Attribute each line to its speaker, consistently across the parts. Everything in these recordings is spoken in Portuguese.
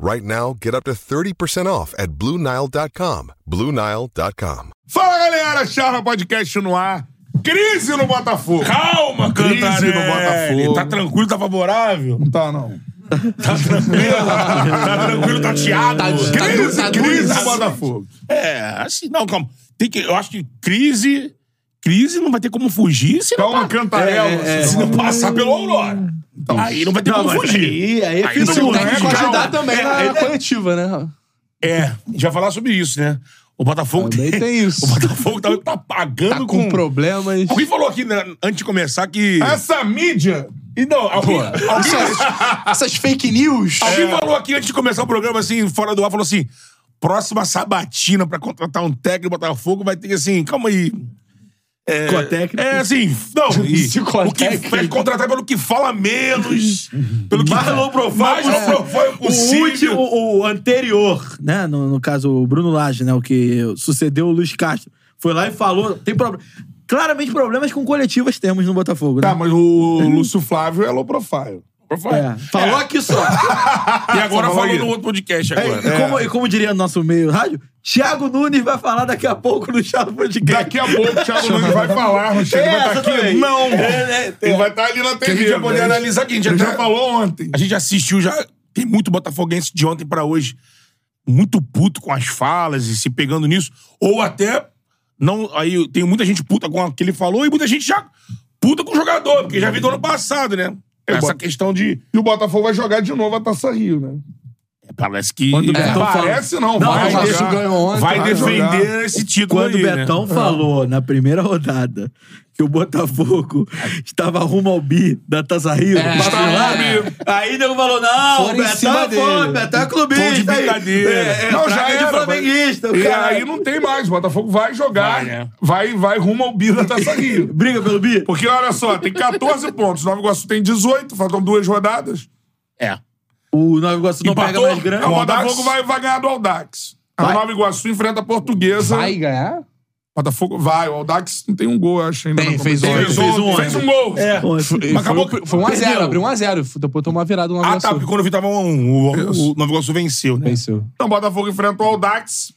Speaker 1: Right now, get up to 30% off at BlueNile.com. BlueNile.com.
Speaker 2: Fala galera, Charla Podcast no ar. Crise no Botafogo.
Speaker 3: Calma,
Speaker 2: Um Crise
Speaker 3: Cantarelli.
Speaker 2: no Botafogo.
Speaker 3: Tá tranquilo, tá favorável?
Speaker 2: Não tá, não.
Speaker 3: Tá tranquilo, tá tranquilo, tá teado.
Speaker 2: Crise,
Speaker 4: tá duro,
Speaker 2: crise
Speaker 3: tá
Speaker 2: no
Speaker 3: duro.
Speaker 2: Botafogo.
Speaker 3: É, assim, não, calma. Tem que, eu acho que crise, crise não vai ter como fugir se não,
Speaker 2: Calma, Então,
Speaker 3: pa- É,
Speaker 2: Cantarello.
Speaker 3: se não passar pelo Aurora. aí não vai ter como fugir.
Speaker 4: E aí,
Speaker 3: Aí
Speaker 4: você
Speaker 3: não
Speaker 4: tem
Speaker 3: é,
Speaker 4: que
Speaker 3: calma.
Speaker 4: ajudar também
Speaker 3: É,
Speaker 4: na
Speaker 3: é,
Speaker 4: coletiva, né?
Speaker 3: É, a gente vai falar sobre isso, né? O Botafogo
Speaker 4: Também tem isso.
Speaker 3: O Botafogo tá, tá pagando
Speaker 4: Tá com problemas.
Speaker 3: Alguém falou aqui, né, antes de começar, que.
Speaker 2: Essa mídia.
Speaker 3: E não, alguém, alguém,
Speaker 4: Essas, essas fake news.
Speaker 3: alguém
Speaker 5: É.
Speaker 3: falou aqui antes de começar o programa, assim, fora do ar, falou assim: próxima sabatina pra contratar um técnico do Botafogo vai ter que, assim, calma aí.
Speaker 4: Psicotécnico.
Speaker 3: É assim, não, e o que
Speaker 4: Psicotécnico.
Speaker 3: vai contratar pelo que fala menos, pelo que mais low profile, mais
Speaker 5: É.
Speaker 3: low profile
Speaker 5: O
Speaker 3: possível.
Speaker 5: último, o, o anterior, né? No, no caso, o Bruno Lage, né? O que sucedeu o Luiz Castro. Foi lá e falou. Tem problema. Claramente problemas com coletivas temos no Botafogo, né?
Speaker 2: Tá, mas o Lúcio Flávio é low profile.
Speaker 3: Profile.
Speaker 5: É. Falou aqui só.
Speaker 3: E agora
Speaker 2: Só
Speaker 3: falou
Speaker 2: aí.
Speaker 3: no outro podcast
Speaker 5: É,
Speaker 3: agora.
Speaker 5: e, como, e como diria nosso meio rádio, Thiago Nunes vai falar daqui a pouco no Chá do Podcast.
Speaker 2: Daqui a pouco o Thiago Nunes vai falar, não chega,
Speaker 5: É.
Speaker 2: vai
Speaker 5: Tem
Speaker 2: estar
Speaker 5: essa
Speaker 2: aqui.
Speaker 5: também.
Speaker 2: Não.
Speaker 5: É, é,
Speaker 2: Ele vai estar ali na TV.
Speaker 3: a gente vai poder
Speaker 2: mas-
Speaker 3: analisar aqui, a gente
Speaker 2: Ele
Speaker 3: até-
Speaker 2: já falou ontem.
Speaker 3: A gente assistiu já. Tem muito botafoguense de ontem pra hoje muito puto com as falas e se pegando nisso. Ou até. não Aí tem muita gente puta com o que ele falou e muita gente já puta com o jogador, porque já vi do ano passado, né? Essa
Speaker 2: É, bota-
Speaker 3: questão de.
Speaker 2: E o Botafogo vai jogar de novo a Taça Rio, né?
Speaker 3: Parece que. é,
Speaker 5: Quando o Betão falou-
Speaker 2: Parece não,
Speaker 5: Não,
Speaker 2: vai
Speaker 5: o Vasco
Speaker 2: jogar.
Speaker 4: ganhou ontem,
Speaker 3: vai
Speaker 2: vai jogar.
Speaker 3: defender esse título
Speaker 5: Quando
Speaker 3: aí,
Speaker 5: o
Speaker 3: né?
Speaker 5: Betão falou na primeira rodada que o Botafogo estava rumo ao bi da Taça Rio,
Speaker 4: É,
Speaker 5: papo
Speaker 4: estava
Speaker 5: lá,
Speaker 4: ao bi.
Speaker 5: aí o nego falou, não,
Speaker 4: Foram
Speaker 5: o
Speaker 4: em
Speaker 5: Betão
Speaker 4: cima
Speaker 5: é foda,
Speaker 4: dele.
Speaker 5: o Betão é clubista.
Speaker 3: Tom de
Speaker 5: aí.
Speaker 3: brincadeira.
Speaker 5: É, é,
Speaker 2: Não, já
Speaker 5: praga
Speaker 2: era,
Speaker 5: de flamenguista. o
Speaker 2: E
Speaker 5: caralho.
Speaker 2: aí não tem mais. O Botafogo vai jogar,
Speaker 3: Vai, né?
Speaker 2: vai, vai rumo ao Bi da Taça Rio.
Speaker 5: Briga pelo bi?
Speaker 2: Porque olha só, tem 14 pontos. Nova Iguaçu tem 18, faltam duas rodadas.
Speaker 3: É.
Speaker 5: O Nova Iguaçu não
Speaker 3: Empatou?
Speaker 5: pega mais grande.
Speaker 2: o
Speaker 3: Com o
Speaker 2: Botafogo
Speaker 3: Audax?
Speaker 2: vai, vai ganhar do Aldax. A
Speaker 4: Vai.
Speaker 2: Nova Iguaçu enfrenta a Portuguesa.
Speaker 4: Vai ganhar?
Speaker 2: Botafogo vai. O Aldax não tem um gol, eu acho ainda. na
Speaker 4: Tem, fez
Speaker 2: competição.
Speaker 4: ontem.
Speaker 2: Fez,
Speaker 3: Fez
Speaker 2: um,
Speaker 3: ontem.
Speaker 2: fez um gol.
Speaker 5: É. Ontem.
Speaker 4: Mas
Speaker 3: acabou
Speaker 4: foi, um
Speaker 3: que-
Speaker 4: foi 1x0,
Speaker 3: perdeu.
Speaker 4: abriu 1x0. Depois tomou uma virada no
Speaker 3: Ah, tá,
Speaker 4: Alves.
Speaker 3: porque quando eu vi tava um, o, o, o Nova Iguaçu venceu, né?
Speaker 4: Venceu.
Speaker 2: Então o Botafogo enfrenta o Aldax.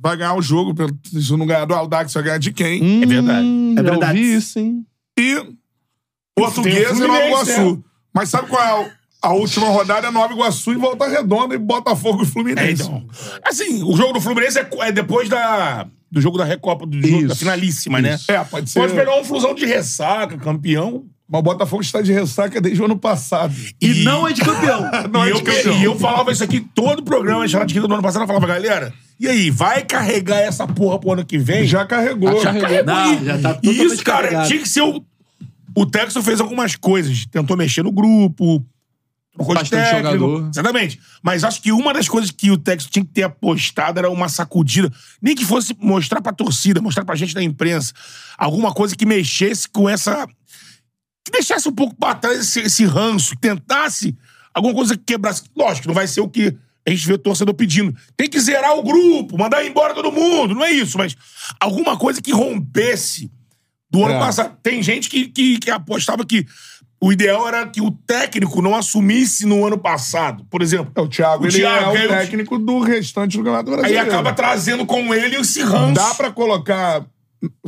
Speaker 2: Vai ganhar o jogo. pelo- Se não ganhar do Aldax, vai ganhar de quem?
Speaker 3: É verdade.
Speaker 4: Hum,
Speaker 5: É
Speaker 4: já
Speaker 5: verdade.
Speaker 4: ouvi isso, hein?
Speaker 2: E Portuguesa e
Speaker 3: Tem o
Speaker 2: Nova
Speaker 3: Fluminense,
Speaker 2: Iguaçu. Mas sabe qual é a- a, última rodada? É Nova Iguaçu e Volta Redonda e Botafogo e
Speaker 3: É,
Speaker 2: Fluminense.
Speaker 3: então. Assim, o jogo do Fluminense é, é depois da, do jogo da Recopa, do jogo
Speaker 4: Isso.
Speaker 3: da finalíssima, né?
Speaker 2: É, pode ser.
Speaker 3: Pode pegar um flusão de ressaca, campeão.
Speaker 2: Mas o Botafogo está de ressaca desde o ano passado.
Speaker 5: E não é de campeão.
Speaker 2: Não
Speaker 3: e,
Speaker 2: é de
Speaker 3: eu,
Speaker 2: campeão.
Speaker 3: e eu falava isso aqui todo o programa, já de quinta do ano passado, eu falava, galera, e aí, vai carregar essa porra pro ano que vem?
Speaker 2: Já carregou.
Speaker 3: já carregou.
Speaker 5: Não,
Speaker 3: E-
Speaker 5: já tá
Speaker 3: e
Speaker 5: totalmente
Speaker 3: isso, cara,
Speaker 5: carregado.
Speaker 3: tinha que ser o... O Texo fez algumas coisas, tentou mexer no grupo, trocou de
Speaker 4: Bastante
Speaker 3: técnico.
Speaker 4: jogador.
Speaker 3: Exatamente. Mas acho que uma das coisas que o Texo tinha que ter apostado era uma sacudida, nem que fosse mostrar pra torcida, mostrar pra gente da imprensa, alguma coisa que mexesse com essa que deixasse um pouco pra trás esse, esse ranço, que tentasse alguma coisa que quebrasse. Lógico, não vai ser o que a gente vê o torcedor pedindo. Tem que zerar o grupo, mandar embora todo mundo, não é isso, mas alguma coisa que rompesse do ano
Speaker 2: É.
Speaker 3: passado. Tem gente que, que, que apostava que o ideal era que o técnico não assumisse no ano passado, por exemplo.
Speaker 2: É, o Thiago,
Speaker 3: O
Speaker 2: ele
Speaker 3: Thiago,
Speaker 2: é
Speaker 3: é
Speaker 2: o
Speaker 3: o-
Speaker 2: técnico do restante do Campeonato
Speaker 3: Aí
Speaker 2: Brasileiro.
Speaker 3: acaba trazendo com ele esse ranço.
Speaker 2: Dá pra colocar,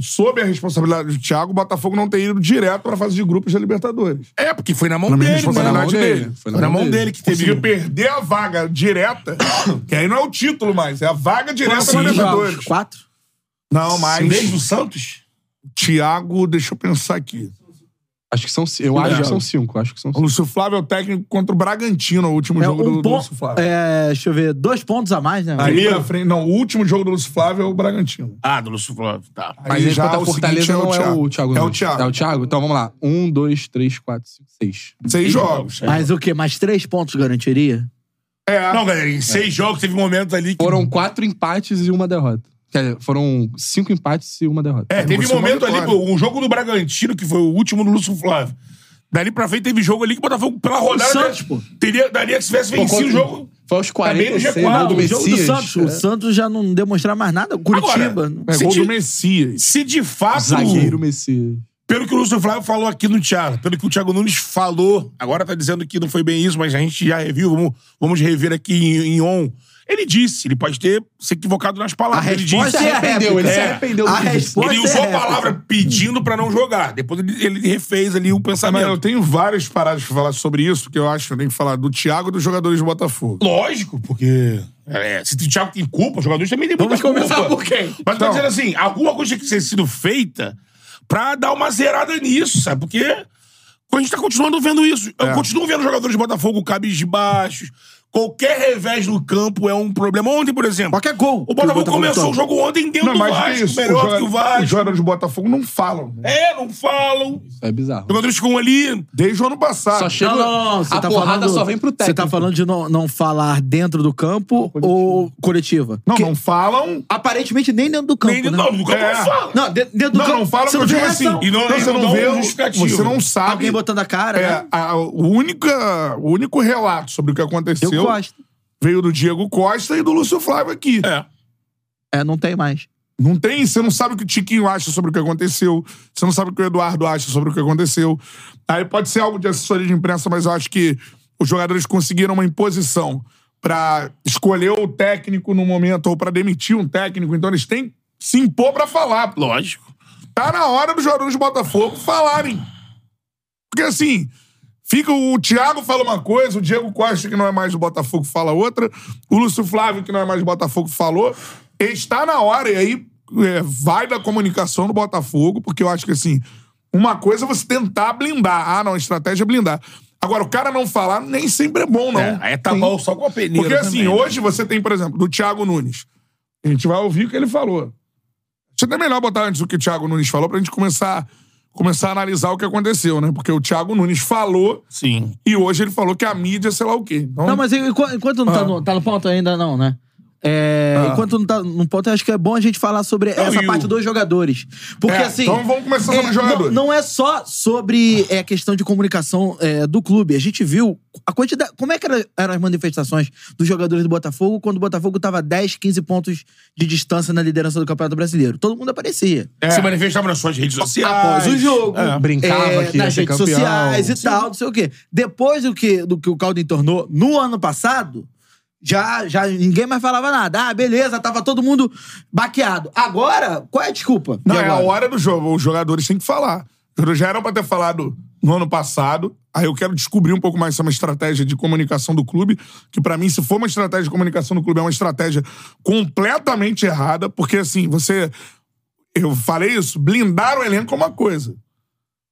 Speaker 2: sob a responsabilidade do Thiago, o Botafogo não ter ido direto pra fase de grupos da Libertadores.
Speaker 3: É, porque foi na mão
Speaker 2: Na minha
Speaker 3: dele,
Speaker 2: responsabilidade
Speaker 3: né? Foi na mão
Speaker 2: dele.
Speaker 3: Foi na, mão dele que teve. um
Speaker 2: Conseguiu perder a vaga direta, que aí não é o título mais, é a vaga direta na
Speaker 5: Quantos jogos?
Speaker 2: Libertadores.
Speaker 5: Quatro?
Speaker 2: Não, mais.
Speaker 3: Desde o Santos?
Speaker 2: Thiago, deixa eu pensar aqui.
Speaker 4: Acho que são. ci- Eu acho que são cinco. Acho que são
Speaker 2: O
Speaker 4: cinco.
Speaker 2: Lúcio Flávio é o técnico contra o Bragantino, o último
Speaker 5: É,
Speaker 2: jogo do,
Speaker 5: um
Speaker 2: do
Speaker 5: ponto.
Speaker 2: Lúcio Flávio.
Speaker 5: É, deixa eu ver, dois pontos a mais, né?
Speaker 2: Aí pra frente, não, o último jogo do Lúcio Flávio é o Bragantino.
Speaker 3: Ah, do Lúcio Flávio. Tá.
Speaker 2: Aí
Speaker 4: Mas aí
Speaker 2: já
Speaker 4: contra a
Speaker 2: o seguinte
Speaker 4: Fortaleza não é o Thiago
Speaker 2: É o
Speaker 4: Nunes.
Speaker 2: Thiago.
Speaker 4: É o Thiago? Então vamos lá. Um, dois, três, quatro, cinco, seis.
Speaker 2: Seis jogos.
Speaker 5: Mas o quê? Mais três pontos garantiria?
Speaker 2: É.
Speaker 3: Não, galera, em seis jogos teve um momentos ali que.
Speaker 4: Foram quatro empates e uma derrota. Quer dizer, foram cinco empates e uma derrota.
Speaker 3: É, teve
Speaker 2: Isso é uma
Speaker 3: momento ali,
Speaker 2: vitória.
Speaker 3: pô, o jogo do Bragantino, que foi o último do Lúcio Flávio. Dali pra frente teve jogo ali que o Botafogo, pela rodada. né,
Speaker 5: Santos, pô.
Speaker 3: Teria, daria que É, se tivesse
Speaker 4: Pô,
Speaker 3: vencido o
Speaker 4: contra-
Speaker 3: jogo.
Speaker 4: Foi aos
Speaker 3: bem no
Speaker 4: 46
Speaker 3: G4,
Speaker 4: gol do
Speaker 3: o
Speaker 5: jogo do
Speaker 4: Messias.
Speaker 5: Santos. O Santos já não demonstrar mais nada. Curitiba. né? não-
Speaker 2: É
Speaker 3: Se
Speaker 2: gol
Speaker 3: ti-
Speaker 2: do Messias.
Speaker 3: Se de fato.
Speaker 4: É, Zagueiro Messias.
Speaker 3: Pelo que o Lúcio Flávio falou aqui no Thiago, pelo que o Thiago Nunes falou, agora tá dizendo que não foi bem isso, mas a gente já reviu, vamos, vamos rever aqui em, em on. Ele disse, ele pode ter se equivocado nas palavras.
Speaker 5: A
Speaker 3: ele
Speaker 5: resposta
Speaker 3: disse,
Speaker 4: Se
Speaker 5: é
Speaker 4: arrependeu, ele se
Speaker 3: É.
Speaker 4: arrependeu do
Speaker 5: A
Speaker 4: que disse.
Speaker 5: resposta-
Speaker 3: ele
Speaker 5: pode ser
Speaker 3: usou a
Speaker 5: réplica.
Speaker 3: palavra pedindo pra não jogar. Depois ele, ele refez ali o
Speaker 2: Mas
Speaker 3: pensamento.
Speaker 2: eu tenho várias paradas pra falar sobre isso, que eu acho que eu tenho que falar do Thiago e dos jogadores do Botafogo.
Speaker 3: Lógico, porque. é, se o Thiago tem culpa, os jogadores também têm muita
Speaker 5: Vamos
Speaker 3: culpa.
Speaker 5: começar por quem?
Speaker 3: Mas tô
Speaker 2: Então.
Speaker 3: dizendo assim, alguma coisa tinha que ter sido feita pra dar uma zerada nisso, sabe? Porque a gente tá continuando vendo isso. Eu
Speaker 2: É.
Speaker 3: continuo vendo jogadores de Botafogo cabis de baixos. Qualquer revés no campo é um problema. Ontem, por exemplo.
Speaker 5: Qualquer gol
Speaker 3: O
Speaker 5: que o
Speaker 3: Botafogo,
Speaker 5: Botafogo
Speaker 3: começou
Speaker 5: toma.
Speaker 3: o jogo ontem dentro
Speaker 2: tá Não,
Speaker 3: do
Speaker 2: mas
Speaker 3: Vasco,
Speaker 2: é isso.
Speaker 3: melhor
Speaker 2: os
Speaker 3: que o
Speaker 2: joga- Os
Speaker 3: Vasco.
Speaker 2: jogadores do Botafogo não falam. né?
Speaker 3: É, não falam. Os
Speaker 4: É bizarro.
Speaker 3: jogadores ficam ali.
Speaker 2: Desde o ano passado.
Speaker 4: Só chega.
Speaker 5: Não, não, não, você
Speaker 4: a
Speaker 5: tá
Speaker 4: porrada
Speaker 5: falando-
Speaker 4: só vem pro técnico.
Speaker 5: Você tá falando de não, não falar dentro do campo ou coletiva?
Speaker 2: Não,
Speaker 5: Que-
Speaker 2: não falam.
Speaker 5: Aparentemente nem dentro do campo,
Speaker 3: Nem,
Speaker 5: né?
Speaker 3: não, no campo
Speaker 2: É.
Speaker 3: não fala.
Speaker 5: Não, de- dentro do
Speaker 2: Não,
Speaker 5: campo.
Speaker 2: não falam
Speaker 5: você
Speaker 2: que eu digo assim.
Speaker 5: reação.
Speaker 3: E não-
Speaker 2: você
Speaker 3: não
Speaker 2: não,
Speaker 3: dá
Speaker 2: vê,
Speaker 3: um
Speaker 2: o-
Speaker 3: justificativo.
Speaker 2: você não sabe.
Speaker 5: Alguém botando a cara,
Speaker 2: É,
Speaker 5: né?
Speaker 2: a, o única, o único relato sobre o que aconteceu
Speaker 5: Eu gosto.
Speaker 2: veio do Diego Costa e do Lúcio Flávio aqui.
Speaker 3: É.
Speaker 5: É, não tem mais.
Speaker 2: Não tem, você não sabe o que o Tiquinho acha sobre o que aconteceu, você não sabe o que o Eduardo acha sobre o que aconteceu. Aí pode ser algo de assessoria de imprensa, mas eu acho que os jogadores conseguiram uma imposição pra escolher o técnico no momento ou pra demitir um técnico, então eles têm que se impor pra falar. pô.
Speaker 3: Lógico.
Speaker 2: Tá na hora dos jogadores do Botafogo falarem. Porque assim, fica o Thiago fala uma coisa, o Diego Costa, que não é mais do Botafogo, fala outra, o Lúcio Flávio, que não é mais do Botafogo, falou. Está na hora, e aí é, vai da comunicação do Botafogo, porque eu acho que assim, uma coisa é você tentar blindar. Ah, não, a estratégia é blindar. Agora, o cara não falar nem sempre é bom, não.
Speaker 3: É, aí é tapar o sol com a peneira.
Speaker 2: Porque assim,
Speaker 3: também, né?
Speaker 2: hoje você tem, por exemplo, do Thiago Nunes. A gente vai ouvir o que ele falou. Acho até melhor botar antes o que o Thiago Nunes falou pra gente começar, começar a analisar o que aconteceu, né? Porque o Thiago Nunes falou
Speaker 3: Sim.
Speaker 2: e hoje ele falou que a mídia, sei lá o quê. Então,
Speaker 5: Não, mas enqu- enquanto não tá,
Speaker 2: Ah.
Speaker 5: no, tá no ponto ainda, não, né? É,
Speaker 2: Ah.
Speaker 5: Enquanto não tá no ponto, eu acho que é bom a gente falar sobre essa
Speaker 3: e o-
Speaker 5: parte dos jogadores. Porque
Speaker 2: É,
Speaker 5: assim.
Speaker 2: então vamos começar sobre
Speaker 5: é,
Speaker 2: os jogadores.
Speaker 5: Não, não é só sobre é, a questão de comunicação é, do clube. A gente viu a quantidade. Como é que era- eram as manifestações dos jogadores do Botafogo quando o Botafogo tava 10, 15 pontos de distância na liderança do Campeonato Brasileiro? Todo mundo aparecia.
Speaker 2: é.
Speaker 3: Se manifestava nas suas redes sociais.
Speaker 5: após Ah, o jogo.
Speaker 3: É.
Speaker 4: Brincava
Speaker 5: é,
Speaker 4: que ia
Speaker 5: nas
Speaker 4: ser
Speaker 5: redes
Speaker 4: campeão.
Speaker 5: sociais e tal, não sei o quê. Depois do que, do que o Calden tornou no ano passado, já, já ninguém mais falava nada. Ah, beleza, tava todo mundo baqueado. Agora, qual é a desculpa?
Speaker 2: Não,
Speaker 5: de
Speaker 2: é a
Speaker 5: agora?
Speaker 2: hora do jogo. Os jogadores têm que falar. Os jogadores já eram pra ter falado no ano passado. Aí eu quero descobrir um pouco mais se é uma estratégia de comunicação do clube. Que pra mim, se for uma estratégia de comunicação do clube, é uma estratégia completamente errada. Porque, assim, você. Eu falei isso, blindar o elenco é uma coisa.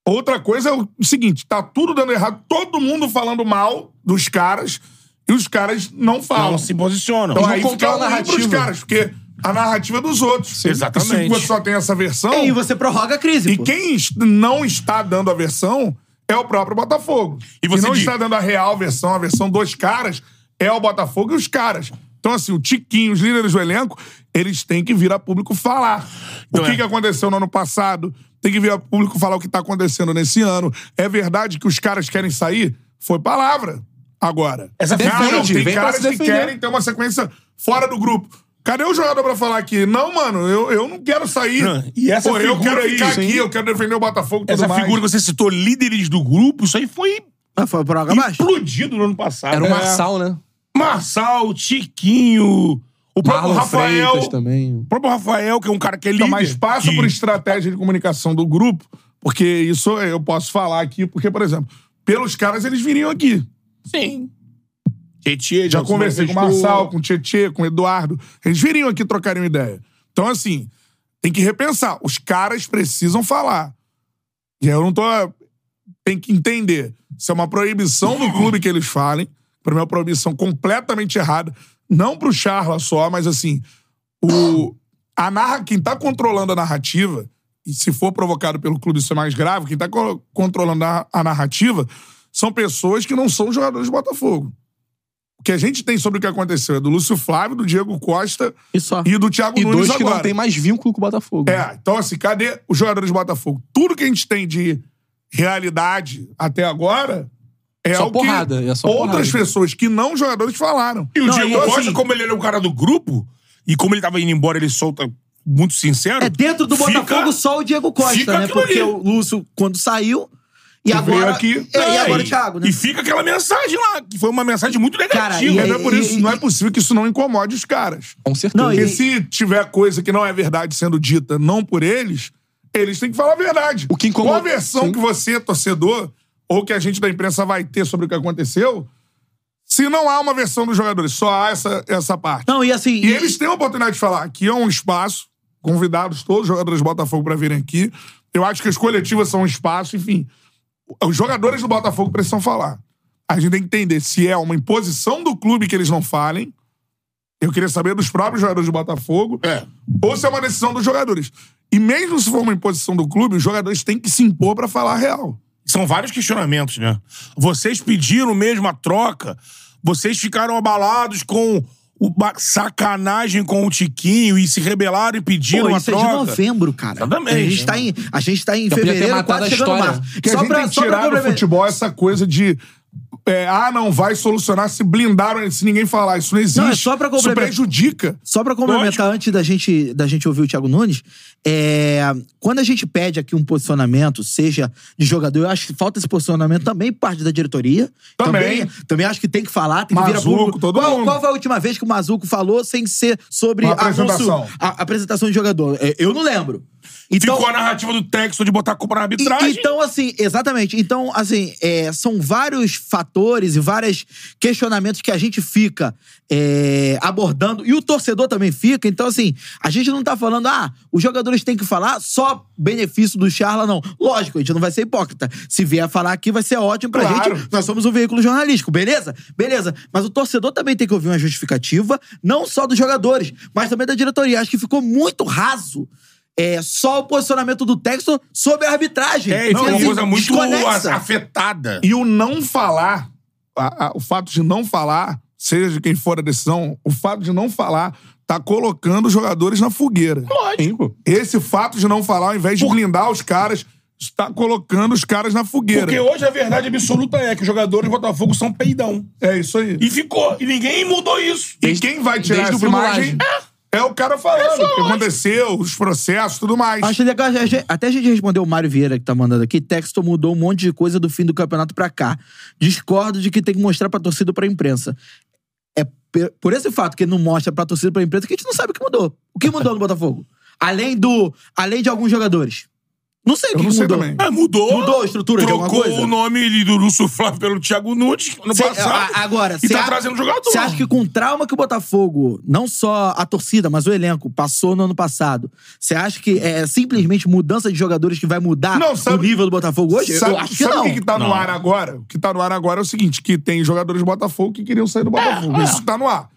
Speaker 2: Outra coisa é o seguinte: tá tudo dando errado, todo mundo falando mal dos caras, e os caras não falam.
Speaker 3: Não se posicionam.
Speaker 2: Então
Speaker 4: Eles não
Speaker 2: aí fica
Speaker 4: controlam a
Speaker 2: ruim pros
Speaker 4: narrativa.
Speaker 2: caras, porque a narrativa é dos outros.
Speaker 3: Exatamente.
Speaker 2: Se você só tem essa versão.
Speaker 5: E
Speaker 4: É,
Speaker 5: aí você prorroga a crise.
Speaker 2: E
Speaker 5: pô.
Speaker 2: quem est- não está dando a versão é o próprio Botafogo.
Speaker 3: E você
Speaker 2: Quem não
Speaker 3: diz-
Speaker 2: está dando a real versão, a versão dos caras, é o Botafogo e os caras. Então, assim, o Tiquinho, os líderes do elenco, eles têm que vir a público falar.
Speaker 3: Então,
Speaker 2: o que,
Speaker 3: é.
Speaker 2: que aconteceu no ano passado? Tem que vir a público falar o que está acontecendo nesse ano. É verdade que os caras querem sair? Foi palavra. Agora.
Speaker 3: Essa
Speaker 2: Cara, não,
Speaker 4: defende,
Speaker 2: tem
Speaker 4: vem pra
Speaker 2: caras
Speaker 4: se
Speaker 2: que
Speaker 4: defender.
Speaker 2: querem ter uma sequência fora do grupo. Cadê o jogador pra falar aqui? Não, mano, eu, eu não quero sair.
Speaker 3: Não, e essa
Speaker 2: Pô, eu
Speaker 3: figura
Speaker 2: quero
Speaker 3: aí,
Speaker 2: ficar
Speaker 3: sim.
Speaker 2: aqui, eu quero defender o Botafogo e tudo
Speaker 3: Essa
Speaker 2: mais.
Speaker 3: figura que você citou, líderes do grupo, isso aí foi
Speaker 5: Ah, foi prorroga abaixo?
Speaker 3: explodido no ano passado.
Speaker 4: Era o
Speaker 3: É.
Speaker 4: Marçal, né?
Speaker 3: Marçal, Tiquinho, o próprio
Speaker 4: Marlon
Speaker 3: Rafael.
Speaker 4: Freitas também.
Speaker 3: O próprio Rafael, que é um cara que é líder.
Speaker 2: Então, mas passa
Speaker 3: de-
Speaker 2: por estratégia de comunicação do grupo, porque isso eu posso falar aqui, porque, por exemplo, pelos caras eles viriam aqui.
Speaker 3: Sim. Tietê,
Speaker 2: Já conversei com o Marçal, com o Tietê, com o Eduardo. Eles viriam aqui, trocariam ideia. Então, assim, Tem que repensar. Os caras precisam falar. E aí eu não tô. Tem que entender. Isso é uma proibição do clube que eles falem. Pra mim, é uma proibição completamente errada. Não pro Charla só, mas assim. O, a narra, quem tá controlando a narrativa, e se for provocado pelo clube, isso é mais grave, quem tá co- controlando a, a narrativa são pessoas que não são jogadores do Botafogo. O que a gente tem sobre o que aconteceu é do Lúcio Flávio, do Diego Costa
Speaker 5: E só.
Speaker 2: e do Thiago
Speaker 4: E
Speaker 2: Nunes
Speaker 4: dois que
Speaker 2: agora.
Speaker 4: não tem mais vínculo com o Botafogo. né?
Speaker 2: É, então assim, cadê os jogadores do Botafogo? Tudo que a gente tem de realidade até agora é
Speaker 4: Só
Speaker 2: o que
Speaker 4: porrada, é só
Speaker 2: outras
Speaker 4: porrada.
Speaker 2: pessoas que não jogadores falaram.
Speaker 3: E o
Speaker 5: Não,
Speaker 3: Diego
Speaker 5: e assim-
Speaker 3: Costa, como ele era um cara do grupo, e como ele tava indo embora, ele solta muito sincero.
Speaker 5: É dentro do
Speaker 3: Fica-
Speaker 5: Botafogo só o Diego
Speaker 3: fica
Speaker 5: Costa, né?
Speaker 3: aquilo
Speaker 5: Porque
Speaker 3: ali.
Speaker 5: o Lúcio, quando saiu. E
Speaker 2: veio
Speaker 5: agora.
Speaker 2: aqui.
Speaker 5: É, e
Speaker 3: Não,
Speaker 5: agora o Thiago, né?
Speaker 3: E fica aquela mensagem lá, que foi uma mensagem muito
Speaker 5: Cara,
Speaker 3: negativa.
Speaker 2: É,
Speaker 5: e-
Speaker 2: não é por
Speaker 5: e-
Speaker 2: isso,
Speaker 5: e-
Speaker 2: não é possível que isso não incomode os caras.
Speaker 4: Com certeza.
Speaker 5: Não,
Speaker 2: Porque
Speaker 5: e-
Speaker 2: se tiver coisa que não é verdade sendo dita não por eles, eles têm que falar a verdade.
Speaker 4: O que
Speaker 2: Qual
Speaker 4: incomoda-
Speaker 2: a versão
Speaker 4: Sim.
Speaker 2: que você, torcedor, ou que a gente da imprensa vai ter sobre o que aconteceu, se não há uma versão dos jogadores, só há essa, essa parte.
Speaker 5: Não, e assim.
Speaker 2: E eles têm a oportunidade de falar. Aqui é um espaço, convidados todos os jogadores do Botafogo para virem aqui. Eu acho que as coletivas são um espaço, enfim. Os jogadores do Botafogo precisam falar. A gente tem que entender se é uma imposição do clube que eles não falem. Eu queria saber dos próprios jogadores do Botafogo.
Speaker 3: É.
Speaker 2: Ou se é uma decisão dos jogadores. E mesmo se for uma imposição do clube, os jogadores têm que se impor para falar a real.
Speaker 3: São vários questionamentos, né? Vocês pediram mesmo a troca, vocês ficaram abalados com o ba- sacanagem com o Tiquinho e se rebelaram e pediram
Speaker 5: Pô,
Speaker 3: a
Speaker 5: isso é
Speaker 3: troca.
Speaker 5: de novembro, cara.
Speaker 3: Exatamente.
Speaker 5: A gente tá em, a gente tá em
Speaker 4: podia ter
Speaker 5: fevereiro,
Speaker 4: matado
Speaker 5: quase
Speaker 4: a
Speaker 5: chegando
Speaker 4: história.
Speaker 5: março.
Speaker 2: Que a gente tem que tirar do
Speaker 5: complementar-
Speaker 2: futebol essa coisa de. é, ah, não vai solucionar se blindaram se ninguém falar. Isso não existe.
Speaker 5: Não, é só pra
Speaker 2: Isso
Speaker 5: complementar.
Speaker 2: prejudica.
Speaker 5: Só pra complementar, antes da gente, da gente ouvir o Thiago Nunes, é, quando a gente pede aqui um posicionamento, seja de jogador, eu acho que falta esse posicionamento também parte da diretoria.
Speaker 2: Também.
Speaker 5: Também, também acho que tem que falar, tem que virar
Speaker 2: Mazuco,
Speaker 5: público.
Speaker 2: todo
Speaker 5: qual,
Speaker 2: mundo.
Speaker 5: qual foi a última vez que o Mazuco falou sem ser sobre
Speaker 2: Uma
Speaker 5: anúncio-
Speaker 2: apresentação.
Speaker 5: a- apresentação de jogador? É, Eu não lembro. Então,
Speaker 3: Ficou a narrativa do texto de botar a culpa na
Speaker 5: e-
Speaker 3: arbitragem.
Speaker 5: Então, assim, exatamente. Então, assim, é, são vários fatores e vários questionamentos que a gente fica é, abordando, e o torcedor também fica. Então, assim, a gente não tá falando, ah, os jogadores têm que falar só benefício do Charla, não. Lógico, a gente não vai ser hipócrita. Se vier falar aqui, vai ser ótimo pra
Speaker 2: Claro.
Speaker 5: gente. Nós somos um veículo jornalístico, beleza? Beleza. Mas o torcedor também tem que ouvir uma justificativa, não só dos jogadores, mas também da diretoria. Acho que ficou muito raso. É só o posicionamento do texto sobre a arbitragem.
Speaker 3: É, e foi
Speaker 5: Não,
Speaker 3: uma
Speaker 5: assim,
Speaker 3: coisa muito
Speaker 5: desconexa.
Speaker 3: a- afetada.
Speaker 2: E o não falar, a- a- o fato de não falar, seja de quem for a decisão, o fato de não falar tá colocando os jogadores na fogueira.
Speaker 4: Sim, pô.
Speaker 2: Esse fato de não falar, ao invés de blindar os caras, está colocando os caras na fogueira.
Speaker 3: Porque hoje a verdade absoluta é que os jogadores do Botafogo são peidão.
Speaker 2: É isso aí.
Speaker 3: E ficou. E ninguém mudou isso.
Speaker 2: E quem vai tirar
Speaker 4: desde o
Speaker 2: essa
Speaker 4: Bruno
Speaker 2: imagem é. o cara falando o que aconteceu, os processos, tudo mais.
Speaker 5: Acho legal, a gente- até a gente respondeu o Mário Vieira que tá mandando aqui. Texto mudou um monte de coisa do fim do campeonato pra cá. Discordo de que tem que mostrar pra torcida ou pra imprensa. É pe- por esse fato que não mostra pra torcida ou pra imprensa que a gente não sabe o que mudou. O que mudou no Botafogo? Além do. Além de alguns jogadores. Não sei o
Speaker 2: Eu
Speaker 5: que
Speaker 2: não
Speaker 5: que
Speaker 2: sei
Speaker 5: mudou.
Speaker 2: também.
Speaker 3: Ah, mudou.
Speaker 5: Mudou a estrutura de
Speaker 3: Trocou
Speaker 5: alguma coisa?
Speaker 3: o nome do Lúcio Flávio pelo Thiago Nunes no
Speaker 5: Cê-
Speaker 3: passado.
Speaker 5: a- agora,
Speaker 3: e
Speaker 5: cê
Speaker 3: tá
Speaker 5: a-
Speaker 3: trazendo jogador.
Speaker 5: Você acha que com o trauma que o Botafogo, não só a torcida, mas o elenco, passou no ano passado, você acha que é simplesmente mudança de jogadores que vai mudar
Speaker 2: Não, sabe-
Speaker 5: o nível do Botafogo hoje? eu acho que
Speaker 2: sabe
Speaker 5: não.
Speaker 2: o que, que tá no
Speaker 3: Não.
Speaker 2: ar agora? O que tá no ar agora é o seguinte: que tem jogadores do Botafogo que queriam sair do Botafogo.
Speaker 3: É.
Speaker 2: Isso tá no ar.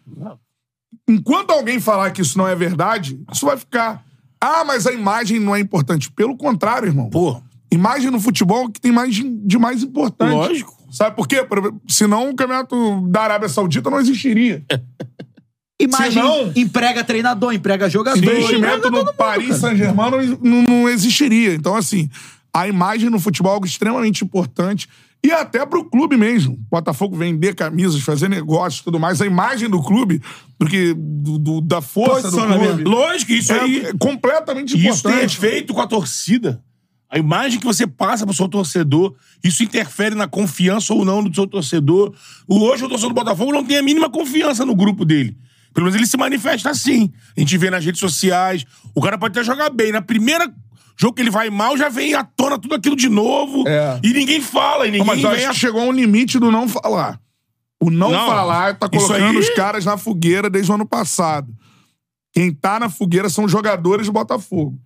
Speaker 2: Enquanto alguém falar que isso não é verdade, isso vai ficar. Ah, mas a imagem não é importante. Pelo contrário, irmão.
Speaker 3: Pô,
Speaker 2: Imagem no futebol é o que tem mais de, de mais importante.
Speaker 3: Lógico.
Speaker 2: Sabe por quê? Por- Senão o campeonato da Arábia Saudita não existiria.
Speaker 5: Imagem
Speaker 2: não-
Speaker 5: emprega treinador, emprega jogador. emprega
Speaker 2: investimento
Speaker 5: todo
Speaker 2: no
Speaker 5: mundo,
Speaker 2: Paris
Speaker 5: cara.
Speaker 2: Saint-Germain não, não- não existiria. Então, assim, a imagem no futebol é algo extremamente importante. E até pro clube mesmo. Botafogo vender camisas, fazer negócio e tudo mais. A imagem do clube, do que, do- do- da força do clube.
Speaker 3: Lógico, isso aí.
Speaker 2: É completamente
Speaker 3: E isso tem
Speaker 2: importante.
Speaker 3: efeito com a torcida. A imagem que você passa pro seu torcedor, isso interfere na confiança ou não do seu torcedor. O- Hoje o torcedor do Botafogo não tem a mínima confiança no grupo dele. Pelo menos ele se manifesta assim. A gente vê nas redes sociais. O cara pode até jogar bem. Na primeira jogo que ele vai mal, já vem à tona tudo aquilo de novo.
Speaker 2: É.
Speaker 3: E ninguém fala, e ninguém
Speaker 2: Mas eu
Speaker 3: vem
Speaker 2: acho
Speaker 3: a...
Speaker 2: que chegou a um limite do não falar. O não,
Speaker 3: Não,
Speaker 2: falar tá
Speaker 3: isso
Speaker 2: colocando
Speaker 3: aí-
Speaker 2: os caras na fogueira desde o ano passado. Quem tá na fogueira são os jogadores do Botafogo.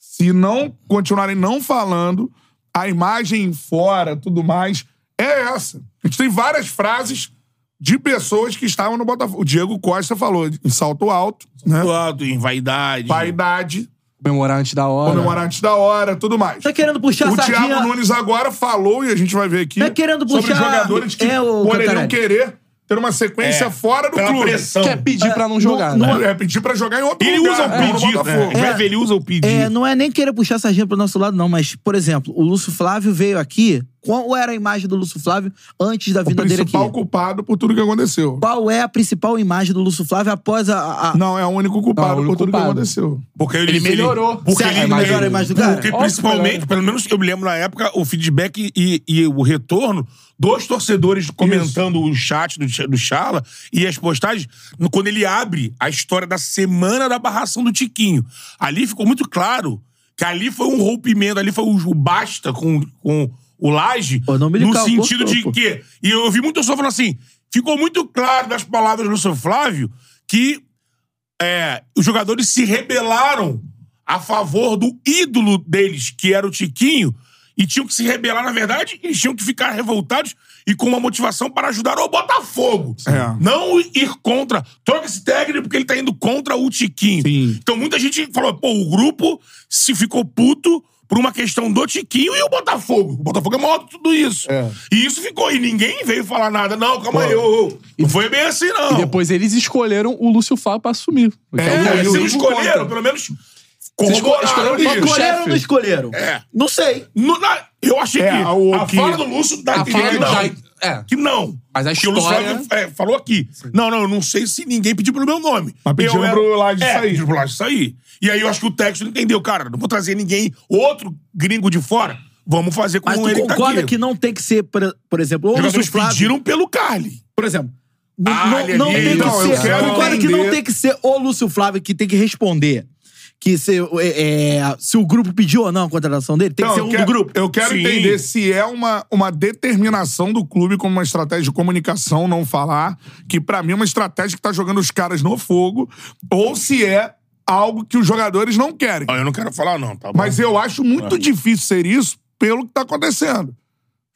Speaker 2: Se não continuarem não falando, a imagem fora, tudo mais, é essa. A gente tem várias frases de pessoas que estavam no Botafogo. O Diego Costa falou em salto alto, né?
Speaker 3: Alto, em vaidade. É.
Speaker 2: Vaidade,
Speaker 4: Comemorar antes da hora.
Speaker 2: comemorar antes da hora, tudo mais.
Speaker 5: Tá querendo puxar
Speaker 2: O
Speaker 5: sardinha...
Speaker 2: Thiago Nunes agora falou, e a gente vai ver aqui,
Speaker 5: Tá querendo
Speaker 2: sobre
Speaker 5: puxar-
Speaker 2: os jogadores que
Speaker 5: é, ô,
Speaker 2: poderiam
Speaker 5: Cantarelli.
Speaker 2: querer ter uma sequência
Speaker 3: É,
Speaker 2: fora do
Speaker 3: pela
Speaker 2: clube.
Speaker 3: pressão.
Speaker 4: Quer é pedir pra não
Speaker 5: Ah,
Speaker 4: jogar,
Speaker 5: não-
Speaker 4: né?
Speaker 5: não-
Speaker 2: É, pedir pra jogar em outro
Speaker 3: Ele
Speaker 2: lugar.
Speaker 3: usa o
Speaker 2: não no
Speaker 3: pedido, né? A
Speaker 2: Botafogo.
Speaker 3: gente vai ver, ele usa o pedido.
Speaker 5: É, não é nem querer puxar essa gente pro nosso lado, não, mas, por exemplo, o Lúcio Flávio veio aqui. Qual era a imagem do Lúcio Flávio antes da
Speaker 2: O
Speaker 5: vinda dele aqui?
Speaker 2: principal culpado por tudo que aconteceu.
Speaker 5: Qual é a principal imagem do Lúcio Flávio após a. a- a-
Speaker 2: Não, é o único
Speaker 4: Ah. Não,
Speaker 2: culpado
Speaker 4: é o único
Speaker 2: por tudo que
Speaker 4: culpado.
Speaker 2: aconteceu.
Speaker 3: Porque ele,
Speaker 4: Ele melhorou.
Speaker 3: Porque
Speaker 4: Você acha
Speaker 3: ele
Speaker 4: que é melhorou
Speaker 3: ele-
Speaker 4: a
Speaker 5: imagem do cara?
Speaker 3: Porque
Speaker 4: Óbvio que
Speaker 3: principalmente,
Speaker 4: melhorou.
Speaker 3: pelo menos eu me lembro na época, o feedback e, e o retorno dos torcedores comentando o chat do, Ch- do Charla e as postagens, no- quando ele abre a história da semana da barração do Tiquinho. Ali ficou muito claro que ali foi um rompimento, ali foi o o basta com, com o Laje,
Speaker 5: Pô, não me
Speaker 3: no
Speaker 5: ligar,
Speaker 3: sentido
Speaker 5: cortou,
Speaker 3: de
Speaker 5: pô.
Speaker 3: que. E eu vi muito pessoal falando assim: ficou muito claro nas palavras do Lúcio Flávio que é, os jogadores se rebelaram a favor do ídolo deles, que era o Tiquinho, e tinham que se rebelar, na verdade, eles tinham que ficar revoltados e com uma motivação para ajudar o Botafogo.
Speaker 2: É.
Speaker 3: Não ir contra. Troca esse técnico porque ele tá indo contra o Tiquinho.
Speaker 2: Sim.
Speaker 3: Então muita gente falou, pô, o grupo se ficou puto por uma questão do Tiquinho e o Botafogo. O Botafogo é maior do que tudo isso.
Speaker 2: É.
Speaker 3: E isso ficou, e ninguém veio falar nada. Não, calma aí, ô, ô, não foi bem assim, não.
Speaker 4: E depois eles escolheram o Lúcio Flávio pra assumir.
Speaker 3: É,
Speaker 4: Então,
Speaker 3: eles
Speaker 4: eu-
Speaker 3: não escolheram, pelo menos corroboraram
Speaker 4: escolheram o
Speaker 3: isso.
Speaker 5: escolheram
Speaker 4: próprio
Speaker 5: ou
Speaker 4: chefe.
Speaker 5: não escolheram?
Speaker 3: É.
Speaker 5: Não sei.
Speaker 3: No- na- eu achei
Speaker 2: É,
Speaker 3: que
Speaker 2: o
Speaker 3: a
Speaker 2: que-
Speaker 3: fala do Lúcio dá a
Speaker 4: A
Speaker 3: entender
Speaker 4: fala
Speaker 3: que
Speaker 4: do
Speaker 3: não.
Speaker 4: Dai- é.
Speaker 3: Que não.
Speaker 4: Mas a
Speaker 3: Porque o Lúcio
Speaker 4: história-
Speaker 3: Flávio, é, falou aqui. Não, não, eu não sei se ninguém pediu pelo meu nome.
Speaker 2: Mas pediram
Speaker 3: eu
Speaker 2: pro Laje
Speaker 3: é,
Speaker 2: sair.
Speaker 3: pediram pro Laje sair. E aí eu acho que o Texto entendeu. Cara, não vou trazer ninguém, outro gringo de fora. Vamos fazer com
Speaker 5: Mas
Speaker 3: ele
Speaker 5: tu
Speaker 3: que tá
Speaker 5: concorda
Speaker 3: aqui.
Speaker 5: que não tem que ser, por, por exemplo, ou
Speaker 3: Os
Speaker 5: o Lúcio
Speaker 3: jogadores
Speaker 5: Flávio.
Speaker 3: pediram pelo Carly.
Speaker 5: Por exemplo. n-
Speaker 3: Ah,
Speaker 5: não
Speaker 3: ele
Speaker 5: não
Speaker 3: ali,
Speaker 5: tem que
Speaker 3: então,
Speaker 2: eu
Speaker 5: ser.
Speaker 2: quero
Speaker 5: Concorda que não
Speaker 2: entender.
Speaker 5: tem que ser o Lúcio Flávio que tem que responder. Que se, é, é, se o grupo pediu ou não a contratação dele, tem
Speaker 2: Não,
Speaker 5: que ser
Speaker 2: Então, eu
Speaker 5: um
Speaker 2: quero-
Speaker 5: do grupo.
Speaker 2: Eu quero
Speaker 3: Sim.
Speaker 2: entender se é uma, uma determinação do clube como uma estratégia de comunicação não falar, que pra mim é uma estratégia que tá jogando os caras no fogo, ou se é algo que os jogadores não querem.
Speaker 3: Ah, eu não quero falar não, tá bom.
Speaker 2: Mas eu acho muito
Speaker 3: É.
Speaker 2: difícil ser isso pelo que tá acontecendo.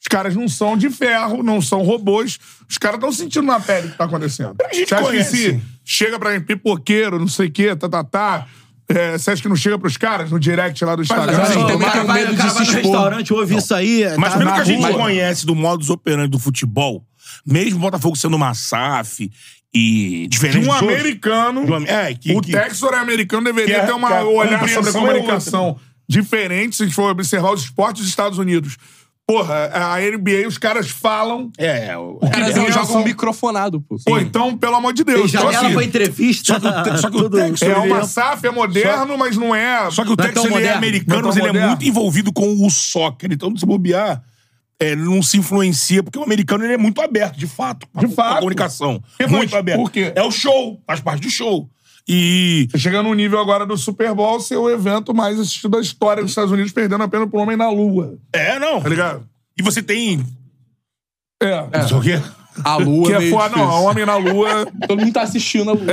Speaker 2: Os caras não são de ferro, não são robôs. Os caras estão sentindo na pele o que tá acontecendo.
Speaker 3: A gente
Speaker 2: Você acha que
Speaker 3: conhece.
Speaker 2: se chega pra mim, tá pipoqueiro, não sei o quê, tá, tá, tá. é, você acha que não chega pros caras no direct lá do Instagram?
Speaker 4: mas
Speaker 3: assim,
Speaker 2: Não,
Speaker 4: também
Speaker 5: Então, o cara
Speaker 4: tem
Speaker 5: vai-
Speaker 4: medo
Speaker 5: o
Speaker 4: de
Speaker 5: cara
Speaker 4: se
Speaker 5: vai no
Speaker 4: expor.
Speaker 5: restaurante, ouve isso aí.
Speaker 3: Mas
Speaker 5: tá
Speaker 3: pelo
Speaker 5: na
Speaker 3: que a gente
Speaker 5: rua.
Speaker 3: conhece do modus operandi do futebol, mesmo o Botafogo sendo uma SAF e diferente
Speaker 2: de um
Speaker 3: dos outros-
Speaker 2: americano.
Speaker 3: de um am- é, que-
Speaker 2: o
Speaker 3: que-
Speaker 2: Texor é americano deveria
Speaker 3: que a-
Speaker 2: ter
Speaker 3: que
Speaker 2: uma
Speaker 3: a
Speaker 2: olhar
Speaker 3: compreensão
Speaker 2: sobre a
Speaker 3: é outra.
Speaker 2: comunicação diferente se a gente for observar os esportes dos Estados Unidos. Porra, a NBA, os caras falam.
Speaker 3: É, o-
Speaker 4: Os caras
Speaker 2: Sim.
Speaker 4: não jogam
Speaker 2: Sim.
Speaker 4: microfonado, pô.
Speaker 2: Pô, então, pelo amor de
Speaker 5: Tem
Speaker 2: Deus. então,
Speaker 5: janela
Speaker 2: assim,
Speaker 5: pra entrevista.
Speaker 3: Só que o te- só que o
Speaker 5: tudo-
Speaker 3: Texas-
Speaker 2: é
Speaker 5: tudo
Speaker 2: uma
Speaker 5: bem.
Speaker 2: SAF, é moderno, mas não é.
Speaker 3: Só que o
Speaker 5: Não é
Speaker 3: Texas
Speaker 5: tão
Speaker 3: ele é
Speaker 5: moderno.
Speaker 3: americano,
Speaker 2: Não é
Speaker 3: mas
Speaker 2: tão
Speaker 3: ele é
Speaker 2: moderno.
Speaker 3: muito envolvido com o soccer. Então, se bobear, é, não se influencia, porque o americano ele é muito aberto, de fato. pra-
Speaker 2: De
Speaker 3: pra
Speaker 2: fato.
Speaker 3: comunicação.
Speaker 2: Que
Speaker 3: muito
Speaker 2: faz-
Speaker 3: aberto.
Speaker 2: por quê?
Speaker 3: É o show, faz parte do show. E.
Speaker 2: Chega no nível agora do Super Bowl ser o evento mais assistido da história dos Estados Unidos, perdendo apenas pro Homem na Lua.
Speaker 3: É, não.
Speaker 2: Tá ligado?
Speaker 3: E você tem.
Speaker 2: É.
Speaker 3: Não sei o quê.
Speaker 4: A lua.
Speaker 2: Que é
Speaker 4: meio
Speaker 2: foda, não.
Speaker 4: difícil.
Speaker 2: Homem na Lua.
Speaker 4: Todo mundo tá assistindo a lua.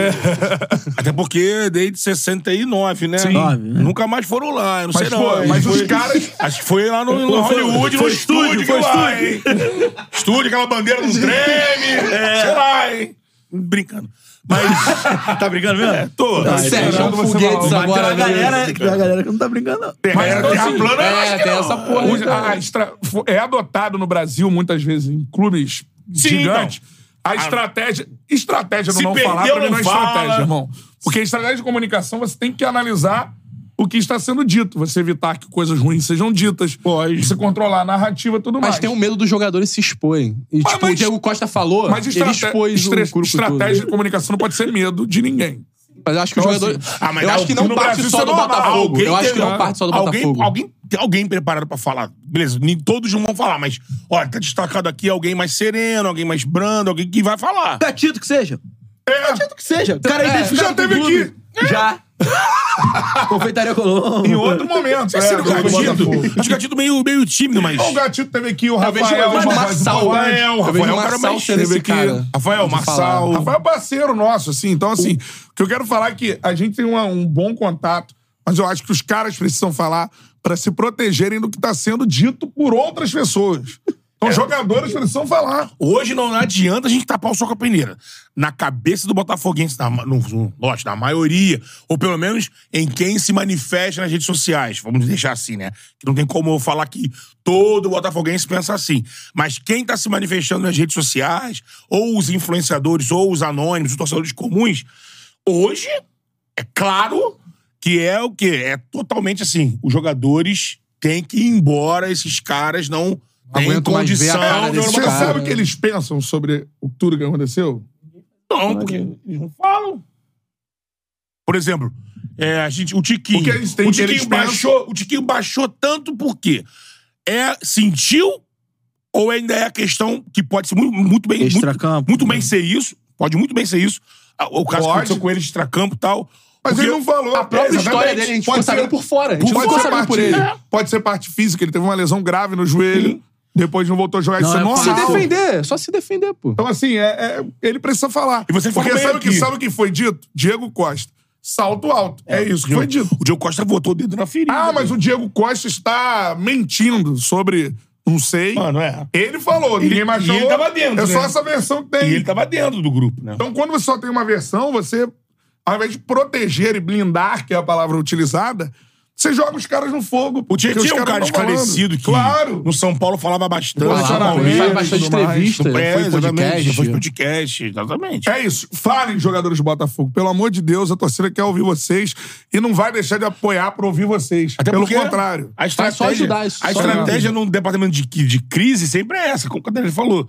Speaker 3: Até porque desde 69, né?
Speaker 5: Sim. Nove, né?
Speaker 3: Nunca mais foram lá, eu não sei
Speaker 2: Mas, pô,
Speaker 3: não.
Speaker 2: mas os
Speaker 3: Foi-
Speaker 2: caras-
Speaker 3: Acho que foi lá no, no
Speaker 5: Foi-
Speaker 3: Hollywood,
Speaker 5: foi
Speaker 3: no estúdio,
Speaker 5: estúdio,
Speaker 3: foi
Speaker 5: foi
Speaker 3: lá, hein? Estúdio, aquela bandeira não treme, sei lá, hein? Brincando. Mas... tá brincando mesmo? É, tô.
Speaker 5: Tá,
Speaker 3: Mas-
Speaker 4: Sérgio,
Speaker 2: Fernando,
Speaker 4: são
Speaker 2: você
Speaker 4: foguetes
Speaker 2: falou.
Speaker 5: Mas tem
Speaker 4: agora.
Speaker 5: uma
Speaker 4: né?
Speaker 5: galera, tem uma galera que não tá brincando, não.
Speaker 2: Mas,
Speaker 3: É,
Speaker 2: então,
Speaker 3: tem a
Speaker 2: assim,
Speaker 3: plana, eu acho
Speaker 4: É,
Speaker 3: que
Speaker 4: tem
Speaker 3: não.
Speaker 4: essa porra. aí,
Speaker 2: Hoje,
Speaker 4: cara.
Speaker 2: a estra- fo- É adotado no Brasil, muitas vezes, em clubes gigantes, a estratégia. Estratégia do
Speaker 3: então. Ah. Se
Speaker 2: não
Speaker 3: perdeu,
Speaker 2: falar pra mim não é
Speaker 3: não fala.
Speaker 2: estratégia, irmão. Porque estratégia de comunicação, você tem que analisar o que está sendo dito. Você evitar que coisas ruins sejam ditas. Pode.
Speaker 3: é
Speaker 2: Você controlar a narrativa e tudo
Speaker 4: Mas
Speaker 2: mais.
Speaker 4: tem o medo dos jogadores se exporem. E,
Speaker 2: Mas-
Speaker 4: tipo, o
Speaker 2: mas-
Speaker 4: Diego Costa falou,
Speaker 2: Mas
Speaker 4: ele
Speaker 2: estrate-
Speaker 4: expôs
Speaker 2: estra-
Speaker 4: o grupo
Speaker 2: estratégia de
Speaker 4: todo.
Speaker 2: comunicação não pode ser medo de ninguém.
Speaker 4: Mas eu acho que
Speaker 2: Então,
Speaker 4: os jogadores...
Speaker 2: assim,
Speaker 3: ah, mas
Speaker 4: eu acho que não
Speaker 2: no
Speaker 4: parte
Speaker 2: Brasil isso
Speaker 4: só
Speaker 2: é
Speaker 4: do
Speaker 2: normal.
Speaker 4: Botafogo.
Speaker 3: Alguém
Speaker 4: eu acho que
Speaker 3: tem-
Speaker 4: não parte só do
Speaker 3: alguém,
Speaker 4: Botafogo.
Speaker 3: Alguém, tem alguém preparado pra falar. Beleza, nem todos não vão falar, mas... Olha, tá destacado aqui alguém mais sereno, alguém mais brando, alguém que vai falar.
Speaker 5: Gatito que seja.
Speaker 2: É,
Speaker 5: Gatito que seja. O cara
Speaker 4: É,
Speaker 5: identificado
Speaker 2: já
Speaker 5: com o
Speaker 2: teve
Speaker 5: clube.
Speaker 2: aqui.
Speaker 5: Já. Confeitaria Colombo.
Speaker 2: Em outro momento. é,
Speaker 3: Tinha sido o
Speaker 2: do
Speaker 3: gatito.
Speaker 2: Botafogo.
Speaker 3: Acho que o gatito meio, meio tímido, mas.
Speaker 2: Ó, O gatito teve aqui, o
Speaker 4: Talvez
Speaker 2: Rafael.
Speaker 4: o
Speaker 2: Rafael,
Speaker 4: Marçal,
Speaker 2: Rafael,
Speaker 4: né?
Speaker 2: Rafael,
Speaker 4: Talvez
Speaker 2: Rafael,
Speaker 4: o
Speaker 2: o cara
Speaker 4: Marçal
Speaker 2: mais
Speaker 4: seja
Speaker 2: teve
Speaker 4: esse
Speaker 2: aqui.
Speaker 4: cara.
Speaker 3: Rafael,
Speaker 4: Vamos falar.
Speaker 3: Marçal.
Speaker 2: Rafael é parceiro nosso, assim. Então, assim, o que eu quero falar é que a gente tem uma- um bom contato, mas eu acho que os caras precisam falar pra se protegerem do que tá sendo dito por outras pessoas. Então, jogadores precisam falar.
Speaker 3: É. Hoje não adianta a gente tapar o sol com a peneira. Na cabeça do botafoguense, na, ma- no, no, lógico, na maioria, ou pelo menos em quem se manifesta nas redes sociais, vamos deixar assim, né? Que não tem como eu falar que todo botafoguense pensa assim. Mas quem está se manifestando nas redes sociais, ou os influenciadores, ou os anônimos, os torcedores comuns, hoje, é claro que é o quê? É totalmente assim, os jogadores têm que ir embora, esses caras não... têm
Speaker 4: Aguento mais ver a
Speaker 3: condição
Speaker 4: cara
Speaker 3: de
Speaker 4: desse
Speaker 2: Você
Speaker 4: cara.
Speaker 2: sabe o que eles pensam sobre o tudo que aconteceu?
Speaker 3: não, porque eles não falam. Por exemplo, é, a gente, o Tiquinho.
Speaker 2: Porque eles têm
Speaker 3: o,
Speaker 2: que eles
Speaker 3: Tiquinho baixou, o Tiquinho baixou tanto por quê? É, sentiu ou ainda é a questão que pode ser muito, muito bem... muito-
Speaker 5: Extracampo.
Speaker 3: Muito, bem ser isso. Pode muito bem ser isso. Ah, O caso que
Speaker 2: Pode.
Speaker 3: aconteceu com ele, extracampo e tal.
Speaker 2: Mas
Speaker 3: Porque-
Speaker 2: ele não falou.
Speaker 3: A própria
Speaker 4: A história
Speaker 2: Exatamente.
Speaker 4: dele, a gente
Speaker 2: Pode
Speaker 4: ficou
Speaker 2: ser-
Speaker 4: sabendo por fora. A gente não
Speaker 2: Pode
Speaker 4: ficou
Speaker 2: ser,
Speaker 4: sabendo
Speaker 2: parte,
Speaker 4: por ele.
Speaker 2: pode ser parte física, ele teve uma lesão grave no joelho, depois não voltou a jogar, isso é
Speaker 5: é
Speaker 2: normal.
Speaker 4: Se
Speaker 5: fácil.
Speaker 4: defender, só se defender, pô.
Speaker 2: Então, assim, é, é- ele precisa falar.
Speaker 3: E você falou
Speaker 2: Porque
Speaker 3: bem
Speaker 2: sabe o que,
Speaker 3: aqui.
Speaker 2: sabe o que foi dito? Diego Costa. Salto alto. É, isso que
Speaker 3: Diogo-
Speaker 2: foi dito.
Speaker 3: O Diogo Costa botou o dedo na ferida. né?
Speaker 2: Ah, mas o Diego Costa está mentindo sobre. Não sei.
Speaker 3: Mano, é.
Speaker 2: Ele falou,
Speaker 3: Ele-
Speaker 2: ninguém mais
Speaker 3: e
Speaker 2: falou.
Speaker 3: ele tava dentro,
Speaker 2: É só
Speaker 3: né?
Speaker 2: essa versão que tem.
Speaker 3: E ele tava dentro do grupo, né?
Speaker 2: Então, quando você só tem uma versão, você, ao invés de proteger e blindar, que é a palavra utilizada, você joga os caras no fogo.
Speaker 3: O Tietchan
Speaker 2: porque os
Speaker 3: é um
Speaker 2: caras não
Speaker 3: cara
Speaker 2: tão falando.
Speaker 3: esclarecido que
Speaker 2: Claro!
Speaker 3: no São Paulo falava bastante.
Speaker 2: Fala,
Speaker 3: no
Speaker 2: fala,
Speaker 3: Palmeiras,
Speaker 4: faz bastante
Speaker 3: tudo mais.
Speaker 4: entrevista,
Speaker 3: No pré,
Speaker 4: foi em
Speaker 3: exatamente,
Speaker 4: podcast.
Speaker 3: Foi em podcast, exatamente.
Speaker 2: É isso. Falem, jogadores do Botafogo. Pelo amor de Deus, a torcida quer ouvir vocês e não vai deixar de apoiar pra ouvir vocês.
Speaker 3: Até
Speaker 2: Pelo
Speaker 3: porque
Speaker 2: contrário.
Speaker 3: A estratégia,
Speaker 4: só ajudar isso,
Speaker 3: a
Speaker 4: só
Speaker 3: estratégia num departamento de, cri- de crise sempre é essa, como o Catarina falou.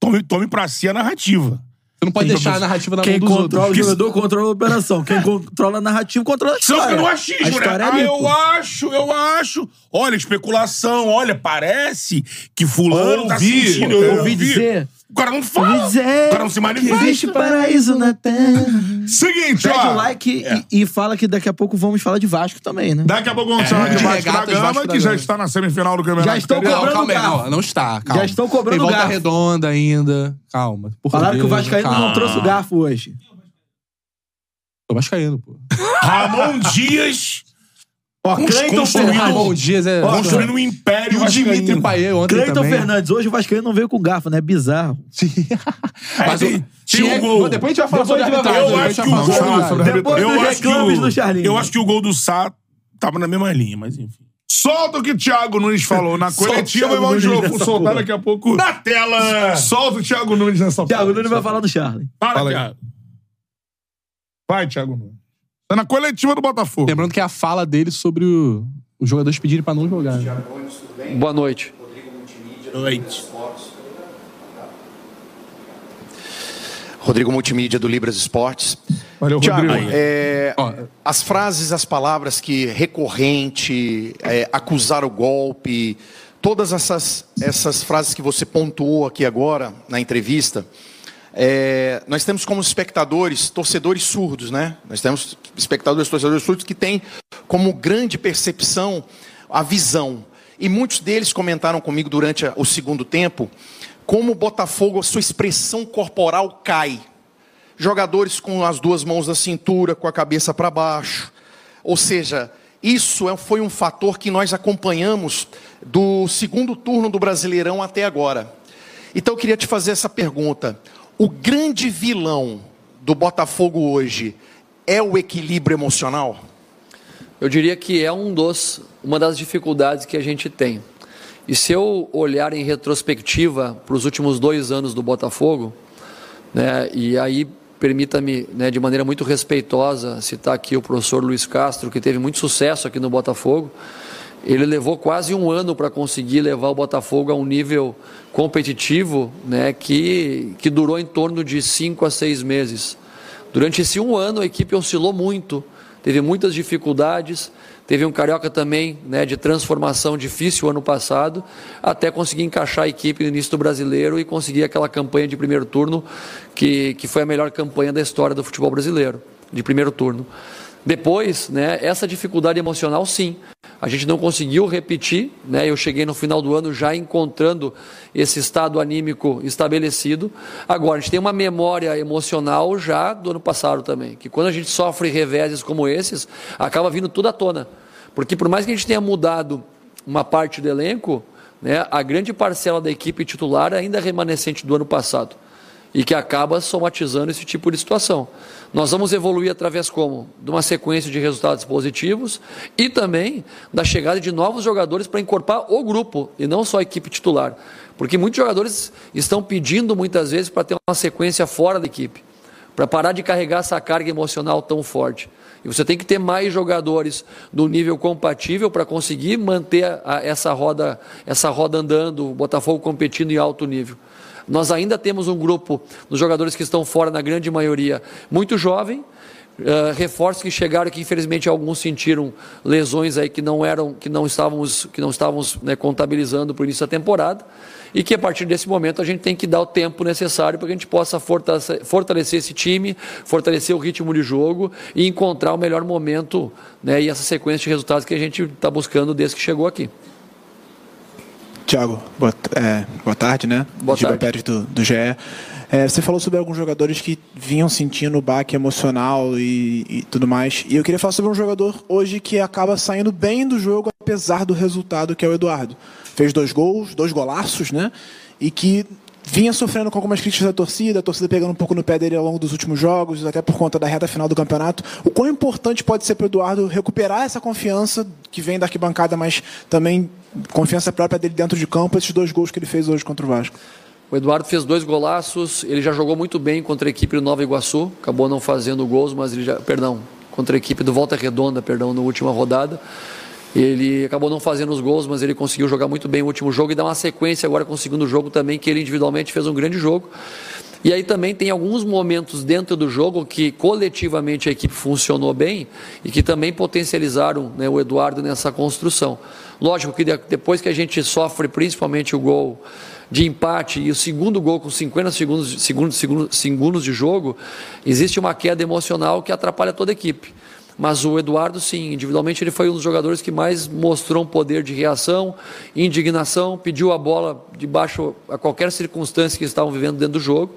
Speaker 3: Tome, tome pra si a narrativa.
Speaker 4: Você não pode deixar a narrativa na mão
Speaker 5: Quem
Speaker 4: dos
Speaker 5: controla
Speaker 4: outros.
Speaker 5: o jogador controla a operação.
Speaker 3: É.
Speaker 5: Quem controla a narrativa controla a
Speaker 3: Senão
Speaker 5: história.
Speaker 3: fica no
Speaker 5: a
Speaker 3: achismo, né?
Speaker 5: história
Speaker 3: Ah,
Speaker 5: é ali,
Speaker 3: eu
Speaker 5: pô.
Speaker 3: acho, eu acho. Olha, especulação, olha, parece que fulano tá
Speaker 2: Ouvi,
Speaker 3: sentindo.
Speaker 2: eu
Speaker 5: ouvi dizer.
Speaker 3: O cara não fala.
Speaker 5: Dizer
Speaker 3: o cara não se né?
Speaker 5: que
Speaker 3: manifesta.
Speaker 5: existe paraíso na terra.
Speaker 2: Seguinte,
Speaker 5: Pede
Speaker 2: ó.
Speaker 5: o like
Speaker 3: É.
Speaker 5: e, e fala que daqui a pouco vamos falar de Vasco também, né?
Speaker 2: Daqui a pouco vamos falar
Speaker 4: É.
Speaker 2: de Vasco da
Speaker 4: Regatas,
Speaker 2: Gama,
Speaker 4: Vasco da
Speaker 2: que já
Speaker 4: Gama.
Speaker 2: está na semifinal do Campeonato
Speaker 5: Já estão
Speaker 2: Carioca.
Speaker 4: Não,
Speaker 5: cobrando
Speaker 4: calma aí,
Speaker 5: garfo.
Speaker 4: não, não está, calma.
Speaker 5: Já estão cobrando
Speaker 4: Tem volta
Speaker 5: garfo.
Speaker 4: redonda ainda. Calma. Por
Speaker 5: Falaram que o
Speaker 4: Deus,
Speaker 5: Vascaíno
Speaker 4: calma.
Speaker 5: não trouxe o garfo hoje.
Speaker 4: Tô Vascaíno, pô.
Speaker 3: Ramon Dias
Speaker 5: Ó,
Speaker 3: Cons-
Speaker 5: Cleiton
Speaker 3: construído-
Speaker 4: Ah,
Speaker 5: Fernandes.
Speaker 4: bom dias, é.
Speaker 3: construindo um
Speaker 4: E
Speaker 3: império
Speaker 4: o Dimitri
Speaker 3: vascaíno.
Speaker 4: Paier ontem
Speaker 5: Cleiton
Speaker 4: também.
Speaker 5: Fernandes. Hoje o Vascaíno não veio com garfo, né? Bizarro.
Speaker 4: Mas
Speaker 3: tem- tem
Speaker 4: o-
Speaker 3: um
Speaker 4: Tinha-
Speaker 3: gol.
Speaker 4: Depois a gente vai falar
Speaker 5: Depois
Speaker 4: sobre
Speaker 5: a gente vai
Speaker 4: arbitragem,
Speaker 3: falar.
Speaker 4: depois
Speaker 3: Eu
Speaker 4: a gente vai
Speaker 3: acho
Speaker 4: falar
Speaker 3: que o-
Speaker 4: sobre arbitragem.
Speaker 5: Depois
Speaker 3: Eu
Speaker 5: dos
Speaker 3: acho, que
Speaker 5: reclames do
Speaker 3: o,
Speaker 5: Charlinho.
Speaker 3: eu acho que o gol do Sá tava na mesma linha, mas enfim.
Speaker 2: Solta o que o Thiago Nunes falou na
Speaker 5: Solta o
Speaker 2: coletiva e
Speaker 5: Thiago
Speaker 2: vamos de
Speaker 5: Nunes
Speaker 2: novo
Speaker 5: nessa
Speaker 2: soltar
Speaker 5: porra.
Speaker 2: daqui a pouco.
Speaker 3: Na tela!
Speaker 2: Solta o Thiago Nunes nessa
Speaker 5: Thiago
Speaker 2: porra.
Speaker 5: Nunes vai falar do Charlie.
Speaker 3: Para,
Speaker 2: Fala aí.
Speaker 3: Thiago.
Speaker 2: Vai, Thiago Nunes. Tá na coletiva do Botafogo.
Speaker 4: Lembrando que é a fala dele sobre o- os jogadores pedirem pra não jogar. né?
Speaker 6: Boa noite.
Speaker 3: Noite.
Speaker 6: Rodrigo Multimídia do Libras Esportes.
Speaker 2: Valeu,
Speaker 6: Thiago,
Speaker 2: Rodrigo.
Speaker 6: é,
Speaker 4: Ó.
Speaker 6: as frases, as palavras que recorrente, é, acusar o golpe, todas essas, essas frases que você pontuou aqui agora na entrevista, é, nós temos como espectadores, torcedores surdos, né? Nós temos espectadores, torcedores surdos que têm como grande percepção a visão. E muitos deles comentaram comigo durante a- o segundo tempo como o Botafogo, a sua expressão corporal cai jogadores com as duas mãos na cintura, com a cabeça para baixo. Ou seja, isso é- foi um fator que nós acompanhamos do segundo turno do Brasileirão até agora. Então eu queria te fazer essa pergunta: o grande vilão do Botafogo hoje é o equilíbrio emocional?
Speaker 7: Eu diria que é um dos, uma das dificuldades que a gente tem. E se eu olhar em retrospectiva para os últimos dois anos do Botafogo, né, e aí permita-me, né, de maneira muito respeitosa, citar aqui o professor Luiz Castro, que teve muito sucesso aqui no Botafogo. Ele levou quase um ano para conseguir levar o Botafogo a um nível competitivo né, que, que durou em torno de cinco a seis meses. Durante esse um ano, a equipe oscilou muito, teve muitas dificuldades, teve um carioca também né, de transformação difícil ano passado, até conseguir encaixar a equipe no início do brasileiro e conseguir aquela campanha de primeiro turno, que, que foi a melhor campanha da história do futebol brasileiro, de primeiro turno. Depois, né, essa dificuldade emocional, sim. A gente não conseguiu repetir, né? Eu cheguei no final do ano já encontrando esse estado anímico estabelecido. Agora, a gente tem uma memória emocional já do ano passado também, que quando a gente sofre reveses como esses, acaba vindo tudo à tona. Porque por mais que a gente tenha mudado uma parte do elenco, né, a grande parcela da equipe titular ainda é remanescente do ano passado e que acaba somatizando esse tipo de situação. Nós vamos evoluir através como? De uma sequência de resultados positivos e também da chegada de novos jogadores para encorpar o grupo e não só a equipe titular. Porque muitos jogadores estão pedindo muitas vezes para ter uma sequência fora da equipe, para parar de carregar essa carga emocional tão forte. E você tem que ter mais jogadores do nível compatível para conseguir manter a- essa roda, essa roda andando, o Botafogo competindo em alto nível. Nós ainda temos um grupo dos jogadores que estão fora, na grande maioria, muito jovem. eh, reforços que chegaram que infelizmente alguns sentiram lesões aí que não eram que não estávamos que não estávamos né, contabilizando para o início da temporada e que a partir desse momento a gente tem que dar o tempo necessário para que a gente possa fortalecer, fortalecer esse time fortalecer o ritmo de jogo e encontrar o melhor momento né, e essa sequência de resultados que a gente está buscando desde que chegou aqui
Speaker 8: Tiago, boa, é, boa tarde, né?
Speaker 7: Boa
Speaker 8: Giba Pérez
Speaker 7: tarde.
Speaker 8: do, do GE. É, você falou sobre alguns jogadores que vinham sentindo o baque emocional e, e tudo mais. E eu queria falar sobre um jogador hoje que acaba saindo bem do jogo, apesar do resultado, que é o Eduardo. Fez dois gols, dois golaços, né? E que vinha sofrendo com algumas críticas da torcida, a torcida pegando um pouco no pé dele ao longo dos últimos jogos, até por conta da reta final do campeonato. O quão importante pode ser para o Eduardo recuperar essa confiança que vem da arquibancada, mas também confiança própria dele dentro de campo, esses dois gols que ele fez hoje contra o Vasco?
Speaker 7: O Eduardo fez dois golaços, ele já jogou muito bem contra a equipe do Nova Iguaçu, acabou não fazendo gols, mas ele já, perdão, contra a equipe do Volta Redonda, perdão, na última rodada. Ele acabou não fazendo os gols, mas ele conseguiu jogar muito bem o último jogo e dar uma sequência agora com o segundo jogo também, que ele individualmente fez um grande jogo. E aí também tem alguns momentos dentro do jogo que coletivamente a equipe funcionou bem e que também potencializaram né, o Eduardo nessa construção. Lógico que de- depois que a gente sofre principalmente o gol de empate e o segundo gol com 50 segundos, segundos, segundos, segundos de jogo, existe uma queda emocional que atrapalha toda a equipe. Mas o Eduardo, sim, individualmente ele foi um dos jogadores que mais mostrou um poder de reação, indignação, pediu a bola debaixo a qualquer circunstância que estavam vivendo dentro do jogo.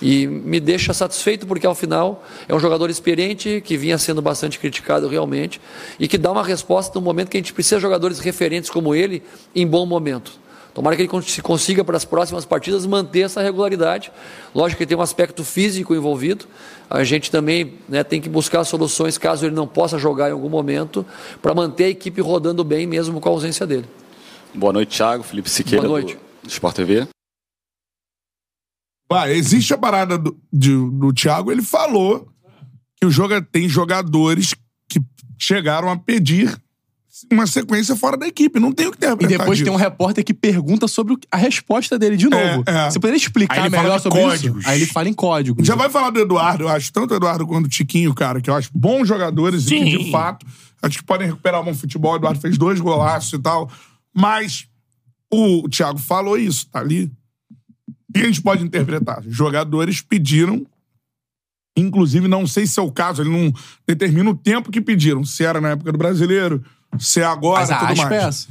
Speaker 7: E me deixa satisfeito porque, ao final, é um jogador experiente, que vinha sendo bastante criticado realmente, e que dá uma resposta no momento que a gente precisa de jogadores referentes como ele em bom momento. Tomara que ele con- se consiga para as próximas partidas manter essa regularidade. Lógico que tem um aspecto físico envolvido. A gente também né, tem que buscar soluções caso ele não possa jogar em algum momento para manter a equipe rodando bem mesmo com a ausência dele.
Speaker 9: Boa noite, Thiago. Felipe Siqueira,
Speaker 7: Boa noite.
Speaker 9: do Sport TV.
Speaker 2: Vai, existe a parada do, de- do Thiago, ele falou que o joga, tem jogadores que chegaram a pedir uma sequência fora da equipe. Não tem o que ter
Speaker 4: E depois tem um repórter que pergunta sobre o- a resposta dele de novo.
Speaker 2: é.
Speaker 4: Você poderia
Speaker 3: Aí
Speaker 4: explicar
Speaker 3: ele fala
Speaker 4: melhor
Speaker 3: de
Speaker 4: sobre
Speaker 3: códigos.
Speaker 4: isso? Aí ele fala em código.
Speaker 2: Já vai falar do Eduardo, eu acho, tanto o Eduardo quanto o Tiquinho, cara, que eu acho bons jogadores e que, de
Speaker 3: Sim.
Speaker 2: fato, acho que podem recuperar o bom futebol. O Eduardo fez dois golaços e tal. Mas o Thiago falou isso, tá ali. E a gente pode interpretar. Jogadores pediram, inclusive, não sei se é o caso, ele não determina o tempo que pediram, se era na época do brasileiro, se é agora,
Speaker 4: Mas a
Speaker 2: tudo
Speaker 4: aspa é
Speaker 2: mais.
Speaker 4: essa.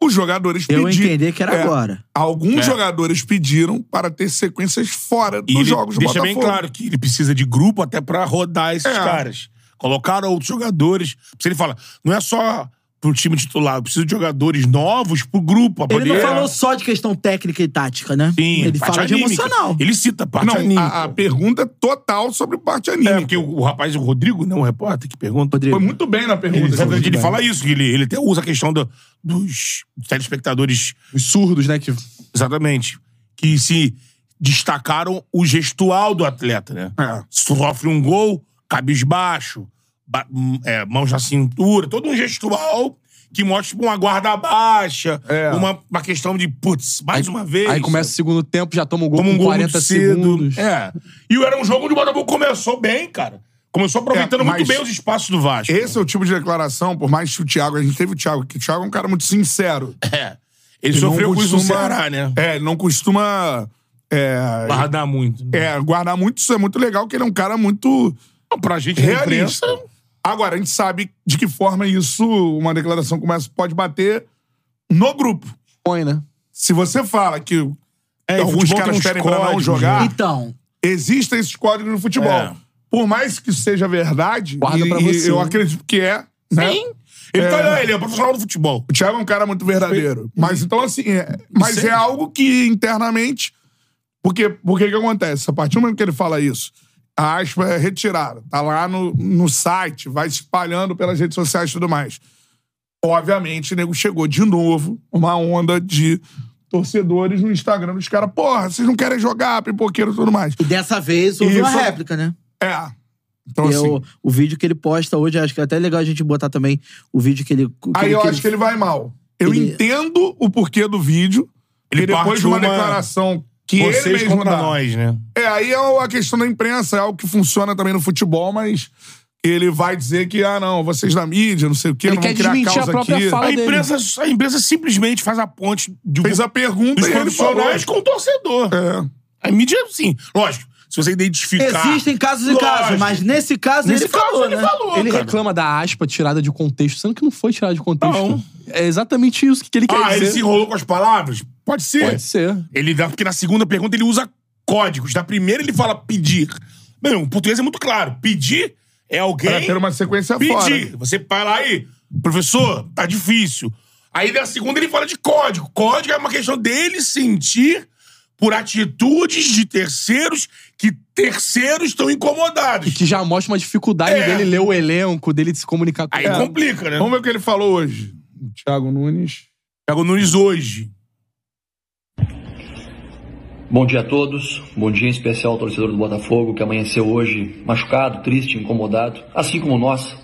Speaker 2: Os jogadores
Speaker 5: Eu
Speaker 2: pediram. É,
Speaker 5: entendi que era agora.
Speaker 2: Alguns
Speaker 3: É.
Speaker 2: Um jogadores pediram para ter sequências fora
Speaker 3: E
Speaker 2: dos
Speaker 3: ele
Speaker 2: jogos do
Speaker 3: deixa
Speaker 2: Botafogo.
Speaker 3: bem claro que ele precisa de grupo até pra rodar esses
Speaker 2: É.
Speaker 3: caras. Colocar outros jogadores. Se ele fala, não é só pro time titular, eu preciso de jogadores novos pro grupo. pra
Speaker 5: Ele não
Speaker 3: poder-
Speaker 5: falou só de questão técnica e tática, né?
Speaker 3: Sim,
Speaker 5: ele
Speaker 3: parte
Speaker 5: fala de
Speaker 3: anímica.
Speaker 5: emocional.
Speaker 3: Ele cita a parte
Speaker 2: Não,
Speaker 3: anímica.
Speaker 2: a, a pergunta total sobre parte
Speaker 3: É,
Speaker 2: anímica.
Speaker 3: porque o, o rapaz, o Rodrigo, não, o repórter que pergunta.
Speaker 2: Foi muito bem na pergunta.
Speaker 3: Ele,
Speaker 2: Rodrigo.
Speaker 3: ele fala isso, que ele, ele até usa a questão do- dos telespectadores,
Speaker 4: Os surdos, né? Que
Speaker 3: exatamente, que se destacaram o gestual do atleta, né?
Speaker 4: É.
Speaker 3: Sofre um gol, cabisbaixo, ba- m- é, mãos na cintura, todo um gestual que mostra tipo, uma guarda baixa,
Speaker 2: É.
Speaker 3: uma, uma questão de, putz, mais uma vez.
Speaker 4: Aí começa o segundo tempo, já toma o gol
Speaker 3: É Toma um
Speaker 4: com
Speaker 3: gol
Speaker 4: 40
Speaker 3: muito cedo.
Speaker 4: segundos.
Speaker 3: É. E era um jogo onde o Botafogo começou bem, cara. Começou aproveitando
Speaker 2: É, mas
Speaker 3: muito bem os espaços do Vasco.
Speaker 2: Esse é o tipo de declaração, por mais que o Thiago, a gente teve o Thiago, que o Thiago é um cara muito sincero.
Speaker 3: É. Ele
Speaker 2: não
Speaker 3: sofreu com isso no
Speaker 2: costuma-
Speaker 3: Ceará, né?
Speaker 2: É, ele não costuma é,
Speaker 3: Guardar muito. né?
Speaker 2: é, guardar muito, isso é muito legal, que ele é um cara muito
Speaker 3: Pra gente,
Speaker 2: realista.
Speaker 3: realista. Agora, a gente sabe de que forma isso, uma declaração como essa, pode bater no grupo.
Speaker 4: Põe, né?
Speaker 3: Se você fala que
Speaker 2: É, e
Speaker 3: alguns
Speaker 2: futebol tem
Speaker 3: caras
Speaker 2: uns
Speaker 3: pedem pra não
Speaker 2: códigos,
Speaker 3: jogar,
Speaker 5: Então,
Speaker 3: existem esses códigos no futebol.
Speaker 2: É.
Speaker 3: Por mais que isso seja verdade,
Speaker 4: Guarda
Speaker 3: e,
Speaker 4: pra
Speaker 3: e
Speaker 4: você,
Speaker 3: eu
Speaker 4: né?
Speaker 3: acredito que é, né?
Speaker 2: Sim. Ele,
Speaker 3: É.
Speaker 2: tá, não, ele é profissional do futebol.
Speaker 3: O Thiago é um cara muito verdadeiro. Mas então, assim, é, mas
Speaker 2: Sim.
Speaker 3: é algo que internamente. Porque o que acontece? A partir do momento que ele fala isso, a aspa é retirada. Tá lá no, no site, vai se espalhando pelas redes sociais e tudo mais. Obviamente, o nego chegou de novo uma onda de torcedores no Instagram dos caras. Porra, vocês não querem jogar, pipoqueiro e tudo mais.
Speaker 5: e dessa vez houve
Speaker 3: Isso.
Speaker 5: uma réplica, né?
Speaker 3: É. Então,
Speaker 5: E é
Speaker 3: assim.
Speaker 5: o, o vídeo que ele posta hoje, acho que é até legal a gente botar também o vídeo que ele. que
Speaker 3: Aí
Speaker 5: ele-
Speaker 3: eu
Speaker 5: que
Speaker 3: acho que ele vai mal. Eu
Speaker 5: ele-
Speaker 3: entendo o porquê do vídeo.
Speaker 2: Ele
Speaker 3: e depois
Speaker 2: parte
Speaker 3: de uma,
Speaker 2: uma-
Speaker 3: declaração que ele
Speaker 2: Vocês
Speaker 3: mesmo
Speaker 2: contra
Speaker 3: dá.
Speaker 2: nós, né?
Speaker 3: É, aí é a questão da imprensa, é algo que funciona também no futebol, mas ele vai dizer que, ah, não, vocês na mídia, não sei o quê,
Speaker 4: Ele
Speaker 3: não vão
Speaker 4: quer
Speaker 3: criar
Speaker 4: desmentir a
Speaker 3: causa
Speaker 4: própria
Speaker 3: aqui.
Speaker 4: fala.
Speaker 2: A
Speaker 4: Fala dele.
Speaker 2: imprensa, a imprensa simplesmente faz a ponte de um
Speaker 3: Fez a pergunta
Speaker 2: dos
Speaker 3: e ele falou.
Speaker 2: profissionais com o torcedor.
Speaker 3: É.
Speaker 2: A mídia, sim. Lógico, se você identificar...
Speaker 5: Existem casos e casos,
Speaker 2: Lógico.
Speaker 5: mas nesse caso
Speaker 2: Nesse
Speaker 5: ele
Speaker 2: caso,
Speaker 5: falou,
Speaker 2: ele
Speaker 5: né?
Speaker 2: falou,
Speaker 4: Ele
Speaker 2: cara.
Speaker 4: reclama da aspa tirada de contexto, sendo que não foi tirada de contexto.
Speaker 2: Não.
Speaker 4: É exatamente isso que ele quer
Speaker 2: Ah,
Speaker 4: dizer.
Speaker 2: ele se enrolou com as palavras? Pode ser.
Speaker 3: é.
Speaker 4: Pode ser.
Speaker 2: Ele dá, porque na segunda pergunta ele usa códigos. Na primeira ele fala pedir. Meu, o português é muito claro. Pedir é alguém.
Speaker 3: Pra ter uma sequência
Speaker 2: pedir.
Speaker 3: fora.
Speaker 2: Você para aí, professor, tá difícil. Aí na segunda ele fala de código. Código é uma questão dele sentir por atitudes de terceiros que terceiros estão incomodados.
Speaker 4: E que já mostra uma dificuldade
Speaker 2: É.
Speaker 4: dele ler o elenco, dele se comunicar com
Speaker 2: Aí
Speaker 4: É.
Speaker 2: complica, né?
Speaker 3: Vamos ver o que ele falou hoje. O Thiago Nunes.
Speaker 2: Thiago Nunes hoje.
Speaker 7: Bom dia a todos, bom dia em especial ao torcedor do Botafogo que amanheceu hoje machucado, triste, incomodado, assim como nós,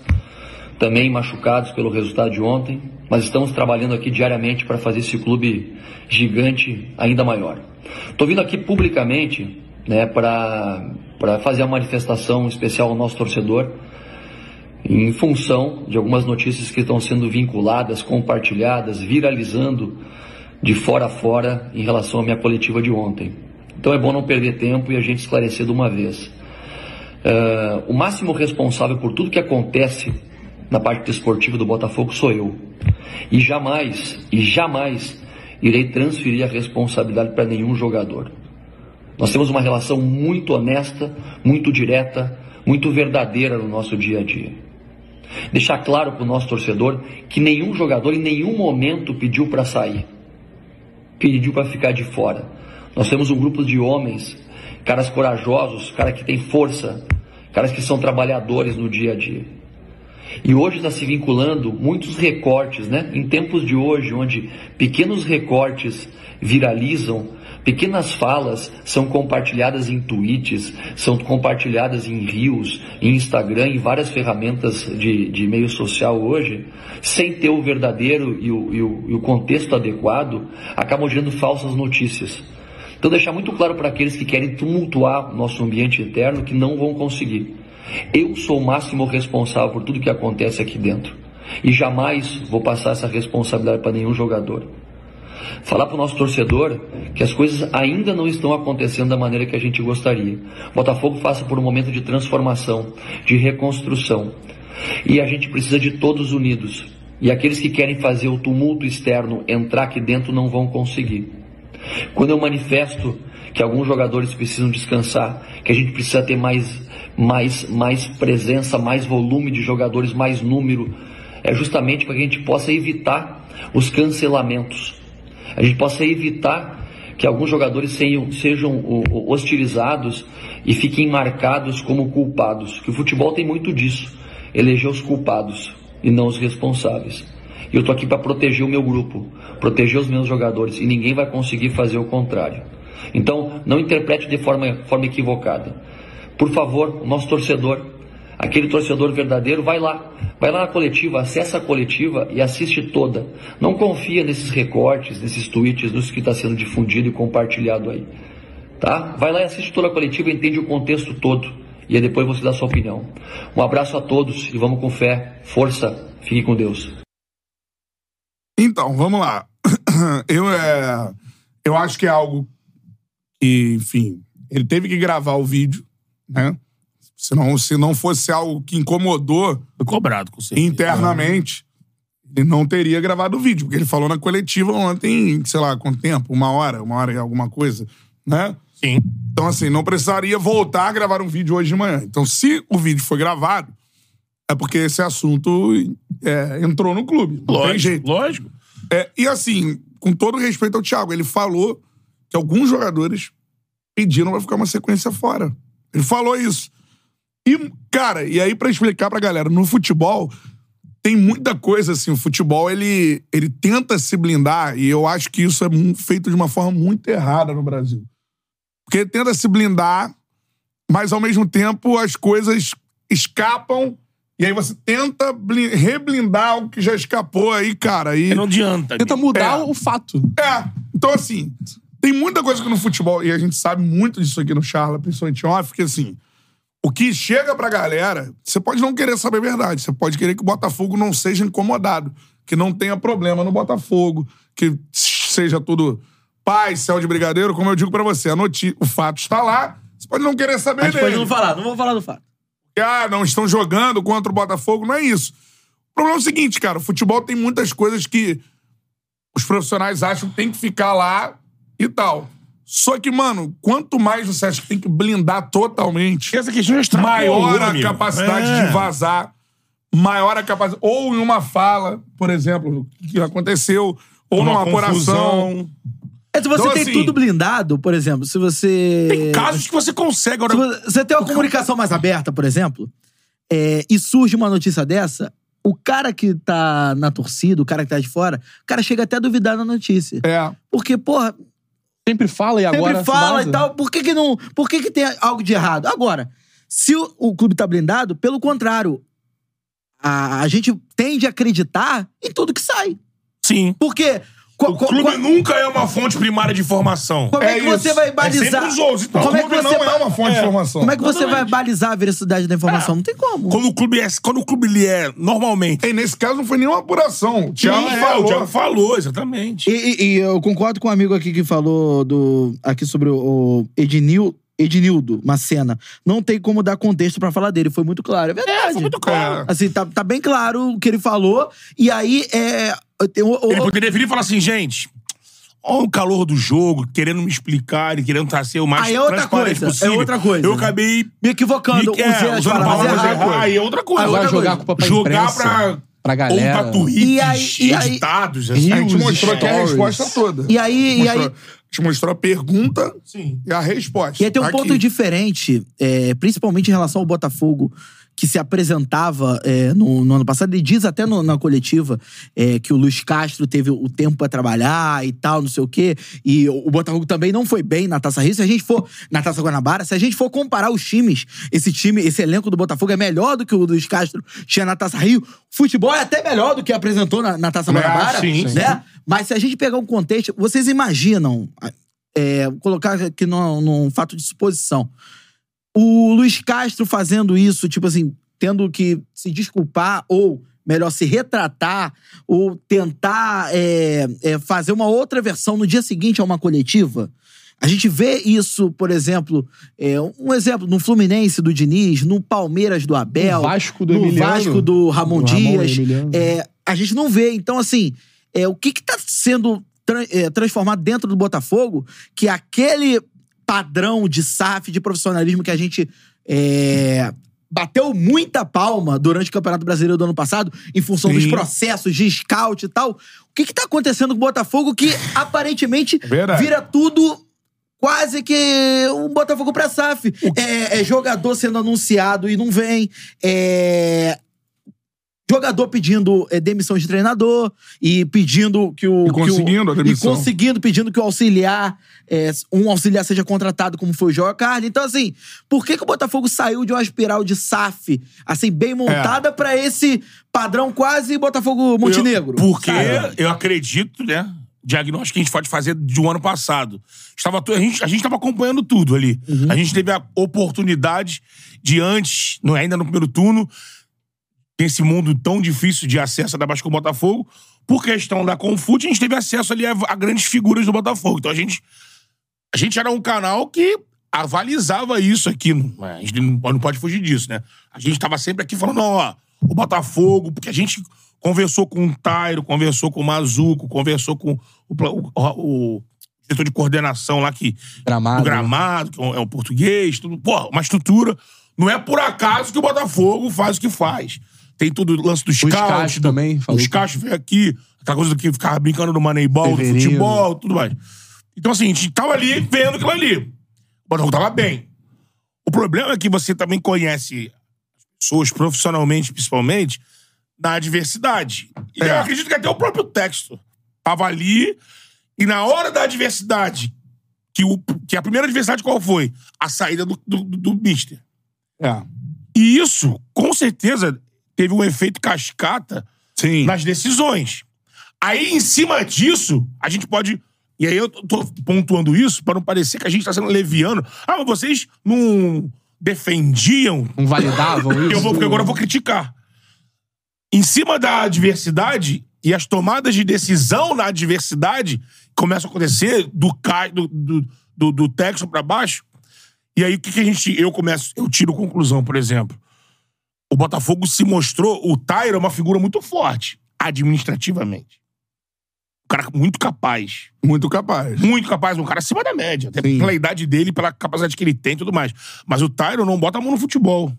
Speaker 7: também machucados pelo resultado de ontem, mas estamos trabalhando aqui diariamente para fazer esse clube gigante ainda maior. Estou vindo aqui publicamente né, para fazer uma manifestação especial ao nosso torcedor, em função de algumas notícias que estão sendo vinculadas, compartilhadas, viralizando de fora a fora em relação à minha coletiva de ontem. Então é bom não perder tempo e a gente esclarecer de uma vez. Ah, o máximo responsável por tudo que acontece na parte desportiva do Botafogo sou eu. E jamais, e jamais irei transferir a responsabilidade para nenhum jogador. Nós temos uma relação muito honesta, muito direta, muito verdadeira no nosso dia a dia. Deixar claro para o nosso torcedor que nenhum jogador em nenhum momento pediu para sair, pediu para ficar de fora. Nós temos um grupo de homens, caras corajosos, caras que têm força, caras que são trabalhadores no dia a dia. E hoje está se vinculando muitos recortes, né? Em tempos de hoje, onde pequenos recortes viralizam, pequenas falas são compartilhadas em tweets, são compartilhadas em rios, em Instagram, em várias ferramentas de, de meio social hoje, sem ter o verdadeiro e o, e o- e o contexto adequado, acabam gerando falsas notícias. Então, deixar muito claro para aqueles que querem tumultuar o nosso ambiente interno que não vão conseguir. Eu sou o máximo responsável por tudo que acontece aqui dentro. E jamais vou passar essa responsabilidade para nenhum jogador. Falar para o nosso torcedor que as coisas ainda não estão acontecendo da maneira que a gente gostaria. O Botafogo passa por um momento de transformação, de reconstrução. E a gente precisa de todos unidos. E aqueles que querem fazer o tumulto externo entrar aqui dentro não vão conseguir. Quando eu manifesto que alguns jogadores precisam descansar, que a gente precisa ter mais, mais, mais presença, mais volume de jogadores, mais número, é justamente para que a gente possa evitar os cancelamentos. A gente possa evitar que alguns jogadores sejam, sejam o- o- hostilizados e fiquem marcados como culpados. Que o futebol tem muito disso, eleger os culpados e não os responsáveis. E eu tô aqui para proteger o meu grupo, proteger os meus jogadores e ninguém vai conseguir fazer o contrário. Então, não interprete de forma, forma equivocada. Por favor, o nosso torcedor, aquele torcedor verdadeiro, vai lá. Vai lá na coletiva, acessa a coletiva e assiste toda. Não confia nesses recortes, nesses tweets, nos que está sendo difundido e compartilhado aí. Tá? Vai lá e assiste toda a coletiva, entende o contexto todo. E aí depois você dá a sua opinião. Um abraço a todos e vamos com fé, força, fique com Deus.
Speaker 3: Então, vamos lá. Eu, é, eu acho que é algo que, enfim, ele teve que gravar o vídeo, né? Se não, se não fosse algo que incomodou
Speaker 2: cobrado, com certeza.
Speaker 3: internamente, ele não teria gravado o vídeo, porque ele falou na coletiva ontem, sei lá, quanto tempo? Uma hora, uma hora e alguma coisa, né?
Speaker 2: Sim.
Speaker 3: Então, assim, não precisaria voltar a gravar um vídeo hoje de manhã. Então, se o vídeo foi gravado, é porque esse assunto é, entrou no clube. Não tem jeito.
Speaker 2: Lógico, lógico.
Speaker 3: É, e assim, com todo respeito ao Thiago, ele falou que alguns jogadores pediram pra ficar uma sequência fora. Ele falou isso. E, cara, e aí pra explicar pra galera, no futebol tem muita coisa assim, o futebol ele, ele tenta se blindar e eu acho que isso é mu- feito de uma forma muito errada no Brasil. Porque ele tenta se blindar, mas ao mesmo tempo as coisas escapam e aí você tenta blin- reblindar algo que já escapou aí, cara. E...
Speaker 2: Não adianta.
Speaker 4: Tenta mudar
Speaker 3: É.
Speaker 4: o fato.
Speaker 3: É. Então, assim, tem muita coisa que no futebol, e a gente sabe muito disso aqui no Charla, principalmente em off, que assim, o que chega pra galera, você pode não querer saber a verdade, você pode querer que o Botafogo não seja incomodado, que não tenha problema no Botafogo, que seja tudo paz, céu de brigadeiro, como eu digo pra você, a noti o fato está lá, você pode não querer saber
Speaker 5: Mas
Speaker 3: dele
Speaker 5: depois tipo, não falar, não vou falar do fato.
Speaker 3: que, ah, não estão jogando contra o Botafogo, não é isso. O problema é o seguinte, cara, o futebol tem muitas coisas que os profissionais acham que tem que ficar lá e tal. Só que, mano, quanto mais você acha que tem que blindar totalmente,
Speaker 2: Essa questão já extrapolou,
Speaker 3: maior a
Speaker 2: amigo.
Speaker 3: capacidade
Speaker 2: É.
Speaker 3: de vazar, maior a capacidade. Ou em uma fala, por exemplo, que aconteceu, ou
Speaker 2: Uma
Speaker 3: numa apuração.
Speaker 2: confusão.
Speaker 5: É, se você
Speaker 3: Então,
Speaker 5: tem
Speaker 3: assim-
Speaker 5: tudo blindado, por exemplo, se você.
Speaker 2: Tem casos que você consegue.
Speaker 5: Se
Speaker 2: Agora,
Speaker 5: vo- você tem uma comunicação mais aberta, por exemplo, é, e surge uma notícia dessa, o cara que tá na torcida, o cara que tá de fora, o cara chega até a duvidar da notícia.
Speaker 3: É.
Speaker 5: Porque, porra,
Speaker 4: Sempre fala e agora.
Speaker 5: sempre fala então,
Speaker 4: vaza.
Speaker 5: e tal, por que que não... Por que que tem algo de errado? Agora, se o, o clube tá blindado, pelo contrário, a, a gente tende a acreditar em tudo que sai.
Speaker 2: sim.
Speaker 5: Porque... co-
Speaker 2: O
Speaker 5: co-
Speaker 2: clube
Speaker 5: co-
Speaker 2: nunca é uma fonte primária de informação.
Speaker 5: como é, que você vai
Speaker 2: É sempre
Speaker 5: balizar...
Speaker 2: os outros. Então,
Speaker 5: como é que
Speaker 2: clube
Speaker 5: você
Speaker 2: não
Speaker 5: ba-
Speaker 2: é uma fonte de informação.
Speaker 5: Como é que você vai balizar a veracidade da informação? Não tem como.
Speaker 2: Quando o clube é, quando o clube ele é normalmente.
Speaker 3: E nesse caso não foi nenhuma apuração. O Thiago
Speaker 2: Sim, é,
Speaker 3: falou.
Speaker 2: O Thiago falou, exatamente.
Speaker 5: E, e- e eu concordo com um amigo aqui que falou do aqui sobre o, o Ednil, Ednildo Macena. Não tem como dar contexto pra falar dele, foi muito claro. É verdade.
Speaker 2: foi muito claro.
Speaker 5: É. Assim, tá, tá bem claro o que ele falou. E aí, é. Tem, o, o-
Speaker 2: Ele poderia vir e falar assim, gente. Olha o calor do jogo, querendo me explicar e querendo trazer o mais
Speaker 5: Aí é outra
Speaker 2: transparente
Speaker 5: coisa, é
Speaker 2: possível.
Speaker 5: outra coisa.
Speaker 2: Eu acabei
Speaker 5: me equivocando,
Speaker 2: me- é,
Speaker 5: usei as
Speaker 2: usando
Speaker 5: palavras
Speaker 2: palavras
Speaker 5: erradas.
Speaker 2: erradas. Aí é outra coisa.
Speaker 4: Agora
Speaker 2: Outra
Speaker 4: jogar
Speaker 2: coisa.
Speaker 4: a culpa pra
Speaker 2: Jogar
Speaker 4: imprensa,
Speaker 2: pra,
Speaker 4: pra galera.
Speaker 2: Ou pra tweets,
Speaker 5: E aí- e aí-
Speaker 2: editados, assim.
Speaker 3: A gente
Speaker 4: Rios,
Speaker 3: mostrou aqui a
Speaker 4: stories.
Speaker 3: resposta toda.
Speaker 5: E aí, e
Speaker 3: mostrou,
Speaker 5: aí,
Speaker 3: te mostrou a pergunta
Speaker 2: Sim.
Speaker 3: e a resposta.
Speaker 5: E aí tem um
Speaker 3: Tá
Speaker 5: ponto
Speaker 3: aqui.
Speaker 5: diferente, é, principalmente em relação ao Botafogo, que se apresentava é, no, no ano passado. Ele diz até no- na coletiva é, que o Luiz Castro teve o tempo para trabalhar e tal, não sei o quê. E o o Botafogo também não foi bem na Taça Rio. Se a gente for na Taça Guanabara, se a gente for comparar os times, esse time, esse elenco do Botafogo é melhor do que o Luiz Castro tinha na Taça Rio. Futebol é até melhor do que apresentou na, na Taça Guanabara,
Speaker 2: sim,
Speaker 5: né? Mas se a gente pegar um contexto, vocês imaginam é, vou colocar aqui num, num fato de suposição. O Luiz Castro fazendo isso, tipo assim, tendo que se desculpar ou, melhor, se retratar ou tentar é, é, fazer uma outra versão no dia seguinte a uma coletiva. A gente vê isso, por exemplo, é, um exemplo no Fluminense do Diniz, no Palmeiras do Abel,
Speaker 4: No Vasco do
Speaker 5: no
Speaker 4: Emiliano.
Speaker 5: Vasco do Ramon
Speaker 4: Do Ramon
Speaker 5: Dias.
Speaker 4: Emiliano.
Speaker 5: É, a gente não vê. Então, assim, é, o que está sendo tran- é, transformado dentro do Botafogo que aquele padrão de SAF, de profissionalismo que a gente é, bateu muita palma durante o Campeonato Brasileiro do ano passado, em função dos
Speaker 3: Sim.
Speaker 5: processos de scout e tal. O que, que tá acontecendo com o Botafogo que aparentemente
Speaker 3: Verdade.
Speaker 5: vira tudo. Quase que um Botafogo pra SAF. É, é jogador sendo anunciado e não vem. É, jogador pedindo é, demissão de treinador e pedindo que o.
Speaker 3: E
Speaker 5: que o-
Speaker 3: conseguindo a demissão.
Speaker 5: E conseguindo, pedindo que o auxiliar, é, um auxiliar seja contratado, como foi o João Carne. Então, assim, por que, que o Botafogo saiu de uma espiral de SAF, assim, bem
Speaker 2: É.
Speaker 5: montada, pra esse padrão quase Botafogo Montenegro?
Speaker 2: Porque
Speaker 5: sabe?
Speaker 2: É, eu acredito, né? Diagnóstico que a gente pode fazer de um ano passado. Estava, tu- a gente a estava acompanhando tudo ali.
Speaker 5: Uhum.
Speaker 2: A gente teve a oportunidade de antes, no- ainda no primeiro turno, nesse mundo tão difícil de acesso da Baixa com o Botafogo, por questão da Confute, a gente teve acesso ali a, a grandes figuras do Botafogo. Então a gente. A gente era um canal que
Speaker 3: avalizava isso aqui. não- A gente não não pode fugir disso, né? A gente tava sempre aqui falando, não, ó, o Botafogo, porque a gente conversou com o Tairo, conversou com o Mazuco, conversou com o, pla- o, o- o diretor de coordenação lá que.
Speaker 4: Gramado.
Speaker 3: do Gramado, que é um- é um português, tudo. Porra, uma estrutura. Não é por acaso que o Botafogo faz o que faz. Tem todo o lance dos
Speaker 4: Os
Speaker 3: caras.
Speaker 4: Castro também. Falou
Speaker 3: Os cachos veio aqui, aquela coisa que ficava brincando no Moneyball, do
Speaker 4: Severino.
Speaker 3: futebol, tudo mais. Então, assim, a gente tava ali vendo aquilo ali. O Botafogo tava bem. O problema é que você também conhece as pessoas profissionalmente, principalmente, na adversidade. E eu acredito que até o próprio texto tava ali e na hora da adversidade, que, o, que a primeira adversidade qual foi? A saída do, do, do, do Mister. E isso, com certeza, teve um efeito cascata nas decisões. Aí, em cima disso, a gente pode. E aí eu tô- tô pontuando isso para não parecer que a gente tá sendo leviano. Ah, mas vocês não defendiam.
Speaker 4: Não validavam isso?
Speaker 3: Eu vou, porque agora eu vou criticar. Em cima da adversidade e as tomadas de decisão na adversidade começam a acontecer do, ca- do, do, do, do Texas para baixo. E aí, o que, que a gente. Eu começo, eu tiro conclusão, por exemplo. O Botafogo se mostrou. O Tyra é uma figura muito forte, administrativamente. Um cara muito capaz.
Speaker 2: Muito capaz.
Speaker 3: Muito capaz, um cara acima da média. Até pela idade dele, pela capacidade que ele tem e tudo mais. Mas o Tyron não bota a mão no futebol.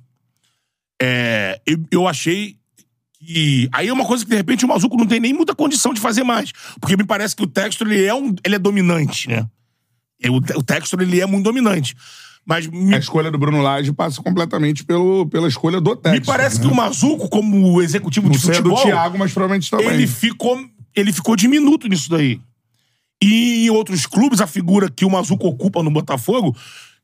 Speaker 3: É, eu, eu achei que. Aí é uma coisa que, de repente, o Mazuco não tem nem muita condição de fazer mais. Porque me parece que o Textor ele é, um, ele é dominante, né? E O, o Textor ele é muito dominante. Mas me
Speaker 2: A escolha do Bruno Lage passa completamente pelo, pela escolha do Texas.
Speaker 3: Me parece
Speaker 2: né?
Speaker 3: que o Mazuco, como executivo
Speaker 2: Não
Speaker 3: de
Speaker 2: sei a
Speaker 3: futebol,
Speaker 2: do Thiago, mas provavelmente também.
Speaker 3: ele ficou, ele ficou diminuto nisso daí. E em outros clubes, a figura que o Mazuco ocupa no Botafogo,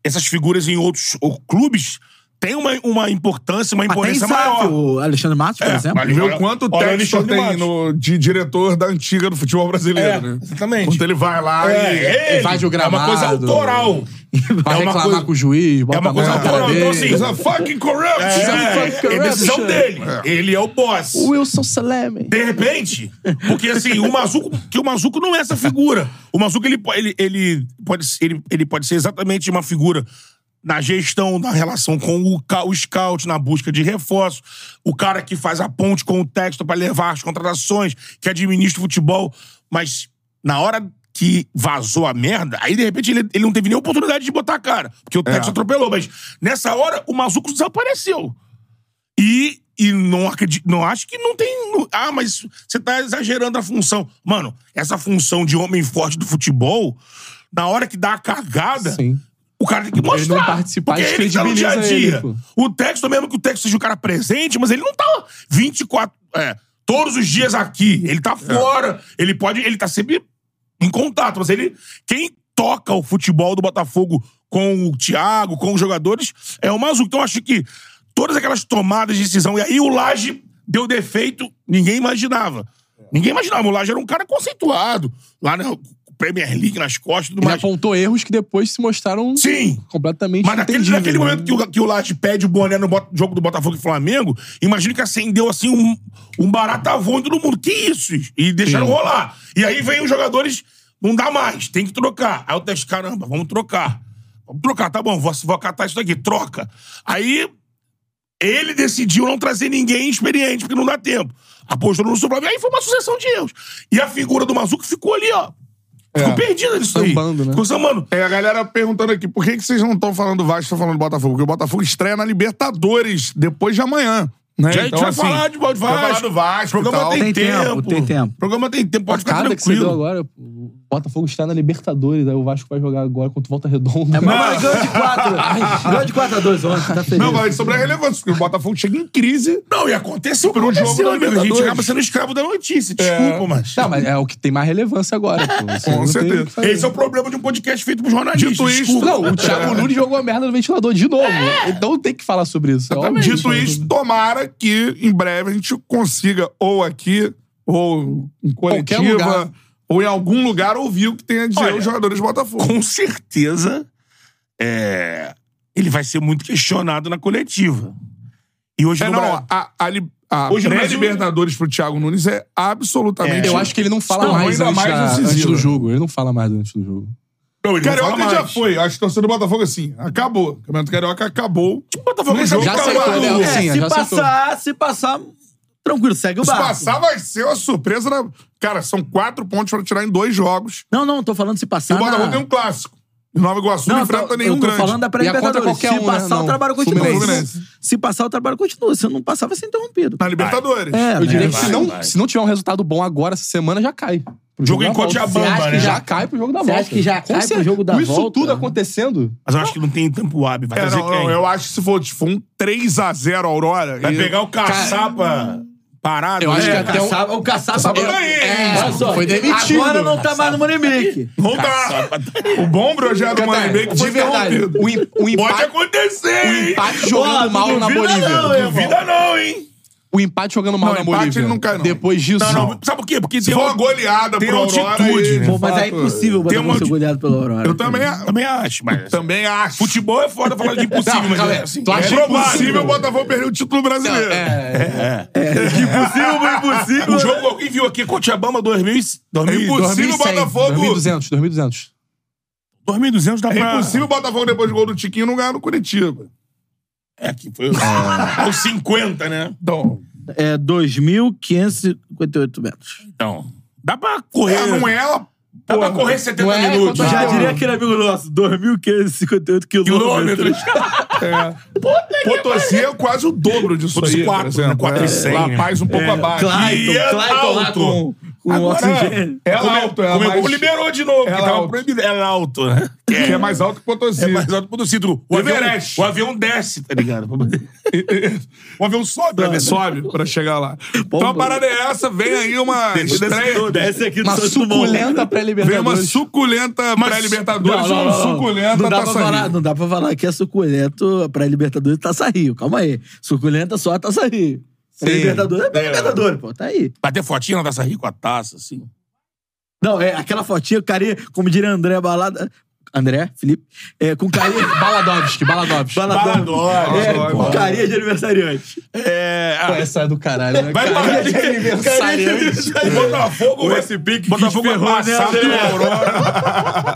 Speaker 3: essas figuras em outros o- clubes têm uma, uma importância,
Speaker 4: Ah,
Speaker 3: uma
Speaker 5: Até em
Speaker 3: imponência
Speaker 5: SAF,
Speaker 3: maior.
Speaker 5: Ah, o Alexandre Matos, por
Speaker 3: É,
Speaker 5: exemplo.
Speaker 3: ali-
Speaker 2: Vê
Speaker 3: Olha-
Speaker 2: o quanto o
Speaker 3: olha o
Speaker 2: Textor
Speaker 3: Alexandre
Speaker 2: tem
Speaker 3: Matos.
Speaker 2: no, de diretor da antiga do futebol brasileiro,
Speaker 3: É,
Speaker 2: né?
Speaker 3: exatamente.
Speaker 2: Quando ele vai lá e...
Speaker 3: É, ele,
Speaker 4: Invade o
Speaker 3: é uma coisa
Speaker 4: gramado.
Speaker 3: autoral.
Speaker 4: Vai
Speaker 3: é uma
Speaker 4: reclamar
Speaker 3: coisa-
Speaker 4: com o juiz, bota
Speaker 3: é uma
Speaker 4: a mão
Speaker 3: coisa
Speaker 4: na cara
Speaker 3: autoral.
Speaker 4: dele.
Speaker 3: Então, assim,
Speaker 2: He's a fucking corrupt!
Speaker 3: é, é,
Speaker 4: Fucking
Speaker 3: decisão
Speaker 4: corruption.
Speaker 3: dele. Ele é o boss.
Speaker 4: Wilson Saleme.
Speaker 3: De repente, porque assim, o Mazuco, que o Mazuco não é essa figura. O Mazuco ele, po- ele, ele, pode, ser- ele, ele pode ser exatamente uma figura na gestão, na relação com o, ca- o scout, na busca de reforço, o cara que faz a ponte com o texto para levar as contratações, que administra o futebol, mas na hora que vazou a merda, aí de repente ele, ele não teve nem oportunidade de botar a cara, porque o texto atropelou, mas nessa hora o Mazuco desapareceu. E, e não acredito, não acho que não tem. não- ah, mas você tá exagerando a função. Mano, essa função de homem forte do futebol, na hora que dá a cagada,
Speaker 4: Sim.
Speaker 3: o cara tem que mostrar.
Speaker 4: não participar,
Speaker 3: porque ele tá no dia a
Speaker 4: descredibiliza
Speaker 3: dia.
Speaker 4: ele, pô.
Speaker 3: o texto, mesmo que o texto seja o cara presente, mas ele não tá 24. É, todos os dias aqui. Ele
Speaker 4: É.
Speaker 3: tá fora. Ele pode. Ele tá sempre em contato. Mas ele. Quem toca o futebol do Botafogo com o Thiago, com os jogadores, é o Mazuco. Então eu acho que todas aquelas tomadas de decisão. E aí o Laje deu defeito, ninguém imaginava. Ninguém imaginava. O Laje era um cara conceituado. Lá na Premier League, nas costas e tudo
Speaker 4: Ele
Speaker 3: mais.
Speaker 4: apontou erros que depois se mostraram
Speaker 3: Sim!
Speaker 4: completamente
Speaker 3: Mas naquele,
Speaker 4: entendíveis,
Speaker 3: naquele
Speaker 4: né?
Speaker 3: momento que o, que o Lati pede o boné no bot- jogo do Botafogo e Flamengo, imagino que acendeu assim um, um barata voa em todo mundo. Que isso? E deixaram rolar. E aí vem os jogadores, não dá mais, tem que trocar. Aí o teste, caramba, vamos trocar. Vamos trocar, tá bom, vou, vou acatar isso daqui, troca. Aí ele decidiu não trazer ninguém experiente, porque não dá tempo. Apostou no Flamengo, aí foi uma sucessão de erros. E a figura do Mazuco ficou ali, ó.
Speaker 4: É.
Speaker 3: Ficou perdida nisso aí.
Speaker 4: Sambando, né?
Speaker 3: Ficou sambando.
Speaker 2: É, a galera perguntando aqui, por que, que vocês não estão falando do Vasco, estão falando do Botafogo? Porque o Botafogo estreia na Libertadores, depois de amanhã. Né?
Speaker 3: A gente vai falar de Vasco.
Speaker 2: vai falar do Vasco.
Speaker 3: O programa
Speaker 2: e tal.
Speaker 3: tem,
Speaker 5: Tem tempo,
Speaker 3: tempo.
Speaker 5: tem tempo.
Speaker 3: O programa tem tempo, pode ficar
Speaker 4: Cada que você deu
Speaker 3: tranquilo.
Speaker 4: agora, pô, o Botafogo está na Libertadores, aí o Vasco vai jogar agora contra o Volta Redonda.
Speaker 5: É, mas mas ganhou de 4. ganhou de 4 a 2 ontem, tá feliz.
Speaker 2: Não, mas sobre a relevância, porque o Botafogo chega em crise.
Speaker 3: Não, e aconteceu
Speaker 2: Por um
Speaker 3: aconteceu,
Speaker 2: jogo
Speaker 3: É.
Speaker 2: da
Speaker 3: amigo. A gente
Speaker 2: Libertadores.
Speaker 3: acaba sendo escravo da notícia, desculpa, mas...
Speaker 4: Não, mas é o que tem mais relevância agora, pô. Isso
Speaker 2: Com
Speaker 4: não tem
Speaker 2: certeza.
Speaker 4: o que fazer.
Speaker 3: Esse é o problema de um podcast feito por jornalistas.
Speaker 2: Dito isto-
Speaker 3: desculpa.
Speaker 4: Não, o Thiago Nunes jogou a merda no ventilador de novo. Então tem que falar sobre isso. é óbvio.
Speaker 2: Dito isso, tomara que em breve a gente consiga, ou aqui, ou em
Speaker 4: Qualquer
Speaker 2: coletiva,
Speaker 4: lugar.
Speaker 2: ou em algum lugar, ouvir o que tem a dizer
Speaker 3: Olha,
Speaker 2: os jogadores do Botafogo.
Speaker 3: com certeza é, ele vai ser muito questionado na coletiva. E hoje
Speaker 2: É,
Speaker 3: no
Speaker 2: não,
Speaker 3: Brasil-
Speaker 2: a, a, li- a
Speaker 3: Hoje no Brasil-
Speaker 2: pré-libertadores pro Thiago Nunes é absolutamente...
Speaker 4: Eu acho que ele não fala
Speaker 2: Não,
Speaker 4: mais,
Speaker 2: ainda
Speaker 4: antes,
Speaker 2: mais
Speaker 4: da-
Speaker 2: decisiva.
Speaker 4: antes do jogo. Ele não fala mais antes do jogo.
Speaker 2: Não, ele
Speaker 3: não fala
Speaker 2: Carioca já
Speaker 3: mais.
Speaker 2: foi. Acho que a torcida do Botafogo assim. Acabou. O Campeonato Carioca acabou. Tipo, o Botafogo
Speaker 3: já aceitou, né?
Speaker 2: acabou.
Speaker 3: É, Sim,
Speaker 5: se passar, se passar, tranquilo, segue o
Speaker 2: Se
Speaker 5: barco.
Speaker 2: passar, vai ser uma surpresa. na- Cara, são quatro pontos pra tirar em dois jogos.
Speaker 5: Não, não, tô falando se
Speaker 2: E
Speaker 5: passar.
Speaker 2: o Botafogo
Speaker 5: na-
Speaker 2: tem um clássico. E Nova Iguaçu não
Speaker 5: Não, eu tô-
Speaker 2: enfrenta nenhum
Speaker 5: eu tô
Speaker 2: grande.
Speaker 5: falando da
Speaker 4: E a
Speaker 5: pré-libertadores.
Speaker 4: conta é qualquer
Speaker 5: Se
Speaker 4: um, né?
Speaker 5: passar,
Speaker 4: Não,
Speaker 5: o trabalho continua.
Speaker 4: Fluminense.
Speaker 5: Se- Se passar, o trabalho continua. Se não passar, vai ser interrompido.
Speaker 2: Na Libertadores.
Speaker 5: É,
Speaker 4: Eu diria
Speaker 5: né?
Speaker 4: que
Speaker 3: vai,
Speaker 4: se não,
Speaker 3: vai.
Speaker 4: se não tiver um resultado bom agora, essa semana já cai. Pro
Speaker 3: Jogo
Speaker 4: da
Speaker 3: em
Speaker 4: volta.
Speaker 3: Cochabamba,
Speaker 4: Você acha que
Speaker 3: né?
Speaker 4: Já cai pro jogo da
Speaker 5: Você
Speaker 4: volta.
Speaker 5: acha que já
Speaker 4: Com
Speaker 5: cai pro
Speaker 4: certeza.
Speaker 5: jogo da
Speaker 4: Com Isso
Speaker 5: volta?
Speaker 4: tudo acontecendo.
Speaker 3: Mas eu acho que não tem tempo hábil. Vai
Speaker 2: É,
Speaker 3: fazer
Speaker 2: não,
Speaker 3: quem?
Speaker 2: não, eu acho que se for, se for um 3x0 Aurora.
Speaker 3: Vai
Speaker 2: e-
Speaker 3: pegar o caçapa parado.
Speaker 4: Eu acho
Speaker 3: né?
Speaker 4: que
Speaker 2: Então,
Speaker 4: até um-
Speaker 5: Caçaba- O caçaba
Speaker 2: Eu- É,
Speaker 5: Olha só,
Speaker 4: foi demitido.
Speaker 5: Agora não tá mais no Moneymaker.
Speaker 2: Não dá. O bom projeto do Money que
Speaker 4: tá- de
Speaker 2: foi
Speaker 4: verdade,
Speaker 2: interrompido.
Speaker 4: o, im- o
Speaker 2: Pode
Speaker 4: empate,
Speaker 2: acontecer,
Speaker 4: o
Speaker 2: hein?
Speaker 4: empate jogando mal na Bolívia.
Speaker 5: não, irmão.
Speaker 3: Vida não, hein?
Speaker 4: O empate jogando mal
Speaker 2: Não,
Speaker 4: na
Speaker 2: empate
Speaker 4: Bolívia.
Speaker 2: ele não cai, não.
Speaker 4: Depois disso.
Speaker 3: Não, não. Sabe por quê? Porque
Speaker 2: Se
Speaker 3: tem
Speaker 2: for uma
Speaker 3: uma...
Speaker 2: goleada
Speaker 3: tem
Speaker 2: pro Aurora...
Speaker 3: altitude,
Speaker 2: e-
Speaker 3: né?
Speaker 5: Pô, mas é impossível
Speaker 2: Tem
Speaker 5: o Botafogo
Speaker 2: uma-
Speaker 5: ser goleado pela Aurora.
Speaker 2: Eu também,
Speaker 3: Também acho, mas...
Speaker 2: também acho.
Speaker 3: Futebol é foda falar de impossível,
Speaker 4: Não,
Speaker 3: mas
Speaker 4: calma
Speaker 3: é
Speaker 4: aí.
Speaker 3: assim.
Speaker 4: Tu
Speaker 2: É
Speaker 4: acha
Speaker 2: impossível o Botafogo perder o título brasileiro.
Speaker 4: É,
Speaker 2: é
Speaker 3: O jogo, alguém viu aqui, Cochabamba 2000, e- 2000,
Speaker 2: né? É impossível o
Speaker 4: 2100,
Speaker 2: Botafogo...
Speaker 4: 2200, 2200.
Speaker 3: 2.200 dá
Speaker 2: É
Speaker 3: pra...
Speaker 2: impossível o Botafogo, depois do gol do Tiquinho, não ganhar no Curitiba.
Speaker 3: É, que foi... É. Os 50, né? Então...
Speaker 5: É 2.558 metros.
Speaker 3: Então... Dá pra correr...
Speaker 2: É, não é ela...
Speaker 3: Dá pra correr 70
Speaker 4: Não é,
Speaker 3: minutos.
Speaker 4: quanto
Speaker 5: Já
Speaker 4: Ah.
Speaker 5: diria aquele amigo nosso, 2.558
Speaker 3: Quilômetros.
Speaker 5: quilômetros.
Speaker 2: É. Potosí é quase o dobro disso
Speaker 3: Outros
Speaker 2: aí,
Speaker 3: quatro,
Speaker 2: por exemplo.
Speaker 3: né? Quatro e
Speaker 2: É,
Speaker 3: cem, né?
Speaker 2: Rapaz, um pouco abaixo.
Speaker 5: Clayton,
Speaker 2: E é
Speaker 5: Clayton lá com, com oxigênio.
Speaker 2: Ela
Speaker 3: Come-
Speaker 2: alto,
Speaker 5: é
Speaker 2: ela
Speaker 3: Come-
Speaker 2: mais-
Speaker 3: Liberou de novo,
Speaker 2: Ela
Speaker 3: que tava
Speaker 2: alto.
Speaker 3: proibido. Ela alto, né?
Speaker 2: Que é mais alto que Potosí.
Speaker 3: É mais alto que o do Citro. O, avião-
Speaker 2: Everest.
Speaker 3: o avião desce, tá ligado? Pra poder- o avião sobe.
Speaker 2: Ele sobe pra chegar lá. então a parada é essa, vem aí uma estreia,
Speaker 5: Desce aqui do
Speaker 4: Uma
Speaker 5: Santos Dumont.
Speaker 4: suculenta
Speaker 2: é vem uma
Speaker 4: pré-libertadores.
Speaker 2: suculenta pré-libertadores, uma suculenta
Speaker 5: não dá
Speaker 2: tá
Speaker 5: pra falar,
Speaker 2: saindo.
Speaker 5: não dá pra falar que é suculento pra Libertadores e Taça Rio. Calma aí. Suculenta só a Taça Rio. Pra
Speaker 4: Sim.
Speaker 5: Libertadores é pra Libertadores, pô. Tá aí.
Speaker 3: Bater fotinha na taça rica, a taça, assim.
Speaker 5: Não, é aquela fotinha, o carinha, como diria André Balada... André, Felipe. É, com carinha...
Speaker 4: Baladovski, Baladovski.
Speaker 5: Baladão. É,
Speaker 2: Baladão.
Speaker 5: com carinha de aniversariante.
Speaker 3: É.
Speaker 4: Pô, Essa é do caralho, né?
Speaker 3: Vai parar de
Speaker 4: aniversariante.
Speaker 3: O Botafogo,
Speaker 2: Com
Speaker 3: vai-
Speaker 2: esse pique que
Speaker 3: Botafogo é
Speaker 2: esferrou,
Speaker 3: passado
Speaker 2: né,
Speaker 3: do
Speaker 2: André?
Speaker 3: Aurora.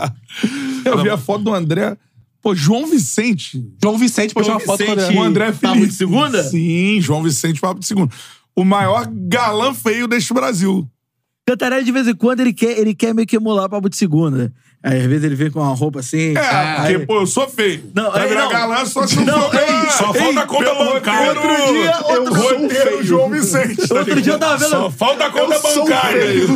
Speaker 2: Eu vi a foto do André. Pô, João Vicente.
Speaker 4: João Vicente postou uma
Speaker 2: João
Speaker 4: foto quando
Speaker 2: Vicente,
Speaker 4: era-
Speaker 2: o André
Speaker 5: Papo
Speaker 2: Felipe.
Speaker 5: de segunda?
Speaker 2: Sim, João Vicente, papo de segunda. O maior galã feio deste Brasil.
Speaker 5: Cantarelli, de vez em quando, ele quer, ele quer meio que emular papo de segunda. Aí, às vezes, ele vem com uma roupa assim.
Speaker 2: É,
Speaker 5: aí-
Speaker 2: porque, pô, eu sou feio.
Speaker 5: Não,
Speaker 2: pra
Speaker 5: aí
Speaker 2: virar
Speaker 5: não.
Speaker 2: galã, só se
Speaker 5: Não,
Speaker 2: não for
Speaker 5: ei,
Speaker 2: galã.
Speaker 3: só falta
Speaker 2: Ei,
Speaker 3: conta
Speaker 2: pelo
Speaker 3: bancária.
Speaker 2: Outro dia, outro
Speaker 5: eu sou
Speaker 2: roteiro,
Speaker 5: feio.
Speaker 2: João Vicente. tá
Speaker 5: Outro dia eu tava vendo.
Speaker 3: Só falta a conta
Speaker 2: Eu sou
Speaker 3: bancária.
Speaker 2: feio.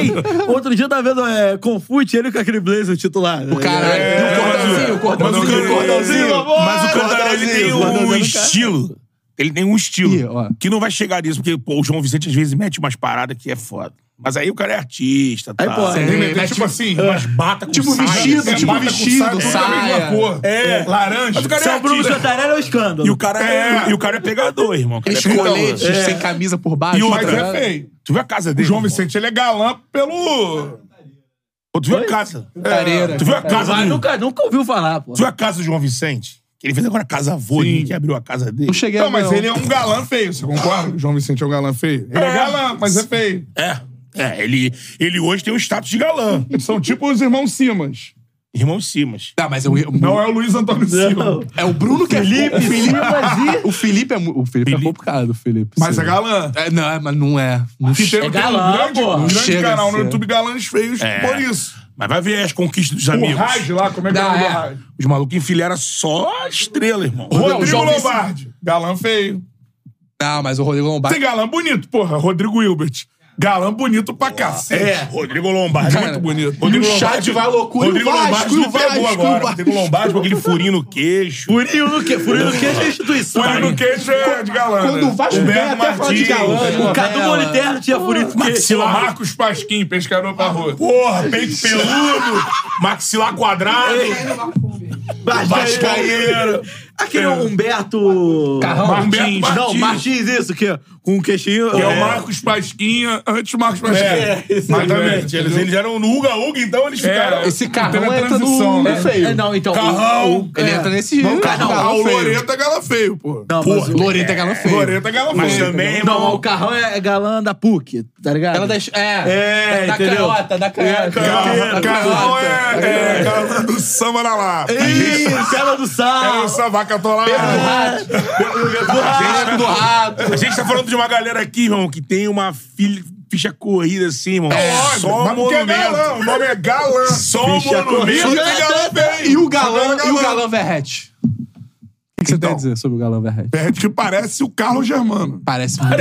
Speaker 5: Ei, outro dia eu tava vendo é, Confute ele com aquele blazer titular. né?
Speaker 4: O caralho.
Speaker 2: É,
Speaker 4: E o cordãozinho, o
Speaker 3: mas
Speaker 4: cordãozinho,
Speaker 3: o
Speaker 4: o cordãozinho.
Speaker 3: Mas o Cantarelli tem um
Speaker 5: Guardadinho.
Speaker 3: estilo. Ele tem um estilo.
Speaker 4: Ih, ó.
Speaker 3: que não vai chegar nisso, porque pô, o João Vicente às vezes mete umas paradas que é foda. Mas aí o cara é artista, tá?
Speaker 5: Aí, pô,
Speaker 3: Você
Speaker 5: aí
Speaker 3: tem
Speaker 2: Ele
Speaker 3: que
Speaker 2: meteu,
Speaker 3: meter,
Speaker 2: tipo assim,
Speaker 3: umas batas com
Speaker 4: tipo
Speaker 3: saia,
Speaker 4: vestido,
Speaker 3: né?
Speaker 4: tipo
Speaker 3: Bata com
Speaker 4: vestido,
Speaker 2: é
Speaker 3: saia, tudo da
Speaker 4: saia.
Speaker 3: mesma cor. É.
Speaker 2: Laranja.
Speaker 3: Mas o cara
Speaker 5: Se
Speaker 3: é
Speaker 5: é o Bruno
Speaker 3: artista.
Speaker 5: Cantarelli é um escândalo.
Speaker 3: E o cara é,
Speaker 2: É.
Speaker 3: e o cara é pegador, irmão. O cara é
Speaker 4: Aqueles coletes
Speaker 3: pegador.
Speaker 4: sem camisa por baixo. tá
Speaker 3: E
Speaker 2: Mas
Speaker 3: outra.
Speaker 2: é feio.
Speaker 3: Tu viu a casa
Speaker 2: O
Speaker 3: dele?
Speaker 2: João
Speaker 3: irmão?
Speaker 2: Vicente, ele é galã pelo...
Speaker 3: Pô, Tu viu a casa?
Speaker 4: Careira.
Speaker 3: Tu viu a casa
Speaker 5: Mas
Speaker 3: dele?
Speaker 5: nunca, nunca ouviu falar, pô.
Speaker 3: Tu viu a casa do João Vicente? Que ele fez agora a casa avô, que abriu a casa dele.
Speaker 4: Não cheguei
Speaker 2: Não,
Speaker 4: a ver,
Speaker 2: mas ele é um galã feio, você concorda? O João Vicente é um galã feio. Ele é,
Speaker 3: É.
Speaker 2: galã, mas é feio.
Speaker 3: É. É, ele, ele hoje tem o status de galã.
Speaker 2: Eles são tipo os irmãos Simas.
Speaker 3: Irmão Simas.
Speaker 4: Não, mas é o,
Speaker 2: Não é o Luiz Antônio Silva.
Speaker 5: Não.
Speaker 4: é o Bruno que é Felipe. O Felipe, o Felipe é, mu- o Felipe é
Speaker 3: Felipe.
Speaker 4: complicado, o Felipe.
Speaker 2: Mas
Speaker 4: sim.
Speaker 2: é galã.
Speaker 4: É, não, é, mas não é. Não
Speaker 2: Que tem,
Speaker 4: chega.
Speaker 2: tem
Speaker 5: galã,
Speaker 2: um grande,
Speaker 5: pô.
Speaker 2: um grande
Speaker 4: Chega a
Speaker 2: canal no
Speaker 4: ser.
Speaker 2: YouTube Galãs Feios
Speaker 3: É.
Speaker 2: por isso.
Speaker 3: Mas vai ver as conquistas dos
Speaker 2: O
Speaker 3: amigos.
Speaker 2: Raj lá, como é que é o
Speaker 4: Não,
Speaker 2: nome do
Speaker 4: é.
Speaker 2: Raj?
Speaker 3: Os malucos enfileram só a estrela, irmão.
Speaker 2: Rodrigo
Speaker 4: João Vicente.
Speaker 2: Lombardi. Galã feio.
Speaker 4: Não, mas o Rodrigo Lombardi.
Speaker 2: Tem galã bonito, porra. Rodrigo Hilbert. Galã bonito pra cacete.
Speaker 3: É, Rodrigo Lombardi,
Speaker 4: Cara,
Speaker 3: muito bonito.
Speaker 4: e
Speaker 3: Rodrigo
Speaker 4: o Chad
Speaker 3: Lombardi-
Speaker 4: vai à loucura, e o
Speaker 3: Rodrigo
Speaker 4: Vasco,
Speaker 3: Lombardi
Speaker 4: e o
Speaker 3: me pegou
Speaker 4: Vasco, e o
Speaker 3: agora.
Speaker 4: Vasco.
Speaker 3: Rodrigo Lombardi com aquele furinho no queixo.
Speaker 5: Furinho no quê? Furinho no queixo é instituição.
Speaker 2: Furinho no queixo é de galã.
Speaker 4: Quando
Speaker 2: né?
Speaker 4: o Vasco ganha,
Speaker 2: Berto
Speaker 4: até fala de galã,
Speaker 2: Martins,
Speaker 4: irmão.
Speaker 5: O Cadu
Speaker 4: Novela.
Speaker 5: Moliterno tinha furinho no queixo.
Speaker 2: Maxilar. Marcos Pasquim, pescador pra rua.
Speaker 3: Porra, peito peludo, maxilar quadrado,
Speaker 5: Vascaíno.
Speaker 3: vascaíno.
Speaker 4: É.
Speaker 5: Aquele Humberto.
Speaker 2: Carrão
Speaker 5: Martins.
Speaker 2: Martins.
Speaker 5: Não, Martins, isso, que com o queixinho.
Speaker 2: Que é o Marcos Pasquinha, antes do Marcos Pasquinha.
Speaker 3: É, exatamente. Eles, eles eram no Uga Uga, então eles
Speaker 2: É,
Speaker 3: ficaram.
Speaker 4: Esse carrão
Speaker 2: Não teve a
Speaker 4: entra
Speaker 2: transição,
Speaker 4: no
Speaker 2: né?
Speaker 4: feio.
Speaker 5: É, não, então. o-
Speaker 2: Carrão,
Speaker 5: o-
Speaker 4: Ele
Speaker 5: é.
Speaker 4: entra nesse
Speaker 5: Não,
Speaker 4: carrão,
Speaker 5: Carrão.
Speaker 2: Ah, o
Speaker 4: feio.
Speaker 2: Loreto é gala feio, pô.
Speaker 5: Não, mas o-
Speaker 4: Loreta é galã feio.
Speaker 2: Loreto é gala
Speaker 3: Mas
Speaker 2: feio.
Speaker 3: também,
Speaker 5: Não,
Speaker 3: irmão,
Speaker 5: o Carrão é é galã da PUC, tá ligado?
Speaker 4: Ela da... É,
Speaker 5: É,
Speaker 2: Tá
Speaker 4: da
Speaker 5: entendeu?
Speaker 4: canhota, da
Speaker 5: É,
Speaker 4: canhota.
Speaker 2: Carrão-
Speaker 5: É,
Speaker 2: Carrão é, é carrão do samba na lá.
Speaker 5: Ih, Bela do
Speaker 2: Era
Speaker 4: É,
Speaker 5: Sal!
Speaker 2: o Savaca Tolá.
Speaker 4: Rato do rato.
Speaker 3: A gente tá falando de uma galera aqui, irmão, que tem uma filha- ficha corrida assim, irmão.
Speaker 2: É,
Speaker 3: só
Speaker 2: mas porque é galã,
Speaker 3: monumento.
Speaker 2: o nome é galã.
Speaker 3: Só monumento.
Speaker 2: corrida.
Speaker 4: E o
Speaker 2: Galã.
Speaker 4: galã, e o galã Verrete. O que, que você tem a dizer sobre o galã Verrete?
Speaker 2: Perde que parece o Carlos Germano.
Speaker 4: Parece muito.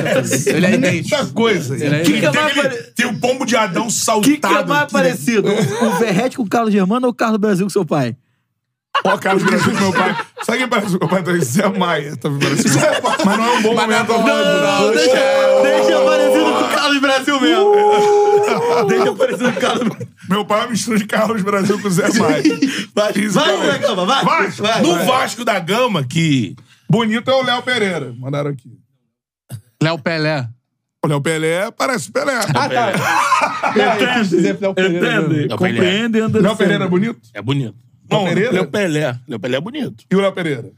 Speaker 4: Ele é idêntico.
Speaker 3: Muita coisa.
Speaker 4: Ele é
Speaker 3: Que-
Speaker 5: idêntico.
Speaker 3: tem, aquele- tem o pombo de Adão
Speaker 5: O
Speaker 3: saltado.
Speaker 5: que, que é
Speaker 4: Tá,
Speaker 5: mais
Speaker 3: aqui, né?
Speaker 5: parecido? O Verrete com o Carlos Germano ou o Carlos Brasil com seu pai?
Speaker 2: Ó, Carlos Brasil com meu pai. Sabe quem parece com meu pai? Zé Maia. Tá me parecendo. Mas não é um bom momento.
Speaker 5: deixa, deixa parecido com o Carlos Brasil mesmo.
Speaker 4: Uh!
Speaker 5: deixa parecido com o Carlos
Speaker 2: Meu pai é uma mistura de Carlos Brasil com Zé Maia.
Speaker 5: Vai,
Speaker 2: Isso
Speaker 5: vai,
Speaker 2: também.
Speaker 5: Zé Gama, vai.
Speaker 2: Vasco.
Speaker 5: Vai,
Speaker 2: No
Speaker 3: No Vasco da Gama, que.
Speaker 2: Bonito é o Léo Pereira. Mandaram aqui.
Speaker 4: Léo é Pelé.
Speaker 2: O Léo Pelé parece Pelé. Ah, tá.
Speaker 5: Entende?
Speaker 3: Não,
Speaker 5: Compreende, Anderson.
Speaker 2: Léo Pereira é bonito?
Speaker 3: É bonito. Não,
Speaker 2: Pereira?
Speaker 3: Léo Pelé. Léo Pelé é bonito.
Speaker 2: E o Léo Pereira?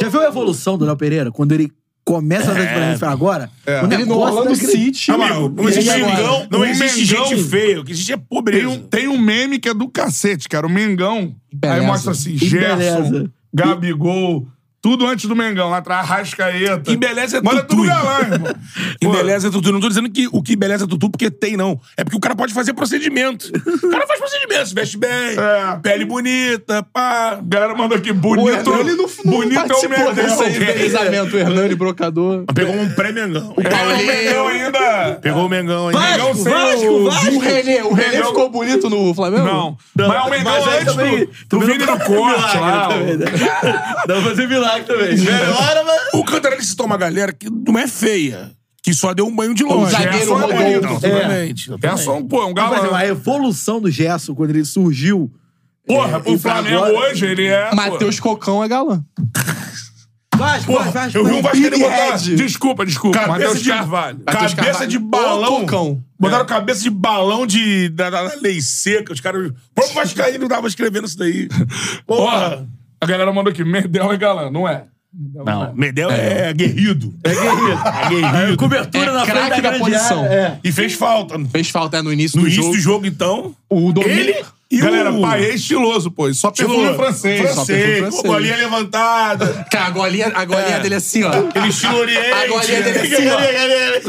Speaker 5: Já viu a evolução do Léo Pereira? Quando ele começa a fazer diferença agora? é Quando
Speaker 4: É. Ele no Orlando City.
Speaker 3: Amigo, É. não existe,
Speaker 2: é agora?
Speaker 3: Mengão, não
Speaker 2: O
Speaker 3: existe
Speaker 2: Mengão-
Speaker 3: gente feia. O que existe é
Speaker 2: Tem
Speaker 3: pobreza.
Speaker 2: um, tem um meme que é do cacete, cara. O Mengão.
Speaker 4: Beleza.
Speaker 2: Aí mostra assim,
Speaker 5: Que
Speaker 2: Gerson,
Speaker 5: beleza.
Speaker 2: Gabigol, tudo antes do Mengão. Lá atrás, Rascaeta.
Speaker 3: Que beleza é
Speaker 2: Mas é
Speaker 3: tutu.
Speaker 2: tudo galã, irmão.
Speaker 3: Que
Speaker 2: Pô,
Speaker 3: beleza é tutu. Não tô dizendo que o que beleza é tutu porque tem, não. É porque o cara pode fazer procedimento. O cara faz procedimento, se veste bem,
Speaker 2: É.
Speaker 3: pele bonita, pá.
Speaker 2: A galera mandou aqui, bonito,
Speaker 4: Hernani não- não
Speaker 2: bonito é o
Speaker 4: participou dessa aí,
Speaker 3: é
Speaker 2: Mengão.
Speaker 4: Deslizamento, Hernani Brocador.
Speaker 3: Pegou um pré-mengão.
Speaker 2: É, o Mengão ainda... um
Speaker 3: Pegou o Mengão aí.
Speaker 2: Mengão sem
Speaker 5: Vasco,
Speaker 2: o-
Speaker 5: Vasco.
Speaker 4: O René, o René
Speaker 2: Mengão-
Speaker 4: ficou bonito no Flamengo?
Speaker 2: Não. Mas o Mengão
Speaker 5: mas aí
Speaker 2: antes
Speaker 5: também-
Speaker 2: do, do
Speaker 5: também
Speaker 2: Vini
Speaker 5: não
Speaker 2: do
Speaker 5: tá
Speaker 2: Corte
Speaker 5: milagre
Speaker 2: lá.
Speaker 5: também, né? Dá pra fazer milagre também. Melhora, mas...
Speaker 3: O Cantarelli citou uma galera que não é feia, que só deu um banho de longe.
Speaker 4: O zagueiro
Speaker 3: Gerson é
Speaker 4: Rodolfo.
Speaker 3: bonito,
Speaker 4: É.
Speaker 3: Exatamente.
Speaker 2: É só um, pô, um
Speaker 5: Mas,
Speaker 2: galã.
Speaker 5: assim, a evolução do Gerson, quando ele surgiu...
Speaker 2: Porra,
Speaker 5: e
Speaker 2: o
Speaker 5: pra
Speaker 2: Flamengo
Speaker 5: agora-
Speaker 2: hoje, ele é... pô,
Speaker 4: Matheus Cocão é galã.
Speaker 5: Vasco,
Speaker 3: Porra,
Speaker 5: Vasco, Vasco,
Speaker 3: eu vi um
Speaker 5: Vasco.
Speaker 3: Vasqueiro botar.
Speaker 4: Head.
Speaker 2: Desculpa, desculpa.
Speaker 3: Cabeça
Speaker 2: Matheus
Speaker 3: de-
Speaker 2: Carvalho.
Speaker 3: Cabeça
Speaker 4: Carvalho.
Speaker 3: de balão.
Speaker 4: Ô, Cocão.
Speaker 3: Botaram cabeça de balão de, da, da- da lei seca. Os caras. O próprio Vascaíno tava escrevendo isso daí.
Speaker 2: Porra. A galera mandou aqui, Merdel é galã, não é?
Speaker 3: Não, Medel é, guerrido. É guerrido.
Speaker 5: Cobertura
Speaker 4: É
Speaker 5: na frente da,
Speaker 4: craque da
Speaker 5: grande
Speaker 4: posição.
Speaker 5: área, é.
Speaker 3: E fez falta. No
Speaker 4: Fez falta é, no início do
Speaker 3: início
Speaker 4: jogo.
Speaker 3: do jogo, então.
Speaker 4: O domínio...
Speaker 3: Ele e
Speaker 2: Galera,
Speaker 3: o...
Speaker 2: pai é estiloso, pô. Ele Só perfume
Speaker 3: Estiloso.
Speaker 2: francês.
Speaker 4: Só
Speaker 3: Sei,
Speaker 4: perfume
Speaker 3: com
Speaker 4: francês.
Speaker 3: bolinha levantada.
Speaker 4: Cara, a golinha, a golinha dele é assim, ó.
Speaker 3: Ele estilo oriente.
Speaker 4: A golinha dele é assim,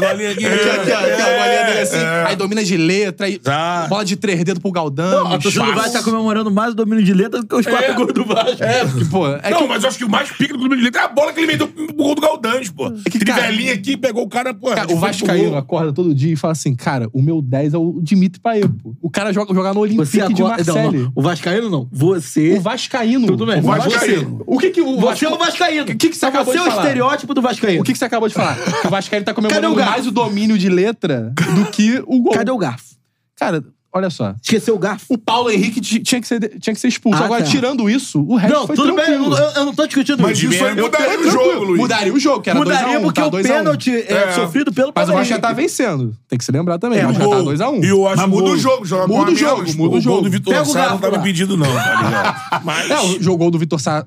Speaker 4: ó.
Speaker 3: Golinha aqui.
Speaker 4: Aqui, aqui, ó, aqui, ó, a golinha dele é assim. Aí domina de letra, aí
Speaker 3: Tá.
Speaker 4: bola de três dedos pro Galdão.
Speaker 5: A torcida do Vasco tá comemorando mais o domínio de letra do que
Speaker 4: É,
Speaker 5: os quatro gols do Vasco.
Speaker 4: Pô, é
Speaker 3: é não,
Speaker 4: que
Speaker 3: mas eu acho que o mais pica do Clube de Letra é a bola que ele meteu pro gol do Galdante, pô.
Speaker 4: É que,
Speaker 3: Ele
Speaker 4: cara,
Speaker 3: velhinho aqui, pegou o cara, pô.
Speaker 4: Cara,
Speaker 3: tipo,
Speaker 4: o Vascaíno acorda todo dia e fala assim, cara, o meu 10 é o Dimitri Paepo. O cara joga, joga no Olympique
Speaker 5: Você
Speaker 4: de
Speaker 5: acorda... Não,
Speaker 4: Marseille.
Speaker 5: não. O Vascaíno não. Você...
Speaker 4: O Vascaíno.
Speaker 5: Tudo bem.
Speaker 4: O
Speaker 2: Vascaíno.
Speaker 4: O que que o
Speaker 5: Você é
Speaker 4: Vasco-
Speaker 5: o Vascaíno.
Speaker 4: O que que você acabou
Speaker 5: Você
Speaker 4: de
Speaker 5: é o
Speaker 4: falar?
Speaker 5: estereótipo do Vascaíno.
Speaker 4: O que, que você acabou de falar? Que o Vascaíno tá comemorando
Speaker 5: Cadê o garfo?
Speaker 4: mais o domínio de letra do que o gol.
Speaker 5: Cadê o garfo?
Speaker 4: Cara, olha só.
Speaker 5: Esqueceu o garfo?
Speaker 4: O Paulo Henrique ti- tinha que ser, tinha que ser expulso.
Speaker 5: Ah,
Speaker 4: Agora,
Speaker 5: tá.
Speaker 4: tirando isso, o resto
Speaker 5: Não,
Speaker 4: foi
Speaker 5: tudo bem,
Speaker 4: tranquilo. é
Speaker 5: eu, eu não tô discutindo
Speaker 2: Mas isso aí
Speaker 5: Eu-
Speaker 2: mudaria o
Speaker 4: Tranquilo.
Speaker 2: jogo, Luiz.
Speaker 4: Mudaria o jogo, que era 2x1.
Speaker 5: Mudaria porque
Speaker 4: tá
Speaker 5: o
Speaker 4: 2 a 1.
Speaker 5: pênalti é,
Speaker 2: É.
Speaker 5: sofrido pelo
Speaker 4: Mas o
Speaker 5: Bahia.
Speaker 4: Vasco já tá vencendo. Tem que se lembrar também. o
Speaker 3: É, o
Speaker 4: Vasco já tá
Speaker 3: gol.
Speaker 4: 2x1.
Speaker 3: E eu acho
Speaker 2: Mas
Speaker 3: o
Speaker 2: muda
Speaker 3: gol-
Speaker 2: o jogo, joga
Speaker 4: Muda
Speaker 2: com a
Speaker 4: o jogo,
Speaker 2: menos,
Speaker 4: muda
Speaker 2: pô.
Speaker 4: o jogo.
Speaker 3: gol do Vitor
Speaker 5: Pega o
Speaker 3: Sá não
Speaker 5: garfo
Speaker 3: tá me
Speaker 5: lá.
Speaker 3: pedindo, não, tá ligado? Mas.
Speaker 4: É, o jogou do Vitor Sá.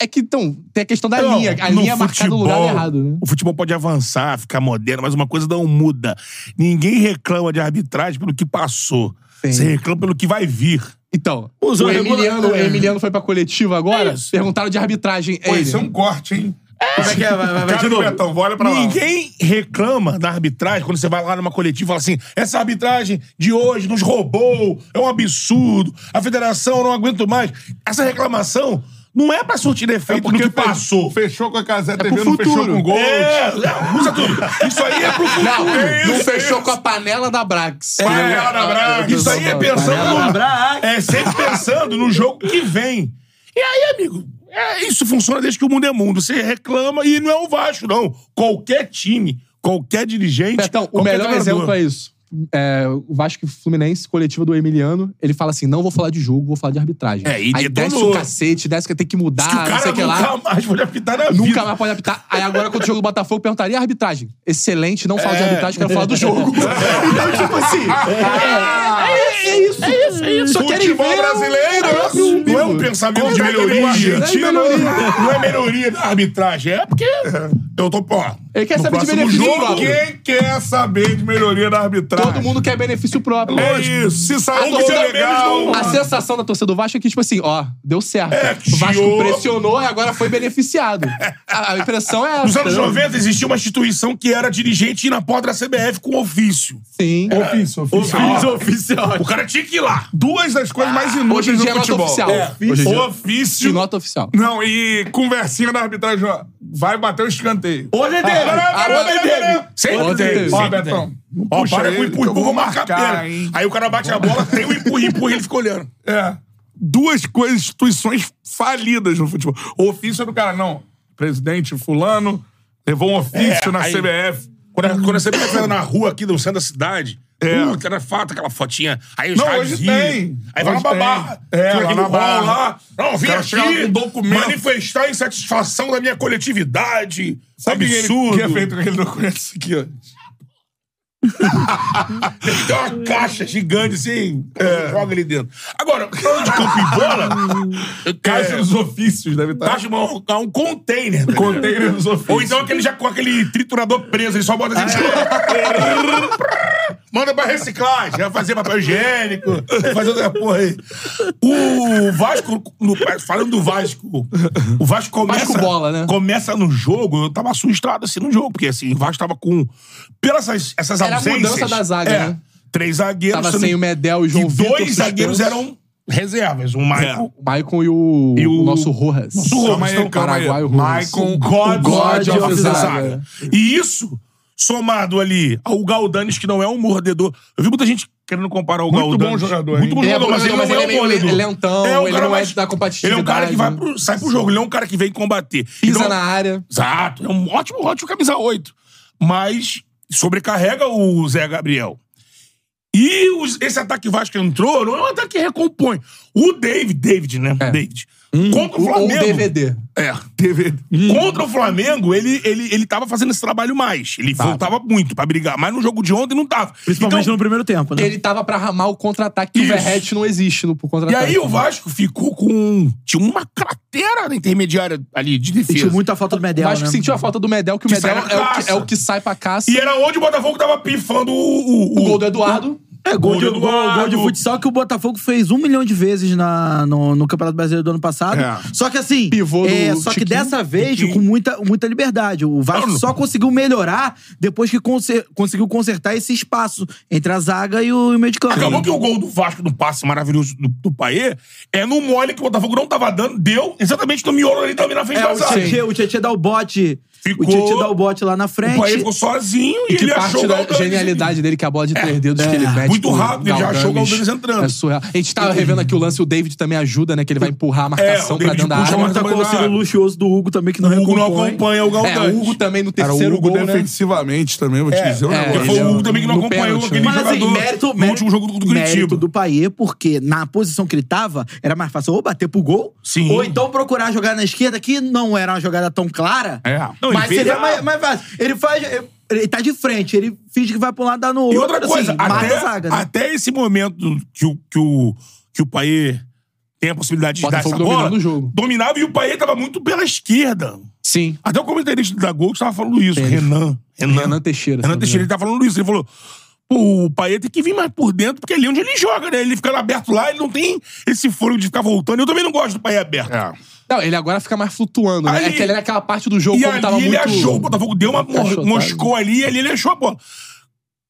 Speaker 4: É que, então, tem a questão da
Speaker 3: Não,
Speaker 4: linha. A
Speaker 3: no
Speaker 4: linha é marcada no lugar
Speaker 3: futebol,
Speaker 4: errado, né?
Speaker 3: O futebol pode avançar, ficar moderno, mas uma coisa não muda. Ninguém reclama de arbitragem pelo que passou. Você reclama pelo que vai vir.
Speaker 4: Então,
Speaker 5: Os
Speaker 4: o
Speaker 5: outros-
Speaker 4: Emiliano, o
Speaker 5: É.
Speaker 4: Emiliano foi pra coletiva agora,
Speaker 3: É isso.
Speaker 4: perguntaram de arbitragem.
Speaker 2: Pô,
Speaker 4: ele.
Speaker 2: isso é um corte, hein?
Speaker 5: Como é que é? Vai, vai, vai de
Speaker 2: Cara do
Speaker 5: novo.
Speaker 2: Betão, olha pra lá.
Speaker 3: Ninguém reclama da arbitragem quando você vai lá numa coletiva e fala assim: essa arbitragem de hoje nos roubou, é um absurdo, a federação eu não aguento mais. Essa reclamação não é pra surtir defeito no que
Speaker 2: fe-
Speaker 3: passou.
Speaker 2: Fechou com a Casé TV,
Speaker 4: pro
Speaker 2: não fechou
Speaker 4: futuro.
Speaker 2: com gol.
Speaker 3: É, não, usa tudo. Isso aí é pro futuro.
Speaker 4: Não,
Speaker 3: É
Speaker 4: não
Speaker 3: isso, é
Speaker 4: fechou
Speaker 3: isso.
Speaker 4: com a panela da Brax.
Speaker 3: Panela da Braga. Isso aí é pensando no,
Speaker 5: Braga.
Speaker 3: É sempre pensando no jogo que vem. E aí, amigo, é, isso funciona desde que o mundo é mundo. Você reclama e não é o Vasco, não. Qualquer time, qualquer dirigente.
Speaker 4: Betão, Então, o
Speaker 3: qualquer
Speaker 4: melhor
Speaker 3: treinador.
Speaker 4: exemplo é isso. é, o Vasco e Fluminense, coletiva do Emiliano, ele fala assim: não vou falar de jogo, vou falar de arbitragem.
Speaker 3: É, e
Speaker 4: Aí
Speaker 3: detonou.
Speaker 4: desce o cacete, desce que tem que mudar,
Speaker 3: que o
Speaker 4: Ah, não
Speaker 3: cara
Speaker 4: sei o que lá.
Speaker 3: nunca mais pode apitar na vida.
Speaker 4: Nunca mais pode apitar. Aí agora, quando o jogo do Botafogo, perguntaria a arbitragem. Excelente, não falo de
Speaker 3: É.
Speaker 4: arbitragem, quero falar do jogo. então, tipo assim. É, é, é isso. É isso, é isso. Só querem
Speaker 3: Futebol
Speaker 4: ver o-
Speaker 3: brasileiro
Speaker 4: próprio
Speaker 3: não é um
Speaker 4: umbigo.
Speaker 3: pensamento de
Speaker 4: Como é que ele
Speaker 3: melhoria.
Speaker 4: vai?
Speaker 3: Argentina
Speaker 4: Não é melhoria.
Speaker 3: não é melhoria da arbitragem. É porque eu tô, ó.
Speaker 4: Ele quer
Speaker 3: no
Speaker 4: saber de
Speaker 3: próximo
Speaker 4: benefício
Speaker 3: jogo,
Speaker 4: próprio.
Speaker 3: quem quer saber de melhoria da arbitragem?
Speaker 4: Todo mundo quer benefício próprio.
Speaker 3: É isso. Se
Speaker 4: A,
Speaker 3: sair um gol
Speaker 4: torcida-
Speaker 3: é legal.
Speaker 4: a sensação da torcida do Vasco é que, tipo assim, ó, deu certo. o Vasco
Speaker 3: É, chiou.
Speaker 4: pressionou e agora foi beneficiado. A a impressão é essa.
Speaker 3: Nos anos
Speaker 4: entendeu?
Speaker 3: 90 existia uma instituição que era dirigente e na porta da CBF com ofício.
Speaker 4: Sim.
Speaker 3: É,
Speaker 2: Ofício, Ah. ofício. é
Speaker 3: Ofício,
Speaker 4: oficial.
Speaker 3: O cara tinha que ir lá. Ah,
Speaker 2: Duas das coisas mais
Speaker 4: Hoje em
Speaker 2: inúteis do
Speaker 4: dia é nota
Speaker 2: futebol.
Speaker 4: oficial.
Speaker 2: É.
Speaker 4: Hoje em dia-
Speaker 3: Ofício.
Speaker 4: Nota oficial.
Speaker 2: Não, e conversinha da arbitragem, ó. Vai bater o escanteio.
Speaker 3: Hoje é
Speaker 2: Não, não, não, não,
Speaker 4: Agora
Speaker 2: não,
Speaker 4: teve.
Speaker 2: não, não.
Speaker 3: Sempre
Speaker 4: Ontem
Speaker 3: tem.
Speaker 4: teve.
Speaker 2: Ó,
Speaker 3: sempre tem.
Speaker 2: Betão. não
Speaker 3: Ó,
Speaker 2: puxa
Speaker 3: para com o
Speaker 2: ele, que eu
Speaker 3: empurra, vou marcar a perna.
Speaker 2: hein?
Speaker 3: Aí o cara bate a bola, tem o empurra, empurra, ele fica olhando.
Speaker 2: É. Duas coisas, instituições falidas no futebol. O ofício é do cara, não. Presidente fulano levou um ofício
Speaker 3: É,
Speaker 2: na
Speaker 3: aí-
Speaker 2: CBF.
Speaker 3: Quando, a- quando a CBF era na rua aqui do centro da cidade,
Speaker 2: É.
Speaker 3: puta, era fato aquela fotinha. Aí os
Speaker 2: Não,
Speaker 3: rádios
Speaker 2: hoje
Speaker 3: iam.
Speaker 2: tem.
Speaker 3: Aí vai na
Speaker 2: Hoje tem.
Speaker 3: babarra.
Speaker 2: É,
Speaker 3: Tinha
Speaker 2: lá
Speaker 3: aquele
Speaker 2: na
Speaker 3: rol
Speaker 2: Barra.
Speaker 3: lá. Não, vim
Speaker 2: Os caras chegavam
Speaker 3: aqui
Speaker 2: com documento.
Speaker 3: manifestar a insatisfação da minha coletividade.
Speaker 2: Sabe
Speaker 3: Absurdo.
Speaker 2: o que é feito com aquele documento Isso aqui, ó?
Speaker 3: Tem uma caixa gigante assim, joga ali dentro. Agora, falando de campo e bola, eu-
Speaker 2: Caixa
Speaker 3: é,
Speaker 2: dos ofícios, deve estar.
Speaker 3: Caixa de mão, é um container. tá ligado?
Speaker 2: Container dos ofícios.
Speaker 3: Ou então aquele já com aquele triturador preso, ele só bota assim. Manda pra reciclagem, vai fazer papel higiênico, vai fazer outra porra aí. O Vasco, no- falando do Vasco, o Vasco começa.
Speaker 4: Vasco bola, né?
Speaker 3: Começa no jogo, eu tava assustado assim no jogo, porque assim, o Vasco tava com. Pelas essas, essas
Speaker 4: Era a
Speaker 3: ausências.
Speaker 4: mudança da zaga,
Speaker 3: é,
Speaker 4: né?
Speaker 3: Três zagueiros.
Speaker 4: Tava
Speaker 3: se não-
Speaker 4: sem o Medel e o João
Speaker 3: e
Speaker 4: Vitor
Speaker 3: dois zagueiros
Speaker 4: suspensos.
Speaker 3: eram reservas, o Michael
Speaker 4: O Maicon e É. o,
Speaker 3: E o-
Speaker 4: nosso Rojas.
Speaker 3: Nosso Rojas,
Speaker 4: Calma aí,
Speaker 3: então,
Speaker 4: calma aí. Paraguai, o Rojas.
Speaker 3: Maicon,
Speaker 4: O
Speaker 3: God,
Speaker 4: God
Speaker 3: of
Speaker 4: of
Speaker 3: the Então,
Speaker 4: Zaga.
Speaker 3: Zaga. E isso, somado ali ao Galdanes, que não é um mordedor. Eu vi muita gente querendo comparar o
Speaker 2: Muito
Speaker 3: Galdanes.
Speaker 2: bom jogador, hein?
Speaker 3: Muito bom
Speaker 4: Ele é
Speaker 3: jogador,
Speaker 4: bom
Speaker 3: mas ele
Speaker 4: jogador,
Speaker 3: não
Speaker 4: mas
Speaker 3: é um
Speaker 4: ele é meio
Speaker 3: mordedor.
Speaker 4: lentão,
Speaker 3: É um
Speaker 4: ele
Speaker 3: cara
Speaker 4: não é
Speaker 3: mais-
Speaker 4: da né?
Speaker 3: Ele é um cara que vai pro-
Speaker 4: competitividade,
Speaker 3: sai pro jogo, ele é um cara que vem combater.
Speaker 4: Pisa
Speaker 3: Então,
Speaker 4: na área.
Speaker 3: Exato. É um ótimo, ótimo camisa 8. Mas sobrecarrega o Zé Gabriel. E os- esse ataque Vasco entrou não é um ataque que recompõe. O David, David, né? David. Contra o
Speaker 4: Ou- Ou um
Speaker 3: Flamengo.
Speaker 4: DVD.
Speaker 3: É. Contra o Flamengo, ele, ele, ele tava fazendo esse trabalho mais. Ele voltava muito pra brigar. Mas no jogo de ontem não tava.
Speaker 5: Principalmente
Speaker 3: Então,
Speaker 5: no primeiro tempo, né?
Speaker 4: Ele tava pra ramar o contra-ataque, que o
Speaker 3: Isso.
Speaker 4: Verret não existe no pro
Speaker 3: E
Speaker 4: contra-ataque.
Speaker 3: aí o Vasco ficou com. um, Tinha uma cratera na intermediária ali de defesa.
Speaker 5: Sentiu muita falta do
Speaker 4: O
Speaker 5: Medel,
Speaker 4: Vasco
Speaker 5: né?
Speaker 4: sentiu a falta do Medel, que o
Speaker 3: Que
Speaker 4: Medel
Speaker 3: sai
Speaker 4: é
Speaker 3: na
Speaker 4: o, que,
Speaker 3: caça.
Speaker 4: é o que sai pra caça.
Speaker 3: E era onde o Botafogo tava pifando o. O,
Speaker 4: o gol do Eduardo.
Speaker 5: É, gol,
Speaker 3: Gol
Speaker 5: de,
Speaker 3: do
Speaker 5: gol, gol de
Speaker 3: Eduardo.
Speaker 5: futsal que o Botafogo fez um milhão de vezes na, no, no Campeonato Brasileiro do ano passado.
Speaker 2: É.
Speaker 5: Só que assim,
Speaker 4: Pivô
Speaker 5: é,
Speaker 4: do
Speaker 5: só que
Speaker 4: Tiquinho.
Speaker 5: dessa vez
Speaker 3: Tiquinho.
Speaker 5: com muita, muita liberdade. O Vasco
Speaker 3: Não, não.
Speaker 5: só conseguiu melhorar depois que conser- conseguiu consertar esse espaço entre a zaga e o, e o meio de campo.
Speaker 3: Acabou que o gol do Vasco no passe maravilhoso do, do Paê é no mole que o Botafogo não tava dando, deu exatamente no miolo ali também na frente
Speaker 5: É,
Speaker 3: da
Speaker 5: o
Speaker 3: zaga.
Speaker 5: Tietchan, o Tietchan dá o bote.
Speaker 3: Ficou-
Speaker 5: O Tietchan dá o bote lá na frente.
Speaker 3: O Paê ficou sozinho e,
Speaker 4: que
Speaker 3: ele
Speaker 4: parte
Speaker 3: achou o
Speaker 4: da
Speaker 3: Galdames.
Speaker 4: genialidade dele, que é a bola de três dedos que ele mete.
Speaker 3: muito
Speaker 4: pro
Speaker 3: rápido, ele já achou o
Speaker 4: Galdames.
Speaker 3: Galdames entrando.
Speaker 4: É surreal. A gente tava revendo aqui o lance, o David também ajuda, né? Que ele vai empurrar a marcação
Speaker 3: É, o
Speaker 4: pra
Speaker 3: David
Speaker 4: dentro da
Speaker 3: puxa
Speaker 4: área.
Speaker 3: a marcação.
Speaker 5: Tá com o auxílio luxuoso do Hugo também, que não
Speaker 3: O Hugo não
Speaker 5: recompõe.
Speaker 3: acompanha o
Speaker 4: É,
Speaker 3: Galdames.
Speaker 4: o Hugo também no
Speaker 2: Cara, o
Speaker 4: terceiro
Speaker 2: Hugo
Speaker 4: gol, né?
Speaker 2: defensivamente também, eu vou te
Speaker 3: É,
Speaker 2: dizer um
Speaker 4: é,
Speaker 2: negócio.
Speaker 3: Porque foi
Speaker 4: ele
Speaker 3: o
Speaker 4: é
Speaker 3: Hugo
Speaker 4: um-
Speaker 3: também que não
Speaker 4: no
Speaker 3: acompanhou
Speaker 4: pênalti,
Speaker 3: aquele
Speaker 4: né?
Speaker 5: Mas assim,
Speaker 3: jogador
Speaker 5: mérito,
Speaker 3: no
Speaker 5: mérito,
Speaker 3: último jogo do, do
Speaker 5: mérito
Speaker 3: Curitiba.
Speaker 5: do Paê, porque na posição que ele tava, era mais fácil ou bater pro gol,
Speaker 3: Sim.
Speaker 5: ou então procurar jogar na esquerda, que não era uma jogada tão clara.
Speaker 3: É. Não, ele
Speaker 5: mas
Speaker 3: fez
Speaker 5: seria
Speaker 3: a-
Speaker 5: mais, mais fácil. Ele faz. Ele, ele tá de frente, ele finge que vai pra um lado dá no outro.
Speaker 3: E outra coisa,
Speaker 5: assim, mata
Speaker 3: até,
Speaker 5: a zaga. né?
Speaker 3: até esse momento que o, que o, que o Paê tem a possibilidade de
Speaker 4: Botafogo
Speaker 3: dar essa bola,
Speaker 4: dominando o jogo.
Speaker 3: dominava e o Paê tava muito pela esquerda.
Speaker 4: Sim.
Speaker 3: Até o comentarista da Gol estava falando isso,
Speaker 4: Ele.
Speaker 3: Renan. Renan.
Speaker 4: Renan Teixeira, se
Speaker 3: Renan
Speaker 4: não me
Speaker 3: Teixeira, ele tava falando isso. Ele falou, pô, o Paê tem que vir mais por dentro, porque é ali onde ele joga, né? Ele fica aberto lá, ele não tem esse fôlego de ficar voltando. Eu também não gosto do Paê aberto.
Speaker 4: Não, ele agora fica mais flutuando, né?
Speaker 3: Aí-
Speaker 4: é que ele era aquela parte do jogo
Speaker 3: E
Speaker 4: quando
Speaker 3: ali
Speaker 4: tava
Speaker 3: ele
Speaker 4: muito... tá?
Speaker 3: achou, o Botafogo deu uma mor-
Speaker 4: Encaixotado.
Speaker 3: moscou ali e ali ele achou a bola.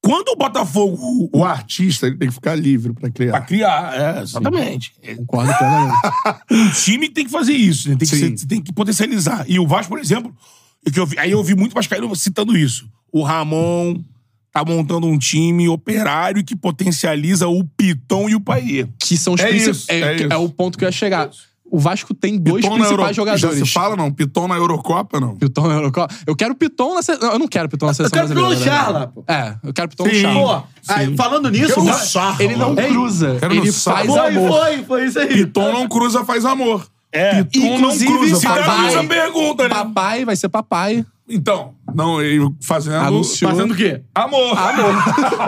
Speaker 3: Quando o Botafogo
Speaker 2: O artista ele tem que ficar livre pra
Speaker 3: Pra
Speaker 2: criar.
Speaker 3: criar, é, exatamente.
Speaker 4: Concordo
Speaker 3: É
Speaker 4: plenamente.
Speaker 3: O time tem que fazer isso, né? tem, que
Speaker 4: Sim.
Speaker 3: ser- tem que potencializar. E o Vasco, por exemplo, e que eu vi- aí eu vi muito Vascaíno citando isso. O Ramon tá montando um time operário que potencializa o Piton e o Paier.
Speaker 4: que são os
Speaker 2: É
Speaker 4: principais.
Speaker 2: isso,
Speaker 4: É,
Speaker 2: é
Speaker 4: que-
Speaker 2: isso.
Speaker 4: é o ponto que eu ia chegar. o Vasco tem dois
Speaker 2: Piton na
Speaker 4: principais
Speaker 2: Euro-
Speaker 4: jogadores.
Speaker 2: Já se fala, não? Piton na Eurocopa, não?
Speaker 4: Piton na Eurocopa. Eu quero Piton na seleção. Eu não quero Piton na seleção
Speaker 2: quero
Speaker 4: brasileira.
Speaker 2: Piton no
Speaker 4: na
Speaker 2: Charla,
Speaker 4: verdade. É, eu quero Piton no
Speaker 2: Sim. É
Speaker 4: Charla.
Speaker 5: Pô, aí, falando nisso,
Speaker 4: Quero no
Speaker 5: vai-
Speaker 4: Charla, ele não
Speaker 5: Ei,
Speaker 4: cruza.
Speaker 2: Quero
Speaker 4: Ele
Speaker 2: no Charla.
Speaker 4: faz
Speaker 5: Foi,
Speaker 4: amor.
Speaker 5: foi, foi isso aí.
Speaker 2: Piton não cruza, faz amor.
Speaker 3: É.
Speaker 2: Piton não
Speaker 4: Inclusive,
Speaker 2: cruza,
Speaker 4: se
Speaker 2: faz
Speaker 4: papai-
Speaker 2: amor. Essa pergunta, né?
Speaker 4: Papai vai ser papai.
Speaker 2: Então, não, eu fazendo...
Speaker 4: Anunciou.
Speaker 5: Fazendo o quê?
Speaker 2: Amor.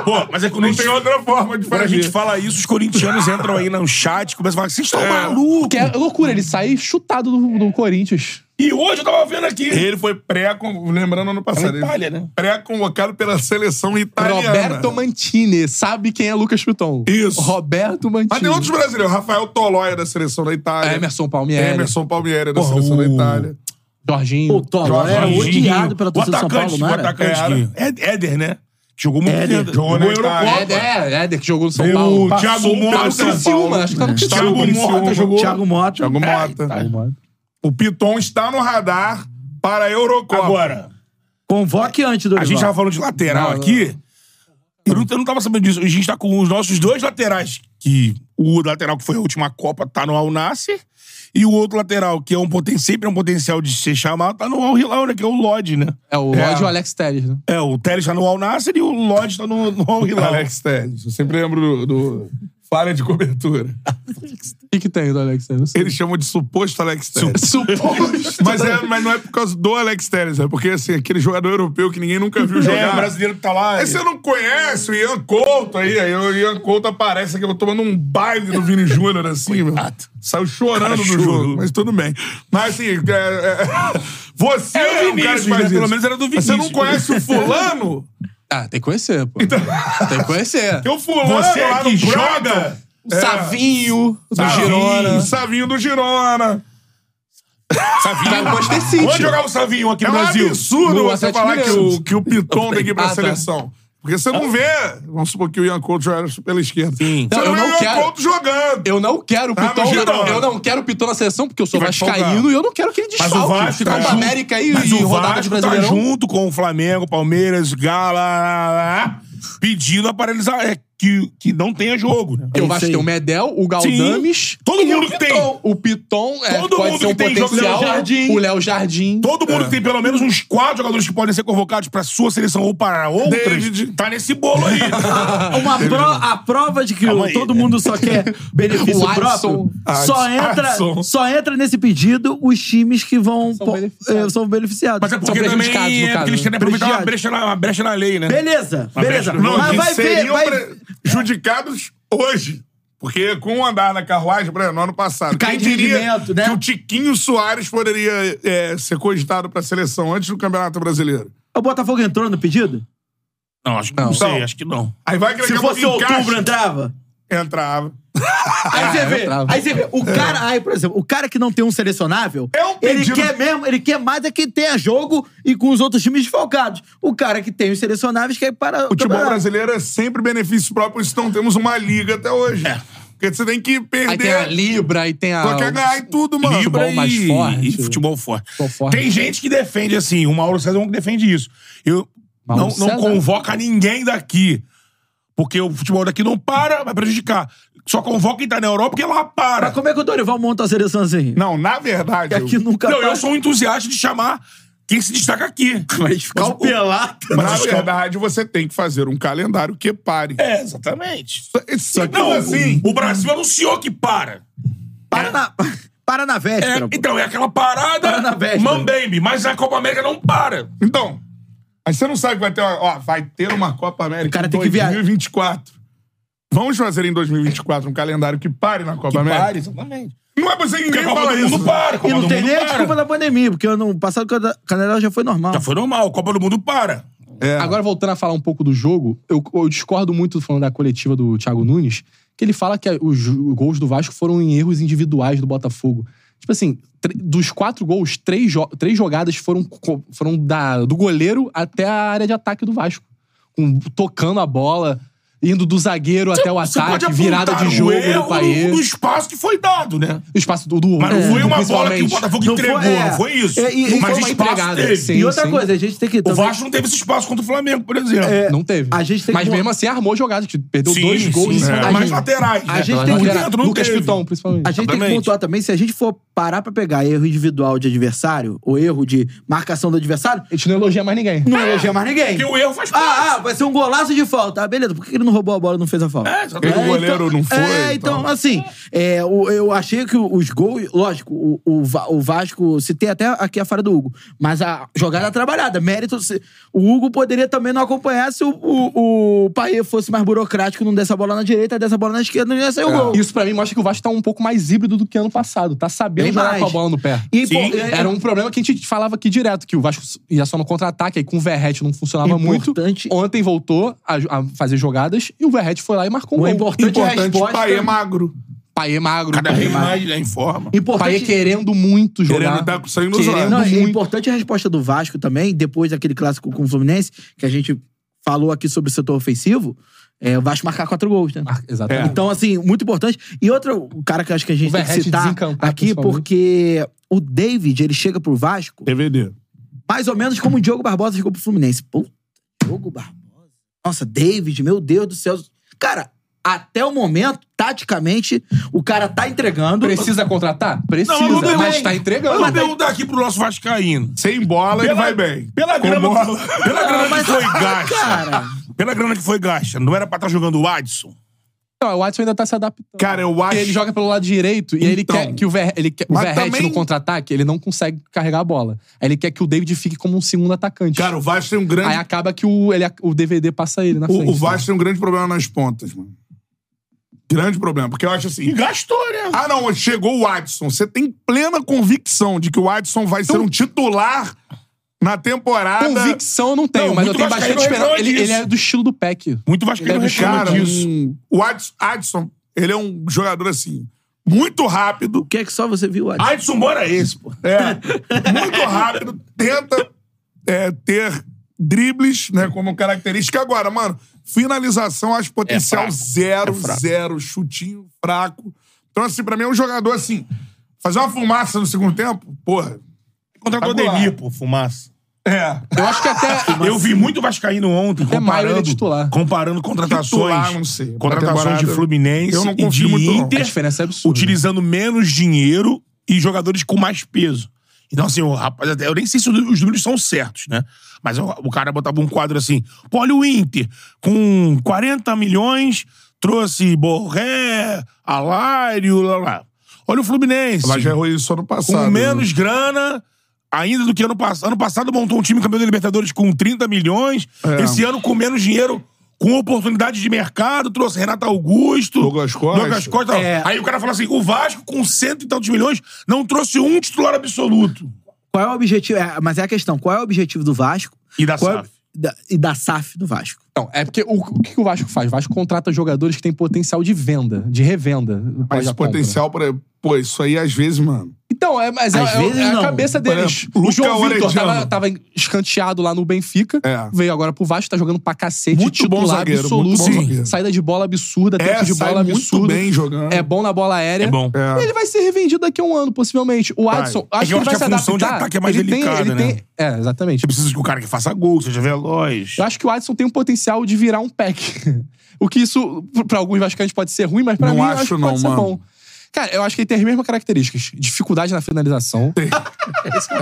Speaker 3: Pô, mas é que
Speaker 2: Não tem outra forma de
Speaker 3: Quando
Speaker 2: fazer.
Speaker 3: a gente fala isso, os corintianos entram aí no chat e começam a falar: vocês estão malucos?
Speaker 4: Que é loucura, ele sai chutado do, do Corinthians.
Speaker 3: E hoje eu tava vendo aqui.
Speaker 2: Ele foi pré... Lembrando, ano passado.
Speaker 3: Pela Itália, né?
Speaker 2: Pré-convocado pela seleção italiana.
Speaker 4: Roberto Mantini. Sabe quem é Lucas Piton?
Speaker 2: Isso.
Speaker 4: Roberto Mantini.
Speaker 2: Mas tem outros brasileiros. Rafael Tolóia, da seleção da Itália.
Speaker 4: Emerson Palmieri.
Speaker 2: Emerson Palmieri, é da
Speaker 3: Porra,
Speaker 2: seleção da
Speaker 3: o-
Speaker 2: Itália.
Speaker 4: Jorginho.
Speaker 5: O Tom era
Speaker 3: Jorginho.
Speaker 5: odiado pela torcida
Speaker 3: o
Speaker 5: do São
Speaker 3: atacante,
Speaker 5: Paulo, não
Speaker 3: O
Speaker 5: era?
Speaker 3: atacante que- É Éder, né? Jogou muito
Speaker 5: Éder.
Speaker 3: tempo.
Speaker 2: Jogou na
Speaker 3: Eurocopa.
Speaker 2: Itália.
Speaker 4: Éder, é, Éder, que jogou no São
Speaker 3: Veio
Speaker 4: Paulo.
Speaker 3: o Thiago
Speaker 4: pelo
Speaker 3: Mota.
Speaker 4: Criciúma, acho que tá no
Speaker 3: Thiago
Speaker 4: Criciúma.
Speaker 3: Mota jogou.
Speaker 5: Thiago Mota.
Speaker 2: É. Thiago Mota.
Speaker 3: tá.
Speaker 4: Mota.
Speaker 2: O Piton está no radar para a Eurocopa.
Speaker 3: Agora,
Speaker 5: Convoque antes do
Speaker 3: a gente tava falando de lateral
Speaker 4: Não,
Speaker 3: aqui. Eu não, eu não tava sabendo disso. A gente tá com os nossos dois laterais. Que o lateral que foi a última Copa tá no Al Nasser. E o outro lateral, que é um poten sempre é um potencial de ser chamado, tá no Al Hilal, né? Que é o Lodge, né?
Speaker 4: É o
Speaker 2: É.
Speaker 4: Lodge e o Alex Telles, né?
Speaker 3: É, o Teles tá no Al Nasser e o Lodge tá no, no Al Hilal.
Speaker 2: Alex Telles. Eu sempre lembro do, do falha de cobertura.
Speaker 4: O que, que tem do Alex Telles? Não sei.
Speaker 2: Eles chamam de suposto Alex Telles.
Speaker 4: Suposto.
Speaker 2: Mas, é- mas não é por causa do Alex Telles, é porque assim, aquele jogador europeu que ninguém nunca viu jogar.
Speaker 3: É, o brasileiro que tá lá.
Speaker 2: Aí você não conhece o Ian Couto aí, aí o Ian Couto aparece aqui, eu tomando um baile do Vini Júnior, assim, meu. Saiu chorando do
Speaker 3: chorou.
Speaker 2: jogo, mas tudo bem. Mas assim, é, é, você
Speaker 3: Era o
Speaker 2: é um cara
Speaker 3: Vinícius,
Speaker 2: que faz
Speaker 3: né?
Speaker 2: isso.
Speaker 3: Pelo menos era do
Speaker 2: Mas Você não
Speaker 3: Vinícius.
Speaker 2: conhece o fulano?
Speaker 4: Ah, tem que conhecer, pô.
Speaker 2: Então-
Speaker 4: Tem que conhecer.
Speaker 2: Que o fulano é
Speaker 3: Você é
Speaker 2: lá
Speaker 3: que
Speaker 2: no
Speaker 3: joga?
Speaker 2: Braga.
Speaker 3: É.
Speaker 4: O Savinho do
Speaker 2: Savinho,
Speaker 4: Girona.
Speaker 2: Savinho do Girona.
Speaker 4: Vai no Manchester
Speaker 3: Onde
Speaker 4: City.
Speaker 3: jogava o Savinho aqui
Speaker 2: É
Speaker 3: no
Speaker 2: um
Speaker 3: Brasil?
Speaker 2: absurdo
Speaker 4: No
Speaker 2: você
Speaker 4: Atlético
Speaker 2: falar que
Speaker 4: Mineiro.
Speaker 2: o, que o Piton tem que ir pra
Speaker 4: Ah, tá.
Speaker 2: seleção. Porque você não vê. Vamos supor que o Ian Couto joga pela esquerda.
Speaker 3: Sim.
Speaker 2: assim. Você
Speaker 4: Não,
Speaker 2: não, é vê o
Speaker 4: eu não
Speaker 2: Ian
Speaker 4: quero.
Speaker 2: Couto jogando.
Speaker 4: Eu não quero o
Speaker 3: Ah,
Speaker 2: Tá
Speaker 4: Piton.
Speaker 2: no Girona.
Speaker 4: eu não quero o Piton na seleção, porque eu sou
Speaker 2: Vai
Speaker 4: vascaíno
Speaker 2: folgar.
Speaker 4: e eu não quero que ele
Speaker 3: Mas
Speaker 4: desfalque.
Speaker 3: o Vasco
Speaker 4: Copa
Speaker 3: tá junto.
Speaker 4: América aí
Speaker 3: Mas
Speaker 4: e
Speaker 3: o
Speaker 4: rodada de
Speaker 3: Vasco tá
Speaker 4: Brasileirão.
Speaker 3: junto com o Flamengo, Palmeiras, Gala, lá, lá, lá, pedindo a paralisar é, que, que não tenha jogo. né?
Speaker 4: Porque o Vasco tem o Medel, o Galdames.
Speaker 3: Sim. Todo
Speaker 4: e
Speaker 3: mundo
Speaker 4: o
Speaker 3: que
Speaker 4: Piton.
Speaker 3: tem.
Speaker 4: O Piton é,
Speaker 3: Todo
Speaker 4: pode
Speaker 3: mundo
Speaker 4: ser um
Speaker 3: que tem jogo.
Speaker 4: potencial.
Speaker 3: Léo Jardim.
Speaker 4: O Léo Jardim.
Speaker 3: Todo
Speaker 2: É.
Speaker 3: mundo que tem pelo menos uns quatro jogadores que podem ser convocados pra sua seleção ou para outras,
Speaker 2: David.
Speaker 3: tá nesse bolo aí.
Speaker 5: Uma pro- a prova de que
Speaker 3: Calma aí.
Speaker 5: todo mundo só quer benefício
Speaker 4: O Adson.
Speaker 5: próprio. Só entra,
Speaker 2: Adson.
Speaker 5: só entra nesse pedido os times que vão
Speaker 4: São
Speaker 5: po-
Speaker 4: beneficiados.
Speaker 5: eh, são beneficiados.
Speaker 3: Mas é porque
Speaker 4: São
Speaker 3: também
Speaker 4: prejudicados, no
Speaker 3: é porque
Speaker 4: caso,
Speaker 3: eles
Speaker 4: né?
Speaker 3: querem aproveitar uma
Speaker 5: Prejudicados.
Speaker 3: brecha, na, uma brecha na lei, né?
Speaker 5: Beleza,
Speaker 3: Mas presta-
Speaker 5: beleza.
Speaker 3: não,
Speaker 5: Mas
Speaker 2: que
Speaker 5: vai ver,
Speaker 2: seriam
Speaker 5: vai
Speaker 2: prejudicados hoje. Porque com o andar na carruagem, por exemplo, no ano passado, quem
Speaker 5: Cai de
Speaker 2: diria
Speaker 5: rendimento, né?
Speaker 2: que o Tiquinho Soares poderia é, ser cogitado para a seleção antes do Campeonato Brasileiro?
Speaker 5: O Botafogo entrou no pedido?
Speaker 3: Não, acho que não,
Speaker 4: Não.
Speaker 3: sei, acho que não.
Speaker 2: Então, Aí vai que daqui
Speaker 5: Se
Speaker 2: a pouco
Speaker 5: fosse
Speaker 2: encaixa.
Speaker 5: outubro, então- entrava.
Speaker 2: entrava.
Speaker 5: Aí você vê,
Speaker 4: entrava.
Speaker 5: aí você vê, o cara, aí, por exemplo, o cara que não tem um selecionável,
Speaker 2: É um
Speaker 5: ele
Speaker 2: pedido-
Speaker 5: quer mesmo, ele quer mais é que tenha jogo e com os outros times desfalcados. O cara que tem os selecionáveis quer ir para
Speaker 2: Futebol
Speaker 5: para-
Speaker 2: brasileiro é sempre benefício próprio, isso não temos uma liga até hoje. Porque você tem que
Speaker 4: É. Aí tem a
Speaker 2: perder.
Speaker 4: Libra, aí tem a.
Speaker 2: Só quer ganhar em tudo, mano.
Speaker 3: Libra
Speaker 4: Futebol mais
Speaker 3: e,
Speaker 4: forte.
Speaker 3: e futebol forte.
Speaker 4: Futebol forte.
Speaker 3: Tem gente que defende assim, o Mauro César é um que defende isso. Eu
Speaker 4: Mauro
Speaker 3: não, não
Speaker 4: César?
Speaker 3: convoca ninguém daqui. Porque o futebol daqui não para, vai prejudicar. Só convoca quem tá na Europa porque lá para.
Speaker 5: Mas como é que o Dorival monta a seleção assim?
Speaker 2: Não, na verdade.
Speaker 5: Que aqui
Speaker 2: eu-
Speaker 5: nunca
Speaker 3: Não,
Speaker 5: para.
Speaker 3: eu sou um entusiasta de chamar quem se destaca aqui.
Speaker 5: Mas ficar o pelado.
Speaker 2: Na
Speaker 3: Mas os caras-
Speaker 2: verdade, você tem que fazer um calendário que pare.
Speaker 3: É, exatamente.
Speaker 2: É simples
Speaker 3: Não,
Speaker 2: assim.
Speaker 3: o Brasil anunciou que para.
Speaker 5: Para na, para na
Speaker 3: É,
Speaker 5: véspera. pô.
Speaker 3: então, é aquela parada
Speaker 5: Para na véspera.
Speaker 3: mambembe, mas a Copa América não para.
Speaker 2: Então, aí você não sabe que vai ter uma, ó, vai ter uma Copa América
Speaker 5: O cara
Speaker 2: em
Speaker 5: tem que viajar.
Speaker 2: 2024. Vamos fazer em 2024 um calendário que pare na Copa
Speaker 4: É.
Speaker 2: América?
Speaker 3: exatamente.
Speaker 2: Não é você que ninguém
Speaker 3: Porque a Copa
Speaker 2: fala
Speaker 3: do Mundo
Speaker 2: isso.
Speaker 3: para. a Copa
Speaker 5: E não
Speaker 3: do
Speaker 5: tem
Speaker 3: Mundo
Speaker 5: nem a
Speaker 3: para.
Speaker 5: desculpa da pandemia, porque ano passado o Cana- Canadá já foi normal.
Speaker 3: Já foi normal, Copa do Mundo para.
Speaker 2: É.
Speaker 4: Agora, voltando a falar um pouco do jogo, eu, eu discordo muito falando da coletiva do Thiago Nunes, que ele fala que os jo- gols do Vasco foram em erros individuais do Botafogo. Tipo assim, tre- dos quatro gols, três, jo- três jogadas foram, co- foram da, do goleiro até a área de ataque do Vasco. Com, tocando a bola. indo do zagueiro até o
Speaker 3: Você pode
Speaker 4: ataque,
Speaker 3: apontar
Speaker 4: virada de
Speaker 3: o
Speaker 4: jogo
Speaker 3: erro
Speaker 4: do Paê.
Speaker 3: do espaço que foi dado, né?
Speaker 4: O espaço do, do
Speaker 3: Mas não
Speaker 4: do-
Speaker 3: foi uma bola que o
Speaker 4: É, principalmente.
Speaker 3: Botafogo
Speaker 4: Não
Speaker 3: entregou,
Speaker 4: é.
Speaker 3: não foi isso.
Speaker 4: É, e- e
Speaker 3: Mas
Speaker 4: foi uma
Speaker 3: espaço
Speaker 4: entregada,
Speaker 3: teve.
Speaker 4: sim,
Speaker 5: E outra
Speaker 4: sim.
Speaker 5: coisa, a gente tem que.
Speaker 3: O Vasco não teve esse espaço contra o Flamengo, por exemplo.
Speaker 5: Então, É,
Speaker 4: Não teve.
Speaker 5: A gente tem
Speaker 4: Mas
Speaker 5: que-
Speaker 4: mesmo assim armou jogadas, que perdeu
Speaker 3: Sim,
Speaker 4: dois
Speaker 3: sim,
Speaker 4: gols. em
Speaker 3: sim.
Speaker 4: cima
Speaker 3: É,
Speaker 4: da
Speaker 3: mas
Speaker 4: linha.
Speaker 3: laterais,
Speaker 5: a gente
Speaker 4: Mas
Speaker 5: tem que-
Speaker 4: lateral-
Speaker 3: dentro não
Speaker 4: Lucas
Speaker 3: teve.
Speaker 4: Pitão, principalmente.
Speaker 5: A gente tem que
Speaker 3: Exatamente.
Speaker 5: pontuar também, se a gente for parar pra pegar erro individual de adversário, ou erro de marcação do adversário,
Speaker 4: A gente não elogia mais ninguém.
Speaker 5: não elogia mais ninguém.
Speaker 3: Porque o erro faz parte.
Speaker 5: Ah, ah, vai ser um golaço de falta. Ah, beleza, por que ele não roubou a bola e não fez a falta? então,
Speaker 3: É, exatamente.
Speaker 2: O goleiro não foi,
Speaker 5: É, então, assim, é, o- eu achei que os gols, lógico, o, o, Va- o Vasco, citei até aqui a falha do Hugo, mas a jogada trabalhada, mérito. se- o Hugo poderia também não acompanhar se o, o, o Paê fosse mais burocrático, não desse a bola na direita, desse a bola na esquerda, não ia
Speaker 2: É.
Speaker 5: sair o gol.
Speaker 4: Isso pra mim mostra que o Vasco tá um pouco mais híbrido do que ano passado. Tá sabendo
Speaker 5: Bem
Speaker 4: jogar
Speaker 5: mais.
Speaker 4: com a bola no pé.
Speaker 5: E,
Speaker 3: Sim.
Speaker 5: pô,
Speaker 4: Era um problema que a gente falava aqui direto, que o Vasco ia só no contra-ataque, aí com o Verrete não funcionava
Speaker 5: Importante.
Speaker 4: muito. Ontem voltou a, a fazer jogadas e o Verrete foi lá e marcou um
Speaker 5: O
Speaker 4: gol.
Speaker 5: importante,
Speaker 2: Importante,
Speaker 5: resposta.
Speaker 2: pai é magro.
Speaker 4: Paê magro,
Speaker 3: Cada
Speaker 4: Paê
Speaker 3: vez
Speaker 4: magro.
Speaker 3: mais ele é em forma.
Speaker 4: Paê
Speaker 5: Importante,
Speaker 4: querendo muito jogar.
Speaker 2: Querendo dar com sangue nos
Speaker 4: Querendo
Speaker 2: olhos.
Speaker 5: não, é
Speaker 4: muito.
Speaker 5: importante a resposta do Vasco também, depois daquele clássico com o Fluminense, que a gente falou aqui sobre o setor ofensivo, é o Vasco marcar quatro gols, né?
Speaker 4: Ah, exatamente.
Speaker 5: Então, assim, muito importante. E outro cara que eu acho que a gente
Speaker 4: O
Speaker 5: tem que
Speaker 4: Verratti
Speaker 5: citar
Speaker 4: desencantar,
Speaker 5: aqui,
Speaker 4: principalmente.
Speaker 5: porque o David, ele chega pro Vasco
Speaker 2: DVD.
Speaker 5: mais ou menos como o Diogo Barbosa chegou pro Fluminense. Pô, Diogo Barbosa. Nossa, David, meu Deus do céu. Cara, até o momento, taticamente, o cara tá entregando.
Speaker 4: Precisa contratar? Precisa,
Speaker 3: Não, não
Speaker 4: mas
Speaker 3: tem.
Speaker 4: tá entregando.
Speaker 3: Vamos perguntar aqui pro nosso Vascaíno.
Speaker 2: Sem bola, ele vai bem.
Speaker 3: Pela
Speaker 2: Com
Speaker 3: grana,
Speaker 2: bola.
Speaker 3: pela grana que foi gasta.
Speaker 5: Cara.
Speaker 3: Pela grana que foi gasta. Não era pra estar jogando o Adson?
Speaker 4: Não, o Watson ainda tá se adaptando.
Speaker 2: Cara, eu acho.
Speaker 4: Porque ele joga pelo lado direito e aí ele
Speaker 2: Então.
Speaker 4: quer que o, Ver, ele quer, o
Speaker 2: Mas
Speaker 4: Verrete
Speaker 2: também-
Speaker 4: no contra-ataque, ele não consegue carregar a bola. Aí ele quer que o David fique como um segundo atacante.
Speaker 2: Cara, o Vasco tem um
Speaker 4: aí
Speaker 2: grande.
Speaker 4: acaba que o, ele, o DVD passa ele na frente.
Speaker 2: O, o
Speaker 4: tá?
Speaker 2: Vasco tem um grande problema nas pontas, mano. Grande problema. Porque eu acho assim.
Speaker 3: E gastou, né?
Speaker 2: Ah, não, chegou o Adson. Você tem plena convicção de que o Adson vai
Speaker 3: Então-
Speaker 2: ser um titular na temporada.
Speaker 4: né? Convicção eu não tenho,
Speaker 3: Não,
Speaker 4: mas eu
Speaker 3: muito
Speaker 4: tenho
Speaker 3: vascaíno
Speaker 4: bastante esperança.
Speaker 3: reclama
Speaker 4: Ele,
Speaker 3: disso.
Speaker 4: ele é do estilo do Peck.
Speaker 3: Muito Vascaíno
Speaker 4: Deve
Speaker 3: reclama
Speaker 2: Cara,
Speaker 3: disso.
Speaker 2: um- o Adson, Adson, ele é um jogador assim, muito rápido.
Speaker 5: O que é que só você viu, Adi?
Speaker 3: Adson Bora é esse, pô.
Speaker 2: É, muito rápido. Tenta é, ter dribles, né, como característica. Agora, mano, finalização, acho potencial
Speaker 3: fraco.
Speaker 2: zero, zero. Chutinho fraco. Então, assim, pra mim é um jogador assim. Fazer uma fumaça no segundo tempo, porra.
Speaker 3: Contratou o
Speaker 2: Vamos lá.
Speaker 3: Deni, pô, fumaça.
Speaker 2: É.
Speaker 4: Eu acho que até.
Speaker 3: Eu vi muito Vascaíno ontem
Speaker 4: Até maio
Speaker 3: comparando,
Speaker 4: ele é titular.
Speaker 3: comparando contratações,
Speaker 2: Titular, não sei. Uma
Speaker 3: contratações
Speaker 2: temporada-
Speaker 3: de Fluminense
Speaker 2: Eu não
Speaker 3: e de
Speaker 2: confio muito, não. né?
Speaker 4: A
Speaker 3: Inter,
Speaker 4: diferença é absurda.
Speaker 3: utilizando menos dinheiro e jogadores com mais peso. Então, assim, o rapaz, até- eu nem sei se os números são certos, né? Mas o, o cara botava um quadro assim: pô, olha o Inter, com 40 milhões, trouxe Borré, Alário, lá, lá. Olha o Fluminense
Speaker 2: Mas é já errou isso ano passado. né?
Speaker 3: com menos grana ainda do que ano passado. Ano passado montou um time campeão da Libertadores com 30 milhões.
Speaker 2: É.
Speaker 3: Esse ano com menos dinheiro, com oportunidade de mercado, trouxe Renato Augusto.
Speaker 2: Douglas Costa.
Speaker 3: Douglas Costa.
Speaker 5: É.
Speaker 3: Aí o cara fala assim, o Vasco com cento e tantos milhões não trouxe um titular absoluto.
Speaker 5: Qual é o objetivo? é, mas é a questão, qual é o objetivo do Vasco?
Speaker 3: E da
Speaker 5: Qual é-
Speaker 3: SAF.
Speaker 5: da- e da SAF do Vasco?
Speaker 4: Então, é porque o, o que que o Vasco faz? O Vasco contrata jogadores que têm potencial de venda, de revenda. após
Speaker 2: Mas
Speaker 4: a
Speaker 2: esse
Speaker 4: compra.
Speaker 2: potencial pra. Pô, isso aí às vezes, mano.
Speaker 4: Então, é, mas é,
Speaker 5: Às
Speaker 4: é-
Speaker 5: vezes
Speaker 4: é a
Speaker 5: não.
Speaker 4: cabeça
Speaker 2: Por
Speaker 4: deles.
Speaker 2: exemplo,
Speaker 4: o João
Speaker 2: Luca
Speaker 4: Vitor tava,
Speaker 2: Orediano.
Speaker 4: tava escanteado lá no Benfica,
Speaker 2: É.
Speaker 4: veio agora pro Vasco, tá jogando pra cacete,
Speaker 2: Muito bom
Speaker 4: titular
Speaker 2: zagueiro,
Speaker 4: absoluto.
Speaker 2: muito bom
Speaker 4: Sim.
Speaker 2: zagueiro.
Speaker 4: Saída de bola absurda, tempo
Speaker 2: É,
Speaker 4: de
Speaker 2: sai
Speaker 4: bola
Speaker 2: muito
Speaker 4: absurdo.
Speaker 2: bem jogando.
Speaker 4: É bom na bola aérea.
Speaker 3: É bom.
Speaker 2: É.
Speaker 4: Ele vai ser revendido daqui a um ano, possivelmente. O Adson,
Speaker 3: É que
Speaker 4: acho que
Speaker 3: eu
Speaker 4: ele
Speaker 3: acho
Speaker 4: vai
Speaker 3: que
Speaker 4: se
Speaker 3: a função de
Speaker 4: adaptar.
Speaker 3: ataque é mais
Speaker 4: ele
Speaker 3: delicada,
Speaker 4: tem, ele
Speaker 3: né?
Speaker 4: tem- É, exatamente.
Speaker 3: Você precisa de um cara que faça gol, seja veloz.
Speaker 4: Eu acho que o Adson tem um potencial de virar um pack. o que isso, pra alguns vascaínos, pode ser ruim, mas pra
Speaker 2: Não
Speaker 4: mim eu
Speaker 2: acho
Speaker 4: acho que
Speaker 2: não,
Speaker 4: pode
Speaker 2: mano.
Speaker 4: ser bom. Cara, eu acho que ele tem as mesmas características. Dificuldade na finalização.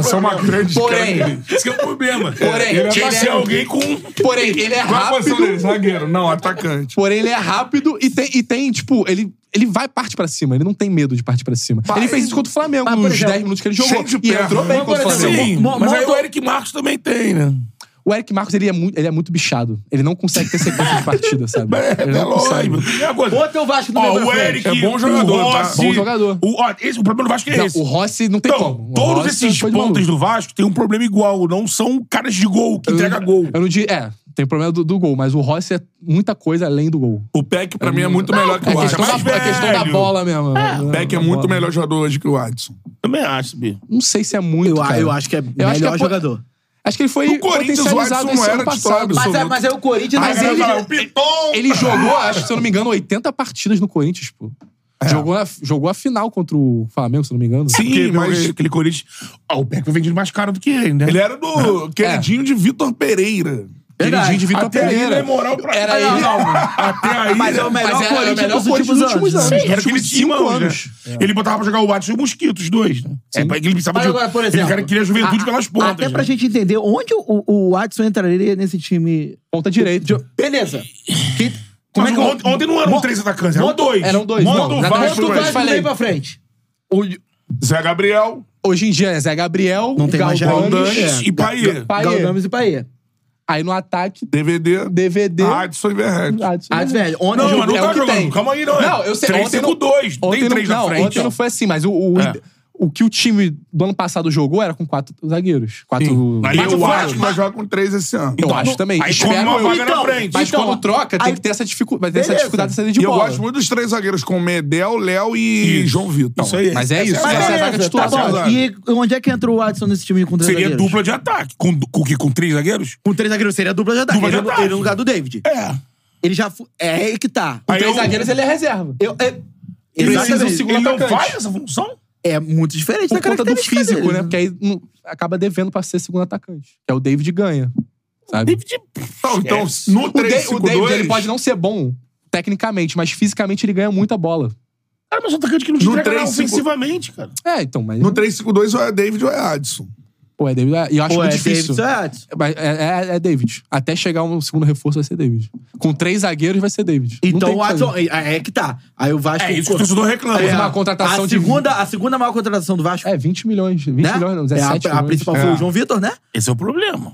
Speaker 2: Essa é uma grande
Speaker 4: Porém,
Speaker 3: Esse que é o problema.
Speaker 4: Porém,
Speaker 3: Ele tinha que
Speaker 4: ele
Speaker 3: ser
Speaker 4: é-
Speaker 3: alguém com... né?
Speaker 4: porém, ele é
Speaker 2: Qual é a posição
Speaker 4: rápido.
Speaker 2: dele? Zagueiro? Não, atacante.
Speaker 4: Porém, ele é rápido e tem, e tem tipo, ele, ele vai parte pra cima. Ele não tem medo de partir pra cima. ele fez isso contra o Flamengo
Speaker 5: Mas, por
Speaker 4: nos
Speaker 5: exemplo,
Speaker 4: 10 minutos que ele jogou.
Speaker 2: cheio de
Speaker 4: E
Speaker 2: perna.
Speaker 4: entrou bem
Speaker 2: Mas,
Speaker 4: contra o
Speaker 5: por exemplo,
Speaker 4: Flamengo.
Speaker 3: Sim,
Speaker 5: Mo-
Speaker 3: assim, mas aí
Speaker 5: monta-
Speaker 3: o Eric Marcos também tem, né?
Speaker 4: O Eric Marcos, ele é muito, ele é muito bichado. Ele não consegue ter sequência de partida, sabe?
Speaker 3: É,
Speaker 4: Ele
Speaker 3: é
Speaker 4: não consegue.
Speaker 3: lógico. Primeira coisa,
Speaker 5: Bota o Vasco no
Speaker 3: Ó,
Speaker 5: meio
Speaker 3: o
Speaker 5: da frente.
Speaker 3: Eric,
Speaker 2: É bom jogador,
Speaker 3: o
Speaker 2: tá?
Speaker 3: Rossi,
Speaker 4: Bom jogador.
Speaker 3: O, ó, esse, o problema do Vasco é
Speaker 4: Não,
Speaker 3: esse.
Speaker 4: o Rossi não tem
Speaker 3: então,
Speaker 4: como. O
Speaker 3: todos
Speaker 4: Rossi
Speaker 3: esses
Speaker 4: foi de
Speaker 3: pontos
Speaker 4: maluco.
Speaker 3: do Vasco têm um problema igual. Não são caras de gol que entrega gol.
Speaker 4: Eu não digo, é, tem problema do, do gol, mas o Rossi é muita coisa além do gol.
Speaker 2: O Peck, pra mim, é muito melhor que
Speaker 4: É
Speaker 2: o
Speaker 4: a questão,
Speaker 2: Adson.
Speaker 4: da,
Speaker 3: mais
Speaker 4: é a questão
Speaker 3: velho.
Speaker 4: da bola mesmo.
Speaker 2: O Peck é muito melhor jogador hoje que o Adson.
Speaker 3: Também acho, Bi.
Speaker 4: Não sei se é muito,
Speaker 5: Eu,
Speaker 4: cara.
Speaker 5: eu acho que é
Speaker 4: Eu acho que
Speaker 5: melhor
Speaker 4: é po-
Speaker 5: jogador.
Speaker 4: Acho que ele foi
Speaker 2: No Corinthians, o
Speaker 4: potencializado
Speaker 2: Alisson
Speaker 4: esse
Speaker 2: não
Speaker 4: ano
Speaker 2: era
Speaker 4: passado.
Speaker 2: titular absoluto.
Speaker 5: Mas é- mas é o Corinthians,
Speaker 2: Aí
Speaker 4: mas
Speaker 2: a galera
Speaker 4: ele-
Speaker 2: fala, o Piton!
Speaker 4: Ele jogou, acho que, se eu não me engano, 80 partidas no Corinthians, pô.
Speaker 5: É.
Speaker 4: Jogou, na- jogou a final contra o Flamengo, se eu não me engano.
Speaker 3: Sim, porque,
Speaker 2: mas-
Speaker 3: mas aquele Corinthians. Ó, o Peck foi vendido mais caro do que ele, né?
Speaker 4: é
Speaker 2: Ele era do queridinho de Vitor Pereira.
Speaker 4: Verdade.
Speaker 2: Queridinho de Vitor
Speaker 4: Até
Speaker 2: Pereira.
Speaker 4: aí,
Speaker 2: é moral pra
Speaker 4: Era ele.
Speaker 2: Até aí.
Speaker 5: Mas é o melhor
Speaker 4: Mas era o
Speaker 5: Corinthians
Speaker 4: melhor
Speaker 5: dos
Speaker 4: Corinthians
Speaker 5: últimos
Speaker 4: dos últimos
Speaker 5: anos,
Speaker 4: anos.
Speaker 5: né?
Speaker 3: Era um aquele
Speaker 4: últimos
Speaker 3: time
Speaker 4: cinco
Speaker 3: anos. né? Ele botava pra jogar o Watson e o Mosquito, os dois, né? É, pra- ele precisava
Speaker 5: Mas
Speaker 3: de.
Speaker 5: agora, por exemplo,
Speaker 3: ele um cara, queria a juventude
Speaker 5: a-
Speaker 3: pelas pontas.
Speaker 5: Até
Speaker 3: né?
Speaker 5: pra gente entender onde o, o Watson entraria nesse time.
Speaker 4: Ponta direita.
Speaker 5: Beleza. Que-
Speaker 3: Mas
Speaker 5: que eu-
Speaker 3: ontem, é ontem não um eram três atacantes, eram
Speaker 5: Monta-
Speaker 3: dois.
Speaker 4: eram dois,
Speaker 3: Monta
Speaker 4: não,
Speaker 3: o
Speaker 4: na
Speaker 3: Vasco,
Speaker 4: verdade,
Speaker 5: Ponto
Speaker 4: eu
Speaker 5: vai do
Speaker 4: falei.
Speaker 5: meio pra frente.
Speaker 4: Hoje-
Speaker 2: Zé Gabriel,
Speaker 4: Hoje em dia é Zé Gabriel,
Speaker 5: Não tem mais
Speaker 4: Galdames,
Speaker 2: Andanes
Speaker 4: é,
Speaker 2: e Paia.
Speaker 4: Paier.
Speaker 5: Galdames e Paê.
Speaker 4: Aí no ataque, tá
Speaker 2: DVD,
Speaker 4: DVD...
Speaker 2: Adson e Verrete.
Speaker 4: Adson.
Speaker 5: Ah, velho, ontem
Speaker 3: Não,
Speaker 5: jogou-
Speaker 3: mas não
Speaker 4: é
Speaker 3: tá
Speaker 4: o que
Speaker 3: jogando.
Speaker 4: tem.
Speaker 3: Calma aí, não. é.
Speaker 4: Não, eu sei.
Speaker 3: Três
Speaker 4: ontem
Speaker 3: cinco,
Speaker 4: não-
Speaker 3: dois.
Speaker 4: ontem
Speaker 3: Tem três
Speaker 4: não,
Speaker 3: na frente.
Speaker 4: Ontem não foi assim, mas o, o,
Speaker 3: É.
Speaker 4: o que o time do ano passado jogou era com quatro zagueiros. Quatro...
Speaker 3: Mas
Speaker 2: E eu
Speaker 3: Mas é o
Speaker 2: acho
Speaker 3: Vasco-
Speaker 2: que
Speaker 4: né?
Speaker 2: vai jogar com três esse ano.
Speaker 4: Eu acho também.
Speaker 3: então, Aí
Speaker 4: Espero
Speaker 3: come uma
Speaker 4: eu.
Speaker 3: vaga na
Speaker 5: Então,
Speaker 3: frente.
Speaker 4: Mas
Speaker 5: Então,
Speaker 4: quando troca,
Speaker 5: aí-
Speaker 4: tem que ter essa dificuldade, vai ter essa
Speaker 5: Beleza.
Speaker 4: dificuldade de saída de
Speaker 2: E eu
Speaker 4: bola.
Speaker 2: gosto muito dos três zagueiros, com Medel, Léo e
Speaker 3: Isso.
Speaker 2: João Vitor.
Speaker 3: Isso aí.
Speaker 4: Mas é isso,
Speaker 5: Mas
Speaker 4: essa é a zaga
Speaker 5: beleza,
Speaker 4: titular.
Speaker 5: tá bom.
Speaker 2: zaga.
Speaker 5: E onde é que entrou o Watson nesse time com três
Speaker 3: Seria
Speaker 5: zagueiros?
Speaker 3: dupla de ataque. Com, com, o quê? com três zagueiros?
Speaker 5: Com três zagueiros seria dupla de ataque.
Speaker 3: Dupla de
Speaker 5: ele,
Speaker 3: ataque.
Speaker 5: ele no lugar do David.
Speaker 3: É.
Speaker 5: Ele já. fu- É aí que tá.
Speaker 4: Com
Speaker 3: Aí
Speaker 4: três
Speaker 3: eu-
Speaker 4: zagueiros ele é reserva.
Speaker 5: Eu, é,
Speaker 4: Precisa um
Speaker 5: exatamente.
Speaker 4: segundo
Speaker 3: Ele não
Speaker 4: atacante.
Speaker 3: faz essa função?
Speaker 5: É muito diferente
Speaker 4: Por
Speaker 5: da
Speaker 4: conta do
Speaker 5: característica
Speaker 4: físico,
Speaker 5: dele.
Speaker 4: né? Porque aí não- acaba devendo pra ser segundo atacante. Que é o David ganha. Sabe?
Speaker 2: Então, então
Speaker 3: Esquece.
Speaker 2: no
Speaker 4: O, Da- o David
Speaker 2: 3-5-2...
Speaker 4: ele pode não ser bom tecnicamente, mas fisicamente ele ganha muita bola.
Speaker 3: Cara, mas é um atacante que não te
Speaker 2: No
Speaker 3: entrega nada
Speaker 2: três, cinco.
Speaker 3: ofensivamente, cara.
Speaker 4: É, então, mas.
Speaker 2: No 3-5-2 ou é David ou é Adson.
Speaker 4: Pô, é David. E eu acho
Speaker 5: Pô, é
Speaker 4: muito difícil.
Speaker 5: David Watson.
Speaker 4: Mas é, é- é David. Até chegar um segundo reforço vai ser David. Com três zagueiros vai ser David. Não tem
Speaker 5: Então
Speaker 4: o
Speaker 5: o
Speaker 4: que fazer.
Speaker 5: Watson. É é que tá. Aí o Vasco.
Speaker 3: É isso que o torcedor reclama.
Speaker 4: É. uma contratação
Speaker 5: a
Speaker 4: de-
Speaker 5: segunda, A segunda maior contratação do Vasco.
Speaker 4: É, 20 milhões. 20
Speaker 5: né?
Speaker 4: milhões não,
Speaker 5: É,
Speaker 4: 17
Speaker 5: a, a
Speaker 4: milhões.
Speaker 5: principal foi o João Vitor, né?
Speaker 3: Esse é o problema.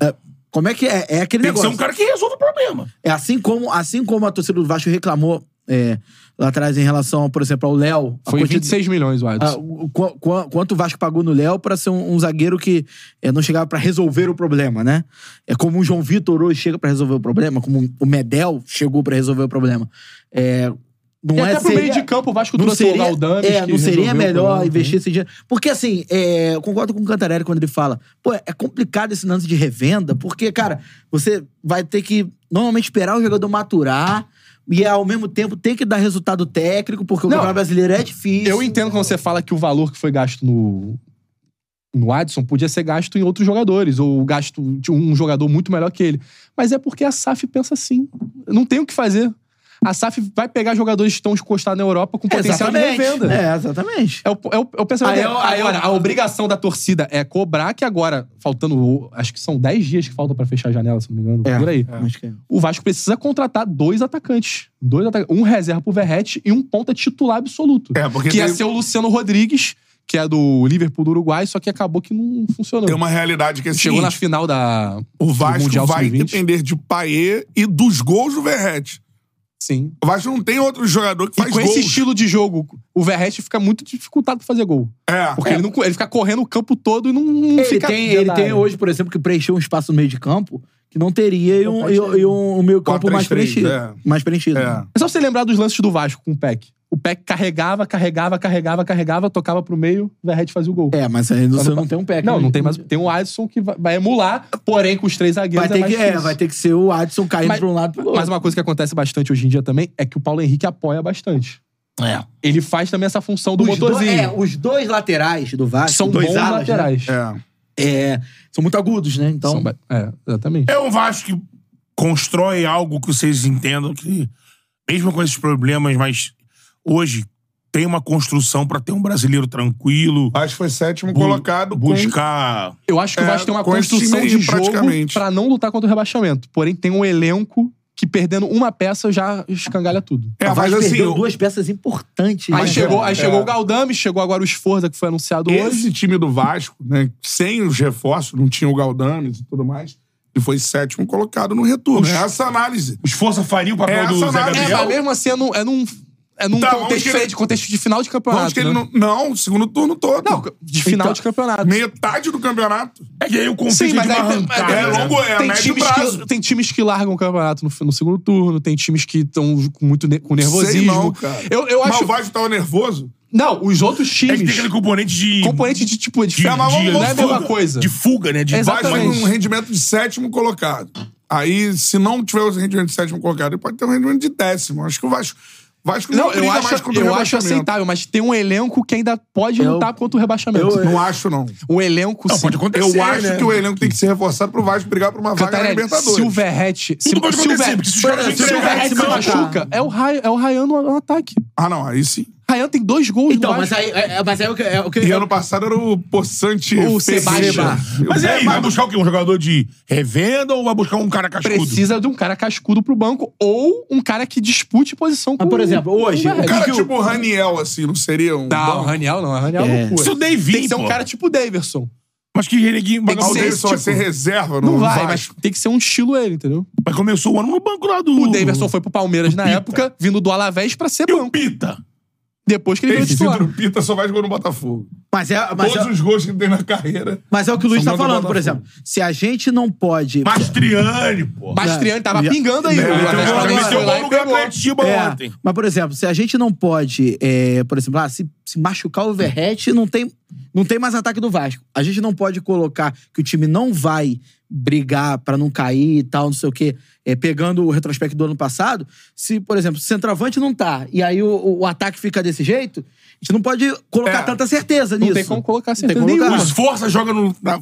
Speaker 5: Como é que é? É aquele
Speaker 3: Tem que ser
Speaker 5: negócio.
Speaker 3: um cara que resolva o problema.
Speaker 5: É assim como, assim como a torcida do Vasco reclamou é, lá atrás em relação, por exemplo, ao Léo. a
Speaker 4: Foi
Speaker 5: quanti-
Speaker 4: 26 milhões o
Speaker 5: a-
Speaker 4: Adson.
Speaker 5: o- qu- qu- quanto o Vasco pagou no Léo pra ser um, um zagueiro que é, não chegava pra resolver o problema, né? É como o João Vitor hoje chega pra resolver o problema, como o Medel chegou pra resolver o problema. É, não
Speaker 4: E
Speaker 5: é
Speaker 4: até pro
Speaker 5: seria-
Speaker 4: meio de campo, o Vasco
Speaker 5: não
Speaker 4: trouxe
Speaker 5: seria,
Speaker 4: o Galdames.
Speaker 5: é,
Speaker 4: que
Speaker 5: não seria
Speaker 4: resolveu o
Speaker 5: melhor
Speaker 4: problema. né?
Speaker 5: investir esse dinheiro. Porque, assim, é, eu concordo com o Cantarelli quando ele fala: pô, é complicado esse lance de revenda, porque, cara, você vai ter que normalmente esperar o jogador maturar e, ao mesmo tempo, ter que dar resultado técnico, porque o
Speaker 4: Não.
Speaker 5: campeonato brasileiro é difícil.
Speaker 4: Eu entendo quando você fala que o valor que foi gasto no. No Adson podia ser gasto em outros jogadores, ou gasto de um jogador muito melhor que ele. Mas é porque a SAF pensa assim. Não tem o que fazer. A SAF vai pegar jogadores que estão encostados na Europa com potencial de
Speaker 5: exatamente.
Speaker 4: revenda.
Speaker 5: É, exatamente.
Speaker 4: É o, é o, é o pensamento
Speaker 5: Aí
Speaker 4: dela.
Speaker 5: eu- aí eu-
Speaker 4: Agora, a obrigação da torcida é cobrar que agora, faltando, acho que são 10 dias que falta pra fechar a janela, se não me engano,
Speaker 5: É,
Speaker 4: por aí.
Speaker 5: Acho que é.
Speaker 4: O Vasco precisa contratar dois atacantes. Dois atacantes. Um reserva pro Verrete e um ponta titular absoluto.
Speaker 2: É, porque
Speaker 4: que ia
Speaker 2: tem-
Speaker 4: ser o Luciano Rodrigues, que é do Liverpool do Uruguai, só que acabou que não funcionou.
Speaker 2: Tem uma realidade que é a
Speaker 4: Chegou na
Speaker 2: seguinte,
Speaker 4: final da
Speaker 2: o
Speaker 4: do
Speaker 2: Vasco
Speaker 4: Mundial
Speaker 2: vai
Speaker 4: Sub-20.
Speaker 2: depender de Paê e dos gols do Verrete.
Speaker 4: Sim.
Speaker 2: O Vasco não tem outro jogador que
Speaker 4: E
Speaker 2: faz
Speaker 4: com
Speaker 2: gols.
Speaker 4: esse estilo de jogo, o Verrete fica muito dificultado pra fazer gol.
Speaker 2: É.
Speaker 4: Porque ele, não, ele fica correndo o campo todo e não, não
Speaker 5: Ele,
Speaker 4: fica...
Speaker 5: tem,
Speaker 4: dentro
Speaker 5: ele
Speaker 4: da
Speaker 5: tem
Speaker 4: área.
Speaker 5: hoje, por exemplo, que preencheu um espaço no meio de campo que não teria e um, e, um- e um meio campo mais
Speaker 2: 4-3-3,
Speaker 5: preenchido.
Speaker 2: é.
Speaker 5: Mais preenchido.
Speaker 2: É.
Speaker 4: É só você lembrar dos lances do Vasco com o Peck. O Peck carregava, carregava, carregava, carregava, tocava pro meio, o Verret fazia o gol.
Speaker 5: É, mas aí você não tem um pack.
Speaker 4: Não,
Speaker 5: né?
Speaker 4: não tem mais. Tem um Adson que vai, vai emular, porém com os três zagueiros.
Speaker 5: Vai ter,
Speaker 4: é mais
Speaker 5: que, é,
Speaker 4: difícil.
Speaker 5: vai ter que ser o Adson caindo
Speaker 4: Mas-
Speaker 5: pra um lado e pro outro.
Speaker 4: Mas uma coisa que acontece bastante hoje em dia também é que o Paulo Henrique apoia bastante.
Speaker 3: É.
Speaker 4: Ele faz também essa função do
Speaker 5: Os dois,
Speaker 4: motorzinho.
Speaker 5: é, os dois laterais do Vasco,
Speaker 4: São
Speaker 5: dois
Speaker 4: bons
Speaker 5: alas, né?
Speaker 4: laterais.
Speaker 2: É.
Speaker 5: É, são muito agudos, né? Então,
Speaker 4: São ba- é, exatamente.
Speaker 3: É um Vasco que constrói algo que vocês entendam que, mesmo com esses problemas, mas hoje tem uma construção pra ter um brasileiro tranquilo,
Speaker 2: Acho que foi sétimo
Speaker 3: Bu-
Speaker 2: colocado com...
Speaker 3: buscar.
Speaker 4: Eu acho que o
Speaker 2: É,
Speaker 4: Vasco tem uma
Speaker 2: com esse
Speaker 4: construção
Speaker 2: time
Speaker 4: de jogo
Speaker 2: praticamente.
Speaker 4: pra não lutar contra o rebaixamento. Porém, tem um elenco que perdendo uma peça já escangalha tudo.
Speaker 2: É,
Speaker 5: o
Speaker 2: mas
Speaker 5: Vasco
Speaker 2: assim,
Speaker 5: perdeu
Speaker 2: o-
Speaker 5: duas peças importantes.
Speaker 4: Aí
Speaker 5: né?
Speaker 4: chegou, aí
Speaker 2: é.
Speaker 4: chegou o Galdames, chegou agora o Esforza, que foi anunciado hoje.
Speaker 2: esse time do Vasco, né, sem os reforços, não tinha o Galdames e tudo mais, ele foi sétimo colocado no
Speaker 4: né?
Speaker 2: retorno. É essa análise.
Speaker 3: O esforço faria o papel
Speaker 2: Essa
Speaker 3: do Zé
Speaker 2: análise-
Speaker 4: É,
Speaker 3: Gabriel.
Speaker 4: mas mesmo assim é num, é num, é num
Speaker 2: Tá, vamos
Speaker 4: contexto
Speaker 2: que ele-
Speaker 4: diferente, contexto de final de
Speaker 2: Vamos
Speaker 4: campeonato.
Speaker 2: que ele
Speaker 4: né?
Speaker 2: não... Não, segundo turno todo. Então,
Speaker 4: Não, de final de campeonato.
Speaker 2: Metade do campeonato.
Speaker 3: É que aí o conflito
Speaker 4: Sim,
Speaker 3: de
Speaker 4: mas
Speaker 3: uma
Speaker 4: aí tem,
Speaker 3: arrancada.
Speaker 2: é
Speaker 3: né?
Speaker 2: longo, é a
Speaker 4: tem,
Speaker 2: médio
Speaker 4: times
Speaker 2: prazo.
Speaker 4: que, tem times que largam o campeonato no, no segundo turno, tem times que estão com muito ne- com nervosismo.
Speaker 2: Sei não, cara.
Speaker 4: Eu, eu
Speaker 2: Mas
Speaker 4: acho.
Speaker 2: o Vasco tava nervoso.
Speaker 4: Não, os outros
Speaker 3: É que tem
Speaker 4: times.
Speaker 3: aquele componente de.
Speaker 4: componente de tipo de,
Speaker 3: de-
Speaker 4: Ah, mas
Speaker 3: de-
Speaker 4: vamos- vamos
Speaker 3: de
Speaker 4: não é a mesma
Speaker 3: fuga.
Speaker 4: coisa.
Speaker 3: De fuga, né? De
Speaker 2: Vai
Speaker 4: Exatamente.
Speaker 2: mas um rendimento de sétimo colocado. Aí, se não tiver o rendimento de sétimo colocado, ele pode ter um rendimento de décimo. Acho que o Vasco. Vasco não,
Speaker 4: Não, eu
Speaker 2: briga
Speaker 4: acho,
Speaker 2: mais contra o
Speaker 4: eu acho
Speaker 2: rebaixamento.
Speaker 4: aceitável, mas tem um elenco que ainda pode
Speaker 5: Eu-
Speaker 4: lutar contra o rebaixamento.
Speaker 5: eu-
Speaker 2: Não acho, não.
Speaker 4: um elenco sim.
Speaker 3: pode acontecer.
Speaker 2: Eu
Speaker 3: Sei,
Speaker 2: acho
Speaker 3: né?
Speaker 2: que o elenco tem que ser reforçado pro Vasco brigar por uma vaga na
Speaker 4: Cantarelli,
Speaker 2: Libertadores.
Speaker 4: se o Verrete. Se,
Speaker 3: Tudo pode
Speaker 4: se o
Speaker 3: acontecer,
Speaker 4: Ver-
Speaker 3: porque se os caras
Speaker 4: se
Speaker 3: não
Speaker 4: o
Speaker 3: entregarem,
Speaker 4: Verrete se
Speaker 3: se
Speaker 5: machucar.
Speaker 4: machuca, é o, Ray, é o Rayan no, no ataque.
Speaker 2: Ah, não. Aí sim.
Speaker 4: Rayan tem dois gols
Speaker 5: Então,
Speaker 4: no
Speaker 5: mas
Speaker 4: Vasco.
Speaker 5: aí, é, é- mas aí é o que. É, o que
Speaker 2: E ano passado era o Poçante.
Speaker 4: O
Speaker 2: Ferreira.
Speaker 4: Sebastião.
Speaker 3: Mas e aí, vai
Speaker 2: Mas-
Speaker 3: buscar o quê? Um jogador de revenda ou vai buscar um cara cascudo?
Speaker 4: Precisa de um cara cascudo pro banco ou um cara que dispute posição com
Speaker 5: Mas, por exemplo,
Speaker 4: o-
Speaker 5: hoje,
Speaker 4: o Verrete.
Speaker 2: Um
Speaker 3: É
Speaker 2: cara
Speaker 5: Viu?
Speaker 2: tipo o Raniel, assim, não seria um.
Speaker 4: Não, Raniel não. Raniel é
Speaker 5: É.
Speaker 4: loucura.
Speaker 3: Isso é o Davi,
Speaker 4: Tem que ser um
Speaker 3: pô.
Speaker 4: cara tipo o Davidson.
Speaker 3: Mas que reneguinho.
Speaker 4: Tem que
Speaker 2: Ah, o
Speaker 4: ser
Speaker 2: Davidson vai
Speaker 4: tipo-
Speaker 2: ser reserva no
Speaker 4: Não vai,
Speaker 2: Vasco.
Speaker 4: mas tem que ser um estilo ele, entendeu?
Speaker 3: Mas começou o ano no banco lá do.
Speaker 4: O Davidson foi pro Palmeiras na
Speaker 3: Pita.
Speaker 4: época, vindo do Alavés pra ser
Speaker 3: E o
Speaker 4: banco.
Speaker 3: Pita.
Speaker 4: Depois que ele veio
Speaker 2: Esse
Speaker 4: titular.
Speaker 2: Vitor Pita só faz gol no Botafogo.
Speaker 5: Mas é, mas,
Speaker 2: Todos
Speaker 5: é,
Speaker 2: os gols que ele tem na carreira.
Speaker 5: mas é o que o Luiz
Speaker 2: São
Speaker 5: tá
Speaker 2: Paulo
Speaker 5: falando, por
Speaker 2: Botafogo.
Speaker 5: exemplo. Se a gente não pode.
Speaker 3: Mastriani, pô.
Speaker 4: Bastriani tava
Speaker 5: Já-
Speaker 4: pingando aí.
Speaker 2: É, Ele
Speaker 4: o
Speaker 2: meteu
Speaker 4: Atlético
Speaker 2: gol,
Speaker 4: Paranaense
Speaker 2: meteu
Speaker 4: foi lá e
Speaker 3: no lugar do
Speaker 4: pegou.
Speaker 3: Atletiba
Speaker 5: É,
Speaker 3: ontem.
Speaker 5: mas, por exemplo, se a gente não pode, é, por exemplo, ah, se, se machucar o Verrete, não tem, não tem mais ataque do Vasco. A gente não pode colocar que o time não vai brigar pra não cair e tal, não sei o quê, é, pegando o retrospecto do ano passado. Se, por exemplo, o centroavante não tá e aí o, o ataque fica desse jeito, a gente não pode colocar
Speaker 2: É,
Speaker 5: tanta certeza
Speaker 4: Não
Speaker 5: nisso.
Speaker 4: tem como colocar
Speaker 5: tem
Speaker 4: certeza
Speaker 5: como
Speaker 4: nenhuma.
Speaker 3: O
Speaker 5: Ah.
Speaker 3: Esforça joga no, na,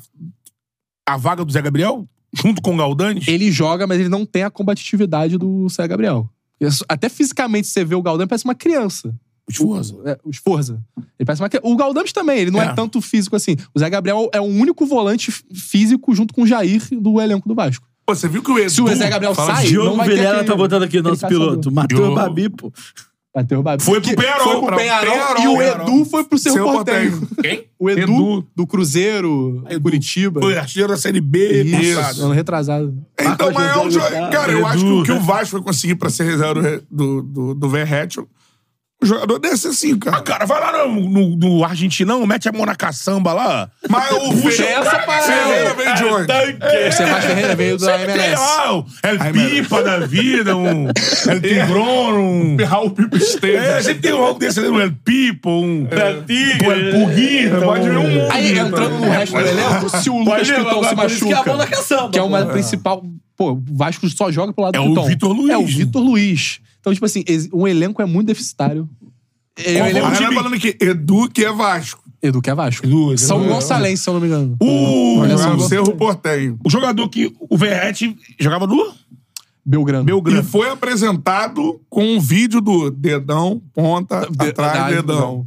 Speaker 3: a vaga do Zé Gabriel? Junto com o Galdanes?
Speaker 4: Ele joga, mas ele não tem a combatividade do Cé Gabriel. Isso- Até fisicamente, você vê o Galdame, parece uma criança.
Speaker 3: Esforça.
Speaker 4: É, o Sforza. Ele parece uma criança. O Galdame também, ele não é.
Speaker 3: É.
Speaker 4: tanto físico assim. O Zé Gabriel é o único volante f- físico junto com o Jair do elenco do Vasco.
Speaker 2: Pô, você viu que o Edu...
Speaker 4: Se o Zé Gabriel
Speaker 2: Fala
Speaker 4: sai,
Speaker 2: de-
Speaker 4: não vai tá ter aquele...
Speaker 5: aqui o
Speaker 4: aquele caçador.
Speaker 5: Matou
Speaker 3: Diogo.
Speaker 5: Babi, pô.
Speaker 4: Bateu o Babi.
Speaker 3: Foi pro
Speaker 4: Que-
Speaker 3: Penharol,
Speaker 4: Foi pro
Speaker 3: pra-
Speaker 4: Penharol,
Speaker 2: Penharol,
Speaker 4: e o
Speaker 2: Penharol.
Speaker 4: Edu foi pro seu,
Speaker 2: Seu
Speaker 4: porteio.
Speaker 2: Porteño.
Speaker 3: Quem?
Speaker 4: O Edu,
Speaker 2: Edu.
Speaker 4: do Cruzeiro, Curitiba.
Speaker 3: Foi artilheiro da Série B.
Speaker 4: Isso,
Speaker 3: passado.
Speaker 4: ano retrasado.
Speaker 2: Então,
Speaker 5: Marcos
Speaker 2: mas é um
Speaker 5: José
Speaker 2: jogo...
Speaker 5: Gustavo.
Speaker 2: Cara, eu
Speaker 3: Edu,
Speaker 2: acho que o que
Speaker 3: né?
Speaker 2: o Vasco vai conseguir pra ser reserva do, do, do, do Verratti, um jogador desse assim,
Speaker 3: Ah,
Speaker 2: cara.
Speaker 3: cara, vai lá no, no, no Argentinão, mete a mão na caçamba lá.
Speaker 2: Mas o
Speaker 4: Puxa essa parada.
Speaker 2: Ferreira veio de onde?
Speaker 3: tá
Speaker 4: O Sebastião Ferreira veio da MLS.
Speaker 3: É pipa da vida, um El Tigrón, um...
Speaker 2: Raul Pipo
Speaker 3: É,
Speaker 2: Esteves.
Speaker 3: sempre tem um algo desse, né? Um El Pipo, um... El Tigre, El Puguita,
Speaker 2: Pode vir um
Speaker 3: um...
Speaker 2: mundo.
Speaker 4: Aí, entrando no resto do elenco, se o Lucas Piton
Speaker 5: Que é
Speaker 4: se
Speaker 5: a mão da
Speaker 4: machuca,
Speaker 5: caçamba.
Speaker 4: que é uma
Speaker 5: pô.
Speaker 4: principal. Pô, o Vasco só joga pro lado
Speaker 3: É
Speaker 4: do
Speaker 3: o
Speaker 4: Piton.
Speaker 3: Vitor Luiz,
Speaker 4: É o
Speaker 3: né?
Speaker 4: Vitor Luiz. Então, tipo assim, ex- um elenco é muito deficitário. É um
Speaker 3: Como
Speaker 4: elenco
Speaker 2: Agora
Speaker 4: de...
Speaker 2: vai falando que Edu que é Vasco.
Speaker 4: Edu, que é Vasco.
Speaker 3: Edu, Edu,
Speaker 4: São
Speaker 3: Edu.
Speaker 4: Gonçalense, se eu não me engano.
Speaker 3: Uh, O,
Speaker 4: Olha só.
Speaker 2: É o Cerro Porteio.
Speaker 3: o jogador que o Verrete jogava no...
Speaker 4: Belgrano.
Speaker 2: E foi apresentado com um vídeo do dedão, ponta,
Speaker 4: De-
Speaker 2: atrás,
Speaker 4: da-
Speaker 2: dedão.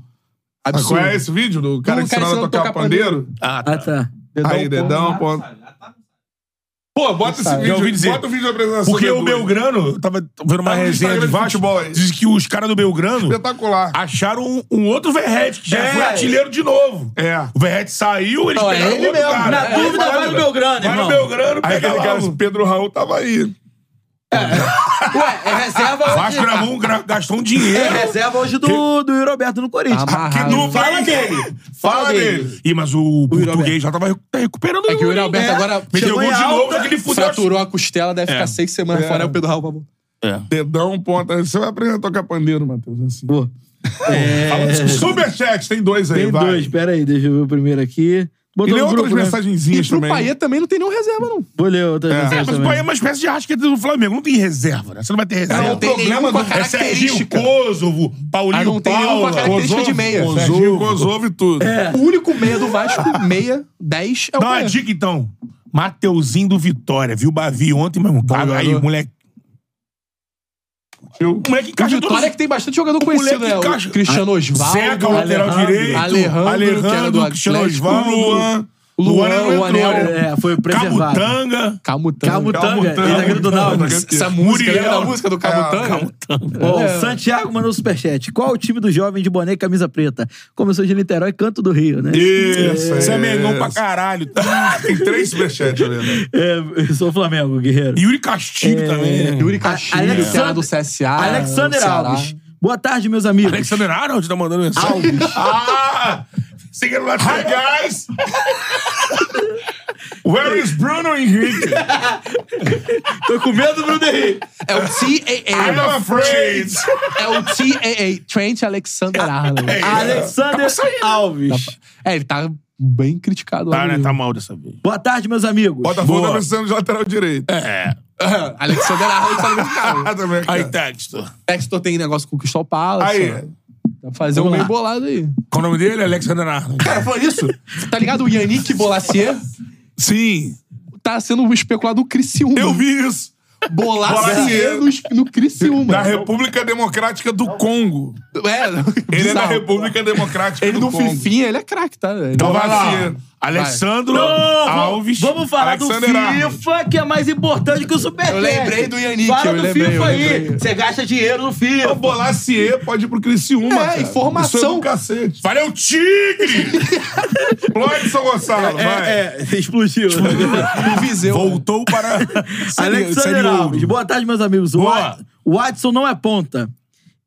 Speaker 2: Ah,
Speaker 4: Absurdo.
Speaker 2: Qual é esse vídeo do cara
Speaker 4: Do cara
Speaker 2: ensinando a
Speaker 4: ensinando a
Speaker 2: tocar
Speaker 4: tocar
Speaker 2: pandeiro?
Speaker 3: Ah,
Speaker 5: Ah, tá.
Speaker 2: Aí, dedão, ponta. Pô, bota esse
Speaker 4: Sabe.
Speaker 3: Já ouvi
Speaker 2: vídeo,
Speaker 3: dizer.
Speaker 2: bota o vídeo da apresentação.
Speaker 3: Porque
Speaker 2: do
Speaker 3: o
Speaker 2: Edu.
Speaker 3: Belgrano, eu tava vendo uma
Speaker 2: Tá no
Speaker 3: resenha
Speaker 2: Instagram
Speaker 3: de
Speaker 2: de
Speaker 3: Vasco,
Speaker 2: futebol aí.
Speaker 3: diz que os caras do Belgrano
Speaker 2: Espetacular.
Speaker 3: acharam um, um outro Verrete, que já
Speaker 5: É.
Speaker 3: foi artilheiro de novo.
Speaker 2: É.
Speaker 3: O Verrete saiu, eles
Speaker 4: Não, é
Speaker 3: pegaram
Speaker 4: ele
Speaker 3: outro
Speaker 4: mesmo.
Speaker 3: cara.
Speaker 5: Na
Speaker 3: Aí
Speaker 5: dúvida,
Speaker 3: falaram,
Speaker 5: vai no Belgrano,
Speaker 3: Vai no
Speaker 5: irmão.
Speaker 3: Belgrano,
Speaker 2: Aí
Speaker 3: pega
Speaker 2: aquele
Speaker 3: lá
Speaker 2: cara,
Speaker 3: um-
Speaker 2: esse Pedro Raul tava aí.
Speaker 5: Ué, é reserva
Speaker 3: O
Speaker 5: hoje.
Speaker 3: Vasco gravou um, gra- gastou um
Speaker 5: É
Speaker 3: dinheiro.
Speaker 5: reserva hoje do, do Roberto no Corinthians.
Speaker 4: Tá amarrado.
Speaker 5: Fala dele.
Speaker 2: Fala
Speaker 5: Fala
Speaker 2: dele.
Speaker 5: dele.
Speaker 3: Ih, mas o, português
Speaker 5: Roberto.
Speaker 3: já tava recu- tá recuperando
Speaker 4: É que o Yuri
Speaker 3: hein?
Speaker 4: Alberto
Speaker 5: É.
Speaker 4: agora
Speaker 3: Meteu
Speaker 5: chegou
Speaker 3: gol
Speaker 5: em
Speaker 3: de
Speaker 5: alta,
Speaker 3: novo, aquele fudeu.
Speaker 4: fraturou a costela, deve
Speaker 3: É.
Speaker 4: ficar seis semanas
Speaker 2: É.
Speaker 4: fora. É o Pedro Raul, por favor.
Speaker 3: É.
Speaker 2: Dedão, ponta. Você vai aprender a tocar pandeiro, Matheus. Assim.
Speaker 5: É...
Speaker 2: Superchat, tem dois aí,
Speaker 5: Tem
Speaker 2: vai.
Speaker 5: dois, pera aí, deixa eu ver o primeiro aqui.
Speaker 2: E
Speaker 5: Botou
Speaker 2: lê
Speaker 5: no
Speaker 2: outras
Speaker 5: grupo, né?
Speaker 4: um E
Speaker 2: mensagenzinhas
Speaker 4: pro
Speaker 2: também.
Speaker 4: Paê também não tem nenhum reserva, não.
Speaker 5: Vou ler outras
Speaker 2: É.
Speaker 3: É,
Speaker 5: mensagens
Speaker 3: mas o
Speaker 5: também.
Speaker 3: Bahia é uma espécie de rasqueta do Flamengo. Não tem reserva, né? Você não vai ter reserva.
Speaker 4: não tem nenhum com a
Speaker 3: É Serginho
Speaker 4: característica.
Speaker 3: Kosovo, Paulinho
Speaker 4: Ah, não tem nenhum com a
Speaker 3: Paula. É.
Speaker 4: característica de meia.
Speaker 2: Serginho Kosovo e tudo.
Speaker 4: O único meia do Vasco, meia, 10, é o
Speaker 3: Dá uma
Speaker 4: Paê.
Speaker 3: dica, então. Mateuzinho do Vitória. Viu o Bavi ontem, meu irmão? Cara, aí,
Speaker 4: jogador.
Speaker 3: moleque.
Speaker 2: Viu?
Speaker 3: O moleque
Speaker 4: O
Speaker 3: encaixa
Speaker 4: Vitória é que tem bastante jogador conhecido,
Speaker 3: moleque
Speaker 4: né?
Speaker 3: encaixa.
Speaker 4: O Cristiano Osvaldo.
Speaker 3: Zeca, é o lateral
Speaker 5: Alejandro,
Speaker 3: direito.
Speaker 4: Alejandro, que era do
Speaker 3: Alejandro, Cristiano
Speaker 4: Atlético.
Speaker 3: Osvaldo.
Speaker 2: Luan.
Speaker 3: Luan,
Speaker 4: Luan,
Speaker 3: não
Speaker 4: o Anel.
Speaker 3: entrou.
Speaker 5: É, foi
Speaker 3: um
Speaker 5: preservado.
Speaker 3: Camutanga.
Speaker 4: Camutanga.
Speaker 5: Camutanga,
Speaker 2: Camutanga.
Speaker 5: zagueiro do Náutico.
Speaker 2: Camutanga.
Speaker 4: Essa música,
Speaker 3: Muriel.
Speaker 4: lembra da música do
Speaker 2: É,
Speaker 4: Camutanga?
Speaker 5: Ó,
Speaker 4: É.
Speaker 5: o Santiago mandou um superchat. Qual o time do jovem de boné e camisa preta? Começou de Niterói, canto do Rio, né?
Speaker 2: Isso,
Speaker 3: Você é mengão pra
Speaker 2: isso.
Speaker 3: caralho. tá?
Speaker 2: Tem três superchats, né?
Speaker 5: É, eu sou o Flamengo, guerreiro.
Speaker 3: Yuri Castilho também. né?
Speaker 4: Yuri Castilho,
Speaker 5: Alexandre-
Speaker 4: que era do CSA.
Speaker 5: Ah, Alexander
Speaker 4: do Ceará.
Speaker 5: Alves. Boa tarde, meus amigos.
Speaker 3: Alexander Arnold tá mandando mensagem.
Speaker 5: Alves.
Speaker 3: Ah! Seguindo lá, Hi, guys!
Speaker 2: Where is Bruno Henrique?
Speaker 5: Tô com medo do Bruno Henrique.
Speaker 4: É o TAA.
Speaker 2: I'm afraid.
Speaker 4: É o TAA. Trent Alexander Arnold.
Speaker 5: Alexander
Speaker 4: né?
Speaker 5: Alves.
Speaker 4: É, ele tá bem criticado lá.
Speaker 3: Tá,
Speaker 4: no
Speaker 3: né?
Speaker 4: Rio.
Speaker 3: Tá mal dessa vez.
Speaker 5: Boa tarde, meus amigos.
Speaker 2: Botafogo tá precisando de lateral direito.
Speaker 3: É.
Speaker 4: Alexander Arnold tá muito caro.
Speaker 2: Ah, também, cara.
Speaker 3: Aí, texto.
Speaker 4: Textor tem negócio com o Crystal Palace.
Speaker 2: Aí.
Speaker 4: ó. Dá pra fazer um meio bolado aí.
Speaker 3: Qual o nome dele? Alexander Arnold.
Speaker 2: Cara, foi isso?
Speaker 4: Tá ligado o Yannick Bolacier?
Speaker 3: Sim.
Speaker 4: Tá sendo especulado o Criciúma.
Speaker 2: Eu vi isso.
Speaker 4: Bolacier
Speaker 2: Bolacier.
Speaker 4: no, no Criciúma.
Speaker 2: Da República Democrática do Congo. Ele
Speaker 4: É,
Speaker 2: é da
Speaker 4: bizarro.
Speaker 2: República Democrática
Speaker 4: Ele
Speaker 2: do
Speaker 4: no
Speaker 2: Congo.
Speaker 4: Fifinha, ele é craque, tá? Ele
Speaker 2: Então
Speaker 4: é
Speaker 2: vai lá.
Speaker 4: Bolacier.
Speaker 3: Alessandro
Speaker 5: Vamos-
Speaker 3: Alves.
Speaker 5: Vamos falar
Speaker 2: Alexander
Speaker 5: do
Speaker 2: Arnold.
Speaker 5: FIFA, que é mais importante que o Super
Speaker 4: Eu lembrei do Yannick,
Speaker 5: Fala
Speaker 4: eu
Speaker 5: do
Speaker 4: lembrei, eu
Speaker 5: FIFA aí.
Speaker 4: lembrei.
Speaker 5: Você gasta dinheiro no
Speaker 2: O
Speaker 5: FIFA.
Speaker 2: Bolacier pode ir pro Criciúma,
Speaker 4: É,
Speaker 2: cara.
Speaker 4: informação.
Speaker 2: Isso é do cacete.
Speaker 3: Valeu, Tigre!
Speaker 2: Explode São Gonçalo, vai.
Speaker 5: É, é, explodiu.
Speaker 4: O Viseu. né?
Speaker 2: Voltou para...
Speaker 5: Alexander Então, Alves. Boa tarde, meus amigos. O
Speaker 3: Boa.
Speaker 5: Wa- O Watson não é ponta.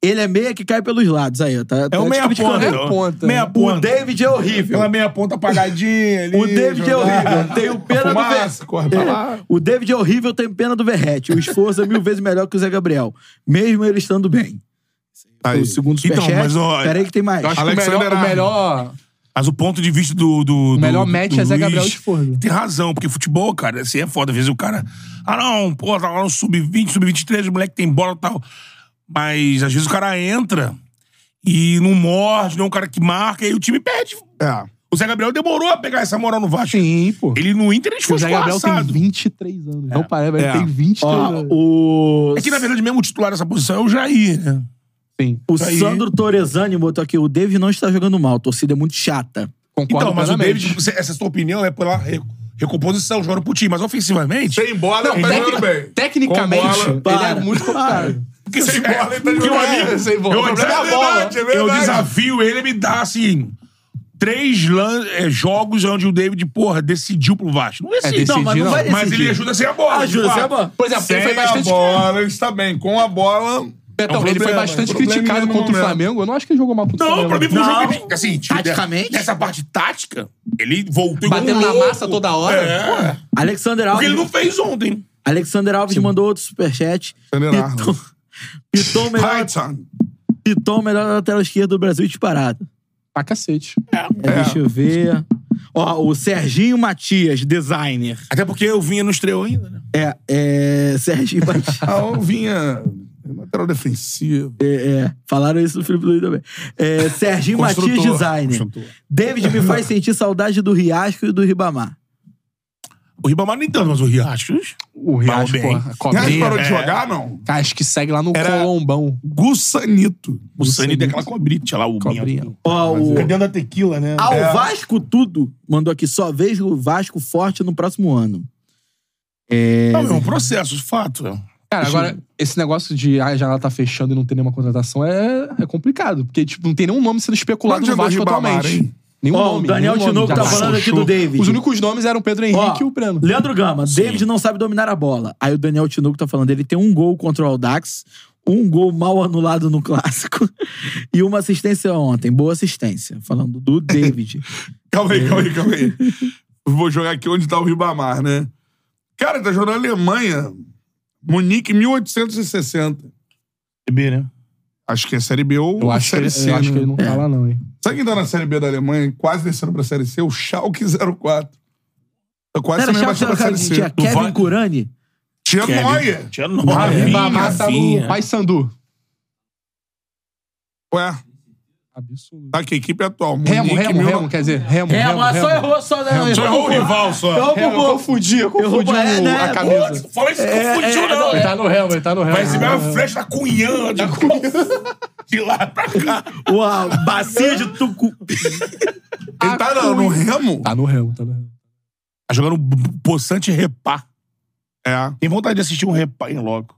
Speaker 5: Ele é meia que cai pelos lados aí, ó. Tá,
Speaker 3: É o meia ponta.
Speaker 4: É ponta.
Speaker 3: Meia
Speaker 5: O
Speaker 3: ponta.
Speaker 5: David é horrível.
Speaker 3: Aquela meia ponta apagadinha ali.
Speaker 5: O David é horrível. Tenho pena do
Speaker 2: Fumaça,
Speaker 5: Verrete.
Speaker 2: corre pra lá.
Speaker 5: O David é horrível, tenho pena do Verrete. O esforço é mil vezes melhor que o Zé Gabriel. Mesmo ele estando bem.
Speaker 2: Aí.
Speaker 5: O segundo
Speaker 3: Então,
Speaker 5: superchat.
Speaker 3: mas ó,
Speaker 5: Peraí que tem mais.
Speaker 4: Eu acho
Speaker 2: Alexander
Speaker 4: que É o melhor, o
Speaker 2: Arnold.
Speaker 4: melhor,
Speaker 3: Mas o ponto de vista do. do,
Speaker 4: o
Speaker 3: do
Speaker 4: melhor
Speaker 3: do
Speaker 4: match é Zé
Speaker 3: Luiz
Speaker 4: Gabriel Esforno.
Speaker 3: Tem razão, porque futebol, cara, assim é foda. Às vezes o cara. Ah, não, pô, tá lá no sub-20, sub-23, o moleque tem bola e tal. Mas às vezes o cara entra e não morde, não é um cara que marca, e aí o time perde.
Speaker 2: É.
Speaker 3: O Zé Gabriel demorou a pegar essa moral no Vasco.
Speaker 4: Sim, pô.
Speaker 3: Ele no Inter ele
Speaker 4: o
Speaker 3: foi
Speaker 4: Zé Gabriel tem
Speaker 3: escorraçado.
Speaker 4: 23 anos. Não parece, ele
Speaker 3: É.
Speaker 4: tem 23
Speaker 5: Ó,
Speaker 4: anos.
Speaker 5: o...
Speaker 3: É que, na verdade, mesmo o titular dessa posição é o Jair, né?
Speaker 4: Sim,
Speaker 5: O
Speaker 3: Isso aí.
Speaker 5: Sandro Torresani botou aqui, o David não está jogando mal, a torcida é muito chata.
Speaker 4: concordo
Speaker 3: Então, mas o
Speaker 4: plenamente.
Speaker 3: David, você- essa sua opinião é pela re- recomposição, jogando pro time. Mas ofensivamente. é
Speaker 2: Sem bola, tá jogando
Speaker 4: Tec-
Speaker 2: bem.
Speaker 4: Tecnicamente,
Speaker 2: Com bola.
Speaker 4: ele é
Speaker 5: Para.
Speaker 4: muito complicado.
Speaker 3: Porque
Speaker 2: Sem
Speaker 3: você-
Speaker 2: bola, ele tá
Speaker 3: porque
Speaker 2: jogando
Speaker 3: o
Speaker 2: bem.
Speaker 3: amigo-
Speaker 4: Sem bola.
Speaker 3: eu-
Speaker 4: O problema é a
Speaker 3: eu-
Speaker 4: bola.
Speaker 2: É verdade.
Speaker 3: Eu desafio ele a me dar, assim, três lan- é, jogos onde o David, porra, decidiu pro Vasco. é Não decide.
Speaker 4: decidir,
Speaker 3: mas
Speaker 4: não.
Speaker 3: vai Mas ele ajuda sem a bola. tipo, ah,
Speaker 5: Ajuda,
Speaker 3: de fato.
Speaker 5: sem a bola.
Speaker 3: é,
Speaker 4: Por exemplo, ele
Speaker 2: Sem
Speaker 4: foi
Speaker 2: a
Speaker 4: bastante.
Speaker 2: bola, ele está bem. Com a bola...
Speaker 4: Betão,
Speaker 2: É um
Speaker 4: ele foi
Speaker 2: problema,
Speaker 4: bastante
Speaker 2: é um problema
Speaker 4: criticado
Speaker 2: em algum
Speaker 4: contra o
Speaker 2: momento.
Speaker 4: Flamengo. Eu não acho que ele jogou mal contra o
Speaker 3: Não, pra mim
Speaker 4: Flamengo.
Speaker 3: foi um
Speaker 5: Não.
Speaker 3: jogo que, assim, tipo,
Speaker 5: Taticamente?
Speaker 3: Nessa parte tática, ele voltou igual
Speaker 4: Batendo
Speaker 3: um
Speaker 4: na
Speaker 3: louco.
Speaker 4: massa toda hora.
Speaker 3: É.
Speaker 5: Alexander
Speaker 3: Porque
Speaker 5: Alves,
Speaker 3: ele não fez ontem.
Speaker 5: Alexander Alves mandou outro superchat.
Speaker 2: Alexander
Speaker 4: Então,
Speaker 5: Piton, Piton, melhor,
Speaker 2: Python.
Speaker 5: Piton, melhor lateral esquerdo do Brasil disparado.
Speaker 4: Pra cacete.
Speaker 5: É, Deixa eu ver. Ó, o Serginho Matias, designer.
Speaker 3: Até porque o Vinha não estreou ainda, né?
Speaker 5: É, é. Serginho Matias.
Speaker 3: Tá.
Speaker 2: Ah, o Vinha... Lateral defensivo.
Speaker 5: É, falaram isso do Felipe Luiz também. É, Serginho Matias,
Speaker 2: Construtor.
Speaker 5: designer. David me faz sentir saudade do Riasco e do Ribamar.
Speaker 3: O Ribamar nem tanto, mas o Riachos.
Speaker 4: O
Speaker 3: Mal
Speaker 4: Riacho,
Speaker 3: bem.
Speaker 4: pô, a
Speaker 2: Já parou
Speaker 4: cobrinha.
Speaker 2: de
Speaker 3: É.
Speaker 2: jogar, não?
Speaker 4: Cara, Ah, acho que segue lá no
Speaker 2: Era-
Speaker 4: Colombão.
Speaker 2: Gussanito.
Speaker 3: O Sani tem aquela cobrite lá, o
Speaker 4: Cobrinha.
Speaker 3: Minha.
Speaker 5: Ó, o
Speaker 3: Dentro da tequila, né?
Speaker 5: Ao Vasco tudo mandou aqui, só vejo o Vasco forte no próximo ano.
Speaker 3: Não, é um processo, fato.
Speaker 4: Cara, agora, esse negócio de ah, a janela tá fechando e não ter nenhuma contratação é, é complicado. Porque, tipo, não tem nenhum nome sendo especulado
Speaker 2: Onde
Speaker 4: no
Speaker 2: andou
Speaker 4: Vasco
Speaker 2: Ribamar,
Speaker 4: atualmente.
Speaker 2: hein?
Speaker 4: Nenhum
Speaker 5: Ó,
Speaker 4: nome.
Speaker 5: o Daniel
Speaker 4: nenhum nome
Speaker 5: Tinoco tá
Speaker 4: já.
Speaker 5: falando aqui do David.
Speaker 4: Os únicos nomes eram o Pedro
Speaker 5: Ó,
Speaker 4: Henrique e o Breno.
Speaker 5: Leandro Gama, David não sabe dominar a bola. Aí o Daniel Tinoco tá falando, ele tem um gol contra o Aldax, um gol mal anulado no clássico e uma assistência ontem. Boa assistência. Falando do David.
Speaker 2: Calma aí, calma aí, calma
Speaker 4: É.
Speaker 2: aí. Vou jogar aqui onde tá o Ribamar, né? Cara, tá jogando na Alemanha. Munique 1860.
Speaker 3: B, né?
Speaker 2: Acho que é Série B ou
Speaker 4: Eu acho, que,
Speaker 2: Série
Speaker 4: ele-
Speaker 2: C,
Speaker 4: eu acho
Speaker 2: né?
Speaker 4: que ele não
Speaker 5: É.
Speaker 4: tá lá, não, hein?
Speaker 2: Sabe quem tá na Série B da Alemanha, quase descendo pra Série C? O Schalke 04. Tá quase
Speaker 5: Era
Speaker 2: sendo
Speaker 5: chato,
Speaker 2: rebaixado pra
Speaker 5: era cara,
Speaker 2: Série
Speaker 5: tinha
Speaker 2: C.
Speaker 5: é Kevin
Speaker 3: Vasco.
Speaker 5: Curani.
Speaker 2: Tinha Noia.
Speaker 3: Tinha né?
Speaker 2: Rafinha,
Speaker 4: Ribamar tá no Paysandu.
Speaker 2: Ué,
Speaker 4: Absurdo.
Speaker 2: tá que equipe atual. Munique,
Speaker 4: Remo, Remo,
Speaker 2: mil-
Speaker 4: Remo, quer dizer, Remo, Remo,
Speaker 5: É, mas só
Speaker 4: Remo.
Speaker 3: Só errou o rival, só.
Speaker 5: Errou pro
Speaker 4: Remo,
Speaker 5: gol.
Speaker 4: eu confundi, eu confundi
Speaker 5: Derrubou- é,
Speaker 4: o-
Speaker 5: né?
Speaker 4: a camisa.
Speaker 3: Tá Fala isso, não confundiu, É, não.
Speaker 4: Ele tá no Remo, ele tá no Remo.
Speaker 3: Vai receber
Speaker 4: Tá
Speaker 3: uma
Speaker 4: no Remo.
Speaker 3: flecha cunhã de, de lá pra cá.
Speaker 5: Uma bacia de tucu.
Speaker 2: Ele tá não, no Remo?
Speaker 4: Tá no Remo, tá no Remo.
Speaker 3: Tá jogando um poçante repá.
Speaker 2: É.
Speaker 3: Tem vontade de assistir um repá em logo.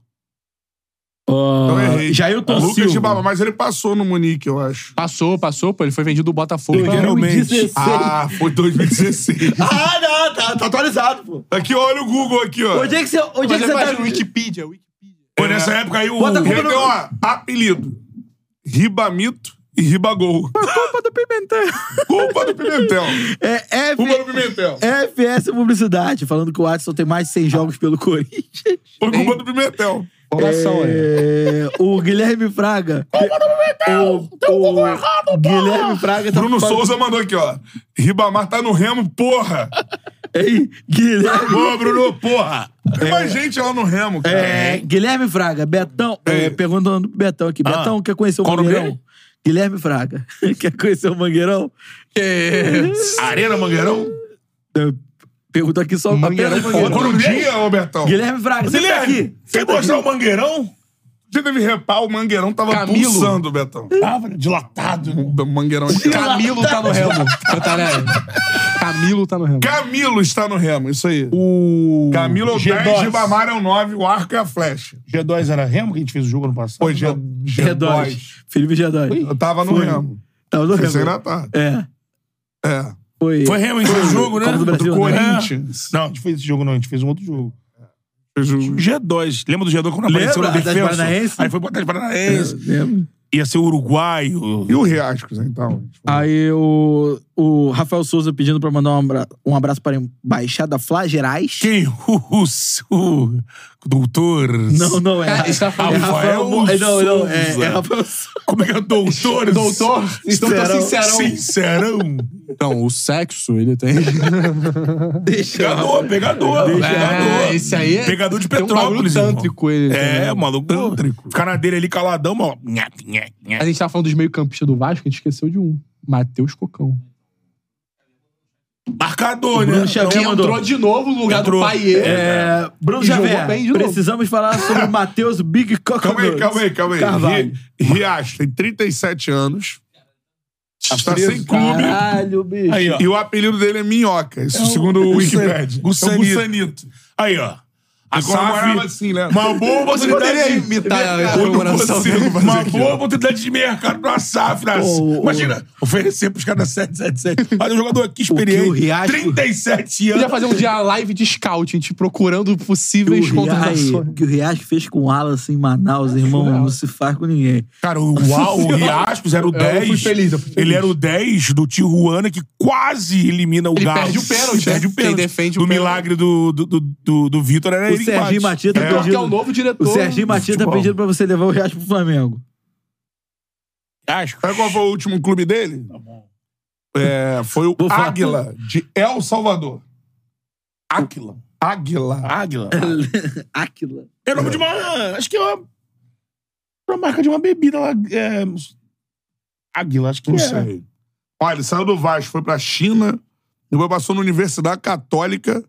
Speaker 2: Então errei.
Speaker 5: Jailton
Speaker 2: Lucas
Speaker 5: Silva.
Speaker 2: Ribamar, mas ele passou no Munique, eu acho.
Speaker 4: Passou, passou, pô. Ele foi vendido do Botafogo. pra-
Speaker 3: Geralmente.
Speaker 2: Ah, foi 2016.
Speaker 5: Ah, não, tá, tá atualizado, pô.
Speaker 2: Aqui, olha o Google aqui, ó.
Speaker 5: Onde é que você, onde é
Speaker 4: Mas
Speaker 5: que
Speaker 4: ele
Speaker 5: você tá...
Speaker 4: faz no Wikipedia. Wikipedia.
Speaker 3: Foi nessa época aí o.
Speaker 5: Bota a culpa
Speaker 2: Ele tem, ó, apelido. Ribamito e Ribagol.
Speaker 5: Culpa do Pimentel.
Speaker 2: Culpa do Pimentel.
Speaker 5: É F...
Speaker 2: Culpa do Pimentel.
Speaker 5: FS Publicidade, falando que o Watson tem mais de 100 jogos pelo Corinthians.
Speaker 2: Foi culpa do Pimentel.
Speaker 4: Oração, é.
Speaker 5: É, o Guilherme Fraga. é O, o Guilherme Fraga tá
Speaker 2: Bruno
Speaker 5: falando-
Speaker 2: Souza mandou aqui, ó. Ribamar tá no remo, porra.
Speaker 5: Ei, Guilherme.
Speaker 2: Boa, Bruno, porra. Tem mais gente lá no remo, cara.
Speaker 5: É, Guilherme Fraga, Betão. É, perguntando pro Betão aqui. Betão, quer conhecer o
Speaker 3: Qual o nome
Speaker 5: Mangueirão?
Speaker 3: dele?
Speaker 5: Guilherme Fraga. quer conhecer o Mangueirão? É.
Speaker 3: Arena Mangueirão?
Speaker 5: Perguntou aqui só
Speaker 4: Mangueirão
Speaker 5: apenas o Mangueirão.
Speaker 2: Outro dia, ô Bertão.
Speaker 5: Guilherme Fraga, você tá
Speaker 2: Guilherme,
Speaker 5: aqui.
Speaker 2: você mostrar o Mangueirão? Você teve repar, o Mangueirão tava
Speaker 4: Camilo.
Speaker 2: pulsando, Betão.
Speaker 3: Tava dilatado.
Speaker 2: O Mangueirão...
Speaker 4: Camilo tá no remo. Seu Tarelli. Camilo tá no remo.
Speaker 2: Camilo está no remo, isso aí.
Speaker 3: O...
Speaker 2: Camilo é o 10,
Speaker 3: G2.
Speaker 2: Ribamar é o 9, o arco é a flecha.
Speaker 3: G2 era Remo que a gente fez o jogo ano passado?
Speaker 2: Pô, G,
Speaker 3: Não.
Speaker 2: G2.
Speaker 5: G2. Felipe G2.
Speaker 2: Eu tava no
Speaker 5: Foi.
Speaker 2: remo.
Speaker 5: Tava no
Speaker 2: Pensei
Speaker 5: Remo.
Speaker 2: na tarde.
Speaker 5: É.
Speaker 2: É.
Speaker 5: Foi.
Speaker 3: Foi Remo em fez o jogo, né?
Speaker 5: Copa do Brasil,
Speaker 3: Contra o
Speaker 5: né?
Speaker 3: Corinthians. Não, a gente fez esse jogo não, a gente fez um outro jogo.
Speaker 2: Fez o-
Speaker 3: G2. Lembra do G2 quando
Speaker 5: Lembra?
Speaker 3: apareceu na
Speaker 5: Atlético
Speaker 3: defesa?
Speaker 5: Paranaense?
Speaker 3: Aí foi pro Atlético Paranaense.
Speaker 5: Lembra?
Speaker 3: Ia ser o uruguaio.
Speaker 2: E o Riascos, então?
Speaker 5: Aí o, o Rafael Souza pedindo pra mandar um abra- um abraço para a Embaixada Flá Gerais.
Speaker 3: Quem? O, o, o doutor...
Speaker 5: Não, não, é.
Speaker 4: isso tá falando.
Speaker 5: é
Speaker 3: Rafael
Speaker 5: Rafael Mo- é, Não, não, é,
Speaker 3: Souza.
Speaker 5: é Rafael Souza.
Speaker 3: Como é que é? Doutor...
Speaker 4: Doutor, então tá
Speaker 5: Sincerão.
Speaker 4: sincerão.
Speaker 3: Sincerão.
Speaker 4: Então, o sexo, ele tem.
Speaker 3: Pegador, pegador. pegador.
Speaker 4: É, esse aí é.
Speaker 3: Pegador de
Speaker 4: tem um bagulho
Speaker 3: Petrópolis,
Speaker 4: tântrico, ele.
Speaker 3: É,
Speaker 4: né?
Speaker 3: o maluco tântrico. Ficar na dele ali caladão, mano. Nhac, nhac, nhac.
Speaker 4: A gente tava falando dos meio-campistas do Vasco, a gente esqueceu de um. Matheus Cocão.
Speaker 3: Marcador, né?
Speaker 5: Bruno Xavier mandou.
Speaker 4: de novo no lugar
Speaker 3: Entrou.
Speaker 4: Paier.
Speaker 5: É, Bruno
Speaker 4: E jogou
Speaker 5: Javé,
Speaker 4: bem de novo.
Speaker 5: precisamos falar sobre o Matheus Big Coco.
Speaker 2: Calma aí, calma aí, calma aí.
Speaker 5: Carvalho.
Speaker 2: Ri- Riacho tem 37 anos. Está
Speaker 4: preso?
Speaker 2: sem clube.
Speaker 5: Caralho, bicho.
Speaker 3: Aí, ó.
Speaker 2: E o apelido dele é Minhoca. Isso segundo o Wikipedia.
Speaker 3: Gusanito.
Speaker 2: É o Gusanito.
Speaker 3: Aí, ó. A
Speaker 2: comemorava
Speaker 3: SAF,
Speaker 2: assim, né?
Speaker 3: uma boa oportunidade de...
Speaker 4: imitar a
Speaker 3: Eu não
Speaker 4: comemoração
Speaker 3: consigo
Speaker 4: dele, mas
Speaker 3: uma
Speaker 4: Tá aqui,
Speaker 3: boa oportunidade de mercado pra SAF. Na...
Speaker 5: Pô,
Speaker 3: Imagina, oferecer pros caras da 777. Olha, um jogador aqui
Speaker 5: O que o
Speaker 3: experiente.
Speaker 5: Riasco-
Speaker 3: 37 anos.
Speaker 4: Podia fazer um dia live de scout, a gente procurando possíveis
Speaker 5: O Riacho- O
Speaker 4: contratações.
Speaker 5: que o Riacho fez com o Alas em Manaus, irmão, não se faz com ninguém.
Speaker 3: Cara, o, Uau, o Riascos era o
Speaker 4: Eu fui
Speaker 3: 10.
Speaker 4: feliz, eu fui feliz.
Speaker 3: Ele era o 10 do Tijuana que quase elimina o
Speaker 4: Ele
Speaker 3: Galo.
Speaker 4: perde o pênalti,
Speaker 3: Ele
Speaker 4: né?
Speaker 3: perde o
Speaker 4: Quem
Speaker 3: pênalti.
Speaker 4: defende o
Speaker 3: do
Speaker 4: pênalti.
Speaker 3: milagre do, do, do, do, do Vitor era
Speaker 5: O
Speaker 3: ele que bate.
Speaker 5: Serginho Matias tá
Speaker 3: É.
Speaker 4: Porque é
Speaker 5: pedindo.
Speaker 4: o novo diretor.
Speaker 5: O Serginho Matias tá
Speaker 3: futebol.
Speaker 5: pedindo pra você levar o Riacho pro Flamengo.
Speaker 3: Riascos.
Speaker 2: Sabe qual foi o último clube dele? É, foi o
Speaker 5: Vou falar.
Speaker 2: Águila, de El Salvador.
Speaker 3: Águila.
Speaker 2: Águila.
Speaker 3: Águila.
Speaker 5: Aquila.
Speaker 3: É o nome de uma. Acho que é uma. Uma marca de uma bebida lá. É... Águila, acho que
Speaker 2: Não
Speaker 3: é.
Speaker 2: sei. Olha, ele saiu do Vasco, foi pra China, depois passou na Universidade Católica,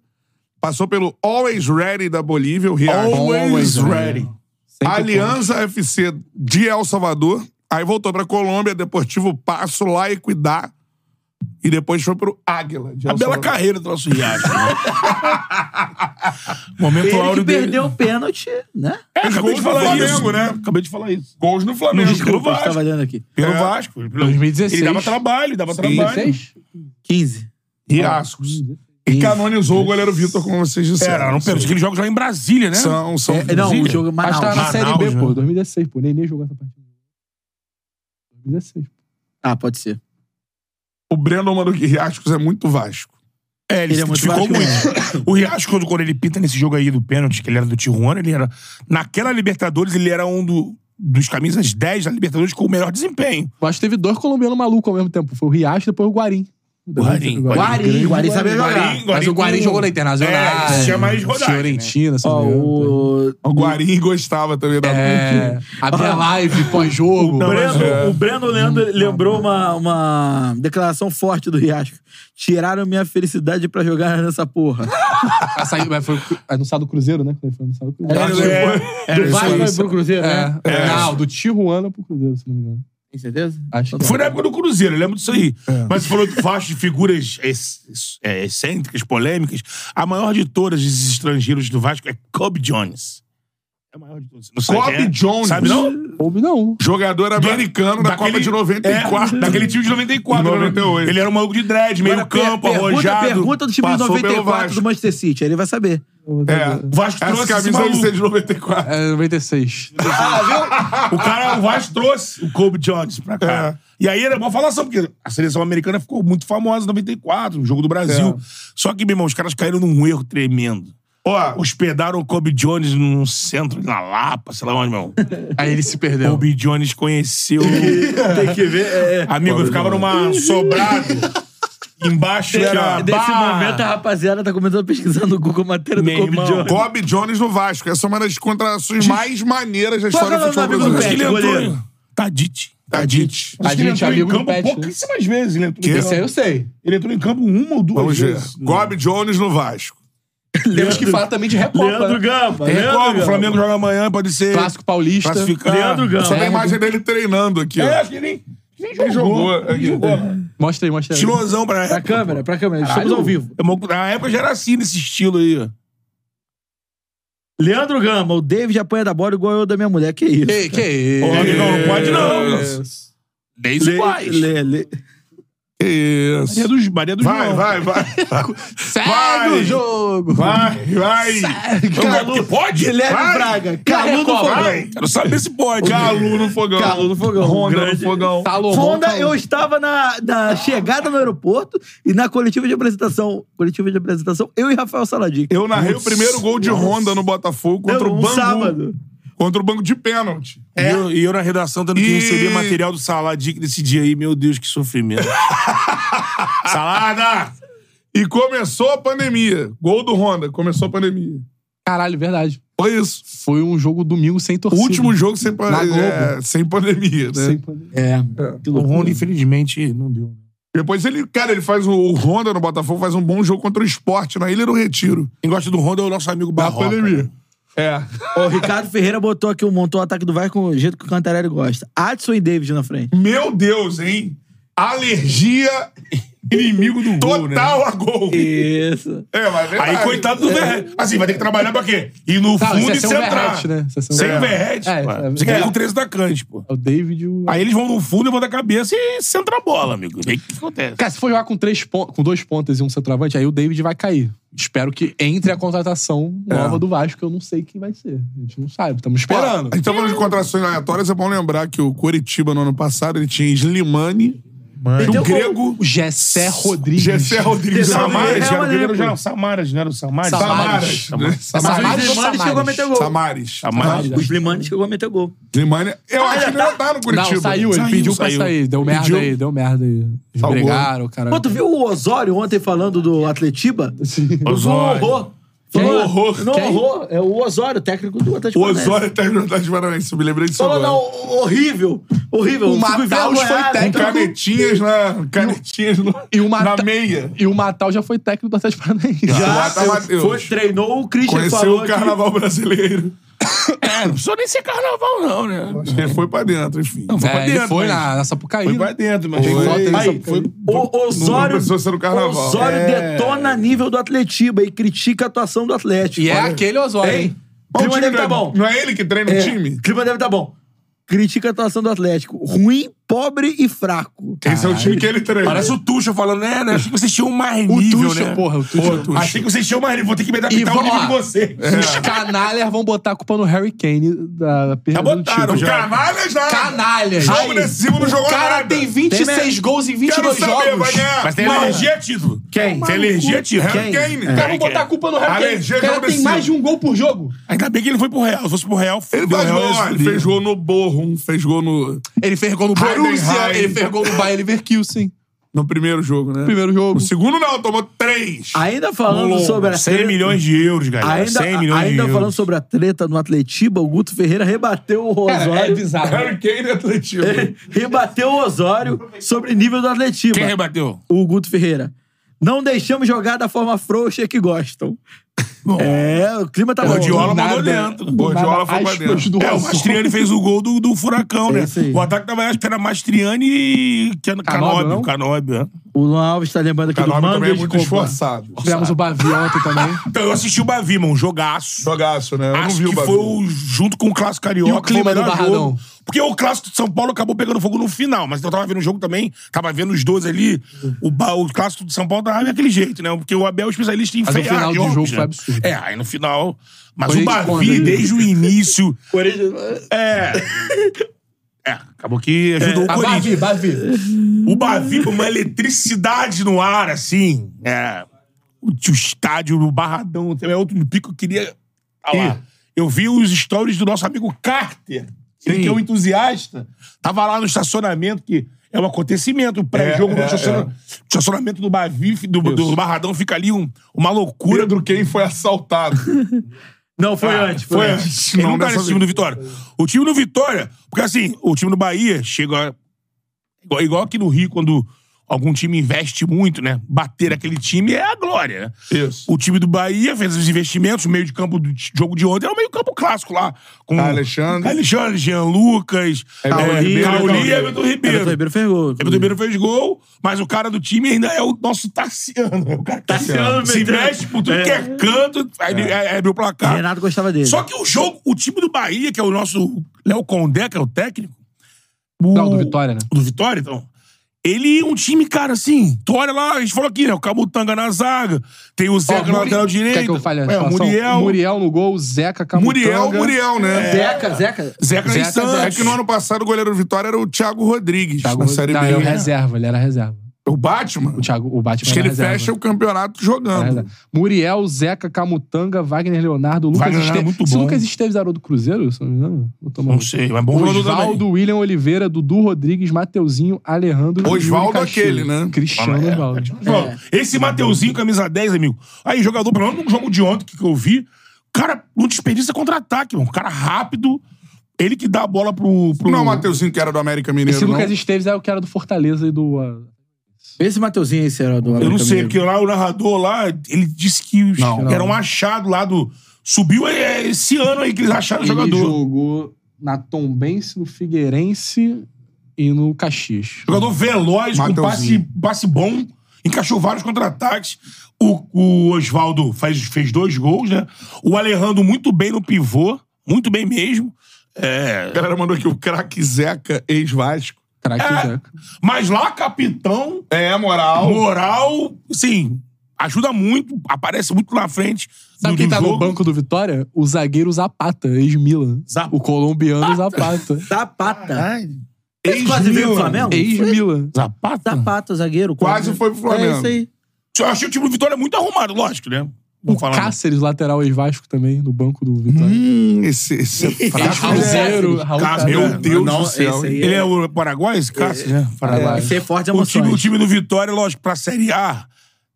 Speaker 2: passou pelo Always Ready da Bolívia, o Riacho.
Speaker 3: Always ready.
Speaker 2: Aliança FC de El Salvador. Aí voltou pra Colômbia, Deportivo Passo, lá Equidá. E depois foi pro Águila. de
Speaker 3: A
Speaker 2: El
Speaker 3: bela
Speaker 2: Salvador.
Speaker 3: carreira do nosso Riacho. Né? Momento
Speaker 5: Ele
Speaker 3: áureo
Speaker 5: que
Speaker 3: dele.
Speaker 5: perdeu o pênalti, né?
Speaker 3: É, acabei de
Speaker 2: Gols no
Speaker 3: falar
Speaker 2: Flamengo,
Speaker 3: isso.
Speaker 2: né?
Speaker 3: Acabei de falar isso.
Speaker 2: Gols no
Speaker 3: É,
Speaker 5: No
Speaker 2: Flamengo.
Speaker 5: grupo que
Speaker 2: Vasco.
Speaker 5: estava olhando aqui.
Speaker 3: Pelo
Speaker 2: É.
Speaker 3: Vasco. Ele-
Speaker 4: 2016.
Speaker 3: Ele dava trabalho, ele dava trabalho.
Speaker 4: 2016?
Speaker 5: 15.
Speaker 2: Riascos. E canonizou o goleiro Vitor, como vocês disseram.
Speaker 3: Era, um não perdeu. Aqueles jogos lá em Brasília, né?
Speaker 2: São, são.
Speaker 5: É, não, o
Speaker 3: Brasília?
Speaker 5: jogo é
Speaker 4: Acho que tava tá na
Speaker 5: Manaus.
Speaker 4: Série B,
Speaker 3: Manaus,
Speaker 4: pô.
Speaker 3: né?
Speaker 4: 2016, pô. Nenê jogou essa partida. 2016.
Speaker 5: Ah, pode ser.
Speaker 2: O Breno mandou que Riascos é muito Vasco.
Speaker 3: É, ele,
Speaker 5: Ele é
Speaker 3: se
Speaker 5: muito
Speaker 3: identificou
Speaker 5: Vasco,
Speaker 3: muito. O Riacho, quando, quando ele pinta nesse jogo aí do pênalti, que ele era do Tijuana, ele era. Naquela Libertadores, ele era um do- dos camisas 10 da Libertadores com o melhor desempenho.
Speaker 4: Eu acho que teve dois colombianos malucos ao mesmo tempo. Foi o Riacho e depois o Guarim.
Speaker 3: Guarim,
Speaker 5: Guarim,
Speaker 4: Grande
Speaker 5: Guarim sabia jogar.
Speaker 4: Mas o Guarim
Speaker 3: com-
Speaker 4: jogou na assim, Internacional.
Speaker 3: É, isso tinha mais rodagem, né?
Speaker 4: Fiorentina, se
Speaker 5: Ó,
Speaker 4: não me engano.
Speaker 5: o...
Speaker 2: O Guarim gostava também da
Speaker 4: É, abrir a live pós-jogo.
Speaker 5: O Breno,
Speaker 2: é.
Speaker 5: o Breno Leandro lembrou uma, uma declaração forte do Riasco. Tiraram minha felicidade pra jogar nessa porra.
Speaker 4: A saída, mas foi anunciado o Cruzeiro, né? Quando ele foi anunciado o Cruzeiro.
Speaker 3: É,
Speaker 5: Do
Speaker 3: é,
Speaker 5: Vasco
Speaker 3: foi-
Speaker 5: foi pro Cruzeiro, né?
Speaker 4: É, Não, do Tijuana pro Cruzeiro, se não me engano.
Speaker 5: Tem certeza?
Speaker 4: Acho que
Speaker 3: Foi na época do Cruzeiro, eu lembro disso aí.
Speaker 5: É.
Speaker 3: Mas você falou do Vasco de figuras ex- é, excêntricas, polêmicas. A maior de todas dos estrangeiros do Vasco é Cobb Jones. É a maior de todas. Não sabe
Speaker 2: Cobb
Speaker 3: quem é?
Speaker 2: Jones.
Speaker 3: Sabe não?
Speaker 4: Houve não.
Speaker 2: Jogador americano da
Speaker 3: daquele-
Speaker 2: Copa de 94.
Speaker 3: É, daquele time de 94. né?
Speaker 2: 98.
Speaker 3: Ele era um maluco de dread, meio
Speaker 5: Agora,
Speaker 3: campo,
Speaker 5: per- pergunta,
Speaker 3: arrojado.
Speaker 5: pergunta do time de
Speaker 2: passou pelo
Speaker 5: 94
Speaker 2: Vasco.
Speaker 5: do Manchester City. Aí ele vai saber.
Speaker 2: É, o Vasco
Speaker 3: Essa
Speaker 2: trouxe
Speaker 3: camisa
Speaker 2: esse maluco.
Speaker 3: 96 de
Speaker 2: 94.
Speaker 4: É, 96.
Speaker 3: O cara, o Vasco trouxe o Kobe Jones pra cá.
Speaker 5: É.
Speaker 3: E aí era uma falação, porque a seleção americana ficou muito famosa em 94, o jogo do
Speaker 5: É.
Speaker 3: Brasil. Só que, meu irmão, os caras caíram num erro tremendo.
Speaker 2: Ó,
Speaker 3: Hospedaram o Kobe Jones num centro, na Lapa, sei lá onde, meu irmão.
Speaker 4: Aí ele se perdeu.
Speaker 3: Kobe Jones conheceu.
Speaker 5: Tem que ver. É.
Speaker 3: Amigo, eu ficava numa sobrado. Embaixo era
Speaker 5: Nesse
Speaker 3: bar.
Speaker 5: É, momento, a rapaziada tá começando a pesquisar no Google a matéria do
Speaker 3: Meu
Speaker 5: Kobe
Speaker 3: irmão.
Speaker 5: Jones.
Speaker 2: Bob Jones no Vasco. Essa é uma das contratações mais maneiras da história do
Speaker 5: Qual que é
Speaker 2: futebol
Speaker 5: o nome do amigo do
Speaker 3: Acho que
Speaker 2: brasileiro. É,
Speaker 3: ele
Speaker 5: Pet,
Speaker 3: entrou.
Speaker 5: goleiro?
Speaker 3: em- Tadite.
Speaker 2: Tadite.
Speaker 3: Acho que ele
Speaker 4: Tadite,
Speaker 3: entrou em
Speaker 4: amigo do
Speaker 3: campo
Speaker 4: Pet, né?
Speaker 5: é
Speaker 3: pouquíssimas vezes. Ele entrou em
Speaker 4: Esse aí eu
Speaker 3: campo.
Speaker 4: sei.
Speaker 3: Ele entrou em campo uma ou duas
Speaker 2: Vamos ver.
Speaker 3: vezes.
Speaker 2: Bob Jones no Vasco.
Speaker 4: Temos que falar também de Recopa.
Speaker 5: Leandro
Speaker 4: né?
Speaker 5: Gama.
Speaker 3: Tem
Speaker 5: Leandro
Speaker 3: Recopa, É o
Speaker 5: Gama.
Speaker 3: Flamengo joga amanhã, pode ser
Speaker 4: Clássico paulista.
Speaker 3: classificar.
Speaker 5: Leandro Gama.
Speaker 2: Só tem é a
Speaker 4: Certo.
Speaker 2: imagem dele treinando aqui, ó.
Speaker 3: É, acho que nem, nem jogou.
Speaker 2: jogou.
Speaker 3: Nem jogou.
Speaker 4: Mostra aí, mostra aí.
Speaker 3: Estilosão pra
Speaker 5: Pra
Speaker 3: época.
Speaker 5: câmera, pra câmera. Estamos ao vivo.
Speaker 3: É mo- Na época já era assim, nesse estilo aí. ó.
Speaker 5: Leandro Gama, o David apanha da bola igual eu da minha mulher. Que isso?
Speaker 4: Que, que isso?
Speaker 3: Ô, amigão, não pode não.
Speaker 2: Desde
Speaker 5: Lê, lê.
Speaker 2: Isso.
Speaker 3: Maria dos, Maria dos
Speaker 2: Vai,
Speaker 3: João.
Speaker 2: vai, vai.
Speaker 4: Segue o jogo.
Speaker 2: Vai, vai.
Speaker 3: Calu, pode?
Speaker 5: Guilherme
Speaker 2: Vai.
Speaker 5: Braga. Calu do
Speaker 4: Recopa,
Speaker 5: Fogão.
Speaker 2: Vai.
Speaker 3: Quero saber se pode.
Speaker 2: Calu no fogão.
Speaker 5: Calu no fogão.
Speaker 2: Honda
Speaker 5: Grande.
Speaker 2: no fogão.
Speaker 4: Salomão,
Speaker 5: Honda,
Speaker 4: Salomão.
Speaker 5: eu estava na, na chegada no aeroporto e na coletiva de apresentação. Coletiva de apresentação, eu e Rafael Saladic.
Speaker 2: Eu narrei o primeiro gol de Honda no Botafogo contra
Speaker 5: Não,
Speaker 2: o
Speaker 5: um
Speaker 2: Bangu.
Speaker 5: sábado.
Speaker 2: Contra o banco de pênalti.
Speaker 3: E, eu, e eu na redação tendo que
Speaker 2: E-
Speaker 3: receber material do Saladic desse dia aí. Meu Deus, que sofrimento. Salada!
Speaker 2: E começou a pandemia. Gol do Honda. Começou a pandemia.
Speaker 4: Caralho, verdade.
Speaker 2: Foi isso.
Speaker 4: Foi um jogo domingo sem
Speaker 2: O
Speaker 4: torcida.
Speaker 2: último jogo sem, pan-
Speaker 4: Na Globo.
Speaker 2: é, sem pandemia, né?
Speaker 4: Sem poder.
Speaker 5: É.
Speaker 3: O Honda, infelizmente, não deu.
Speaker 2: Depois ele, cara, ele faz o, o Honda no Botafogo, faz um bom jogo contra o esporte na Ilha do Retiro.
Speaker 3: Quem gosta do Honda é o nosso amigo
Speaker 2: Na
Speaker 3: Barroca.
Speaker 2: Tá, pandemia. É.
Speaker 5: O Ricardo Ferreira botou aqui, um, montou o ataque do Vasco com o jeito que o Cantarelli gosta. Adson e David na frente.
Speaker 2: Meu Deus, hein? Alergia
Speaker 3: Inimigo do gol, né?
Speaker 2: total a gol.
Speaker 5: Isso.
Speaker 2: É, mas é
Speaker 3: Aí,
Speaker 2: verdade.
Speaker 3: coitado do Verrete. Assim, vai ter que trabalhar pra quê? Ir no
Speaker 4: Tá,
Speaker 3: fundo
Speaker 4: isso é
Speaker 3: e
Speaker 4: ser um
Speaker 3: centrar.
Speaker 4: Verrete, né? Isso é ser um
Speaker 3: Sem o
Speaker 4: Verrete.
Speaker 3: Verrete,
Speaker 4: É,
Speaker 3: pô.
Speaker 4: é.
Speaker 3: Você quer ir com 13 da Cante, pô.
Speaker 4: É o David e o...
Speaker 3: Aí eles vão no fundo, levantam a cabeça e centra a bola, amigo. E aí, O que acontece?
Speaker 4: Cara, se for jogar com, três pon- com dois pontas e um centroavante, aí o David vai cair. Espero que entre a contratação nova do Vasco, eu não sei quem vai ser. A gente não sabe, estamos esperando.
Speaker 2: A gente tá falando de contratações aleatórias, é bom lembrar que o Coritiba, no ano passado, ele tinha Slimani,
Speaker 5: Perdeu
Speaker 2: o
Speaker 5: gol.
Speaker 2: grego
Speaker 4: Gessé Rodrigues.
Speaker 2: Gessé Rodrigues
Speaker 3: Samaras,
Speaker 2: Samares.
Speaker 3: era o
Speaker 5: né,
Speaker 3: primeiro
Speaker 5: pô?
Speaker 3: geral. Samaras, não era o Samaras? né?
Speaker 4: Samaras.
Speaker 2: né?
Speaker 3: Samaras.
Speaker 4: Samaras
Speaker 5: Mas o
Speaker 4: ou
Speaker 5: Slimani chegou a
Speaker 4: Samares?
Speaker 5: meter gol.
Speaker 2: Samares.
Speaker 3: Samaras.
Speaker 5: O Slimani chegou a meter gol.
Speaker 2: Slimani, eu acho que ele não tá no Curitiba.
Speaker 4: Não, saiu, ele pediu
Speaker 3: saiu.
Speaker 4: pra sair. Deu merda
Speaker 2: Pediu.
Speaker 4: aí, deu merda aí. Eles
Speaker 2: Salgou.
Speaker 4: brigaram, cara.
Speaker 5: Pô, tu viu o Osório ontem falando do Atletiba?
Speaker 3: tá- Osório.
Speaker 5: Não honrou. Falou,
Speaker 2: Horror.
Speaker 5: Não
Speaker 4: Quem?
Speaker 5: honrou. É o Osório, técnico do Atlético
Speaker 2: O
Speaker 5: Paranaense.
Speaker 2: Osório tá no Atlético Paranaense, eu me lembrei disso
Speaker 5: Falou,
Speaker 2: agora.
Speaker 5: não, horrível. Horrível.
Speaker 4: O
Speaker 5: Fico
Speaker 4: Mataus foi
Speaker 5: envergonhado.
Speaker 2: Com
Speaker 4: técnico.
Speaker 2: canetinhas na, canetinhas no-
Speaker 3: Tá-
Speaker 4: E o Mata-
Speaker 2: na meia.
Speaker 4: E o Matal já foi técnico do Atlético Paranaense.
Speaker 2: O
Speaker 3: Tá-
Speaker 5: Já
Speaker 2: Mata Mateus.
Speaker 5: foi, treinou o Christian e
Speaker 2: Conheceu
Speaker 5: falou
Speaker 2: o carnaval brasileiro.
Speaker 3: É, não precisou nem ser carnaval, não, né?
Speaker 2: Acho que ele foi pra dentro, enfim.
Speaker 4: É,
Speaker 3: pra
Speaker 4: ele
Speaker 3: dentro,
Speaker 4: foi
Speaker 3: mas-
Speaker 4: na, na Sapucaí.
Speaker 3: Foi
Speaker 4: né?
Speaker 3: pra dentro, mas
Speaker 4: Tem
Speaker 3: foi.
Speaker 4: foto aí,
Speaker 3: Aí,
Speaker 4: sabe?
Speaker 3: foi-
Speaker 5: que o Osório,
Speaker 2: precisou ser o carnaval.
Speaker 5: Osório
Speaker 2: É.
Speaker 5: detona nível do Atletiba e critica a atuação do Atlético.
Speaker 4: E é
Speaker 5: Olha.
Speaker 4: aquele Osório,
Speaker 5: Hein?
Speaker 4: hein?
Speaker 5: O clima
Speaker 2: time
Speaker 5: deve
Speaker 2: não
Speaker 5: tá
Speaker 2: é-
Speaker 5: bom.
Speaker 2: Não é ele que treina
Speaker 5: É,
Speaker 2: o time?
Speaker 5: O clima deve tá bom. Critica a atuação do Atlético. Ruim, pobre e fraco.
Speaker 2: Esse é o time que ele treina.
Speaker 3: Parece o Tuxa falando, né, né? Achei que vocês tinham mais
Speaker 4: O
Speaker 3: nível,
Speaker 4: Tuchel,
Speaker 3: né?
Speaker 4: porra, o Tuchel.
Speaker 3: Achei que vocês tinham mais nível. Vou É. ter que me
Speaker 4: E
Speaker 3: adaptar ao nível de
Speaker 4: vamos
Speaker 3: vocês.
Speaker 2: É.
Speaker 4: Os canalhas vão botar a culpa no Harry Kane da perda
Speaker 3: Já botaram,
Speaker 4: do título.
Speaker 3: já.
Speaker 2: Canalhas já.
Speaker 4: Canalhas.
Speaker 2: Jogo decisivo não jogou
Speaker 4: O cara
Speaker 2: nada.
Speaker 4: tem 26 gols em
Speaker 2: Quero
Speaker 4: 22
Speaker 2: saber,
Speaker 4: jogos.
Speaker 2: vai ganhar.
Speaker 3: Mas tem
Speaker 2: Não.
Speaker 3: alergia a título.
Speaker 5: Quem?
Speaker 3: Tem alergia a título.
Speaker 2: Harry
Speaker 5: Quem? É,
Speaker 2: Kane.
Speaker 4: O
Speaker 2: Cara,
Speaker 4: cara vai botar a culpa no Harry
Speaker 2: Alergia
Speaker 4: Kane. O cara tem
Speaker 2: agressiva.
Speaker 4: mais de um gol por jogo.
Speaker 3: Ainda bem que ele foi pro Real. Se fosse pro Real,
Speaker 2: Ele
Speaker 3: fudeu,
Speaker 2: faz
Speaker 3: o
Speaker 2: gol,
Speaker 3: Real é ia
Speaker 2: ó, ele
Speaker 3: subir.
Speaker 2: fez gol no um Borrom, fez gol no,
Speaker 4: Ele fez gol no
Speaker 2: Harden,
Speaker 4: Borussia,
Speaker 2: Harden.
Speaker 4: ele fez gol no Bayern Leverkusen.
Speaker 2: no primeiro jogo, né?
Speaker 4: Primeiro jogo.
Speaker 2: O segundo não, tomou três.
Speaker 5: Ainda falando
Speaker 3: Bolon,
Speaker 5: sobre a
Speaker 3: 100
Speaker 5: treta-
Speaker 3: milhões de euros, galera.
Speaker 5: Ainda,
Speaker 3: 100 milhões de
Speaker 5: ainda
Speaker 3: euros.
Speaker 5: falando sobre a treta no Atletiba, o Guto Ferreira rebateu o Osório.
Speaker 4: Cara, é bizarro.
Speaker 2: Harry Kane e Atletico.
Speaker 5: rebateu o Osório sobre nível do Atletiba.
Speaker 3: Quem rebateu?
Speaker 5: o Guto Ferreira. Não deixamos jogar da forma frouxa que gostam. É, o clima tá bom.
Speaker 3: Guardiola
Speaker 4: nada.
Speaker 3: mandou dentro.
Speaker 2: Guardiola foi pra
Speaker 4: Aspas
Speaker 2: dentro.
Speaker 4: do
Speaker 3: É, o
Speaker 4: Osório.
Speaker 3: Mastriani fez o gol do, do Furacão,
Speaker 5: É
Speaker 3: né?
Speaker 5: isso aí.
Speaker 3: O ataque tava acho que era Mastriani e que era
Speaker 4: Canóbio,
Speaker 3: Canóbio,
Speaker 4: não?
Speaker 3: Canóbio, é.
Speaker 10: O Luan Alves tá lembrando aqui do
Speaker 2: Canobio
Speaker 10: Manga
Speaker 2: também é
Speaker 10: de
Speaker 2: muito
Speaker 10: Copan.
Speaker 2: esforçado.
Speaker 4: Tivemos o Bavi ontem também.
Speaker 3: Então eu assisti o Bavi, irmão. Jogaço.
Speaker 2: Jogaço, né? Eu não
Speaker 3: Acho
Speaker 2: vi o
Speaker 3: que
Speaker 2: Bavi.
Speaker 3: foi o- junto com o Clássico Carioca.
Speaker 4: E o clima
Speaker 3: foi
Speaker 4: do
Speaker 3: melhor
Speaker 4: Barradão?
Speaker 3: jogo. Porque o Clássico de São Paulo acabou pegando fogo no final. Mas eu tava vendo o jogo também. Tava vendo os dois ali. O, ba- o Clássico de São Paulo tava daquele jeito, né? Porque o Abel é especialista em
Speaker 4: Mas o
Speaker 3: feiar
Speaker 4: final do
Speaker 3: jogos,
Speaker 4: jogo
Speaker 3: né?
Speaker 4: foi absurdo.
Speaker 3: É, aí no final... Mas
Speaker 4: Foi
Speaker 3: o
Speaker 4: contra, né?
Speaker 3: Bavi, desde o início... É... É, acabou que ajudou
Speaker 2: É,
Speaker 3: o
Speaker 4: Ah,
Speaker 3: Corinthians.
Speaker 4: Bavi, Bavi.
Speaker 3: O Bavi com uma eletricidade no ar, assim. É. O, o estádio no Barradão também é outro pico que eu queria. Ah lá. Eu vi os stories do nosso amigo Carter, ele que é um entusiasta. Tava lá no estacionamento, que é um acontecimento, o pré-jogo
Speaker 2: É,
Speaker 3: no
Speaker 2: é,
Speaker 3: estaciona- estacionamento do Bavi, do, do Barradão, fica ali um- uma loucura.
Speaker 2: Pedro quem foi assaltado.
Speaker 10: Não, foi antes. Ah, Foi,
Speaker 3: Foi
Speaker 10: antes.
Speaker 3: antes. Ele não tá nesse time do Vitória. O time do Vitória, porque assim, o time do Bahia chega. Igual, igual aqui no Rio, quando algum time investe muito, né? Bater aquele time é a glória, né?
Speaker 2: Isso.
Speaker 3: O time do Bahia fez os investimentos, o meio de campo do t- jogo de ontem era o meio campo clássico lá. Com
Speaker 2: Alexandre.
Speaker 3: Alexandre, Jean Lucas, é,
Speaker 2: Everton Ribeiro,
Speaker 3: Cauli e
Speaker 2: Everton
Speaker 3: Everton Ribeiro.
Speaker 10: Everton Ribeiro fez gol.
Speaker 3: Everton Ribeiro fez gol, mas o cara do time ainda é o nosso Tarciano. É O cara que
Speaker 10: Tarciano
Speaker 3: se
Speaker 10: meteu.
Speaker 3: mexe por tudo que é canto, aí ele- aí abriu o placar.
Speaker 10: Renato gostava dele.
Speaker 3: Só que o jogo, o time do Bahia, que é o nosso Léo Condé, que é o técnico. o-
Speaker 4: Não, do Vitória, né?
Speaker 3: Do Vitória, então. Ele é um time, cara, assim. Tu olha lá, a gente falou aqui, né? O Camutanga na zaga, tem o Zeca
Speaker 4: Ó,
Speaker 3: na
Speaker 4: Muri-
Speaker 3: lateral direita.
Speaker 4: Quer que eu fale a
Speaker 3: é, o
Speaker 4: escalação?
Speaker 3: Muriel. é,
Speaker 4: Muriel no gol, Zeca, Camutanga.
Speaker 2: Muriel, Muriel, né?
Speaker 10: Zeca, Zeca.
Speaker 3: Zeca,
Speaker 4: Zeca,
Speaker 3: e Santos.
Speaker 4: Zeca.
Speaker 2: É que no ano passado o goleiro do Vitória era o Thiago Rodrigues,
Speaker 4: Thiago,
Speaker 2: na Série
Speaker 4: não,
Speaker 2: B.
Speaker 4: ele era o
Speaker 2: né?
Speaker 4: reserva, ele era reserva.
Speaker 2: O Batman.
Speaker 4: O, Thiago, o Batman
Speaker 2: Acho que
Speaker 4: era
Speaker 2: ele
Speaker 4: reserva.
Speaker 2: fecha o campeonato
Speaker 4: Era
Speaker 2: jogando.
Speaker 4: reserva. Muriel, Zeca, Camutanga, Wagner Leonardo, Lucas
Speaker 3: Wagner era
Speaker 4: Esteves.
Speaker 3: muito
Speaker 4: Se
Speaker 3: bom.
Speaker 4: Lucas Esteves era do Cruzeiro, se eu não me engano, vou tomar
Speaker 3: Não
Speaker 4: um-
Speaker 3: sei, mas bom jogador também.
Speaker 4: Osvaldo, William Oliveira, Dudu Rodrigues, Mateuzinho, Alejandro. e Yuri
Speaker 2: Osvaldo
Speaker 4: Castilho.
Speaker 2: aquele, né?
Speaker 4: Cristiano
Speaker 3: É,
Speaker 4: Osvaldo.
Speaker 3: Bom, Esse Mateuzinho, camisa 10, amigo. Aí, jogador, pelo menos no jogo de ontem que que eu vi, cara, não desperdiça contra-ataque, mano. Cara rápido, ele que dá a bola pro. pro...
Speaker 2: Não é o Mateuzinho que era do América Mineiro,
Speaker 4: Esse
Speaker 2: não.
Speaker 4: Lucas Esteves é o que era do Fortaleza e do. ah,
Speaker 10: Esse Mateuzinho aí, esse era do
Speaker 3: Eu não
Speaker 10: América
Speaker 3: sei,
Speaker 10: Mineiro.
Speaker 3: porque lá o narrador lá, ele disse que os-
Speaker 4: Não.
Speaker 3: era um achado lá do. Subiu é, esse ano aí que eles acharam o
Speaker 4: ele
Speaker 3: É, jogador.
Speaker 4: jogou na Tombense, no Figueirense e no Caxias.
Speaker 3: Jogador veloz, com passe,
Speaker 2: Mateuzinho.
Speaker 3: passe bom, encaixou vários contra-ataques. O, o Oswaldo faz- fez dois gols, né? O Alejandro muito bem no pivô, muito bem mesmo. É,
Speaker 2: A galera mandou aqui o craque Zeca, ex-Vasco.
Speaker 4: Craque
Speaker 3: É.
Speaker 4: Zeca.
Speaker 3: Mas lá, capitão,
Speaker 2: É, moral.
Speaker 3: moral, sim, ajuda muito, aparece muito na frente.
Speaker 4: Sabe
Speaker 3: do-
Speaker 4: quem
Speaker 3: do
Speaker 4: tá no
Speaker 3: jogo.
Speaker 4: banco do Vitória? O zagueiro Zapata, ex-Milan.
Speaker 3: Zapata.
Speaker 4: O colombiano Zapata.
Speaker 10: Zapata. Esse
Speaker 3: Ex-Milan.
Speaker 10: quase veio pro Flamengo?
Speaker 4: Ex-Milan.
Speaker 3: Zapata?
Speaker 10: Zapata, zagueiro.
Speaker 2: Quase foi pro Flamengo.
Speaker 10: É isso aí.
Speaker 3: Eu achei o time do Vitória muito arrumado, lógico, né?
Speaker 4: O
Speaker 3: Vamos falar.
Speaker 4: Cáceres, lateral ex-Vasco também, no banco do Vitória.
Speaker 2: Hum, esse, esse é fraco.
Speaker 4: Raul Zero,
Speaker 3: Cáceres.
Speaker 4: Raul
Speaker 3: Cáceres.
Speaker 4: Cáceres.
Speaker 3: Meu Deus
Speaker 10: Não,
Speaker 3: do céu.
Speaker 10: esse aí
Speaker 3: Ele
Speaker 10: é-
Speaker 3: é o Paraguai, esse Cáceres, né?
Speaker 4: Paraguai.
Speaker 10: Esse é forte
Speaker 3: O
Speaker 10: emoções.
Speaker 3: time, o time do Vitória, lógico, pra Série A,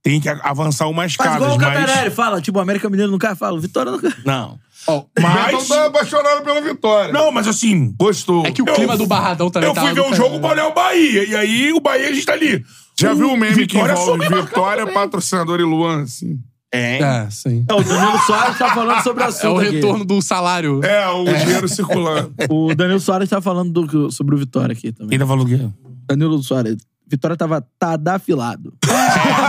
Speaker 3: tem que a- avançar umas
Speaker 10: Faz
Speaker 3: casas,
Speaker 10: igual o Catarelli,
Speaker 3: mas...
Speaker 10: fala. Tipo, o América Mineiro nunca fala. O Vitória nunca...
Speaker 3: Não.
Speaker 4: Ó,
Speaker 2: Então
Speaker 3: Mas...
Speaker 2: tá apaixonado pela vitória.
Speaker 3: Não, mas assim...
Speaker 2: Gostou.
Speaker 4: É que o clima do Barradão também
Speaker 3: Eu
Speaker 4: tava
Speaker 3: fui ver
Speaker 4: do
Speaker 3: o jogo
Speaker 4: caralho. né?
Speaker 3: pra olhar o Bahia. E aí, o Bahia, a gente tá ali.
Speaker 2: Já viu o meme
Speaker 3: Vitória
Speaker 2: que
Speaker 3: soube
Speaker 2: envolve
Speaker 3: marcar
Speaker 2: Vitória,
Speaker 3: também.
Speaker 2: patrocinador e Luan, assim?
Speaker 3: É,
Speaker 4: É, sim.
Speaker 10: É, o Danilo Soares tá falando sobre o assunto
Speaker 4: É o
Speaker 10: aqui.
Speaker 4: retorno do salário.
Speaker 2: É, o dinheiro circulando.
Speaker 10: O Danilo Soares tá falando do- sobre o Vitória aqui também.
Speaker 3: Ainda falou o quê?
Speaker 10: Danilo Soares. Vitória tava tadafilado.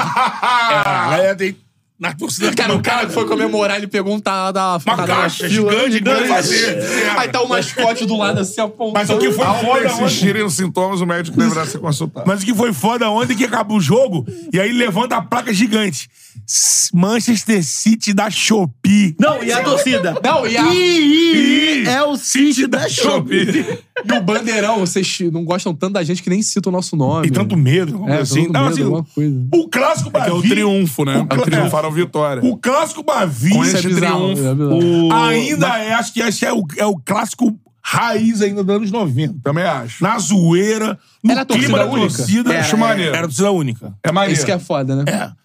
Speaker 3: Ah, é, tem... Na torcida...
Speaker 4: Cara, o cara que foi comemorar, ele pegou um tá da
Speaker 3: Uma caixa gigante, grande, fazer.
Speaker 4: Aí tá o mascote do lado assim apontando.
Speaker 3: Mas o que foi
Speaker 2: Ao
Speaker 3: foda ontem...
Speaker 2: persistirem os sintomas, o médico deverá ser consultado.
Speaker 3: Mas o que foi foda ontem é que acaba o jogo e aí levanta a placa gigante. S- Manchester City da Shopee.
Speaker 10: Não, e a torcida?
Speaker 4: Não, e, a-
Speaker 10: Ih, é o City da Shopee.
Speaker 4: e o bandeirão, vocês não gostam tanto da gente que nem cita o nosso nome.
Speaker 3: E tanto medo, alguma
Speaker 4: É,
Speaker 3: coisa assim.
Speaker 4: tanto
Speaker 3: Não,
Speaker 4: medo,
Speaker 3: assim,
Speaker 4: alguma coisa.
Speaker 3: O clássico
Speaker 2: É que é o
Speaker 3: Bavi.
Speaker 2: triunfo, né?
Speaker 3: O, cla-
Speaker 2: Triunfaram vitória.
Speaker 3: é, o clássico Bavi
Speaker 2: Com
Speaker 4: Isso é
Speaker 2: esse
Speaker 4: bizarro.
Speaker 2: triunfo,
Speaker 4: é bizarro.
Speaker 3: o- ainda é, acho que esse é o, é o clássico raiz ainda dos anos 90.
Speaker 2: Também acho.
Speaker 3: Na zoeira, no
Speaker 4: Era a torcida
Speaker 3: clima da
Speaker 4: única?
Speaker 3: torcida.
Speaker 2: Era, Acho maneiro.
Speaker 3: Era a torcida única.
Speaker 2: É maneiro.
Speaker 4: Isso que é foda, né?
Speaker 3: É.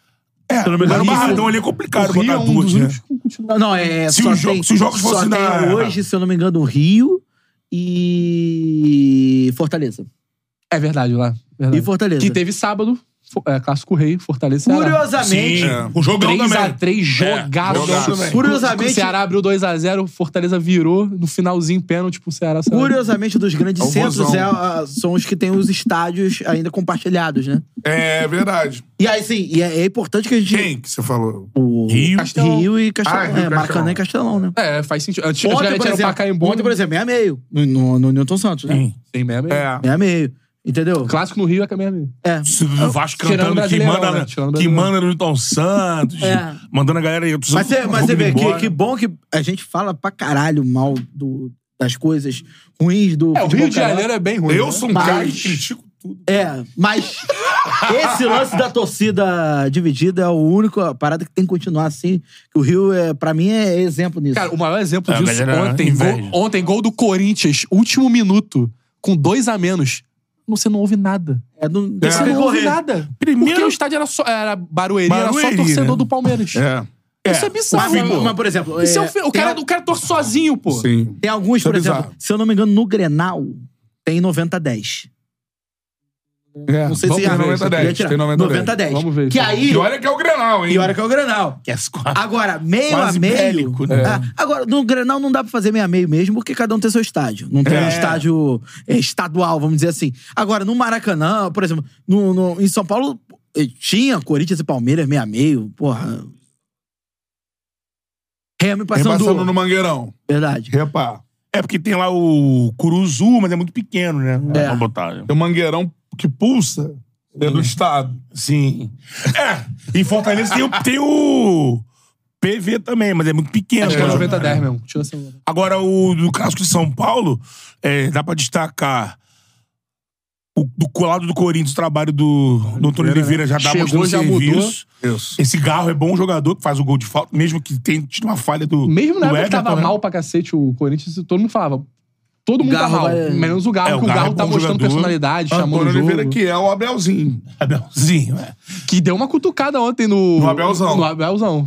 Speaker 3: É, mas
Speaker 4: o
Speaker 3: no
Speaker 4: Rio-
Speaker 3: Barradão ali é complicado
Speaker 4: Rio
Speaker 3: botar
Speaker 4: é um
Speaker 3: duas,
Speaker 4: dos
Speaker 3: né?
Speaker 4: únicos que continua.
Speaker 10: Não, é.
Speaker 3: Se
Speaker 10: só
Speaker 3: os jo-
Speaker 10: tem-
Speaker 3: se os jogos
Speaker 10: só
Speaker 3: fossem
Speaker 10: tem
Speaker 3: na-
Speaker 10: Hoje, se eu não me engano, Rio e. Fortaleza.
Speaker 4: É verdade, lá. Verdade.
Speaker 10: E Fortaleza.
Speaker 4: Que teve sábado. Fo- é, Clássico Rei, Fortaleza e Ceará.
Speaker 5: Curiosamente,
Speaker 4: Sim,
Speaker 5: é.
Speaker 4: o jogão 3
Speaker 5: também.
Speaker 4: a 3
Speaker 2: É,
Speaker 3: É.
Speaker 4: jogado.
Speaker 5: jogaço. Curiosamente-
Speaker 4: O Ceará abriu 2x0, o Fortaleza virou, no finalzinho, pênalti pro Ceará. Ceará.
Speaker 5: Curiosamente, dos grandes
Speaker 4: É o
Speaker 5: centros
Speaker 4: vozão.
Speaker 5: é, ah, são os que têm os estádios ainda compartilhados, né?
Speaker 2: É verdade.
Speaker 5: E aí, sim, e é, é importante que a gente.
Speaker 2: Quem que você falou?
Speaker 5: O
Speaker 2: Rio,
Speaker 5: Castelão. Rio e Castelão.
Speaker 2: Ah, Rio e
Speaker 5: é,
Speaker 2: Castelão.
Speaker 5: Maracanã e Castelão, né?
Speaker 4: É, faz sentido. Antes,
Speaker 5: Ontem,
Speaker 4: antigamente
Speaker 5: por
Speaker 4: era o
Speaker 5: exemplo,
Speaker 4: Pacaembu. É,
Speaker 5: ontem, por exemplo, meia meio. No, no, no Newton Santos, né?
Speaker 4: Sim. Tem meia meio.
Speaker 2: É.
Speaker 5: Meia meio. Entendeu?
Speaker 4: Clássico no Rio é que é meia meio.
Speaker 5: É.
Speaker 3: O Vasco cantando que
Speaker 4: Tirando Brasileirão,
Speaker 3: manda,
Speaker 4: né? Tirando
Speaker 3: que
Speaker 4: Brasileirão.
Speaker 3: manda no Newton Santos.
Speaker 5: É.
Speaker 3: Mandando a galera aí.
Speaker 5: Mas você, mas você vê, que,
Speaker 3: aqui.
Speaker 5: que bom que a gente fala pra caralho mal do, das coisas ruins do.
Speaker 4: É, o
Speaker 5: futebol
Speaker 4: Rio de
Speaker 5: carioca.
Speaker 4: Janeiro é bem ruim.
Speaker 5: Eu
Speaker 4: né?
Speaker 5: sou um cara que
Speaker 2: critico tudo.
Speaker 5: É, mas esse lance da torcida dividida é o único a parada que tem que continuar assim. que O Rio, é, pra mim, é exemplo nisso.
Speaker 4: Cara, o maior exemplo
Speaker 5: É, a
Speaker 4: disso
Speaker 5: galera
Speaker 4: ontem
Speaker 5: inveja.
Speaker 4: gol, ontem, gol do Corinthians, último minuto, com dois a menos. Você não ouve nada.
Speaker 5: É, não,
Speaker 4: Você não ouve nada. Porque o estádio era só. Era Barueri,
Speaker 7: é
Speaker 4: era só
Speaker 3: Barueri,
Speaker 4: torcedor
Speaker 3: né?
Speaker 4: do Palmeiras.
Speaker 2: É.
Speaker 4: Isso é bizarro,
Speaker 5: Mas,
Speaker 4: pô.
Speaker 5: mas, por exemplo,
Speaker 4: Isso é
Speaker 5: é,
Speaker 4: um fe- o,
Speaker 5: tem
Speaker 4: cara,
Speaker 5: a-
Speaker 4: o cara torce sozinho, pô.
Speaker 2: Sim.
Speaker 5: Tem alguns,
Speaker 4: Isso é
Speaker 5: por exemplo,
Speaker 4: bizarro.
Speaker 5: se eu não me engano, no Grenal tem 90-10.
Speaker 2: É,
Speaker 3: É.
Speaker 5: Não sei
Speaker 2: vamos
Speaker 5: se
Speaker 2: ver,
Speaker 5: já-
Speaker 2: 90
Speaker 5: já
Speaker 2: 10.
Speaker 5: tiraram.
Speaker 2: Tem 90 10.
Speaker 5: 90 10.
Speaker 2: Vamos ver.
Speaker 5: Que aí-
Speaker 2: E olha que é o Grenal, hein?
Speaker 5: E olha que é o Grenal. Agora, meio
Speaker 2: Quase
Speaker 5: a meio.
Speaker 2: bélico, né?
Speaker 5: Ah, agora, no Grenal não dá pra fazer meio a meio mesmo, porque cada um tem seu estádio. Não tem
Speaker 2: É.
Speaker 5: um estádio é, estadual, vamos dizer assim. Agora, no Maracanã, por exemplo, no, no- em São Paulo eh, tinha Corinthians e Palmeiras meio a meio, porra. Remo e
Speaker 2: Passando,
Speaker 5: Paysandu.
Speaker 2: no Mangueirão.
Speaker 5: Verdade.
Speaker 2: Repá.
Speaker 3: É porque tem lá o Curuzu, mas é muito pequeno, né? Não dá
Speaker 5: É.
Speaker 3: pra botar. né?
Speaker 2: Tem o Mangueirão que pulsa. É do Estado.
Speaker 3: Sim. É, em Fortaleza tem o, tem o PV também, mas é muito pequeno.
Speaker 4: Acho que é
Speaker 3: né?
Speaker 4: 90 a 10 mesmo. Tira essa bola.
Speaker 3: Agora, o do clássico de São Paulo, é, dá pra destacar o, do colado do Corinthians, o trabalho do Doutor Oliveira já dá
Speaker 4: né? Chegou,
Speaker 3: mostrando
Speaker 4: já
Speaker 3: serviço.
Speaker 2: Isso.
Speaker 3: Esse Garro é bom jogador que faz o gol de falta, mesmo que tenha tido uma falha do.
Speaker 4: Mesmo na
Speaker 3: do
Speaker 4: época que tava
Speaker 3: Everton, né?
Speaker 4: mal pra cacete o Corinthians, todo mundo falava. Todo mundo tá
Speaker 3: Garro
Speaker 4: mal.
Speaker 3: vai-
Speaker 4: Menos o Galo,
Speaker 3: É, o
Speaker 4: porque o
Speaker 3: Garro
Speaker 4: Galo
Speaker 3: é
Speaker 4: tá
Speaker 3: bom
Speaker 4: mostrando
Speaker 3: jogador. Ah,
Speaker 4: personalidade, chamando
Speaker 2: Antônio
Speaker 4: o jogo.
Speaker 2: Oliveira, que é o Abelzinho.
Speaker 3: Abelzinho, é.
Speaker 4: Que deu uma cutucada ontem no. No
Speaker 2: Abelzão.
Speaker 4: No Abelzão.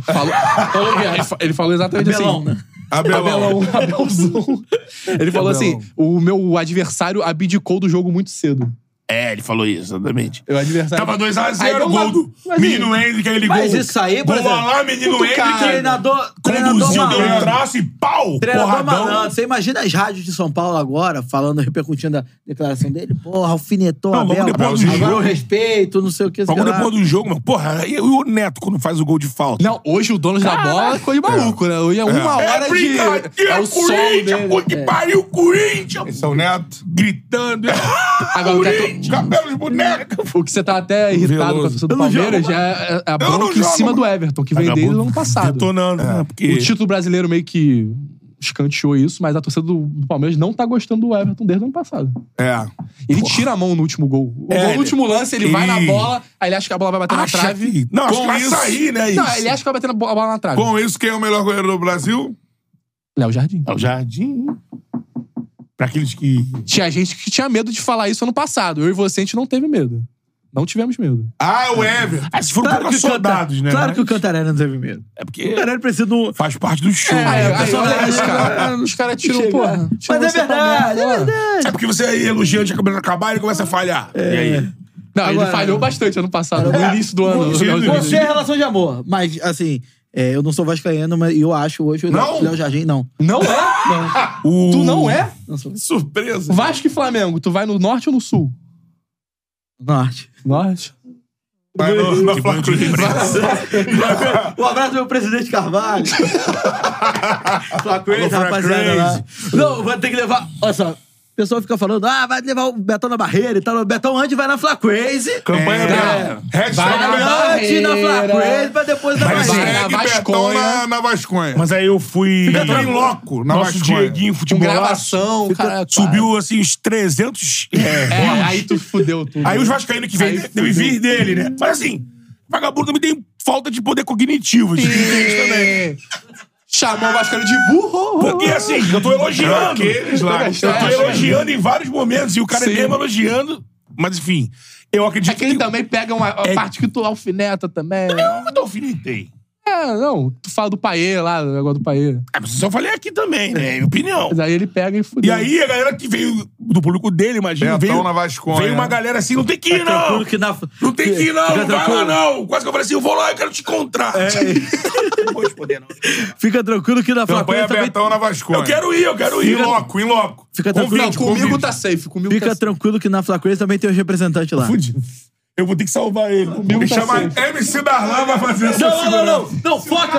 Speaker 4: Falou, falou- ele fa- ele falou exatamente
Speaker 2: Abelão,
Speaker 4: assim.
Speaker 2: né? Abelão.
Speaker 4: Abelão, Abelzão. Ele
Speaker 3: Abelão.
Speaker 4: falou assim: o meu adversário abdicou do jogo muito cedo.
Speaker 3: É, ele falou isso, exatamente.
Speaker 4: O
Speaker 5: É,
Speaker 4: adversário.
Speaker 3: Tava 2x0,
Speaker 4: Aí deu
Speaker 3: o
Speaker 4: uma-
Speaker 3: gol do
Speaker 4: Mas,
Speaker 3: menino
Speaker 4: assim,
Speaker 3: Henrique, ele
Speaker 5: Mas
Speaker 3: gol.
Speaker 5: isso aí,
Speaker 3: gol
Speaker 5: por exemplo,
Speaker 3: lá, menino
Speaker 5: muito
Speaker 3: Henrique.
Speaker 5: caro. Treinador- treinador
Speaker 3: Conduziu, deu um
Speaker 5: malandro.
Speaker 3: traço e pau!
Speaker 5: Treinador
Speaker 3: porradão.
Speaker 5: malandro. Você imagina as rádios de São Paulo agora, falando, repercutindo a declaração dele? Porra, alfinetou
Speaker 3: Não,
Speaker 5: a
Speaker 3: logo
Speaker 5: Bela.
Speaker 3: depois do
Speaker 5: Agora
Speaker 3: jogo.
Speaker 5: eu respeito, não sei o que. sei
Speaker 3: Logo
Speaker 5: lá.
Speaker 3: depois do jogo, mano. Porra, e o Neto quando faz o gol de falta?
Speaker 4: Não, hoje o dono da bola é coisa de maluco, né? Hoje é uma hora de.
Speaker 3: brincadeira,
Speaker 4: É o sol
Speaker 3: Corinthians,
Speaker 4: dele.
Speaker 3: pô,
Speaker 5: é.
Speaker 3: que pariu, Corinthians!
Speaker 2: Esse é o Neto.
Speaker 3: Gritando. é. Ah,
Speaker 4: Agora, o que eu
Speaker 3: Cabelo de boneca.
Speaker 4: tô- o que você tá até
Speaker 3: Veloso.
Speaker 4: irritado com a torcida do
Speaker 3: Eu não
Speaker 4: Palmeiras
Speaker 3: jogo,
Speaker 4: já é é a
Speaker 3: Eu não
Speaker 4: bronca em
Speaker 3: jogo,
Speaker 4: cima
Speaker 3: mano.
Speaker 4: do Everton, que vem
Speaker 3: Acabou
Speaker 4: desde o ano passado.
Speaker 2: É,
Speaker 3: Detonando, né? Porque...
Speaker 4: O título brasileiro meio que escanteou isso, mas a torcida do, do Palmeiras não tá gostando do Everton desde o ano passado.
Speaker 2: É.
Speaker 4: Ele tira a mão no último gol. O
Speaker 3: É,
Speaker 4: gol no
Speaker 3: ele-
Speaker 4: último lance, ele
Speaker 3: ele-
Speaker 4: vai na bola, aí ele acha que a bola vai bater
Speaker 3: Acha
Speaker 4: na trave.
Speaker 3: que- não, acho que vai sair, né,
Speaker 4: Não,
Speaker 3: isso.
Speaker 4: ele é- acha que vai bater na bo- a bola na trave.
Speaker 2: Com isso, quem é o melhor goleiro do Brasil?
Speaker 4: Léo Jardim.
Speaker 3: É o Jardim. Pra aqueles que.
Speaker 4: Tinha gente que tinha medo de falar isso ano passado. Eu e você, a gente não teve medo. Não tivemos medo.
Speaker 2: Ah, o Everton.
Speaker 3: Ah, se foram
Speaker 5: Claro
Speaker 3: poucos
Speaker 5: que o Canta-
Speaker 3: soldados, né?
Speaker 5: Claro que o Cantarelli não teve medo.
Speaker 3: É porque.
Speaker 5: O Cantarelli precisa do.
Speaker 3: Faz parte do show.
Speaker 4: É, aí,
Speaker 3: né?
Speaker 4: aí, olha isso, cara. Os caras tiram,
Speaker 5: Chega.
Speaker 4: porra. tiram
Speaker 5: Mas é
Speaker 4: você pra
Speaker 5: verdade,
Speaker 4: merda,
Speaker 5: é
Speaker 4: ó.
Speaker 5: verdade.
Speaker 3: É porque você aí elogia antes de cabelo acabar e ele começa a falhar.
Speaker 2: É.
Speaker 3: E aí?
Speaker 4: Não, ele
Speaker 5: Agora-
Speaker 4: falhou bastante ano passado, no início do ano.
Speaker 5: Você,
Speaker 4: Léo Jardim.
Speaker 5: você é relação de amor, mas assim, é, eu não sou vascaíno, mas eu acho hoje o
Speaker 4: Não?
Speaker 5: Léo Jardim, não.
Speaker 4: Não é?
Speaker 3: O-
Speaker 4: Tu não é?
Speaker 2: Surpresa.
Speaker 4: Vasco e Flamengo, tu vai no norte ou no sul?
Speaker 5: Norte.
Speaker 4: Norte.
Speaker 2: Vai no- na Flá
Speaker 5: Um abraço meu presidente Carvalho. Flaco
Speaker 10: Alô, Fla
Speaker 5: rapaziada. Lá.
Speaker 10: Crazy.
Speaker 5: Não, vai ter que levar. Olha só. O pessoal fica falando, ah, vai levar o Betão na barreira e tal. O Betão antes vai na Flacrazy.
Speaker 2: Campanha
Speaker 5: é.
Speaker 2: dela. Hashtag
Speaker 5: Vai
Speaker 2: Betão.
Speaker 5: antes na Flacrazy, pra depois na
Speaker 3: Mas
Speaker 5: barreira.
Speaker 3: é-
Speaker 2: Hashtag
Speaker 3: na
Speaker 2: Betão
Speaker 3: Vasconha.
Speaker 2: na, na Vasconha.
Speaker 3: Mas aí eu fui.
Speaker 2: Fica em loco, na
Speaker 3: Nosso
Speaker 2: Vasconha.
Speaker 3: Dieguinho futebol.
Speaker 4: gravação, cara,
Speaker 3: Subiu assim os 300. É,
Speaker 4: É,
Speaker 3: votos.
Speaker 4: aí tu fudeu tudo.
Speaker 3: Aí os vascaínos que vem, deve vir dele, né? Mas assim, vagabundo também tem falta de poder cognitivo. De inteligência também.
Speaker 4: Chamou o Vasco de burro.
Speaker 3: Porque assim, eu tô elogiando.
Speaker 2: Aqueles lá.
Speaker 3: Eu tô elogiando em vários momentos e o cara
Speaker 4: né?
Speaker 3: é
Speaker 4: Sim.
Speaker 3: mesmo elogiando. Mas enfim, eu acredito
Speaker 4: É que ele também pega uma a
Speaker 3: É-
Speaker 4: parte que tu alfineta também.
Speaker 3: Eu nunca te alfinetei.
Speaker 4: É, não, tu fala do Paê lá, do negócio do Paê.
Speaker 2: É, mas isso eu falei aqui também, né? É minha opinião.
Speaker 4: Mas aí ele pega e
Speaker 2: E
Speaker 4: fudeu.
Speaker 2: aí a galera que veio do público dele, imagina,
Speaker 3: Betão
Speaker 2: veio,
Speaker 3: na Vasconha.
Speaker 2: veio uma galera assim, não tem que
Speaker 4: Tá
Speaker 2: ir não,
Speaker 5: Tranquilo que na...
Speaker 2: não tem que ir não,
Speaker 5: Fica
Speaker 2: não vai lá
Speaker 5: tranquilo.
Speaker 2: não. Quase que eu falei assim, eu vou lá, eu quero te encontrar.
Speaker 3: É,
Speaker 2: não vou responder não.
Speaker 5: Fica tranquilo que na
Speaker 3: Campanha
Speaker 5: Flaconha também...
Speaker 3: Betão na Vasconha.
Speaker 2: Eu quero ir, eu quero
Speaker 3: Em
Speaker 2: ir.
Speaker 3: loco, em loco.
Speaker 5: Fica
Speaker 3: Convite,
Speaker 5: tranquilo.
Speaker 4: Não, comigo
Speaker 3: convite.
Speaker 4: tá safe, comigo
Speaker 5: Fica
Speaker 4: tá safe.
Speaker 5: tranquilo que na Flaconha também tem os representantes lá.
Speaker 2: Fudido. Eu vou ter que salvar ele. tá
Speaker 3: Me chama MC Darlan vai fazer essa
Speaker 5: Não, não, não,
Speaker 3: segurança.
Speaker 5: não. Não, foca.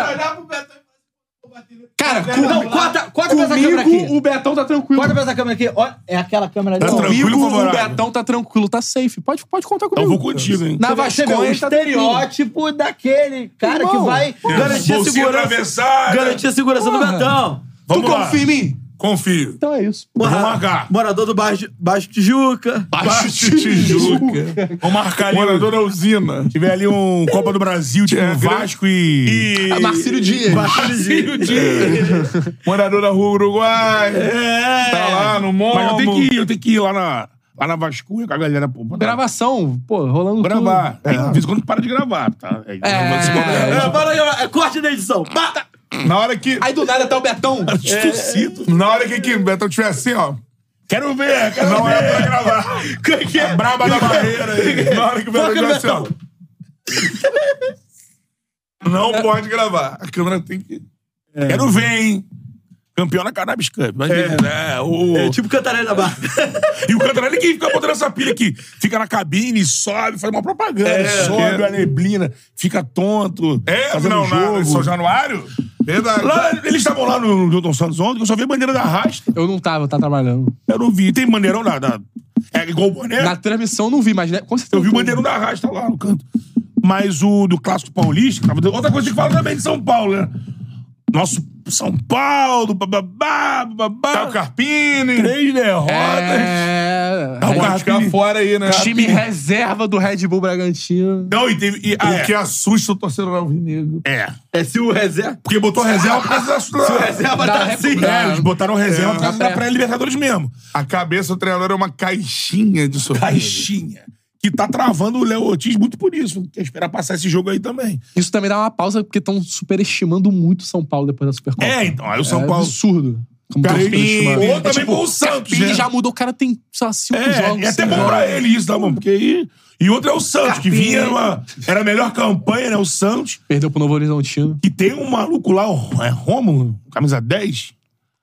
Speaker 4: Cara,
Speaker 5: Não, corta, corta pra essa câmera
Speaker 4: comigo
Speaker 5: aqui.
Speaker 4: o Betão tá tranquilo.
Speaker 5: Corta pra essa câmera aqui. Olha, é aquela câmera ali.
Speaker 3: Tá
Speaker 5: ó.
Speaker 3: tranquilo.
Speaker 4: Comigo o
Speaker 3: favorável.
Speaker 4: Betão tá tranquilo, tá safe. Pode, pode contar comigo.
Speaker 2: Eu vou contigo, hein.
Speaker 4: Na
Speaker 5: Você vê,
Speaker 4: Vasconha
Speaker 5: o
Speaker 4: ele tá tranquilo.
Speaker 5: estereótipo daquele cara
Speaker 4: Irmão,
Speaker 5: que vai garantir a
Speaker 2: Bolsinha
Speaker 5: segurança.
Speaker 2: atravessada.
Speaker 5: Garantir a segurança do
Speaker 4: Porra.
Speaker 5: Betão.
Speaker 2: Vamos
Speaker 4: tu
Speaker 2: lá.
Speaker 4: confia em mim?
Speaker 3: Confio.
Speaker 4: Então é isso.
Speaker 5: Porra,
Speaker 2: Vou marcar.
Speaker 5: Morador do bairro de- Baixo Tijuca.
Speaker 3: Baixo de Tijuca.
Speaker 2: Vamos marcar ali. um-
Speaker 3: Morador da usina.
Speaker 2: Tiver ali um Copa do Brasil, tipo
Speaker 3: É,
Speaker 2: Vasco e...
Speaker 3: E...
Speaker 4: Marcílio Dias.
Speaker 3: Marcílio Dias. Morador da rua Uruguai.
Speaker 2: É.
Speaker 3: Tá lá no Momo.
Speaker 2: Mas eu tenho que ir, eu tenho que ir lá na, lá na Vascunha com a galera. Pô, pra
Speaker 4: Gravação, pô, rolando
Speaker 2: Gravar.
Speaker 4: tudo.
Speaker 2: Aí,
Speaker 3: É.
Speaker 2: de vez em quando para de gravar, tá? Aí,
Speaker 4: É.
Speaker 5: É, para aí, ó, é corte da edição. Mata!
Speaker 3: Na hora que...
Speaker 4: Aí do nada tá o Betão.
Speaker 2: Distorcido.
Speaker 3: É. Na hora que, que o Betão tiver assim, ó.
Speaker 2: Quero ver, quero
Speaker 3: Não
Speaker 2: ver.
Speaker 3: é pra gravar.
Speaker 2: Que que é?
Speaker 3: A braba da barreira aí. Na hora que o Betão
Speaker 5: Foca
Speaker 3: tiver
Speaker 5: no
Speaker 3: assim, ó. Não pode gravar. A câmera tem que...
Speaker 2: É. Quero ver, hein? Campeão na Cannabis Cup. Mas, é. o...
Speaker 5: É tipo Cantarela Barra.
Speaker 3: tipo-
Speaker 2: E o Cantarelli que fica botando essa pilha aqui. Fica na cabine, sobe, faz uma propaganda. sobe
Speaker 3: é.
Speaker 2: a neblina, fica tonto.
Speaker 3: É,
Speaker 2: fazendo
Speaker 3: não,
Speaker 2: jogo.
Speaker 3: não. Em São Januário? Verdade.
Speaker 2: Lá, eles estavam lá no Newton Santos ontem, que eu só vi a bandeira da Rasta.
Speaker 4: Eu não tava, eu tava trabalhando.
Speaker 2: Eu não vi. Tem bandeirão da. da... É igual o boné?
Speaker 4: Na transmissão eu não vi, mas né, com certeza.
Speaker 2: Eu vi o
Speaker 4: tem.
Speaker 2: bandeirão da Rasta lá no canto. Mas o do Clássico Paulista, que tava... outra coisa que fala também de São Paulo, né? Nosso São Paulo, bababá, bababá.
Speaker 3: Tá o Carpini.
Speaker 2: Três derrotas.
Speaker 4: É.
Speaker 2: Tá o
Speaker 4: Red-
Speaker 3: Pode ficar
Speaker 2: Carpini.
Speaker 3: fora aí, né?
Speaker 4: Time reserva do Red Bull Bragantino.
Speaker 2: Não, e teve. E, ah,
Speaker 3: O
Speaker 2: é.
Speaker 3: que assusta o torcedor alvinegro.
Speaker 2: é.
Speaker 5: É se o reserva.
Speaker 2: Porque botou reserva por causa da.
Speaker 5: Se o reserva
Speaker 4: Dá
Speaker 5: tá
Speaker 4: rec-
Speaker 5: assim.
Speaker 4: dá-
Speaker 2: É, eles botaram reserva pra, pra,
Speaker 4: É.
Speaker 2: pra Libertadores mesmo.
Speaker 3: A cabeça do treinador é uma caixinha de surpresa.
Speaker 2: Caixinha. Que tá travando o Léo Ortiz muito por isso. Quer esperar passar esse jogo aí também.
Speaker 4: Isso também dá uma pausa, porque estão superestimando muito o São Paulo depois da Supercopa.
Speaker 2: É, então. Aí o São
Speaker 4: É
Speaker 2: Paulo.
Speaker 4: absurdo. Como tão
Speaker 2: Carpini,
Speaker 4: superestimado.
Speaker 2: ou também com o Santos.
Speaker 4: Carpini
Speaker 2: Né?
Speaker 4: já mudou, o cara tem só cinco
Speaker 2: É,
Speaker 4: jogos.
Speaker 2: e até
Speaker 4: cinco
Speaker 2: bom
Speaker 4: jogos.
Speaker 2: pra ele isso, tá bom? Porque aí. E outro é o Santos, que vinha numa. Era a melhor campanha, né? O Santos.
Speaker 4: Perdeu pro Novo Horizontino.
Speaker 2: Que tem um maluco lá, o- é Romulo, camisa 10,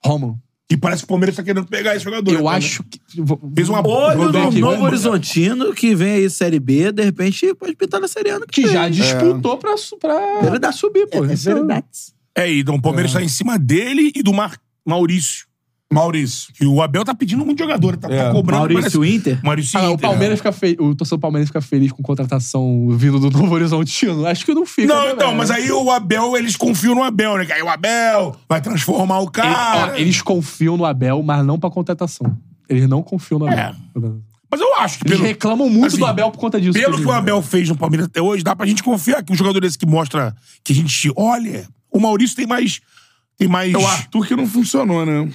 Speaker 4: Romulo,
Speaker 2: que parece que o Palmeiras tá querendo pegar esse né? jogar
Speaker 4: eu acho que. vou-
Speaker 2: Fez uma
Speaker 4: vou
Speaker 5: Olho
Speaker 4: dar
Speaker 5: no
Speaker 4: aqui,
Speaker 5: Novo
Speaker 4: vamos-
Speaker 5: Horizontino, que vem aí Série B, de repente pode pintar na Série A no que
Speaker 4: Que
Speaker 5: vem.
Speaker 4: já disputou pra, su- pra, pra subir, pô. Isso é-
Speaker 2: É, então o Palmeiras tá em cima dele e do Mar... Maurício. Maurício. Que o Abel tá pedindo muito jogador, tá, tá
Speaker 3: É.
Speaker 2: cobrando.
Speaker 5: Maurício Inter?
Speaker 2: parece- Maurício
Speaker 4: Ah, não, o
Speaker 2: Inter, é.
Speaker 4: Palmeiras fica fe... O torcedor palmeirense fica feliz com contratação vindo do Novo Horizontino. Acho que não
Speaker 2: é.
Speaker 4: fica.
Speaker 2: Não,
Speaker 4: né,
Speaker 2: então,
Speaker 4: velho?
Speaker 2: mas aí o Abel, eles confiam no Abel, né? Que aí o Abel vai transformar o
Speaker 4: Ele-
Speaker 2: cara.
Speaker 4: ó, eles confiam no Abel, mas não pra contratação. Eles não confiam no Abel.
Speaker 2: Mas eu acho que
Speaker 4: Eles
Speaker 2: É. pelo,
Speaker 4: reclamam muito
Speaker 2: assim,
Speaker 4: do Abel por conta disso.
Speaker 2: pelo que
Speaker 4: inclusive.
Speaker 2: o
Speaker 3: né?
Speaker 2: Abel fez no Palmeiras até hoje, dá pra gente confiar que um jogador desse que mostra que a gente olha, o Maurício tem mais. Tem mais.
Speaker 3: É o Arthur que não funcionou, né?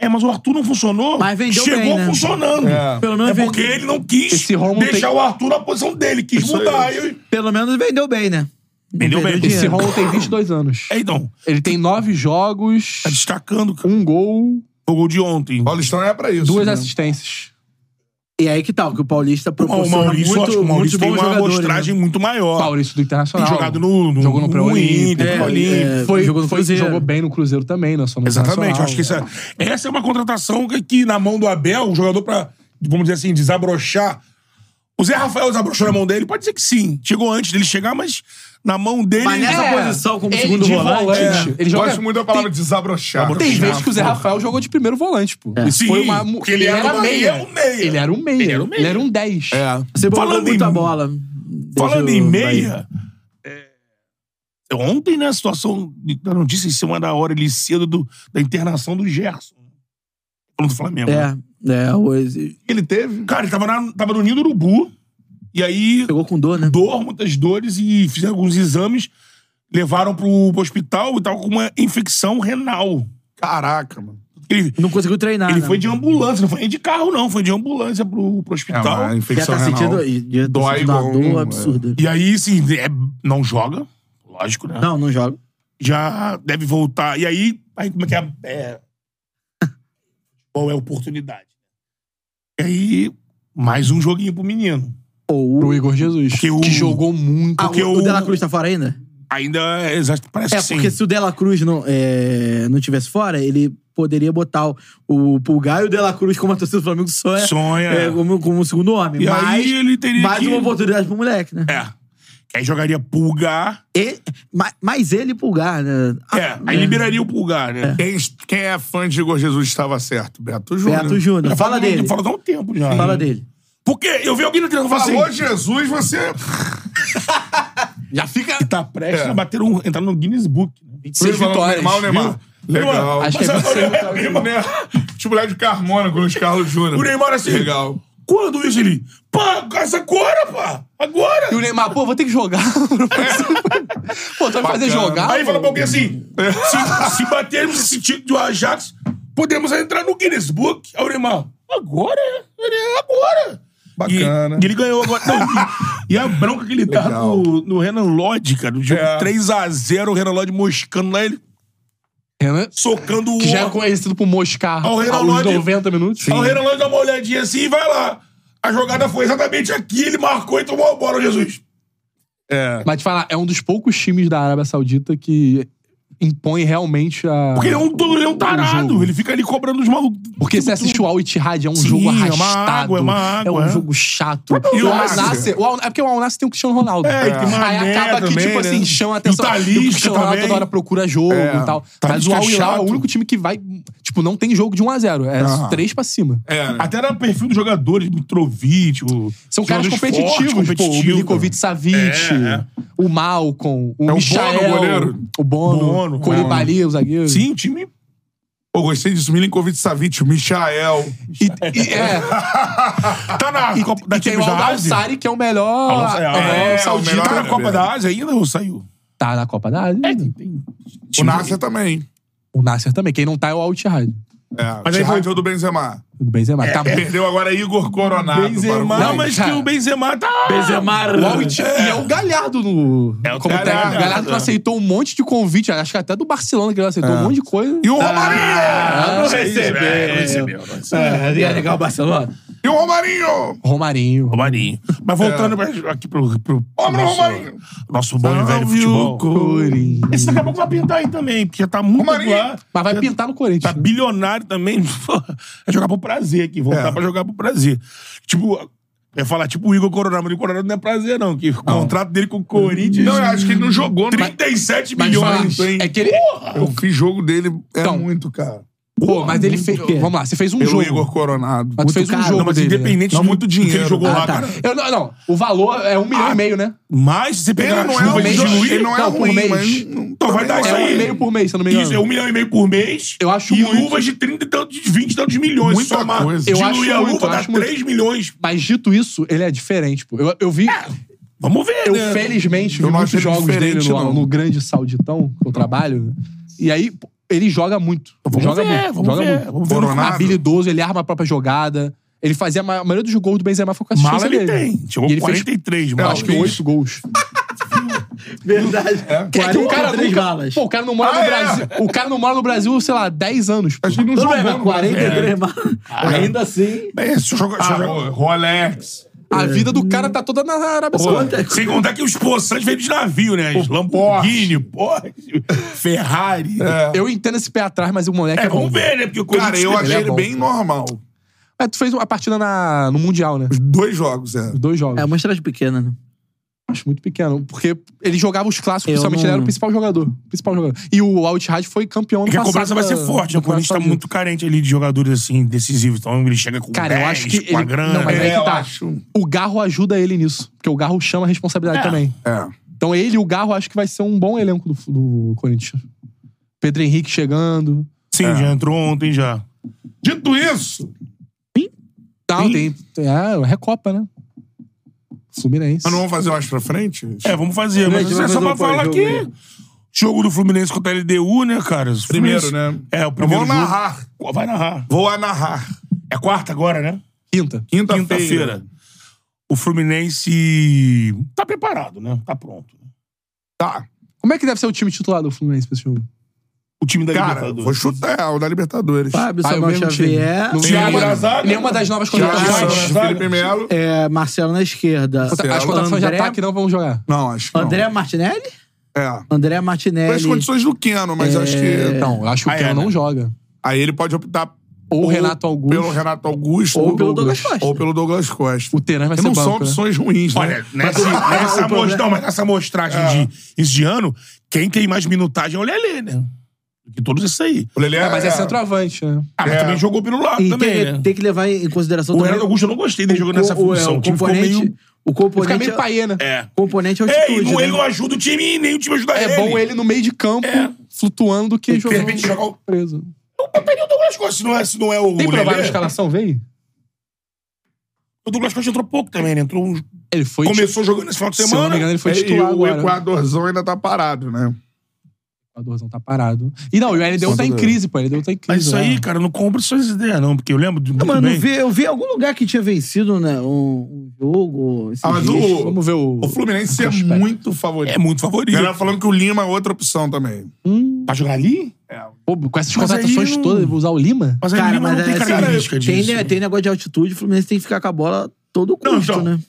Speaker 2: É, mas o Arthur não funcionou.
Speaker 5: Mas vendeu
Speaker 2: Chegou
Speaker 5: bem, né?
Speaker 2: funcionando.
Speaker 3: É.
Speaker 5: Pelo menos
Speaker 2: É porque
Speaker 5: vendeu-
Speaker 2: ele não quis
Speaker 4: Esse Romulo
Speaker 2: deixar o Arthur na posição dele, quis mudar. aí-
Speaker 5: Pelo menos vendeu bem, né?
Speaker 2: Vendeu bem.
Speaker 4: Esse
Speaker 5: dinheiro.
Speaker 4: Romulo tem 22 anos.
Speaker 2: É, então,
Speaker 4: Ele tem nove jogos,
Speaker 2: tá destacando, cara.
Speaker 4: um gol,
Speaker 2: O gol de ontem.
Speaker 3: Paulistão é pra isso.
Speaker 4: duas
Speaker 3: né?
Speaker 4: assistências.
Speaker 5: E aí que
Speaker 10: tá,
Speaker 5: tal, que o Paulista
Speaker 2: O
Speaker 5: proporciona
Speaker 2: Maurício,
Speaker 5: tá muito,
Speaker 2: acho que o Maurício
Speaker 5: muitos
Speaker 2: tem
Speaker 5: bons
Speaker 2: uma
Speaker 5: jogadores,
Speaker 2: amostragem
Speaker 5: né?
Speaker 2: muito maior.
Speaker 4: Paulista do
Speaker 2: Tem
Speaker 4: Internacional.
Speaker 2: jogado no, no,
Speaker 4: Jogou no pré-olímpico,
Speaker 2: Inter,
Speaker 4: é,
Speaker 2: pré-olímpico.
Speaker 5: é,
Speaker 4: Foi,
Speaker 5: jogou no
Speaker 4: foi,
Speaker 5: Cruzeiro.
Speaker 4: jogou bem no Cruzeiro também, não só no
Speaker 2: Exatamente, eu
Speaker 4: Internacional.
Speaker 2: acho que essa,
Speaker 3: né?
Speaker 2: essa é uma contratação que, que na mão do Abel, o jogador pra, vamos dizer assim, desabrochar. O Zé Rafael desabrochou na mão dele? Pode ser que sim. Chegou antes dele chegar, mas na mão dele. né?
Speaker 5: Mas nessa
Speaker 4: É.
Speaker 5: posição como
Speaker 4: Ele
Speaker 5: segundo
Speaker 4: de
Speaker 5: volante...
Speaker 2: É,
Speaker 4: volante. Ele joga-
Speaker 3: Gosto muito da palavra desabrochar.
Speaker 4: Tem vezes que o Zé Rafael jogou de primeiro volante, pô. Isso
Speaker 2: É. Sim,
Speaker 4: foi uma.
Speaker 2: porque ele era um meia, um meia.
Speaker 4: Ele era um meia.
Speaker 2: Ele era um meia. É.
Speaker 4: Ele era um 10.
Speaker 5: Você falou
Speaker 2: Falando em-
Speaker 5: muita bola.
Speaker 2: Falando em
Speaker 5: desde o
Speaker 2: meia, é, ontem, né, a situação da notícia em cima da hora ali cedo do- da internação do Gerson. Falando do Flamengo. né?
Speaker 5: Bahia. É, é, hoje...
Speaker 3: Ele teve.
Speaker 2: Cara, ele tava, na- tava no ninho do urubu, e aí
Speaker 5: Pegou com dor, né?
Speaker 2: dor, muitas dores, e fizeram alguns exames, levaram pro, pro hospital e tava com uma infecção renal.
Speaker 3: Caraca, mano.
Speaker 2: Ele,
Speaker 5: Não conseguiu treinar,
Speaker 2: ele
Speaker 5: né?
Speaker 2: foi de ambulância, não foi nem de carro, não, foi de ambulância pro, pro
Speaker 3: É
Speaker 2: hospital.
Speaker 3: uma
Speaker 5: Já
Speaker 3: infecção
Speaker 5: tá
Speaker 3: renal.
Speaker 5: sentindo, já tá
Speaker 3: Dói
Speaker 2: é.
Speaker 5: sentindo uma
Speaker 3: igual um,
Speaker 5: dor absurda.
Speaker 2: E aí, assim, é- não joga.
Speaker 3: Lógico, né?
Speaker 10: Não, não joga.
Speaker 3: Já deve voltar. E aí, aí como é que é? é... Qual é a oportunidade? E aí, mais um joguinho pro menino.
Speaker 10: Ou
Speaker 4: Pro Igor Jesus.
Speaker 3: Porque o-
Speaker 4: Que jogou um muito.
Speaker 10: Ah,
Speaker 3: Porque
Speaker 10: o, o
Speaker 3: o-
Speaker 10: Dela Cruz tá fora ainda?
Speaker 3: Ainda é, exato, parece
Speaker 10: É,
Speaker 3: que sim.
Speaker 10: porque se o Dela Cruz não, é, não tivesse fora, ele poderia botar o, o Pulgar e o Dela Cruz como a torcida do Flamengo sonha.
Speaker 3: Sonha.
Speaker 10: é, como, como o segundo homem.
Speaker 3: E
Speaker 10: mas,
Speaker 3: aí ele teria
Speaker 10: mais
Speaker 3: que-
Speaker 10: uma oportunidade pro moleque, né?
Speaker 3: É. Que aí jogaria pulgar.
Speaker 10: E- ma- mas ele e Pulgar, né?
Speaker 3: É, aí liberaria o pulgar, né?
Speaker 2: Quem, quem é fã de Igor Jesus estava certo? Beto Júnior.
Speaker 10: Beto Júnior. Fala dele.
Speaker 3: Fala há um tempo já.
Speaker 10: Fala dele.
Speaker 3: Porque eu vi alguém no treino e falei
Speaker 2: Falou
Speaker 3: assim...
Speaker 2: Jesus, você...
Speaker 3: Já fica... E tá prestes
Speaker 2: É.
Speaker 3: a bater um... Entrar no Guinness Book. né?
Speaker 4: 26
Speaker 2: Falando
Speaker 4: vitórias.
Speaker 2: Neymar, o Neymar.
Speaker 3: viu?
Speaker 2: Legal.
Speaker 4: Acho que é
Speaker 2: Mas
Speaker 4: você.
Speaker 2: é mesmo, né? Tipo lá de Carmona com os Carlos Júnior.
Speaker 3: O Neymar assim...
Speaker 2: Legal.
Speaker 3: Quando isso ele... Pá, essa agora, pá! Agora!
Speaker 4: E o Neymar, pô, vou ter que jogar. pô, tu vai me fazer
Speaker 2: Bacana.
Speaker 4: jogar?
Speaker 3: Aí fala pra
Speaker 4: pô?
Speaker 3: alguém assim: se, se batermos esse título do Ajax, podemos entrar no Guinness Book. Aí o Neymar, agora é? Ele é agora.
Speaker 2: Bacana.
Speaker 3: E, e ele ganhou agora. Não, e, e a bronca que ele tá
Speaker 2: Legal.
Speaker 3: no, no Renan Lodge, cara. No jogo
Speaker 2: É.
Speaker 3: 3x0, o Renan Lodge moscando lá, ele
Speaker 4: Renan,
Speaker 3: socando o.
Speaker 4: Que já é conhecido por moscar
Speaker 3: Ao Renan
Speaker 4: aos
Speaker 3: Lodge.
Speaker 4: 90 minutos.
Speaker 3: Aí o Renan Lodge dá uma olhadinha assim e vai lá. A jogada foi exatamente aqui, ele marcou e tomou a bola, Jesus.
Speaker 2: É.
Speaker 4: Mas te falar, é um dos poucos times da Arábia Saudita que impõe realmente a.
Speaker 3: Porque ele é um, ele é um tarado.
Speaker 4: jogo.
Speaker 3: Ele fica ali cobrando os malucos.
Speaker 4: Porque você assiste o Al Ittihad, é um
Speaker 3: Sim,
Speaker 4: jogo
Speaker 3: é uma
Speaker 4: arrastado.
Speaker 3: água, é uma água,
Speaker 4: é um
Speaker 3: é.
Speaker 4: jogo chato. E o
Speaker 3: Al
Speaker 4: Al
Speaker 3: Nasser.
Speaker 4: Nasser. o Al- É porque o Al Nasser tem o Cristiano Ronaldo.
Speaker 3: É, e tem Mané
Speaker 4: Aí acaba que,
Speaker 3: também,
Speaker 4: tipo
Speaker 3: né?
Speaker 4: assim, chama a atenção.
Speaker 3: Italista
Speaker 4: o Cristiano Ronaldo
Speaker 3: também.
Speaker 4: toda hora procura jogo
Speaker 2: É,
Speaker 4: e tal. Mas
Speaker 3: Italista
Speaker 4: o
Speaker 3: é
Speaker 4: Al Hilal é o
Speaker 3: chato.
Speaker 4: único time que vai. Tipo, não tem jogo de 1x0. É
Speaker 2: Ah.
Speaker 4: 3 pra cima.
Speaker 2: É, né?
Speaker 3: Até no perfil dos jogadores, Mitrovic, o...
Speaker 4: São caras
Speaker 3: jogadores fortes,
Speaker 4: competitivos, pô. O
Speaker 3: competitivos.
Speaker 4: Milikovic Savic,
Speaker 3: É, é.
Speaker 4: o Malcom, o
Speaker 2: É o
Speaker 4: Michael.
Speaker 2: Bono, o goleiro?
Speaker 4: o Bono.
Speaker 3: Bono,
Speaker 4: o Colibali, o zagueiro.
Speaker 3: Sim, time.
Speaker 2: Pô, gostei disso. Milinkovic Savic, o Michael.
Speaker 4: E, e- é,
Speaker 3: Tá na Copa da
Speaker 4: e tem o
Speaker 3: Champions da Ásia.
Speaker 4: Al-Dansari, que é o melhor.
Speaker 3: Al-Nassr,
Speaker 4: é,
Speaker 3: é,
Speaker 4: o
Speaker 3: é,
Speaker 4: saudita.
Speaker 2: o melhor.
Speaker 3: Tá na
Speaker 2: É,
Speaker 3: Copa
Speaker 2: é.
Speaker 3: da Ásia ainda ou saiu?
Speaker 4: Tá na Copa da Ásia.
Speaker 2: O Nasser também.
Speaker 4: O Nasser também. Quem não tá é o Al-Tihad.
Speaker 2: É,
Speaker 3: Mas
Speaker 2: mas
Speaker 3: aí
Speaker 2: aí
Speaker 3: foi-
Speaker 2: do Benzema.
Speaker 4: Do Benzema. tá bom.
Speaker 2: Perdeu agora Igor Coronado.
Speaker 3: Benzema,
Speaker 2: para o
Speaker 3: não, mas
Speaker 4: cara.
Speaker 3: que o Benzema tá...
Speaker 4: O Al-Ittihad é. o Galhardo no...
Speaker 3: É o
Speaker 4: como
Speaker 3: Galhardo.
Speaker 4: técnico. O Galhardo aceitou um monte de convite. Acho que até do Barcelona que ele aceitou um monte de coisa.
Speaker 2: E o Romarinho!
Speaker 3: Ah, não
Speaker 10: recebeu.
Speaker 3: É, não recebeu. não recebeu.
Speaker 10: É, é legal o Barcelona.
Speaker 2: E o Romarinho!
Speaker 4: Romarinho.
Speaker 3: Romarinho. Mas voltando pra- aqui pro, pro
Speaker 2: Obra
Speaker 3: nosso,
Speaker 2: Romarinho!
Speaker 3: nosso bom e velho futebol.
Speaker 4: Corinthians.
Speaker 3: Esse daqui a pouco vai pintar aí também, porque já tá muito
Speaker 2: Romarinho.
Speaker 3: lá.
Speaker 4: Mas vai pintar no
Speaker 3: Tá
Speaker 4: Corinthians. né?
Speaker 3: bilionário também. É jogar pro prazer aqui. Voltar
Speaker 2: É.
Speaker 3: pra jogar pro prazer. Tipo, é falar tipo o Igor Coronado, mas o Coronado não é prazer, não. Que o contrato dele com o Corinthians.
Speaker 2: Não, eu acho que ele não jogou. Mas...
Speaker 3: 37
Speaker 4: Mas
Speaker 3: milhões,
Speaker 4: fala,
Speaker 3: hein? um
Speaker 4: é que ele...
Speaker 2: Eu fiz jogo dele. É
Speaker 4: Então.
Speaker 2: muito, cara.
Speaker 4: Pô, mas ele fez...
Speaker 10: por quê?
Speaker 4: Vamos lá, você fez um
Speaker 2: Pelo
Speaker 4: jogo.
Speaker 2: Igor Coronado.
Speaker 4: Mas tu fez um
Speaker 10: caro.
Speaker 4: jogo
Speaker 3: Não, mas
Speaker 4: dele, né?
Speaker 3: independente
Speaker 2: Não,
Speaker 3: de
Speaker 2: muito
Speaker 3: muito
Speaker 2: dinheiro.
Speaker 3: dinheiro. Que ele jogou
Speaker 10: Ah,
Speaker 3: lá,
Speaker 10: tá.
Speaker 3: cara.
Speaker 4: Eu, não, não, o valor é um milhão e meio, né?
Speaker 3: Mas se você pegar
Speaker 2: Ele
Speaker 3: a
Speaker 2: não é
Speaker 3: chuva
Speaker 2: um
Speaker 3: e
Speaker 2: jogo,
Speaker 3: diluir...
Speaker 2: ele não é
Speaker 4: Não, por
Speaker 2: ruim,
Speaker 4: mês.
Speaker 2: mas. não-
Speaker 3: Então vai dar
Speaker 4: É
Speaker 3: isso
Speaker 4: um
Speaker 3: aí.
Speaker 4: e meio por mês, se eu não me engano.
Speaker 3: Isso, é um milhão e meio por mês.
Speaker 4: Eu acho
Speaker 3: E
Speaker 4: muito.
Speaker 3: luvas de 30 e tantos, de 20 e tantos milhões.
Speaker 2: Muita
Speaker 3: somar.
Speaker 2: coisa.
Speaker 4: Eu
Speaker 3: Diluir
Speaker 4: acho
Speaker 3: a
Speaker 4: muito,
Speaker 3: luva
Speaker 4: eu
Speaker 3: dá
Speaker 4: acho muito.
Speaker 3: 3 milhões.
Speaker 4: Mas dito isso, ele é diferente, pô. Eu, eu vi.
Speaker 3: Vamos ver,
Speaker 4: Eu
Speaker 3: né?
Speaker 4: felizmente vi
Speaker 2: Eu não acho
Speaker 4: muitos
Speaker 2: ele
Speaker 4: jogos dele
Speaker 2: diferente, não.
Speaker 4: no, no grande Sauditão, que eu trabalho. né? E aí, pô, ele joga muito.
Speaker 3: Vamos
Speaker 4: joga
Speaker 3: ver,
Speaker 4: muito.
Speaker 3: vamos
Speaker 4: joga
Speaker 3: ver,
Speaker 4: muito.
Speaker 3: vamos ver.
Speaker 2: Coronado.
Speaker 4: Habilidoso, ele arma a própria jogada. Ele fazia a ma- a maioria dos gols do Benzema foi com a
Speaker 3: Mala
Speaker 4: assistência
Speaker 3: ele
Speaker 4: dele.
Speaker 3: tem. Chegou
Speaker 4: E ele fez, É,
Speaker 3: 43,
Speaker 4: eu
Speaker 3: mala.
Speaker 4: acho que
Speaker 3: Fez.
Speaker 4: oito gols.
Speaker 10: Verdade.
Speaker 4: Que é que o cara
Speaker 10: 43
Speaker 4: nunca-
Speaker 10: balas.
Speaker 4: Pô, o cara não mora
Speaker 2: Ah,
Speaker 4: no
Speaker 2: é?
Speaker 4: Brasil. O cara não mora no Brasil, sei lá, 10 anos. pô.
Speaker 2: Acho que ele não
Speaker 10: Tudo
Speaker 2: jogou.
Speaker 10: bem, mas
Speaker 2: no
Speaker 10: 43 balas. Ainda assim.
Speaker 3: É, se eu jogar- se eu
Speaker 2: Ah,
Speaker 3: jogar-
Speaker 2: pô, Rolex.
Speaker 4: A vida do cara tá toda na Arábia Saudita.
Speaker 3: Sem contar que os poçantes vêm de navio, né? Os Lamborghini, Porsche, Ferrari. É,
Speaker 4: Eu entendo esse pé atrás, mas o moleque é, bom.
Speaker 3: vamos ver, né? Porque o
Speaker 2: Cara,
Speaker 3: Corinthians-
Speaker 2: eu achei
Speaker 4: é
Speaker 2: ele
Speaker 4: bom,
Speaker 2: bem
Speaker 4: cara.
Speaker 2: normal.
Speaker 4: Mas É, tu fez uma partida na, no Mundial, né?
Speaker 2: Os dois jogos, é.
Speaker 4: Os dois jogos.
Speaker 10: É uma estrada pequena, né?
Speaker 4: Acho muito pequeno. Porque ele jogava os clássicos,
Speaker 10: Eu
Speaker 4: principalmente
Speaker 10: não-
Speaker 5: Hum.
Speaker 4: ele era o principal jogador. Principal jogador. E o Altirad foi campeão no
Speaker 3: Porque É a
Speaker 4: passado.
Speaker 3: cobrança vai ser
Speaker 4: da-
Speaker 3: forte.
Speaker 4: do
Speaker 3: O Corinthians tá
Speaker 4: Campeonato
Speaker 3: muito carente ali de jogadores, assim, decisivos. Então ele chega com
Speaker 4: Cara, eu
Speaker 3: 10,
Speaker 4: acho que
Speaker 3: com a
Speaker 4: ele-
Speaker 3: grana.
Speaker 4: não, mas
Speaker 3: é,
Speaker 4: aí que tá.
Speaker 3: acho.
Speaker 4: Saudita. O Garro ajuda ele nisso. Porque o Garro chama a responsabilidade
Speaker 3: É.
Speaker 4: também.
Speaker 2: É.
Speaker 4: Então ele e o Garro acho que vai ser um bom elenco do, do Corinthians. Pedro Henrique chegando.
Speaker 3: Sim, já entrou ontem já.
Speaker 2: Dito isso,
Speaker 4: Não, tem, tem. É, Recopa, né? Fluminense.
Speaker 2: mas não vamos fazer mais pra frente?
Speaker 3: É, vamos fazer. Mas isso é só pra falar que... Jogo do Fluminense contra a LDU, né, cara? Os
Speaker 2: Primeiro,
Speaker 3: Fluminense-
Speaker 2: né?
Speaker 3: É, o primeiro
Speaker 2: Vamos
Speaker 3: jogo.
Speaker 2: narrar.
Speaker 3: Vai narrar.
Speaker 2: Vou a narrar.
Speaker 3: É quarta agora, né?
Speaker 4: Quinta.
Speaker 3: Quinta-feira. o Fluminense tá preparado, né? Tá pronto.
Speaker 2: Tá.
Speaker 4: Como Como é que deve ser o time titular do Fluminense pra esse jogo?
Speaker 3: O time da
Speaker 2: Cara,
Speaker 3: Libertadores.
Speaker 2: vou chutar é, o da Libertadores.
Speaker 10: Fábio
Speaker 4: Tá, é o
Speaker 10: Samuel
Speaker 4: mesmo time.
Speaker 10: Xavier.
Speaker 4: Não
Speaker 2: Thiago
Speaker 4: tem-
Speaker 2: Brazzaga.
Speaker 4: Nenhuma das novas
Speaker 2: Thiago
Speaker 4: contratações.
Speaker 2: Santos, Felipe Melo.
Speaker 10: É, Marcelo na esquerda.
Speaker 4: Contra- As tá contratações de ataque não vão jogar.
Speaker 2: Não, acho que
Speaker 10: André Martinelli?
Speaker 2: não. É.
Speaker 10: André
Speaker 2: Com as
Speaker 10: Martinelli.
Speaker 2: condições do Keno, mas acho que...
Speaker 4: É, Não, eu acho que o
Speaker 2: Ah, é,
Speaker 4: Keno
Speaker 2: né?
Speaker 4: não joga.
Speaker 2: Aí ele pode optar
Speaker 4: Ou o Renato Augusto.
Speaker 2: pelo Renato Augusto
Speaker 10: Ou pelo Douglas Costa.
Speaker 2: ou pelo Douglas Costa.
Speaker 4: O Teran vai
Speaker 2: Que
Speaker 4: ser
Speaker 2: não são
Speaker 4: banco, né?
Speaker 2: opções ruins, né? é,
Speaker 3: Olha, nessa, nessa,
Speaker 10: o problema-
Speaker 3: amostra- não, mas nessa amostragem de, esse de ano, quem tem mais minutagem é o Lelê, né? Do que todos esses aí.
Speaker 2: O Lelé
Speaker 4: É, mas é centroavante, né?
Speaker 3: Ah, mas
Speaker 2: É.
Speaker 3: também jogou pelo lado
Speaker 10: E
Speaker 3: também,
Speaker 10: tem,
Speaker 3: né?
Speaker 10: tem que levar em consideração
Speaker 3: O
Speaker 10: também
Speaker 3: Renato Augusto eu não gostei dele jogando
Speaker 10: o-
Speaker 3: nessa
Speaker 10: o- o-
Speaker 4: é,
Speaker 3: função. O, time ficou
Speaker 10: componente,
Speaker 3: meio...
Speaker 10: o
Speaker 4: Fica
Speaker 10: componente
Speaker 4: meio paê, né?
Speaker 3: É.
Speaker 10: componente é
Speaker 3: Ei,
Speaker 10: altitude,
Speaker 3: não,
Speaker 10: né?
Speaker 3: ele não ajuda o time e nem o time ajuda
Speaker 4: É
Speaker 3: ele.
Speaker 4: bom ele no meio de campo,
Speaker 3: É.
Speaker 4: flutuando, do que
Speaker 3: De
Speaker 4: jogando
Speaker 3: repente jogar o-
Speaker 4: preso.
Speaker 3: O papel do Douglas Costa, se não é, se não é o
Speaker 4: Tem provável
Speaker 3: Lelê.
Speaker 4: escalação, veio?
Speaker 3: O Douglas Costa entrou pouco também, né? Entrou, uns-
Speaker 4: Ele foi.
Speaker 3: começou jogando esse final de
Speaker 4: Se eu não
Speaker 3: semana.
Speaker 4: me engano, ele foi
Speaker 2: é, e
Speaker 4: titular
Speaker 2: o
Speaker 4: agora.
Speaker 2: Equadorzão ainda tá parado, né?
Speaker 4: O Equadorzão tá parado. E não, e o LDU tá em crise, pô. O LDU tá em crise.
Speaker 3: Mas Ah, isso
Speaker 4: né?
Speaker 3: aí, cara, eu não compro suas ideias, não, porque eu lembro de muito
Speaker 10: Não, mas eu não
Speaker 3: bem.
Speaker 10: vi, eu vi em algum lugar que tinha vencido né, um, um jogo. esses
Speaker 2: Ah, mas
Speaker 10: dias.
Speaker 2: o,
Speaker 4: Vamos ver o.
Speaker 2: o Fluminense é
Speaker 4: prospecto.
Speaker 2: muito favorito.
Speaker 3: É muito favorito.
Speaker 2: Galera falando que o Lima é outra opção também.
Speaker 4: Hum,
Speaker 3: Pra jogar ali?
Speaker 4: pô, com essas
Speaker 3: Mas
Speaker 4: contratações
Speaker 3: aí não-
Speaker 4: todas, vou usar o Lima?
Speaker 3: Mas aí o
Speaker 10: Cara,
Speaker 3: Lima
Speaker 10: mas
Speaker 3: não tem
Speaker 10: é assim,
Speaker 3: característica
Speaker 10: tem,
Speaker 3: disso.
Speaker 10: ne- tem negócio de altitude, o Fluminense tem que ficar com a bola a todo custo,
Speaker 3: então.
Speaker 10: né?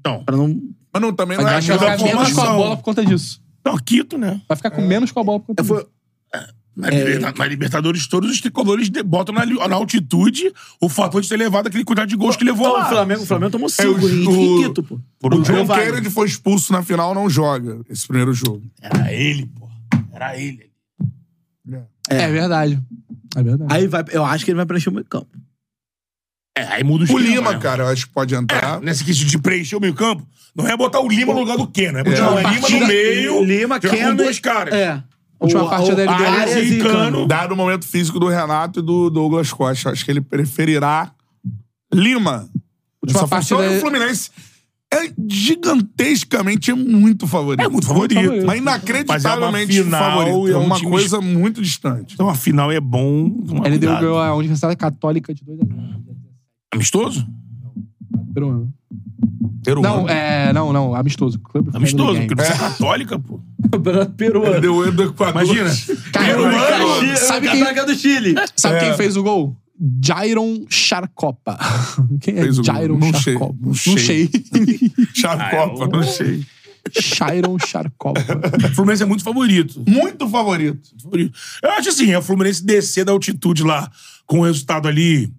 Speaker 3: Então,
Speaker 10: Pra não.
Speaker 2: Mas não, também não é
Speaker 4: Vai
Speaker 3: achar
Speaker 4: ficar
Speaker 2: aquela
Speaker 3: da
Speaker 4: menos com a
Speaker 2: formação.
Speaker 4: bola por conta disso.
Speaker 3: não, Quito, né?
Speaker 4: Vai ficar com menos com a bola por conta disso.
Speaker 3: Na, Liberta- na Libertadores, todos os tricolores de- botam na, li- na altitude o fator de ter levado aquele quantidade de gols que levou
Speaker 10: Então, o,
Speaker 3: lá.
Speaker 10: Flamengo, o Flamengo tomou cinco
Speaker 2: o-
Speaker 10: em em
Speaker 2: o-
Speaker 10: Quito, pô.
Speaker 3: Por
Speaker 2: O
Speaker 3: um
Speaker 2: John
Speaker 3: jogo.
Speaker 2: Kennedy foi expulso na final, não joga esse primeiro jogo.
Speaker 3: Era ele, pô. Era ele.
Speaker 4: É. verdade. É verdade.
Speaker 10: Aí vai, eu acho que ele vai preencher o meio campo.
Speaker 3: É, aí muda
Speaker 2: O
Speaker 3: esquema,
Speaker 2: Lima,
Speaker 3: né?
Speaker 2: cara, eu acho que pode
Speaker 3: É,
Speaker 2: entrar.
Speaker 3: nesse quesito de preencher o meio campo, não é botar o Lima no lugar do Keno. É botar o Lima no
Speaker 10: Partida-
Speaker 3: meio,
Speaker 10: Lima,
Speaker 3: jogar
Speaker 10: Keno
Speaker 3: com
Speaker 10: e-
Speaker 3: dois caras.
Speaker 10: É.
Speaker 4: Última partida dele do
Speaker 10: Arias
Speaker 3: Arias e Cano.
Speaker 2: Dado o momento físico do Renato e do Douglas Costa, acho que ele preferirá Lima.
Speaker 4: Última
Speaker 2: Essa
Speaker 4: partida
Speaker 2: função e
Speaker 4: é-
Speaker 2: o Fluminense é gigantescamente muito favorito.
Speaker 3: É muito favorito.
Speaker 2: Mas
Speaker 3: Mas
Speaker 2: inacreditavelmente
Speaker 3: é uma final,
Speaker 2: favorito.
Speaker 3: é
Speaker 2: É
Speaker 3: um
Speaker 2: uma
Speaker 3: time-
Speaker 2: coisa muito distante.
Speaker 3: Então a final é bom. tomar
Speaker 4: Ele deu
Speaker 3: cuidado.
Speaker 4: ganhou a única Universidade Católica de 2x0.
Speaker 3: Amistoso?
Speaker 4: Peruano. Não, é. Não, não. Amistoso. Clube
Speaker 3: Amistoso,
Speaker 4: Game.
Speaker 3: porque você é católica, pô.
Speaker 10: Campeonato
Speaker 2: Ele
Speaker 10: peruano.
Speaker 2: deu o erro do Equador.
Speaker 3: Imagina. Peruano.
Speaker 4: Sabe quem-
Speaker 10: do Chile.
Speaker 4: Sabe
Speaker 2: É.
Speaker 4: quem fez o gol? Jairon Charcopa. Quem é
Speaker 2: Fez o gol?
Speaker 4: Jairon
Speaker 2: Não sei,
Speaker 4: Charcopa?
Speaker 2: não sei. Chacopa,
Speaker 3: Ah, eu-
Speaker 2: não sei.
Speaker 4: Jairon Charcopa.
Speaker 3: O Fluminense é muito favorito.
Speaker 2: Muito favorito.
Speaker 3: favorito. Eu acho assim, é o Fluminense descer da altitude lá com o resultado ali,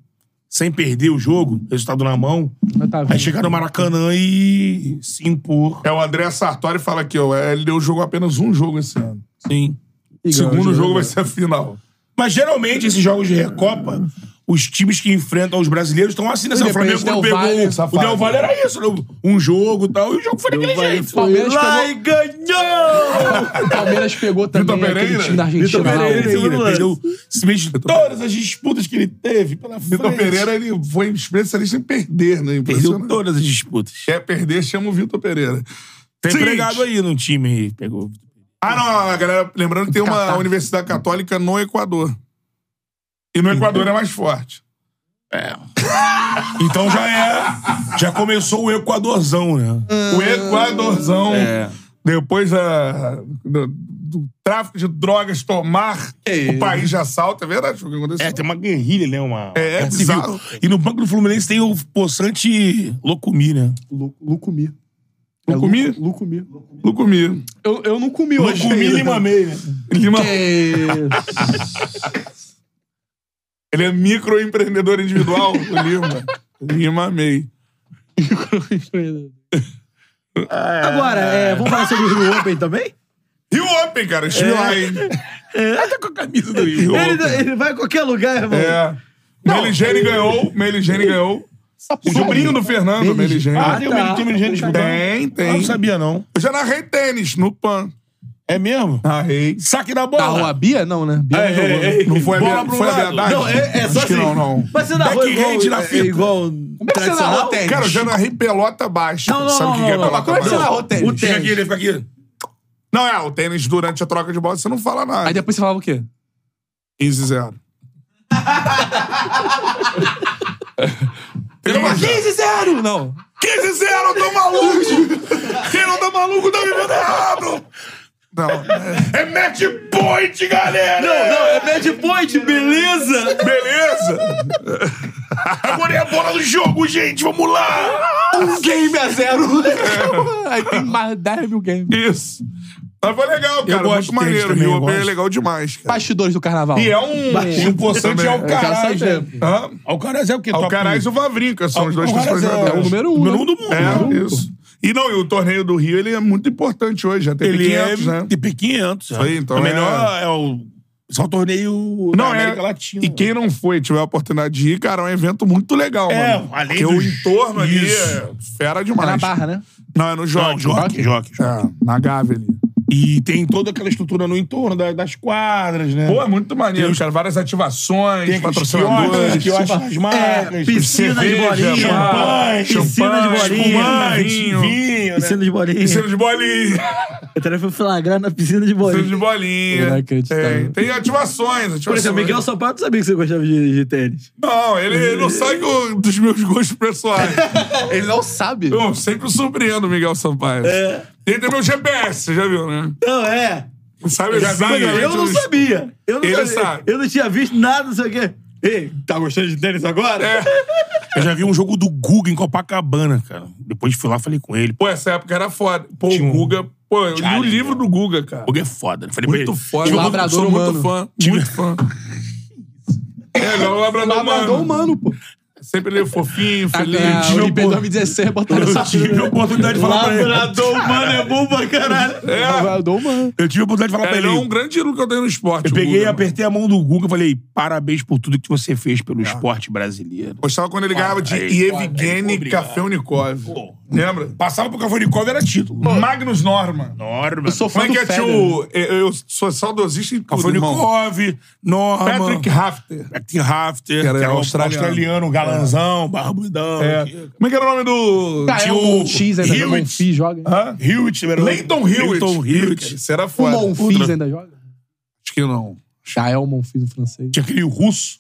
Speaker 3: sem perder o jogo, resultado na mão.
Speaker 4: Mas tá
Speaker 3: Aí
Speaker 4: vendo.
Speaker 3: chegar no Maracanã e se impor.
Speaker 2: É o André Sartori fala aqui, ó. é, Ele deu jogo apenas um jogo esse ano.
Speaker 3: Sim.
Speaker 2: O segundo jogo vai ser a final.
Speaker 3: Mas geralmente esses jogos de Recopa, os times que enfrentam os brasileiros estão assim, né?
Speaker 2: é,
Speaker 3: O Flamengo
Speaker 4: Independente,
Speaker 3: quando
Speaker 4: Del
Speaker 3: pegou
Speaker 4: Valle,
Speaker 3: o
Speaker 2: safado.
Speaker 3: Del Valle era isso, né? um jogo e tal, e o jogo foi daquele jeito.
Speaker 4: Palmeiras
Speaker 10: lá
Speaker 4: pegou-
Speaker 10: e ganhou!
Speaker 4: O Palmeiras pegou
Speaker 3: é
Speaker 4: também
Speaker 2: Vitor
Speaker 4: aquele
Speaker 2: Pereira?
Speaker 4: time da Argentina.
Speaker 10: Vitor
Speaker 4: lá,
Speaker 3: Pereira,
Speaker 10: Pereira,
Speaker 4: o-
Speaker 3: Pereira,
Speaker 10: Pereira.
Speaker 3: perdeu simplesmente todas as disputas que ele teve pela frente.
Speaker 2: Vitor Pereira, ele foi especialista em perder, né?
Speaker 3: perdeu
Speaker 2: Impressionante.
Speaker 3: todas as disputas.
Speaker 2: Quer perder, chama o Vitor Pereira.
Speaker 3: Tem
Speaker 2: Seguinte.
Speaker 3: empregado aí no time. Pegou.
Speaker 2: Ah, não, a galera, lembrando que tem uma universidade católica no Equador. E no Equador é mais forte.
Speaker 3: Então já é. Já começou o Equadorzão, né?
Speaker 2: O Equadorzão,
Speaker 3: É.
Speaker 2: depois da- do, do tráfico de drogas tomar o país de assalto, é verdade o que aconteceu.
Speaker 3: É, tem uma guerrilha, né? Uma...
Speaker 2: É, é
Speaker 3: guerra civil.
Speaker 2: bizarro.
Speaker 3: E no banco do Fluminense tem o possante Locumi, né?
Speaker 4: Lu- Lucumi. É, Lu-
Speaker 2: Lucumi?
Speaker 4: Lucumi.
Speaker 2: Não comi.
Speaker 4: Eu, eu não comi hoje.
Speaker 3: Locumi
Speaker 4: ainda.
Speaker 3: Lima Meia. né?
Speaker 2: Lima,
Speaker 4: Que-
Speaker 2: ele é microempreendedor individual, o Lima. Lima amei.
Speaker 10: Agora, é, vamos falar sobre o Rio Open também?
Speaker 2: Rio Open, cara.
Speaker 3: É.
Speaker 2: Estive lá, hein?
Speaker 3: Tá com a camisa do Rio.
Speaker 10: Ele, ele vai a qualquer lugar, irmão.
Speaker 2: É. Meligene ganhou, Meligene ganhou. O sobrinho do Fernando, Meligene.
Speaker 3: Ah, tem o Meli- tem o Meligene disputando?
Speaker 2: Tem,
Speaker 3: Ah,
Speaker 2: tem.
Speaker 3: não sabia, não.
Speaker 2: Eu já narrei tênis no PAN.
Speaker 3: É mesmo?
Speaker 2: Narrei.
Speaker 3: Saque da
Speaker 4: Da rua
Speaker 3: bola.
Speaker 4: Bia? Não, né? Bia
Speaker 2: É,
Speaker 4: não jogou. né?
Speaker 2: Não foi a,
Speaker 3: Bola
Speaker 2: minha,
Speaker 3: pro
Speaker 2: foi a
Speaker 3: lado.
Speaker 2: verdade?
Speaker 3: Não, é- é
Speaker 2: Acho
Speaker 3: só
Speaker 2: que
Speaker 3: assim.
Speaker 2: não, não.
Speaker 10: Mas você narrou
Speaker 3: Backhand
Speaker 10: igual,
Speaker 3: na
Speaker 10: é
Speaker 3: fita.
Speaker 10: igual tradicional?
Speaker 4: tênis?
Speaker 2: Cara, eu já narrei pelota baixa.
Speaker 10: Não, não,
Speaker 2: Sabe o que
Speaker 10: não,
Speaker 2: que é
Speaker 10: não, não.
Speaker 2: pelota
Speaker 10: Como é que você
Speaker 2: baixa?
Speaker 4: narrou tênis?
Speaker 10: O
Speaker 3: Fica
Speaker 10: tênis.
Speaker 3: aqui, ele fica aqui.
Speaker 2: Não, é, o tênis durante a troca de bola você não fala nada.
Speaker 4: Aí depois você falava o quê?
Speaker 2: 15 0
Speaker 4: 15 0 Não.
Speaker 2: 15 0 eu tô maluco! Quem não tá maluco tá vivendo errado! É match point, galera!
Speaker 10: Não, não, é match point, beleza?
Speaker 2: Beleza! Agora é a bola do jogo, gente! Vamos lá!
Speaker 4: Um game a zero. Aí tem mais 10 mil games.
Speaker 2: Isso. Mas foi legal, cara.
Speaker 3: gosto
Speaker 2: Muito
Speaker 3: de
Speaker 2: maneiro.
Speaker 3: tênis também,
Speaker 2: Rio
Speaker 3: eu
Speaker 2: Open é
Speaker 3: gosto.
Speaker 2: legal demais, cara.
Speaker 4: Bastidores do carnaval.
Speaker 2: E é um...
Speaker 3: tipo,
Speaker 2: O importante é o Caraz.
Speaker 4: sabe
Speaker 2: Hã?
Speaker 3: Alcaraz é o quê?
Speaker 2: Alcaraz e Ah, o Vavrinca são os dois
Speaker 3: Alcaraz
Speaker 2: principais
Speaker 3: é-
Speaker 2: jogadores.
Speaker 4: é o número um,
Speaker 2: Número
Speaker 4: né?
Speaker 2: um do mundo.
Speaker 4: Número
Speaker 2: É,
Speaker 4: um.
Speaker 2: isso. E não, e o torneio do Rio, ele é muito importante hoje. Já teve
Speaker 3: Ele
Speaker 2: 500,
Speaker 3: é
Speaker 2: né?
Speaker 3: TP 500.
Speaker 2: aí, então
Speaker 3: é
Speaker 2: é-
Speaker 3: melhor é o só o torneio da
Speaker 2: Não, é-
Speaker 3: América Latina.
Speaker 2: E quem não foi, tiver a oportunidade de ir, cara, é um evento muito legal,
Speaker 3: É,
Speaker 2: mano.
Speaker 3: além
Speaker 2: Porque o
Speaker 3: dos-
Speaker 2: entorno ali
Speaker 3: Isso.
Speaker 2: é fera
Speaker 4: É
Speaker 2: demais.
Speaker 4: na barra, né?
Speaker 2: Não, é no
Speaker 3: Não,
Speaker 2: Jockey.
Speaker 3: Jockey, Jockey.
Speaker 2: É, na Gávea ali.
Speaker 3: E tem toda aquela estrutura no entorno da- das quadras, né?
Speaker 2: Pô, é muito maneiro,
Speaker 3: Tem os-
Speaker 2: cara. Várias ativações,
Speaker 3: tem aqueles quiosques,
Speaker 2: patrocinadores.
Speaker 3: quiosques das marcas,
Speaker 10: É, piscina de bolinha.
Speaker 2: champanhe,
Speaker 10: Piscina de
Speaker 2: champanhe,
Speaker 10: bolinha.
Speaker 2: champanhe,
Speaker 3: vinho, vinho, né?
Speaker 10: Piscina de bolinha.
Speaker 2: Piscina de bolinha.
Speaker 10: Eu também fui flagrar na piscina de bolinha.
Speaker 2: Piscina de
Speaker 4: Eu não
Speaker 2: bolinha.
Speaker 4: acredito,
Speaker 2: Tem,
Speaker 4: não.
Speaker 2: tem ativações, ativações.
Speaker 10: Por exemplo, Miguel Sapato sabia que você gostava de, de tênis.
Speaker 2: Não, ele, ele não sai com- um dos meus gostos pessoais.
Speaker 4: Ele não sabe.
Speaker 2: Eu sempre surpreendo o Miguel Sampaio. É. Ele tem meu GPS, você já viu, né?
Speaker 10: Não, é.
Speaker 2: Sabe exatamente
Speaker 10: Eu não
Speaker 2: os-
Speaker 10: sabia. Eu não
Speaker 2: Ele
Speaker 10: sabia.
Speaker 2: sabe.
Speaker 10: Eu não tinha visto nada, não sei o quê. Ei, tá gostando de tênis agora?
Speaker 2: É.
Speaker 3: Eu já vi um jogo do Guga em Copacabana, cara. Depois fui lá falei com ele. Pô,
Speaker 2: Pô, essa época era foda. Pô,
Speaker 3: Tinha um-
Speaker 2: o Guga. Pô, eu li o
Speaker 3: Charlie,
Speaker 2: livro
Speaker 3: mano.
Speaker 2: do Guga, cara.
Speaker 3: o Guga é foda. né? Falei pra
Speaker 2: Muito
Speaker 3: ele,
Speaker 2: foda.
Speaker 4: Um
Speaker 2: Eu
Speaker 4: labrador
Speaker 2: sou muito
Speaker 4: humano.
Speaker 2: fã.
Speaker 3: Tive-
Speaker 2: Muito fã. É, não, o labrador,
Speaker 4: Labrador
Speaker 2: humano.
Speaker 4: humano, pô.
Speaker 2: Sempre ele é fofinho,
Speaker 4: A,
Speaker 2: feliz.
Speaker 4: a
Speaker 2: Tinha um
Speaker 4: Olimpíada 2016 botaram essa
Speaker 3: Eu tive a oportunidade de falar pra ele.
Speaker 10: Labrador humano é bom pra caralho.
Speaker 2: É,
Speaker 4: Labrador humano.
Speaker 3: Eu tive a oportunidade de falar
Speaker 2: é,
Speaker 3: pra
Speaker 2: ele
Speaker 3: ele.
Speaker 2: é um grande ídolo que eu tenho no esporte.
Speaker 3: Eu
Speaker 2: o
Speaker 3: peguei,
Speaker 2: Guga, mano.
Speaker 3: apertei a mão do Guga e falei: parabéns por tudo que você fez
Speaker 2: Ah.
Speaker 3: pelo esporte brasileiro.
Speaker 2: Gostava quando ele ganhava de
Speaker 3: Aí,
Speaker 2: Evgeny
Speaker 3: foda, aí,
Speaker 2: Kafelnikov.
Speaker 3: Pô.
Speaker 2: Lembra?
Speaker 3: Passava pro Cavanicov era título.
Speaker 2: Magnus Norma.
Speaker 3: Norma.
Speaker 4: Eu sou
Speaker 2: Como
Speaker 4: fã
Speaker 2: é
Speaker 4: do
Speaker 2: que é
Speaker 4: Federer.
Speaker 2: tio... Eu, eu sou saudosista em tudo, irmão.
Speaker 3: Cavanicov, Norma.
Speaker 2: Patrick Rafter.
Speaker 3: Patrick Rafter,
Speaker 2: Que era
Speaker 3: que era australiano,
Speaker 2: australiano.
Speaker 3: australiano galanzão, barbudão.
Speaker 2: É. Como é que era o nome do...
Speaker 4: Tá, é
Speaker 3: Tio Ah,
Speaker 4: o Monfis ainda. O
Speaker 3: Hewitt.
Speaker 4: Monfis joga.
Speaker 2: né? Hã?
Speaker 3: Hewitt, era o-
Speaker 2: Leighton Hewitt. né?
Speaker 3: Leighton Hewitt.
Speaker 2: Isso era
Speaker 4: O
Speaker 2: foda.
Speaker 4: Monfis ainda joga.
Speaker 2: Acho que não.
Speaker 4: Já é o Monfis, o francês.
Speaker 3: Tinha aquele russo.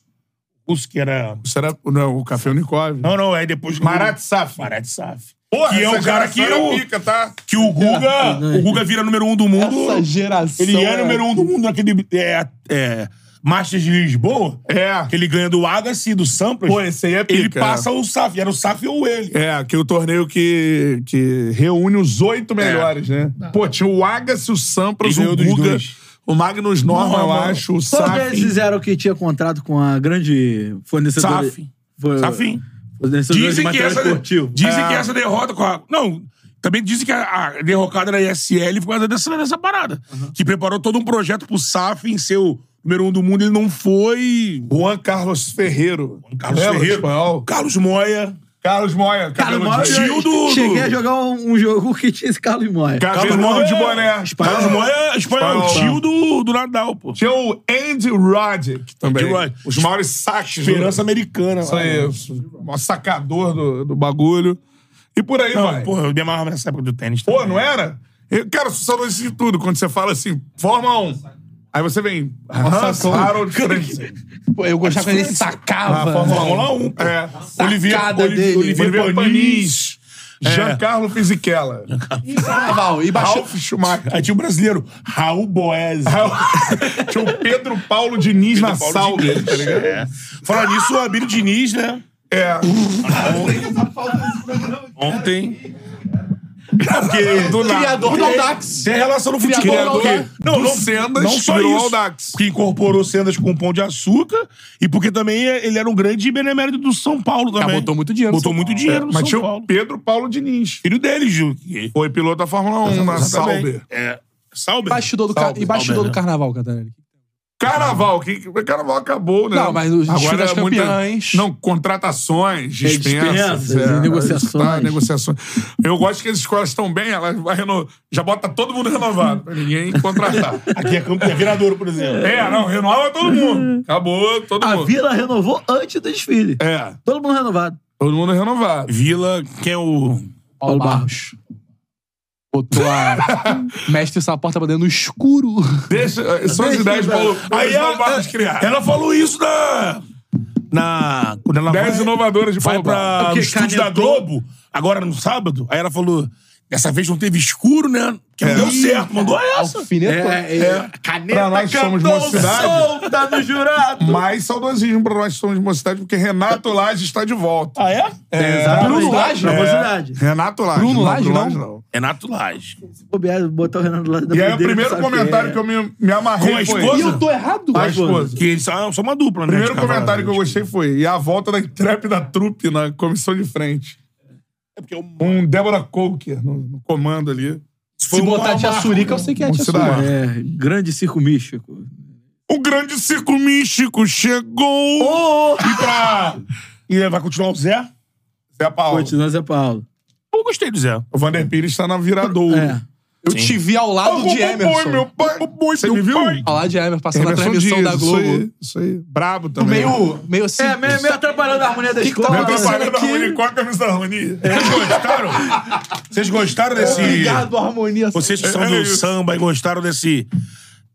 Speaker 3: Russo que era.
Speaker 2: Isso era... Não, o Kafelnikov.
Speaker 3: Não, não, aí depois.
Speaker 2: Marat Saf.
Speaker 3: Marat Saf.
Speaker 2: Porra,
Speaker 3: que é o
Speaker 2: essa
Speaker 3: cara que,
Speaker 2: geração
Speaker 3: o,
Speaker 2: era pica, tá?
Speaker 3: que o Guga. O Guga vira número um do mundo.
Speaker 4: Essa geração.
Speaker 3: Ele é
Speaker 4: era-
Speaker 3: número um do mundo naquele. É, é, Masters de Lisboa.
Speaker 2: É.
Speaker 3: Que ele ganha do Agassi, do Sampras.
Speaker 2: Pô, esse aí é
Speaker 3: ele
Speaker 2: pica,
Speaker 3: passa o Saf. Era o Saf ou ele.
Speaker 2: É, que é o torneio que, que reúne os oito melhores, né? Pô, tinha o Agassi, o Sampras,
Speaker 3: Ele
Speaker 2: o
Speaker 3: ganhou dos
Speaker 2: Guga,
Speaker 3: dois.
Speaker 2: o Magnus Norma,
Speaker 3: Norma.
Speaker 2: eu acho, o
Speaker 10: Todos eles
Speaker 2: Saf.
Speaker 10: eram que tinha contrato com a grande fornecedora.
Speaker 3: Saf.
Speaker 10: Foi-
Speaker 3: Safin.
Speaker 10: fornecedora de
Speaker 3: Dizem que
Speaker 10: material
Speaker 3: essa.
Speaker 10: esportivo.
Speaker 3: Dizem
Speaker 2: É.
Speaker 3: que essa derrota com a. Não. Também dizem que a, a derrocada da ISL foi por causa dessa, dessa parada. Que preparou todo um projeto pro Saf em ser o número um do mundo. Ele não foi.
Speaker 2: Juan Carlos Ferreiro.
Speaker 3: Carlos
Speaker 2: Lembra?
Speaker 3: Ferreiro.
Speaker 2: Espanhol.
Speaker 3: Carlos Moya.
Speaker 2: Carlos Moya.
Speaker 10: Carlos
Speaker 2: cabelo
Speaker 10: Moya,
Speaker 2: de-
Speaker 3: Tio do-
Speaker 10: Cheguei a jogar um, um jogo que tinha esse Carlos Moya.
Speaker 2: Cabelo
Speaker 3: Moya
Speaker 2: de
Speaker 3: é
Speaker 2: boné.
Speaker 3: Carlos Moya é espanhol.
Speaker 2: Espanhol.
Speaker 3: Tio do, do Nadal, pô.
Speaker 2: Tinha o Andy Roddick também.
Speaker 3: Andy Roddick.
Speaker 2: Os maiores saques. do-
Speaker 3: Esperança americana.
Speaker 2: Isso aí. O maior um sacador do, do bagulho. E por aí
Speaker 3: Não,
Speaker 2: vai.
Speaker 3: porra, eu me amarrava nessa época do tênis.
Speaker 2: Pô,
Speaker 3: também.
Speaker 2: não é? era? Eu, cara, eu sou saudosista de tudo. Quando você fala assim, Fórmula 1. Aí você vem Hans
Speaker 4: Sacou.
Speaker 2: Harold Frentzen.
Speaker 4: Pô, eu gostava quando ele sacava.
Speaker 2: Ah, Fórmula
Speaker 3: Fórmula 1.
Speaker 2: É.
Speaker 3: Oliveira,
Speaker 4: Sacada
Speaker 3: Oliveira,
Speaker 4: dele.
Speaker 3: Oliveira
Speaker 2: Oliveira
Speaker 3: Panis. É.
Speaker 2: Panis. Giancarlo Fisichella.
Speaker 4: Carnaval. E baixou.
Speaker 2: Ralf Schumacher.
Speaker 3: Aí tinha o brasileiro Raul Boes.
Speaker 2: Tinha o Pedro Paulo Diniz na sal dele, tá ligado?
Speaker 3: É. Falando nisso, o Abílio Diniz, né?
Speaker 2: É.
Speaker 3: Ontem.
Speaker 2: É,
Speaker 3: Porque do
Speaker 4: Criador do Audax.
Speaker 3: Tem relação no futebol.
Speaker 4: Criador
Speaker 3: porque-
Speaker 4: do-
Speaker 3: não,
Speaker 2: do
Speaker 3: não,
Speaker 2: Sendas,
Speaker 3: não só
Speaker 2: virou
Speaker 3: isso,
Speaker 2: Audax.
Speaker 3: Que incorporou Sendas com o Pão de Açúcar e porque também ele era um grande benemérito do São Paulo
Speaker 2: Ah,
Speaker 3: também.
Speaker 4: botou muito dinheiro no
Speaker 3: Botou
Speaker 4: São
Speaker 3: muito
Speaker 4: Paulo.
Speaker 3: dinheiro no
Speaker 2: Mas
Speaker 3: São
Speaker 2: tinha o
Speaker 3: Paulo.
Speaker 2: Pedro Paulo Diniz.
Speaker 3: Filho dele, Ju. que-
Speaker 2: Foi piloto da Fórmula 1 na
Speaker 3: Exatamente.
Speaker 2: Sauber.
Speaker 3: É. Sauber.
Speaker 4: Bastidor do, ca...
Speaker 3: Sauber.
Speaker 4: e bastidor
Speaker 2: né?
Speaker 3: Sauber,
Speaker 4: do carnaval, Catarina.
Speaker 2: Carnaval, que que- carnaval acabou, né?
Speaker 4: Não, mas os
Speaker 2: Agora
Speaker 4: desfiles
Speaker 2: é muita-
Speaker 4: campeãs.
Speaker 2: Não, contratações, dispensas.
Speaker 10: dispensas, e negociações.
Speaker 2: tá, negociações. Eu gosto que as escolas estão bem, elas vai reno... já bota todo mundo renovado, pra ninguém contratar.
Speaker 3: Aqui é campo é viradouro, por exemplo.
Speaker 2: é, não, renova todo mundo. Acabou, todo
Speaker 10: A
Speaker 2: mundo.
Speaker 10: Vila renovou antes do desfile.
Speaker 2: É,
Speaker 10: Todo mundo renovado.
Speaker 2: todo mundo renovado.
Speaker 3: Vila, quem é o.
Speaker 4: Paulo Barros. Botou a mestre Saporta pra dentro no escuro.
Speaker 2: Deixa, eh, são as
Speaker 10: Deixa,
Speaker 2: ideias,
Speaker 10: velho.
Speaker 2: Paulo. Aí
Speaker 3: Aí
Speaker 2: é,
Speaker 3: a, ela falou isso na. Na. Quando ela
Speaker 2: 10
Speaker 3: vai,
Speaker 2: inovadoras de
Speaker 3: vai
Speaker 2: Paulo Barros.
Speaker 3: pra,
Speaker 10: É
Speaker 3: no
Speaker 10: porque
Speaker 3: estúdio da
Speaker 10: canetou.
Speaker 3: Globo, agora no sábado, aí ela falou: Dessa vez não teve escuro, né? Que não
Speaker 2: É.
Speaker 3: deu
Speaker 2: Ih,
Speaker 3: certo, mandou essa.
Speaker 4: Alfinetou.
Speaker 3: É, é. Caneta
Speaker 2: Pra nós somos
Speaker 3: cantou
Speaker 2: mocidade.
Speaker 3: solta do jurado.
Speaker 2: Mais saudosismo pra nós que somos de mocidade, porque Renato Lage está de volta.
Speaker 3: Ah, é?
Speaker 2: É,
Speaker 11: Bruno Lage?
Speaker 2: É.
Speaker 11: Na mocidade.
Speaker 2: Renato Lage.
Speaker 4: Bruno Lage, não?
Speaker 3: Renato Lage.
Speaker 11: Se bobear, botar o Renato lá da
Speaker 2: E aí, o
Speaker 11: bandeira,
Speaker 2: primeiro
Speaker 11: sabe
Speaker 2: comentário que eu me, me amarrei
Speaker 3: Com a
Speaker 2: foi...
Speaker 3: esposa?
Speaker 4: E eu tô errado?
Speaker 2: A esposa.
Speaker 3: Que eles são são uma dupla, né?
Speaker 2: primeiro
Speaker 3: de cavalaria.
Speaker 2: comentário que eu gostei foi... E a volta da intrépida trupe na comissão de frente.
Speaker 3: É porque eu-
Speaker 2: Um Débora Coker no, no comando ali.
Speaker 4: Se botar tia Surica, eu sei que é tia
Speaker 2: Mocidade.
Speaker 4: Surica.
Speaker 5: É, grande circo místico.
Speaker 2: O grande circo místico chegou! E pra...
Speaker 3: E vai continuar o Zé?
Speaker 2: Zé Paulo.
Speaker 5: Continua Zé Paulo.
Speaker 3: Eu gostei do Zé.
Speaker 2: O Vander Pires tá na viradouro.
Speaker 5: É.
Speaker 4: Eu te vi ao lado de Emerson.
Speaker 2: meu pai. Você me viu?
Speaker 4: Ao lado de Emerson, passando a transmissão
Speaker 2: Dias,
Speaker 4: da Globo.
Speaker 2: Isso aí, isso aí. Brabo
Speaker 4: Tu
Speaker 2: também.
Speaker 4: meio, meio assim.
Speaker 5: É, meio, meio atrapalhando a harmonia da escola.
Speaker 2: Eu tô
Speaker 5: né?
Speaker 2: parando a Rony com a camisa da Rony.
Speaker 3: Vocês gostaram? Vocês gostaram desse.
Speaker 4: É. Obrigado, harmonia.
Speaker 3: Vocês que
Speaker 2: É,
Speaker 3: são do samba e gostaram desse.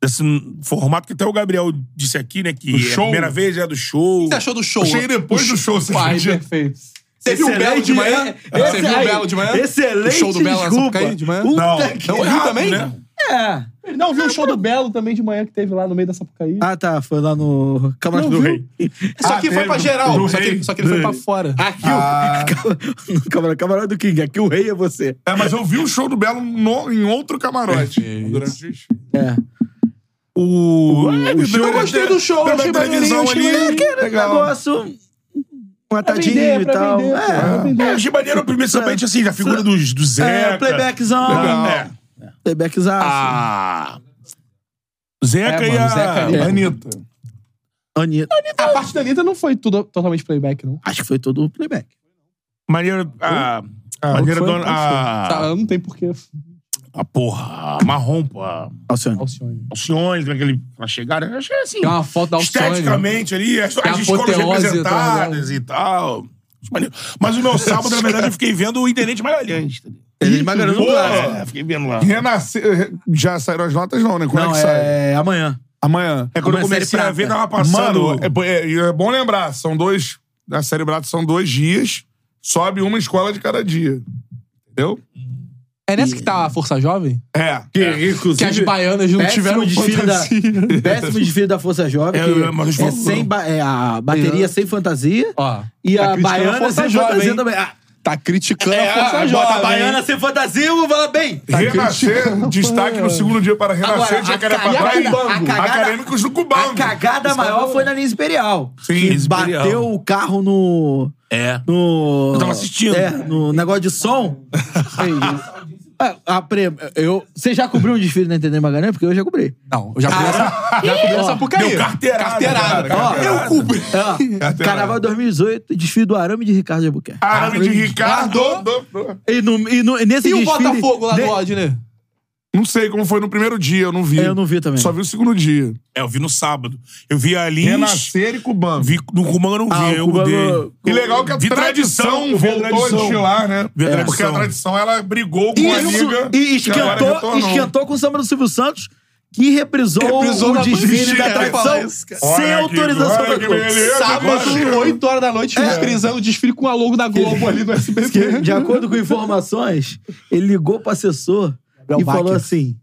Speaker 3: Desse formato que até o Gabriel disse aqui, né? Que é a
Speaker 2: show?
Speaker 3: primeira vez é do show.
Speaker 4: O que você achou do show?
Speaker 2: Cheguei depois do show, você
Speaker 4: Pai,
Speaker 2: acredita?
Speaker 4: perfeito. Você viu o Belo de manhã? Você viu o Belo de manhã?
Speaker 5: Excelente
Speaker 4: O show do Belo
Speaker 5: desculpa.
Speaker 4: Sapucaí de manhã?
Speaker 5: Puta
Speaker 3: Não.
Speaker 5: que-
Speaker 4: Não viu
Speaker 3: errado,
Speaker 4: também?
Speaker 3: né?
Speaker 5: É.
Speaker 4: Ele não viu o show do Belo também de manhã que teve lá no meio da Sapucaí.
Speaker 5: Ah, tá. Foi lá no Camarote
Speaker 4: Não
Speaker 5: do
Speaker 4: viu?
Speaker 5: Rei.
Speaker 3: É
Speaker 2: Ah,
Speaker 4: Só que foi pra geral. Só que, só que ele foi pra fora.
Speaker 5: Aqui o... No Camarote- Camarote do King. Aqui o rei é você.
Speaker 2: Ah, É, mas eu vi o show do Belo no- em outro camarote. Durante os-
Speaker 5: É.
Speaker 3: O.
Speaker 4: Ah, eu gostei do show. Eu achei maneirinho.
Speaker 2: televisão
Speaker 4: achei
Speaker 2: ali.
Speaker 4: maneirinho.
Speaker 2: Legal.
Speaker 5: Negócio... Um
Speaker 4: Pra vender,
Speaker 5: atadinho e
Speaker 4: pra
Speaker 5: tal.
Speaker 4: vender, pô, pra
Speaker 5: É.
Speaker 4: vender.
Speaker 3: É, achei maneiro principalmente assim, da figura dos, do Zeca.
Speaker 5: É, playbackzão.
Speaker 2: Legal.
Speaker 3: É.
Speaker 5: Playbackzaço.
Speaker 3: A. Zeca
Speaker 4: É,
Speaker 3: e
Speaker 4: mano,
Speaker 3: a.
Speaker 4: Zeca ali.
Speaker 2: Anitta. É.
Speaker 5: Anitta.
Speaker 4: A parte da Anitta não foi tudo, totalmente playback, não.
Speaker 5: Acho que foi todo o playback.
Speaker 3: Maneiro. A. Maneira
Speaker 4: Ah, Foi,
Speaker 3: dona.
Speaker 4: foi.
Speaker 3: A,
Speaker 4: Tá, não tem porquê.
Speaker 3: a porra. A marrom, pô. A
Speaker 5: Alcione.
Speaker 4: Alcione.
Speaker 3: Alcione, como é que ele. Ela chegaram. Achei assim.
Speaker 4: Tem uma foto da Alcione.
Speaker 3: esteticamente ali, as, as
Speaker 4: a
Speaker 3: escolas
Speaker 4: apoteose tá
Speaker 3: representadas e tal. Acho maneiro. Mas o meu sábado, na verdade, eu fiquei vendo o Intendente Magalhães. tá ligado?
Speaker 5: Ele Magalhães
Speaker 3: Pô,
Speaker 5: do Clássico.
Speaker 3: é, fiquei vendo lá.
Speaker 2: Renascer. Já saíram as notas, não, né? Quando é
Speaker 5: Não,
Speaker 2: que sai?
Speaker 5: é amanhã.
Speaker 2: Amanhã.
Speaker 3: É quando eu
Speaker 5: Uma série
Speaker 3: comecei a
Speaker 5: prata.
Speaker 3: ver, tava passando.
Speaker 2: Mano, é, é- é bom lembrar, são dois. Da série Brato são dois dias, sobe uma escola de cada dia. Entendeu?
Speaker 4: É nessa que tá a Força Jovem?
Speaker 2: É.
Speaker 4: Que as baianas não
Speaker 5: péssimo
Speaker 4: tiveram assim.
Speaker 5: desfile da-
Speaker 4: fantasia.
Speaker 5: Péssimo desfile da Força Jovem.
Speaker 3: É,
Speaker 5: que
Speaker 3: é, mas
Speaker 5: é,
Speaker 3: vamos-
Speaker 5: sem ba- é a bateria sem fantasia
Speaker 4: Ó,
Speaker 5: e
Speaker 4: tá
Speaker 5: a
Speaker 4: criticando
Speaker 5: baiana
Speaker 4: Força
Speaker 5: sem
Speaker 4: Jovem,
Speaker 5: fantasia
Speaker 4: hein?
Speaker 5: também. Ah,
Speaker 4: Tá criticando
Speaker 5: é,
Speaker 4: a Força
Speaker 5: bota
Speaker 4: Jovem.
Speaker 5: a baiana sem fantasia, eu vou falar bem.
Speaker 2: Renascer,
Speaker 4: criticando,
Speaker 2: destaque no
Speaker 4: mano.
Speaker 2: segundo dia para Renascer,
Speaker 5: Agora,
Speaker 2: de
Speaker 5: a
Speaker 2: Jacarepaguá
Speaker 5: cagada-
Speaker 2: e
Speaker 5: a cagada-
Speaker 2: Acadêmicos do
Speaker 5: A
Speaker 2: Cubango.
Speaker 5: cagada maior foi na linha imperial.
Speaker 3: Sim,
Speaker 5: que
Speaker 3: Linha Imperial.
Speaker 5: bateu o carro no.
Speaker 3: É.
Speaker 5: no
Speaker 3: Eu tava assistindo.
Speaker 5: É, no negócio de som. É, a pre... eu... Você já cobriu um desfile na Entendendo Magalhães? Porque eu já cobri.
Speaker 4: Não, eu já cobri essa, já cobri essa por
Speaker 3: Deu carteirada, cara,
Speaker 4: Carteirada. tá
Speaker 2: É
Speaker 4: Ó,
Speaker 3: carteirada.
Speaker 4: Eu cubro.
Speaker 5: É, Ó, Carnaval 2018, desfile do Arame de Ricardo de Albuquerque.
Speaker 2: Arame de Ricardo. do- do-
Speaker 5: E, no, e, no, e nesse
Speaker 4: E o
Speaker 5: desfile-
Speaker 4: um Botafogo lá
Speaker 5: ne-
Speaker 4: do Rodney?
Speaker 2: Não sei como foi no primeiro dia, eu não vi.
Speaker 5: É, Eu não vi também.
Speaker 2: Só vi o segundo dia.
Speaker 3: É, eu vi no sábado. Eu vi a Lins.
Speaker 2: Renascer e Cubango.
Speaker 3: Vi, no Cubano eu não vi,
Speaker 5: Ah, o
Speaker 3: eu
Speaker 5: Cubano-
Speaker 3: mudei.
Speaker 2: E legal que a
Speaker 3: Vi
Speaker 2: tradição,
Speaker 3: vi a
Speaker 2: voltou a desfilar, né?
Speaker 3: Vi a tradição.
Speaker 2: Porque a tradição, ela brigou com a
Speaker 5: Isso,
Speaker 2: liga.
Speaker 5: e
Speaker 2: agora
Speaker 5: esquentou,
Speaker 2: retornou.
Speaker 5: esquentou com o samba do Silvio Santos, que reprisou,
Speaker 4: Reprisou
Speaker 5: o
Speaker 4: na
Speaker 5: desfile
Speaker 4: Bandeirantes,
Speaker 5: da
Speaker 4: eu ia falar
Speaker 5: tradição
Speaker 4: isso, cara.
Speaker 5: sem
Speaker 2: é. Olha que-
Speaker 5: autorização
Speaker 2: olha
Speaker 5: da
Speaker 2: que
Speaker 5: Globo.
Speaker 2: beleza,
Speaker 4: Sábado,
Speaker 2: agora.
Speaker 4: 8 horas da noite, reprisando o desfile com a logo da Globo ali no
Speaker 5: É. Que,
Speaker 4: SBT.
Speaker 5: de acordo com informações, ele ligou pro assessor
Speaker 4: Gabriel
Speaker 5: e falou
Speaker 4: Bacher.
Speaker 5: assim: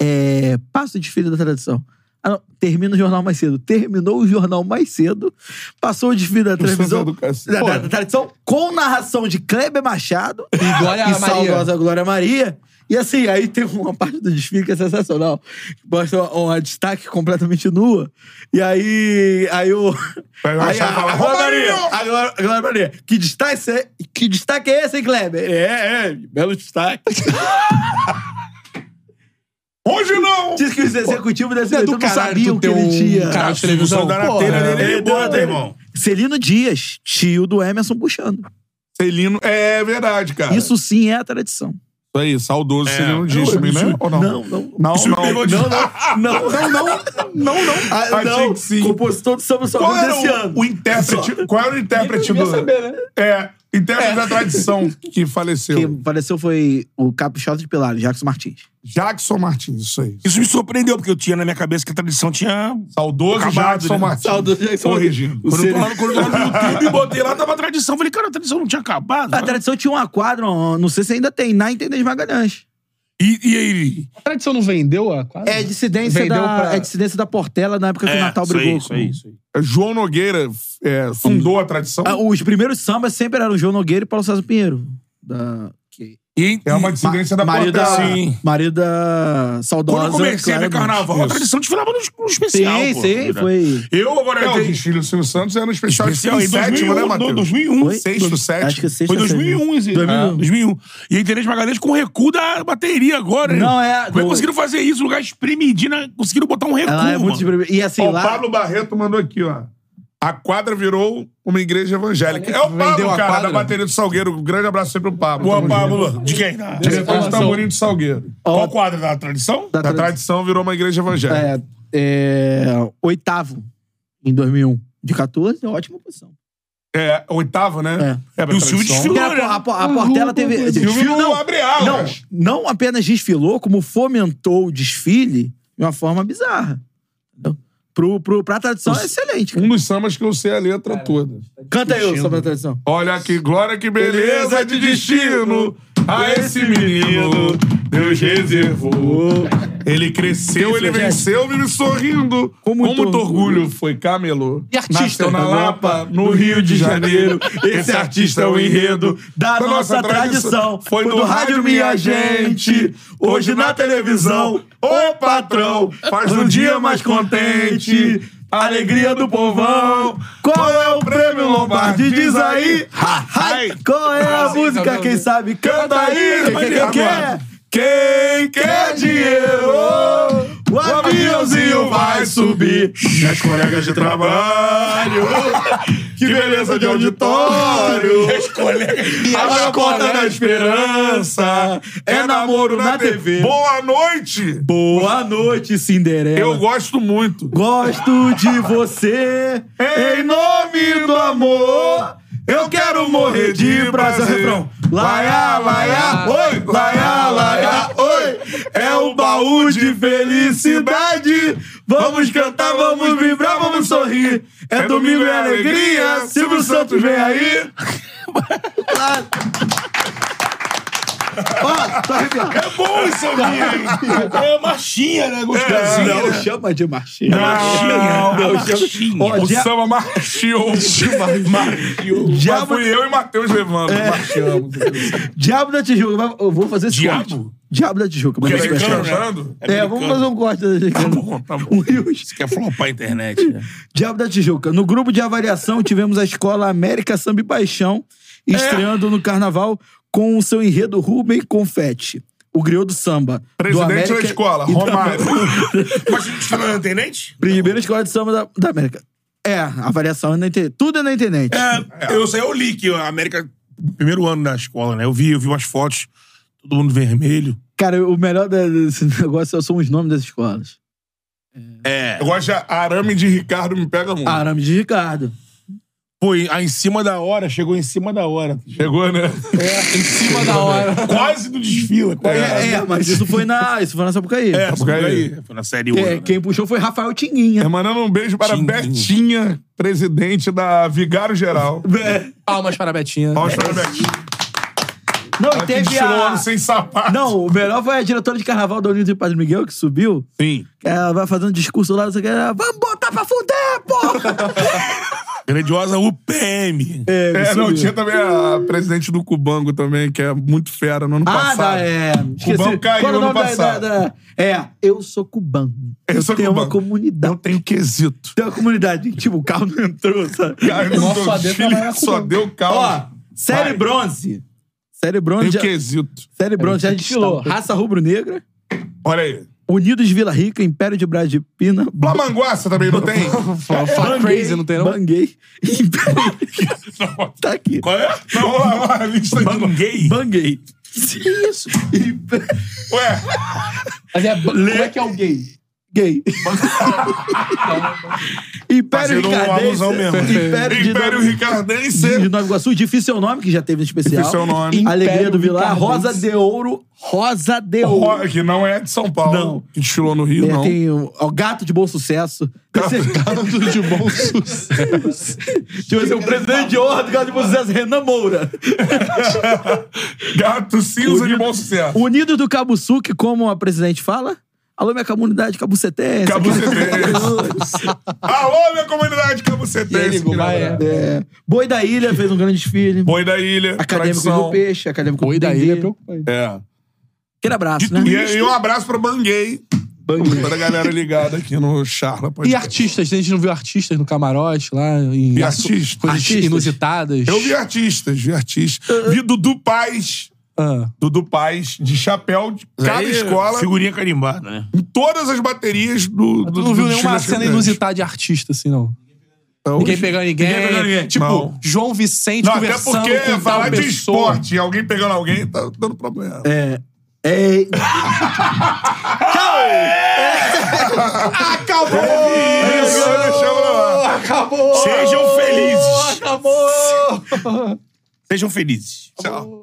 Speaker 5: é, passa o desfile da tradição. Ah, não, termina o jornal mais cedo. Terminou o jornal mais cedo, passou o desfile da
Speaker 2: Santa
Speaker 5: televisão.
Speaker 2: do Cacete.
Speaker 5: Da, da- da tradição com narração de Kleber Machado
Speaker 4: E Glória
Speaker 5: e
Speaker 4: Maria.
Speaker 5: saudosa Glória Maria. E assim, aí tem uma parte do desfile que é sensacional. Mostra um, um destaque completamente nua. E aí. Aí o.
Speaker 2: Aí o
Speaker 5: Aí a,
Speaker 2: Machado fala,
Speaker 5: a Glória Maria!
Speaker 2: "Romarinho!"
Speaker 5: A Glória, a Glória Maria. Que destaque, é, que destaque é esse, hein, Kleber? É, é. Belo destaque.
Speaker 2: Hoje não!
Speaker 5: Diz que os executivos desse
Speaker 4: É do
Speaker 5: evento não
Speaker 4: caralho
Speaker 5: sabiam
Speaker 4: tu
Speaker 5: que
Speaker 4: ter
Speaker 5: ele
Speaker 4: um
Speaker 5: tinha.
Speaker 4: canal de
Speaker 3: Televisão.
Speaker 4: televisão.
Speaker 3: Só dar na
Speaker 4: Porra.
Speaker 3: telha dele, ele
Speaker 5: Ele
Speaker 3: é
Speaker 5: deu
Speaker 3: boa,
Speaker 5: uma-
Speaker 3: né, irmão.
Speaker 5: Celino Dias, tio do Emerson puxando.
Speaker 2: Celino... É verdade, cara.
Speaker 5: Isso sim é a tradição.
Speaker 2: Isso aí, saudoso Celino Dias também, né? Ou não?
Speaker 5: Não, não.
Speaker 2: Não, é
Speaker 3: Isso me pegou de-
Speaker 2: não.
Speaker 5: Não, não, não. Não, não. Ah,
Speaker 2: Achei
Speaker 5: não.
Speaker 2: que sim.
Speaker 5: Compositor do
Speaker 2: Qual
Speaker 5: Samba Salvador
Speaker 2: era
Speaker 5: desse
Speaker 2: o,
Speaker 5: ano.
Speaker 2: o intérprete? Qual era o intérprete
Speaker 4: Devia
Speaker 2: do.
Speaker 4: saber, né?
Speaker 2: É, Interno da tradição que faleceu.
Speaker 5: Quem faleceu foi o Capuchosa de Pilar, Jackson Martins.
Speaker 2: Jackson Martins, isso aí.
Speaker 3: Isso me surpreendeu, porque eu tinha na minha cabeça que a tradição tinha.
Speaker 2: Saudoso Jackson Martins.
Speaker 3: Saudoso Jackson
Speaker 2: Corrigindo.
Speaker 3: Quando eu tô lá no- quando eu tô lá no YouTube e botei lá, tava a tradição. Falei, cara, a tradição não tinha acabado.
Speaker 5: A tradição tinha uma quadra, ó, não sei se ainda tem, na Intendente Magalhães.
Speaker 3: E, e aí?
Speaker 4: A tradição não vendeu a quadra?
Speaker 5: É dissidência, da,
Speaker 4: Vendeu pra-
Speaker 5: é dissidência da Portela na época que
Speaker 3: É,
Speaker 5: o Natal
Speaker 3: isso
Speaker 5: brigou.
Speaker 3: aí, isso
Speaker 5: com-
Speaker 3: aí, isso aí.
Speaker 2: João Nogueira é, fundou a tradição.
Speaker 5: Ah, Os primeiros sambas sempre eram João Nogueira e Paulo César Pinheiro. Da... que-
Speaker 3: E-
Speaker 2: É uma
Speaker 3: e-
Speaker 2: dissidência da
Speaker 5: marido
Speaker 2: Portela.
Speaker 5: da,
Speaker 3: Sim.
Speaker 5: marido da saudosa.
Speaker 3: Quando eu comecei a ver
Speaker 5: claramente.
Speaker 3: carnaval, a tradição desfilava no, no especial.
Speaker 5: Sim,
Speaker 3: pô. tá
Speaker 5: sim, foi.
Speaker 3: Eu agora
Speaker 2: É, o
Speaker 3: entrei-
Speaker 2: desfile do Silvio Santos era no especial,
Speaker 3: Especial em
Speaker 2: de sétimo, né,
Speaker 3: 2001, do-
Speaker 2: Matheus?
Speaker 3: 2001.
Speaker 5: Oi?
Speaker 2: Sexto, sétimo.
Speaker 5: Acho que sexta
Speaker 3: Foi
Speaker 5: ou sétima.
Speaker 3: 2001, esse-
Speaker 5: 2001.
Speaker 3: É, 2001. E a Internet Magalhães com o recuo da bateria agora.
Speaker 5: Não,
Speaker 3: né?
Speaker 5: é-
Speaker 3: Como é que
Speaker 5: do-
Speaker 3: conseguiram fazer isso? Lugar espremidinho, né? conseguiram botar um recuo.
Speaker 5: Ela é muito
Speaker 3: mano.
Speaker 5: despre- E
Speaker 3: um.
Speaker 5: assim,
Speaker 2: Ó, o
Speaker 5: lá.
Speaker 2: Pablo Barreto mandou aqui, ó. A quadra virou uma igreja evangélica. É o
Speaker 4: Vendeu
Speaker 2: Pablo,
Speaker 4: a
Speaker 2: cara,
Speaker 4: quadra?
Speaker 2: da bateria do Salgueiro. Um grande abraço sempre pro Pablo.
Speaker 3: Boa,
Speaker 2: Tamo
Speaker 3: Pablo. De quem?
Speaker 2: junto. Diretor do Tamborim do Salgueiro.
Speaker 3: Qual quadro? Da tradição?
Speaker 2: Da tradição virou uma igreja evangélica.
Speaker 5: É, é, oitavo em 2001. De 14, ótima posição.
Speaker 2: É, oitavo, né? É. pra
Speaker 3: E o Silvio
Speaker 2: tradição.
Speaker 3: desfilou.
Speaker 5: Porque a, a- a- a Portela teve.
Speaker 2: Silvio
Speaker 5: desfile
Speaker 2: Uhum. não
Speaker 5: não,
Speaker 2: abre aulas.
Speaker 5: não, não apenas desfilou, como fomentou o desfile de uma forma bizarra. Entendeu? Pro, pro, pra tradição é excelente. cara.
Speaker 2: Um dos sambas que eu sei a letra toda.
Speaker 5: Canta eu sobre a tradição.
Speaker 2: Olha que glória, que beleza de destino a esse menino Deus reservou.
Speaker 3: É,
Speaker 2: Ele cresceu, ele venceu, vive sorrindo. Com muito, orgulho. foi camelô.
Speaker 5: E artista.
Speaker 2: Nasceu na Lapa, no Rio de Janeiro. Esse artista é o enredo da nossa tradição. Foi no rádio minha gente, hoje na televisão. Ô patrão, faz um dia mais contente. Alegria do povão. Qual é o prêmio Lombardi? Diz aí. Ha,
Speaker 5: Ai, qual é a música? Quem sabe
Speaker 2: Canta aí,
Speaker 5: Quem, quem, quer?
Speaker 2: Quem quer dinheiro? O aviãozinho vai subir. Minhas colegas de trabalho. Que beleza de auditório. Minhas colegas. Abre a porta da esperança. É namoro na TV. Boa noite.
Speaker 5: Boa noite, Cinderela.
Speaker 2: Eu gosto muito.
Speaker 5: gosto de você.
Speaker 2: Em nome do amor, eu quero morrer de prazer. Laia, laia, oi, laia, laia, oi. É um baú de felicidade. Vamos cantar, vamos vibrar, vamos sorrir. É domingo e alegria. Silvio Santos vem aí.
Speaker 5: Ó, tô arrepiado.
Speaker 3: É bom isso aqui, hein? É marchinha, né? Gostosinha.
Speaker 5: Não chama de machinha.
Speaker 3: Marchinha.
Speaker 5: Não, chama-
Speaker 3: Marchinha.
Speaker 5: Ó, dia-
Speaker 2: samba marchiou.
Speaker 5: Diabo-
Speaker 2: fui eu e Matheus levando.
Speaker 3: É.
Speaker 5: Diabo da Tijuca. mas Eu vou fazer esse
Speaker 3: Diabo?
Speaker 5: corte. Diabo da Tijuca. Mas
Speaker 3: Porque
Speaker 5: vai
Speaker 3: americano,
Speaker 5: fechar.
Speaker 2: chorando?
Speaker 5: é, vamos fazer um corte. da Tijuca.
Speaker 3: bom, tá bom.
Speaker 5: Um Rios.
Speaker 3: Isso quer flopar a internet, né?
Speaker 5: Diabo da Tijuca. No grupo de avaliação, tivemos a escola América Samba e Paixão
Speaker 3: É.
Speaker 5: estreando no carnaval com o seu enredo Rubem Confete. O griot do samba. do
Speaker 2: Presidente
Speaker 5: América
Speaker 2: da escola,
Speaker 5: e da-
Speaker 2: Romário.
Speaker 3: Mas a gente tá na internet?
Speaker 5: Primeira escola de samba da, da América. É, a avaliação é na internet. Tudo é na internet.
Speaker 3: É, eu sei, eu li que a América, primeiro ano da escola, né? Eu vi, eu vi umas fotos, todo mundo vermelho.
Speaker 5: Cara, o melhor da- desse negócio são os nomes das escolas.
Speaker 3: É.
Speaker 2: Eu gosto de arame de Ricardo, me pega muito.
Speaker 5: Arame de Ricardo.
Speaker 3: Foi aí em cima da hora, chegou em cima da hora. É,
Speaker 2: Chegou, né?
Speaker 4: Em cima da hora.
Speaker 3: Quase do desfile. Quase.
Speaker 5: É, é, mas isso foi na, isso foi na Sapucaí.
Speaker 3: É,
Speaker 2: Sapucaí.
Speaker 3: Sapucaí. Foi na série né? 1.
Speaker 5: Quem, quem puxou foi Rafael Tinguinha.
Speaker 2: É, mandando um beijo para
Speaker 3: Tim.
Speaker 2: Betinha, presidente da Vigário Geral.
Speaker 5: É.
Speaker 4: Palmas para a Betinha.
Speaker 2: Mostra pra Betinha. Tá
Speaker 5: Não, e
Speaker 2: Ela que
Speaker 5: teve
Speaker 2: desfilou
Speaker 5: a...
Speaker 2: ano sem sapato.
Speaker 5: Não, o melhor foi a diretora de carnaval da Unidos de Padre Miguel, que subiu.
Speaker 2: Sim.
Speaker 5: que Ela vai fazendo discurso lá, não sei o que. Ela, Vamos botar pra fuder, porra!
Speaker 3: Grandiosa UPM.
Speaker 5: É,
Speaker 2: É,
Speaker 5: subiu.
Speaker 2: não, tinha também a presidente do Cubango também, que é muito fera no ano
Speaker 5: Ah,
Speaker 2: passado.
Speaker 5: da, é. Esqueci.
Speaker 2: Cubão caiu
Speaker 5: Qual é o
Speaker 2: ano
Speaker 5: nome da-
Speaker 2: passado.
Speaker 5: da- da- É, eu sou cubano.
Speaker 2: Eu sou
Speaker 5: tenho uma
Speaker 2: cubano.
Speaker 5: comunidade.
Speaker 2: Eu tenho quesito.
Speaker 5: Tem uma comunidade. Tipo, o carro não entrou, sabe?
Speaker 2: Cara,
Speaker 4: Nossa,
Speaker 2: o
Speaker 4: a Deus trabalha com
Speaker 2: só
Speaker 4: Cubango.
Speaker 2: deu
Speaker 5: Ó,
Speaker 2: calma.
Speaker 5: série
Speaker 2: Vai.
Speaker 5: bronze. Série bronze,
Speaker 2: Tenho
Speaker 5: já,
Speaker 2: quesito.
Speaker 5: série bronze já desfilou. Raça Rubro-Negra,
Speaker 2: Olha aí.
Speaker 5: Unidos de Vila Rica, Império de Bradipina,
Speaker 2: Flamanguaça também não tem?
Speaker 4: Fala crazy, não tem não?
Speaker 5: Banguei. Império... tá aqui.
Speaker 2: Qual é? Não, vamos lá, vamos lá, a lista de novo.
Speaker 3: Banguei.
Speaker 5: Banguei. Que isso?
Speaker 2: Ué,
Speaker 4: Mas é, como é que é o gay?
Speaker 5: gay. Império
Speaker 2: Fazendo uma alusão mesmo. né?
Speaker 5: Ricardense. Império, de
Speaker 2: Império
Speaker 5: Nova-
Speaker 2: Ricardense.
Speaker 5: De Nova Iguaçu. Difícil é o nome, que já teve no especial.
Speaker 2: Difícil é o nome.
Speaker 5: Alegria
Speaker 2: Império
Speaker 5: do Vilar.
Speaker 2: Ricardense.
Speaker 5: Rosa de Ouro. Rosa de Ouro.
Speaker 2: Ro- Que não é de São Paulo.
Speaker 5: Não.
Speaker 2: Que desfilou no Rio,
Speaker 5: É,
Speaker 2: não.
Speaker 5: Tem o, o Gato de Bom Sucesso.
Speaker 2: Gato de bom
Speaker 5: sucesso. Deixa eu ver, é o presidente de honra do Gato de Bom Sucesso, Renan Moura.
Speaker 2: Gato cinza de bom sucesso.
Speaker 5: Unidos do Cabo Sul, que como a presidente fala... Alô, minha comunidade cabucetense.
Speaker 4: é
Speaker 2: Cabucetense. Alô, minha comunidade cabucetense.
Speaker 5: É. Boi da Ilha fez um grande desfile.
Speaker 2: Boi da Ilha.
Speaker 5: Acadêmico
Speaker 2: tradição.
Speaker 5: Rio Peixe, Acadêmico
Speaker 4: Boi da
Speaker 5: Dendê.
Speaker 4: ilha é preocupante.
Speaker 2: É.
Speaker 5: Aquele abraço, né?
Speaker 4: é,
Speaker 2: E, e um abraço pra Banguei. Toda a galera ligada aqui no Charla. Pode
Speaker 4: E artistas, a gente não viu artistas no camarote lá, em
Speaker 2: Vi
Speaker 4: assu-
Speaker 2: artistas.
Speaker 4: coisas
Speaker 2: Artistas.
Speaker 4: inusitadas.
Speaker 2: Eu vi artistas, vi artistas. Vi Dudu Paz.
Speaker 4: Ah.
Speaker 2: Dudu Paz, de chapéu de cada escola,
Speaker 12: Figurinha carimbada, né?
Speaker 2: em todas as baterias do.
Speaker 4: Tu
Speaker 2: do
Speaker 4: não
Speaker 2: do
Speaker 4: viu
Speaker 2: desfile
Speaker 4: nenhuma
Speaker 2: das
Speaker 4: cena
Speaker 2: faculdades.
Speaker 4: inusitada de artista, assim, não.
Speaker 2: Então,
Speaker 4: Ninguém pegando ninguém.
Speaker 12: ninguém pegando ninguém.
Speaker 4: Tipo,
Speaker 2: Não.
Speaker 4: João Vicente
Speaker 2: Não, até
Speaker 4: conversando
Speaker 2: porque
Speaker 4: com tal
Speaker 2: falar de
Speaker 4: pessoa.
Speaker 2: esporte, e alguém pegando alguém, tá dando problema.
Speaker 5: É. É.
Speaker 2: Acabou! Isso, eu chamo lá.
Speaker 12: Sejam felizes.
Speaker 2: Acabou!
Speaker 12: Sejam felizes.
Speaker 2: Tchau.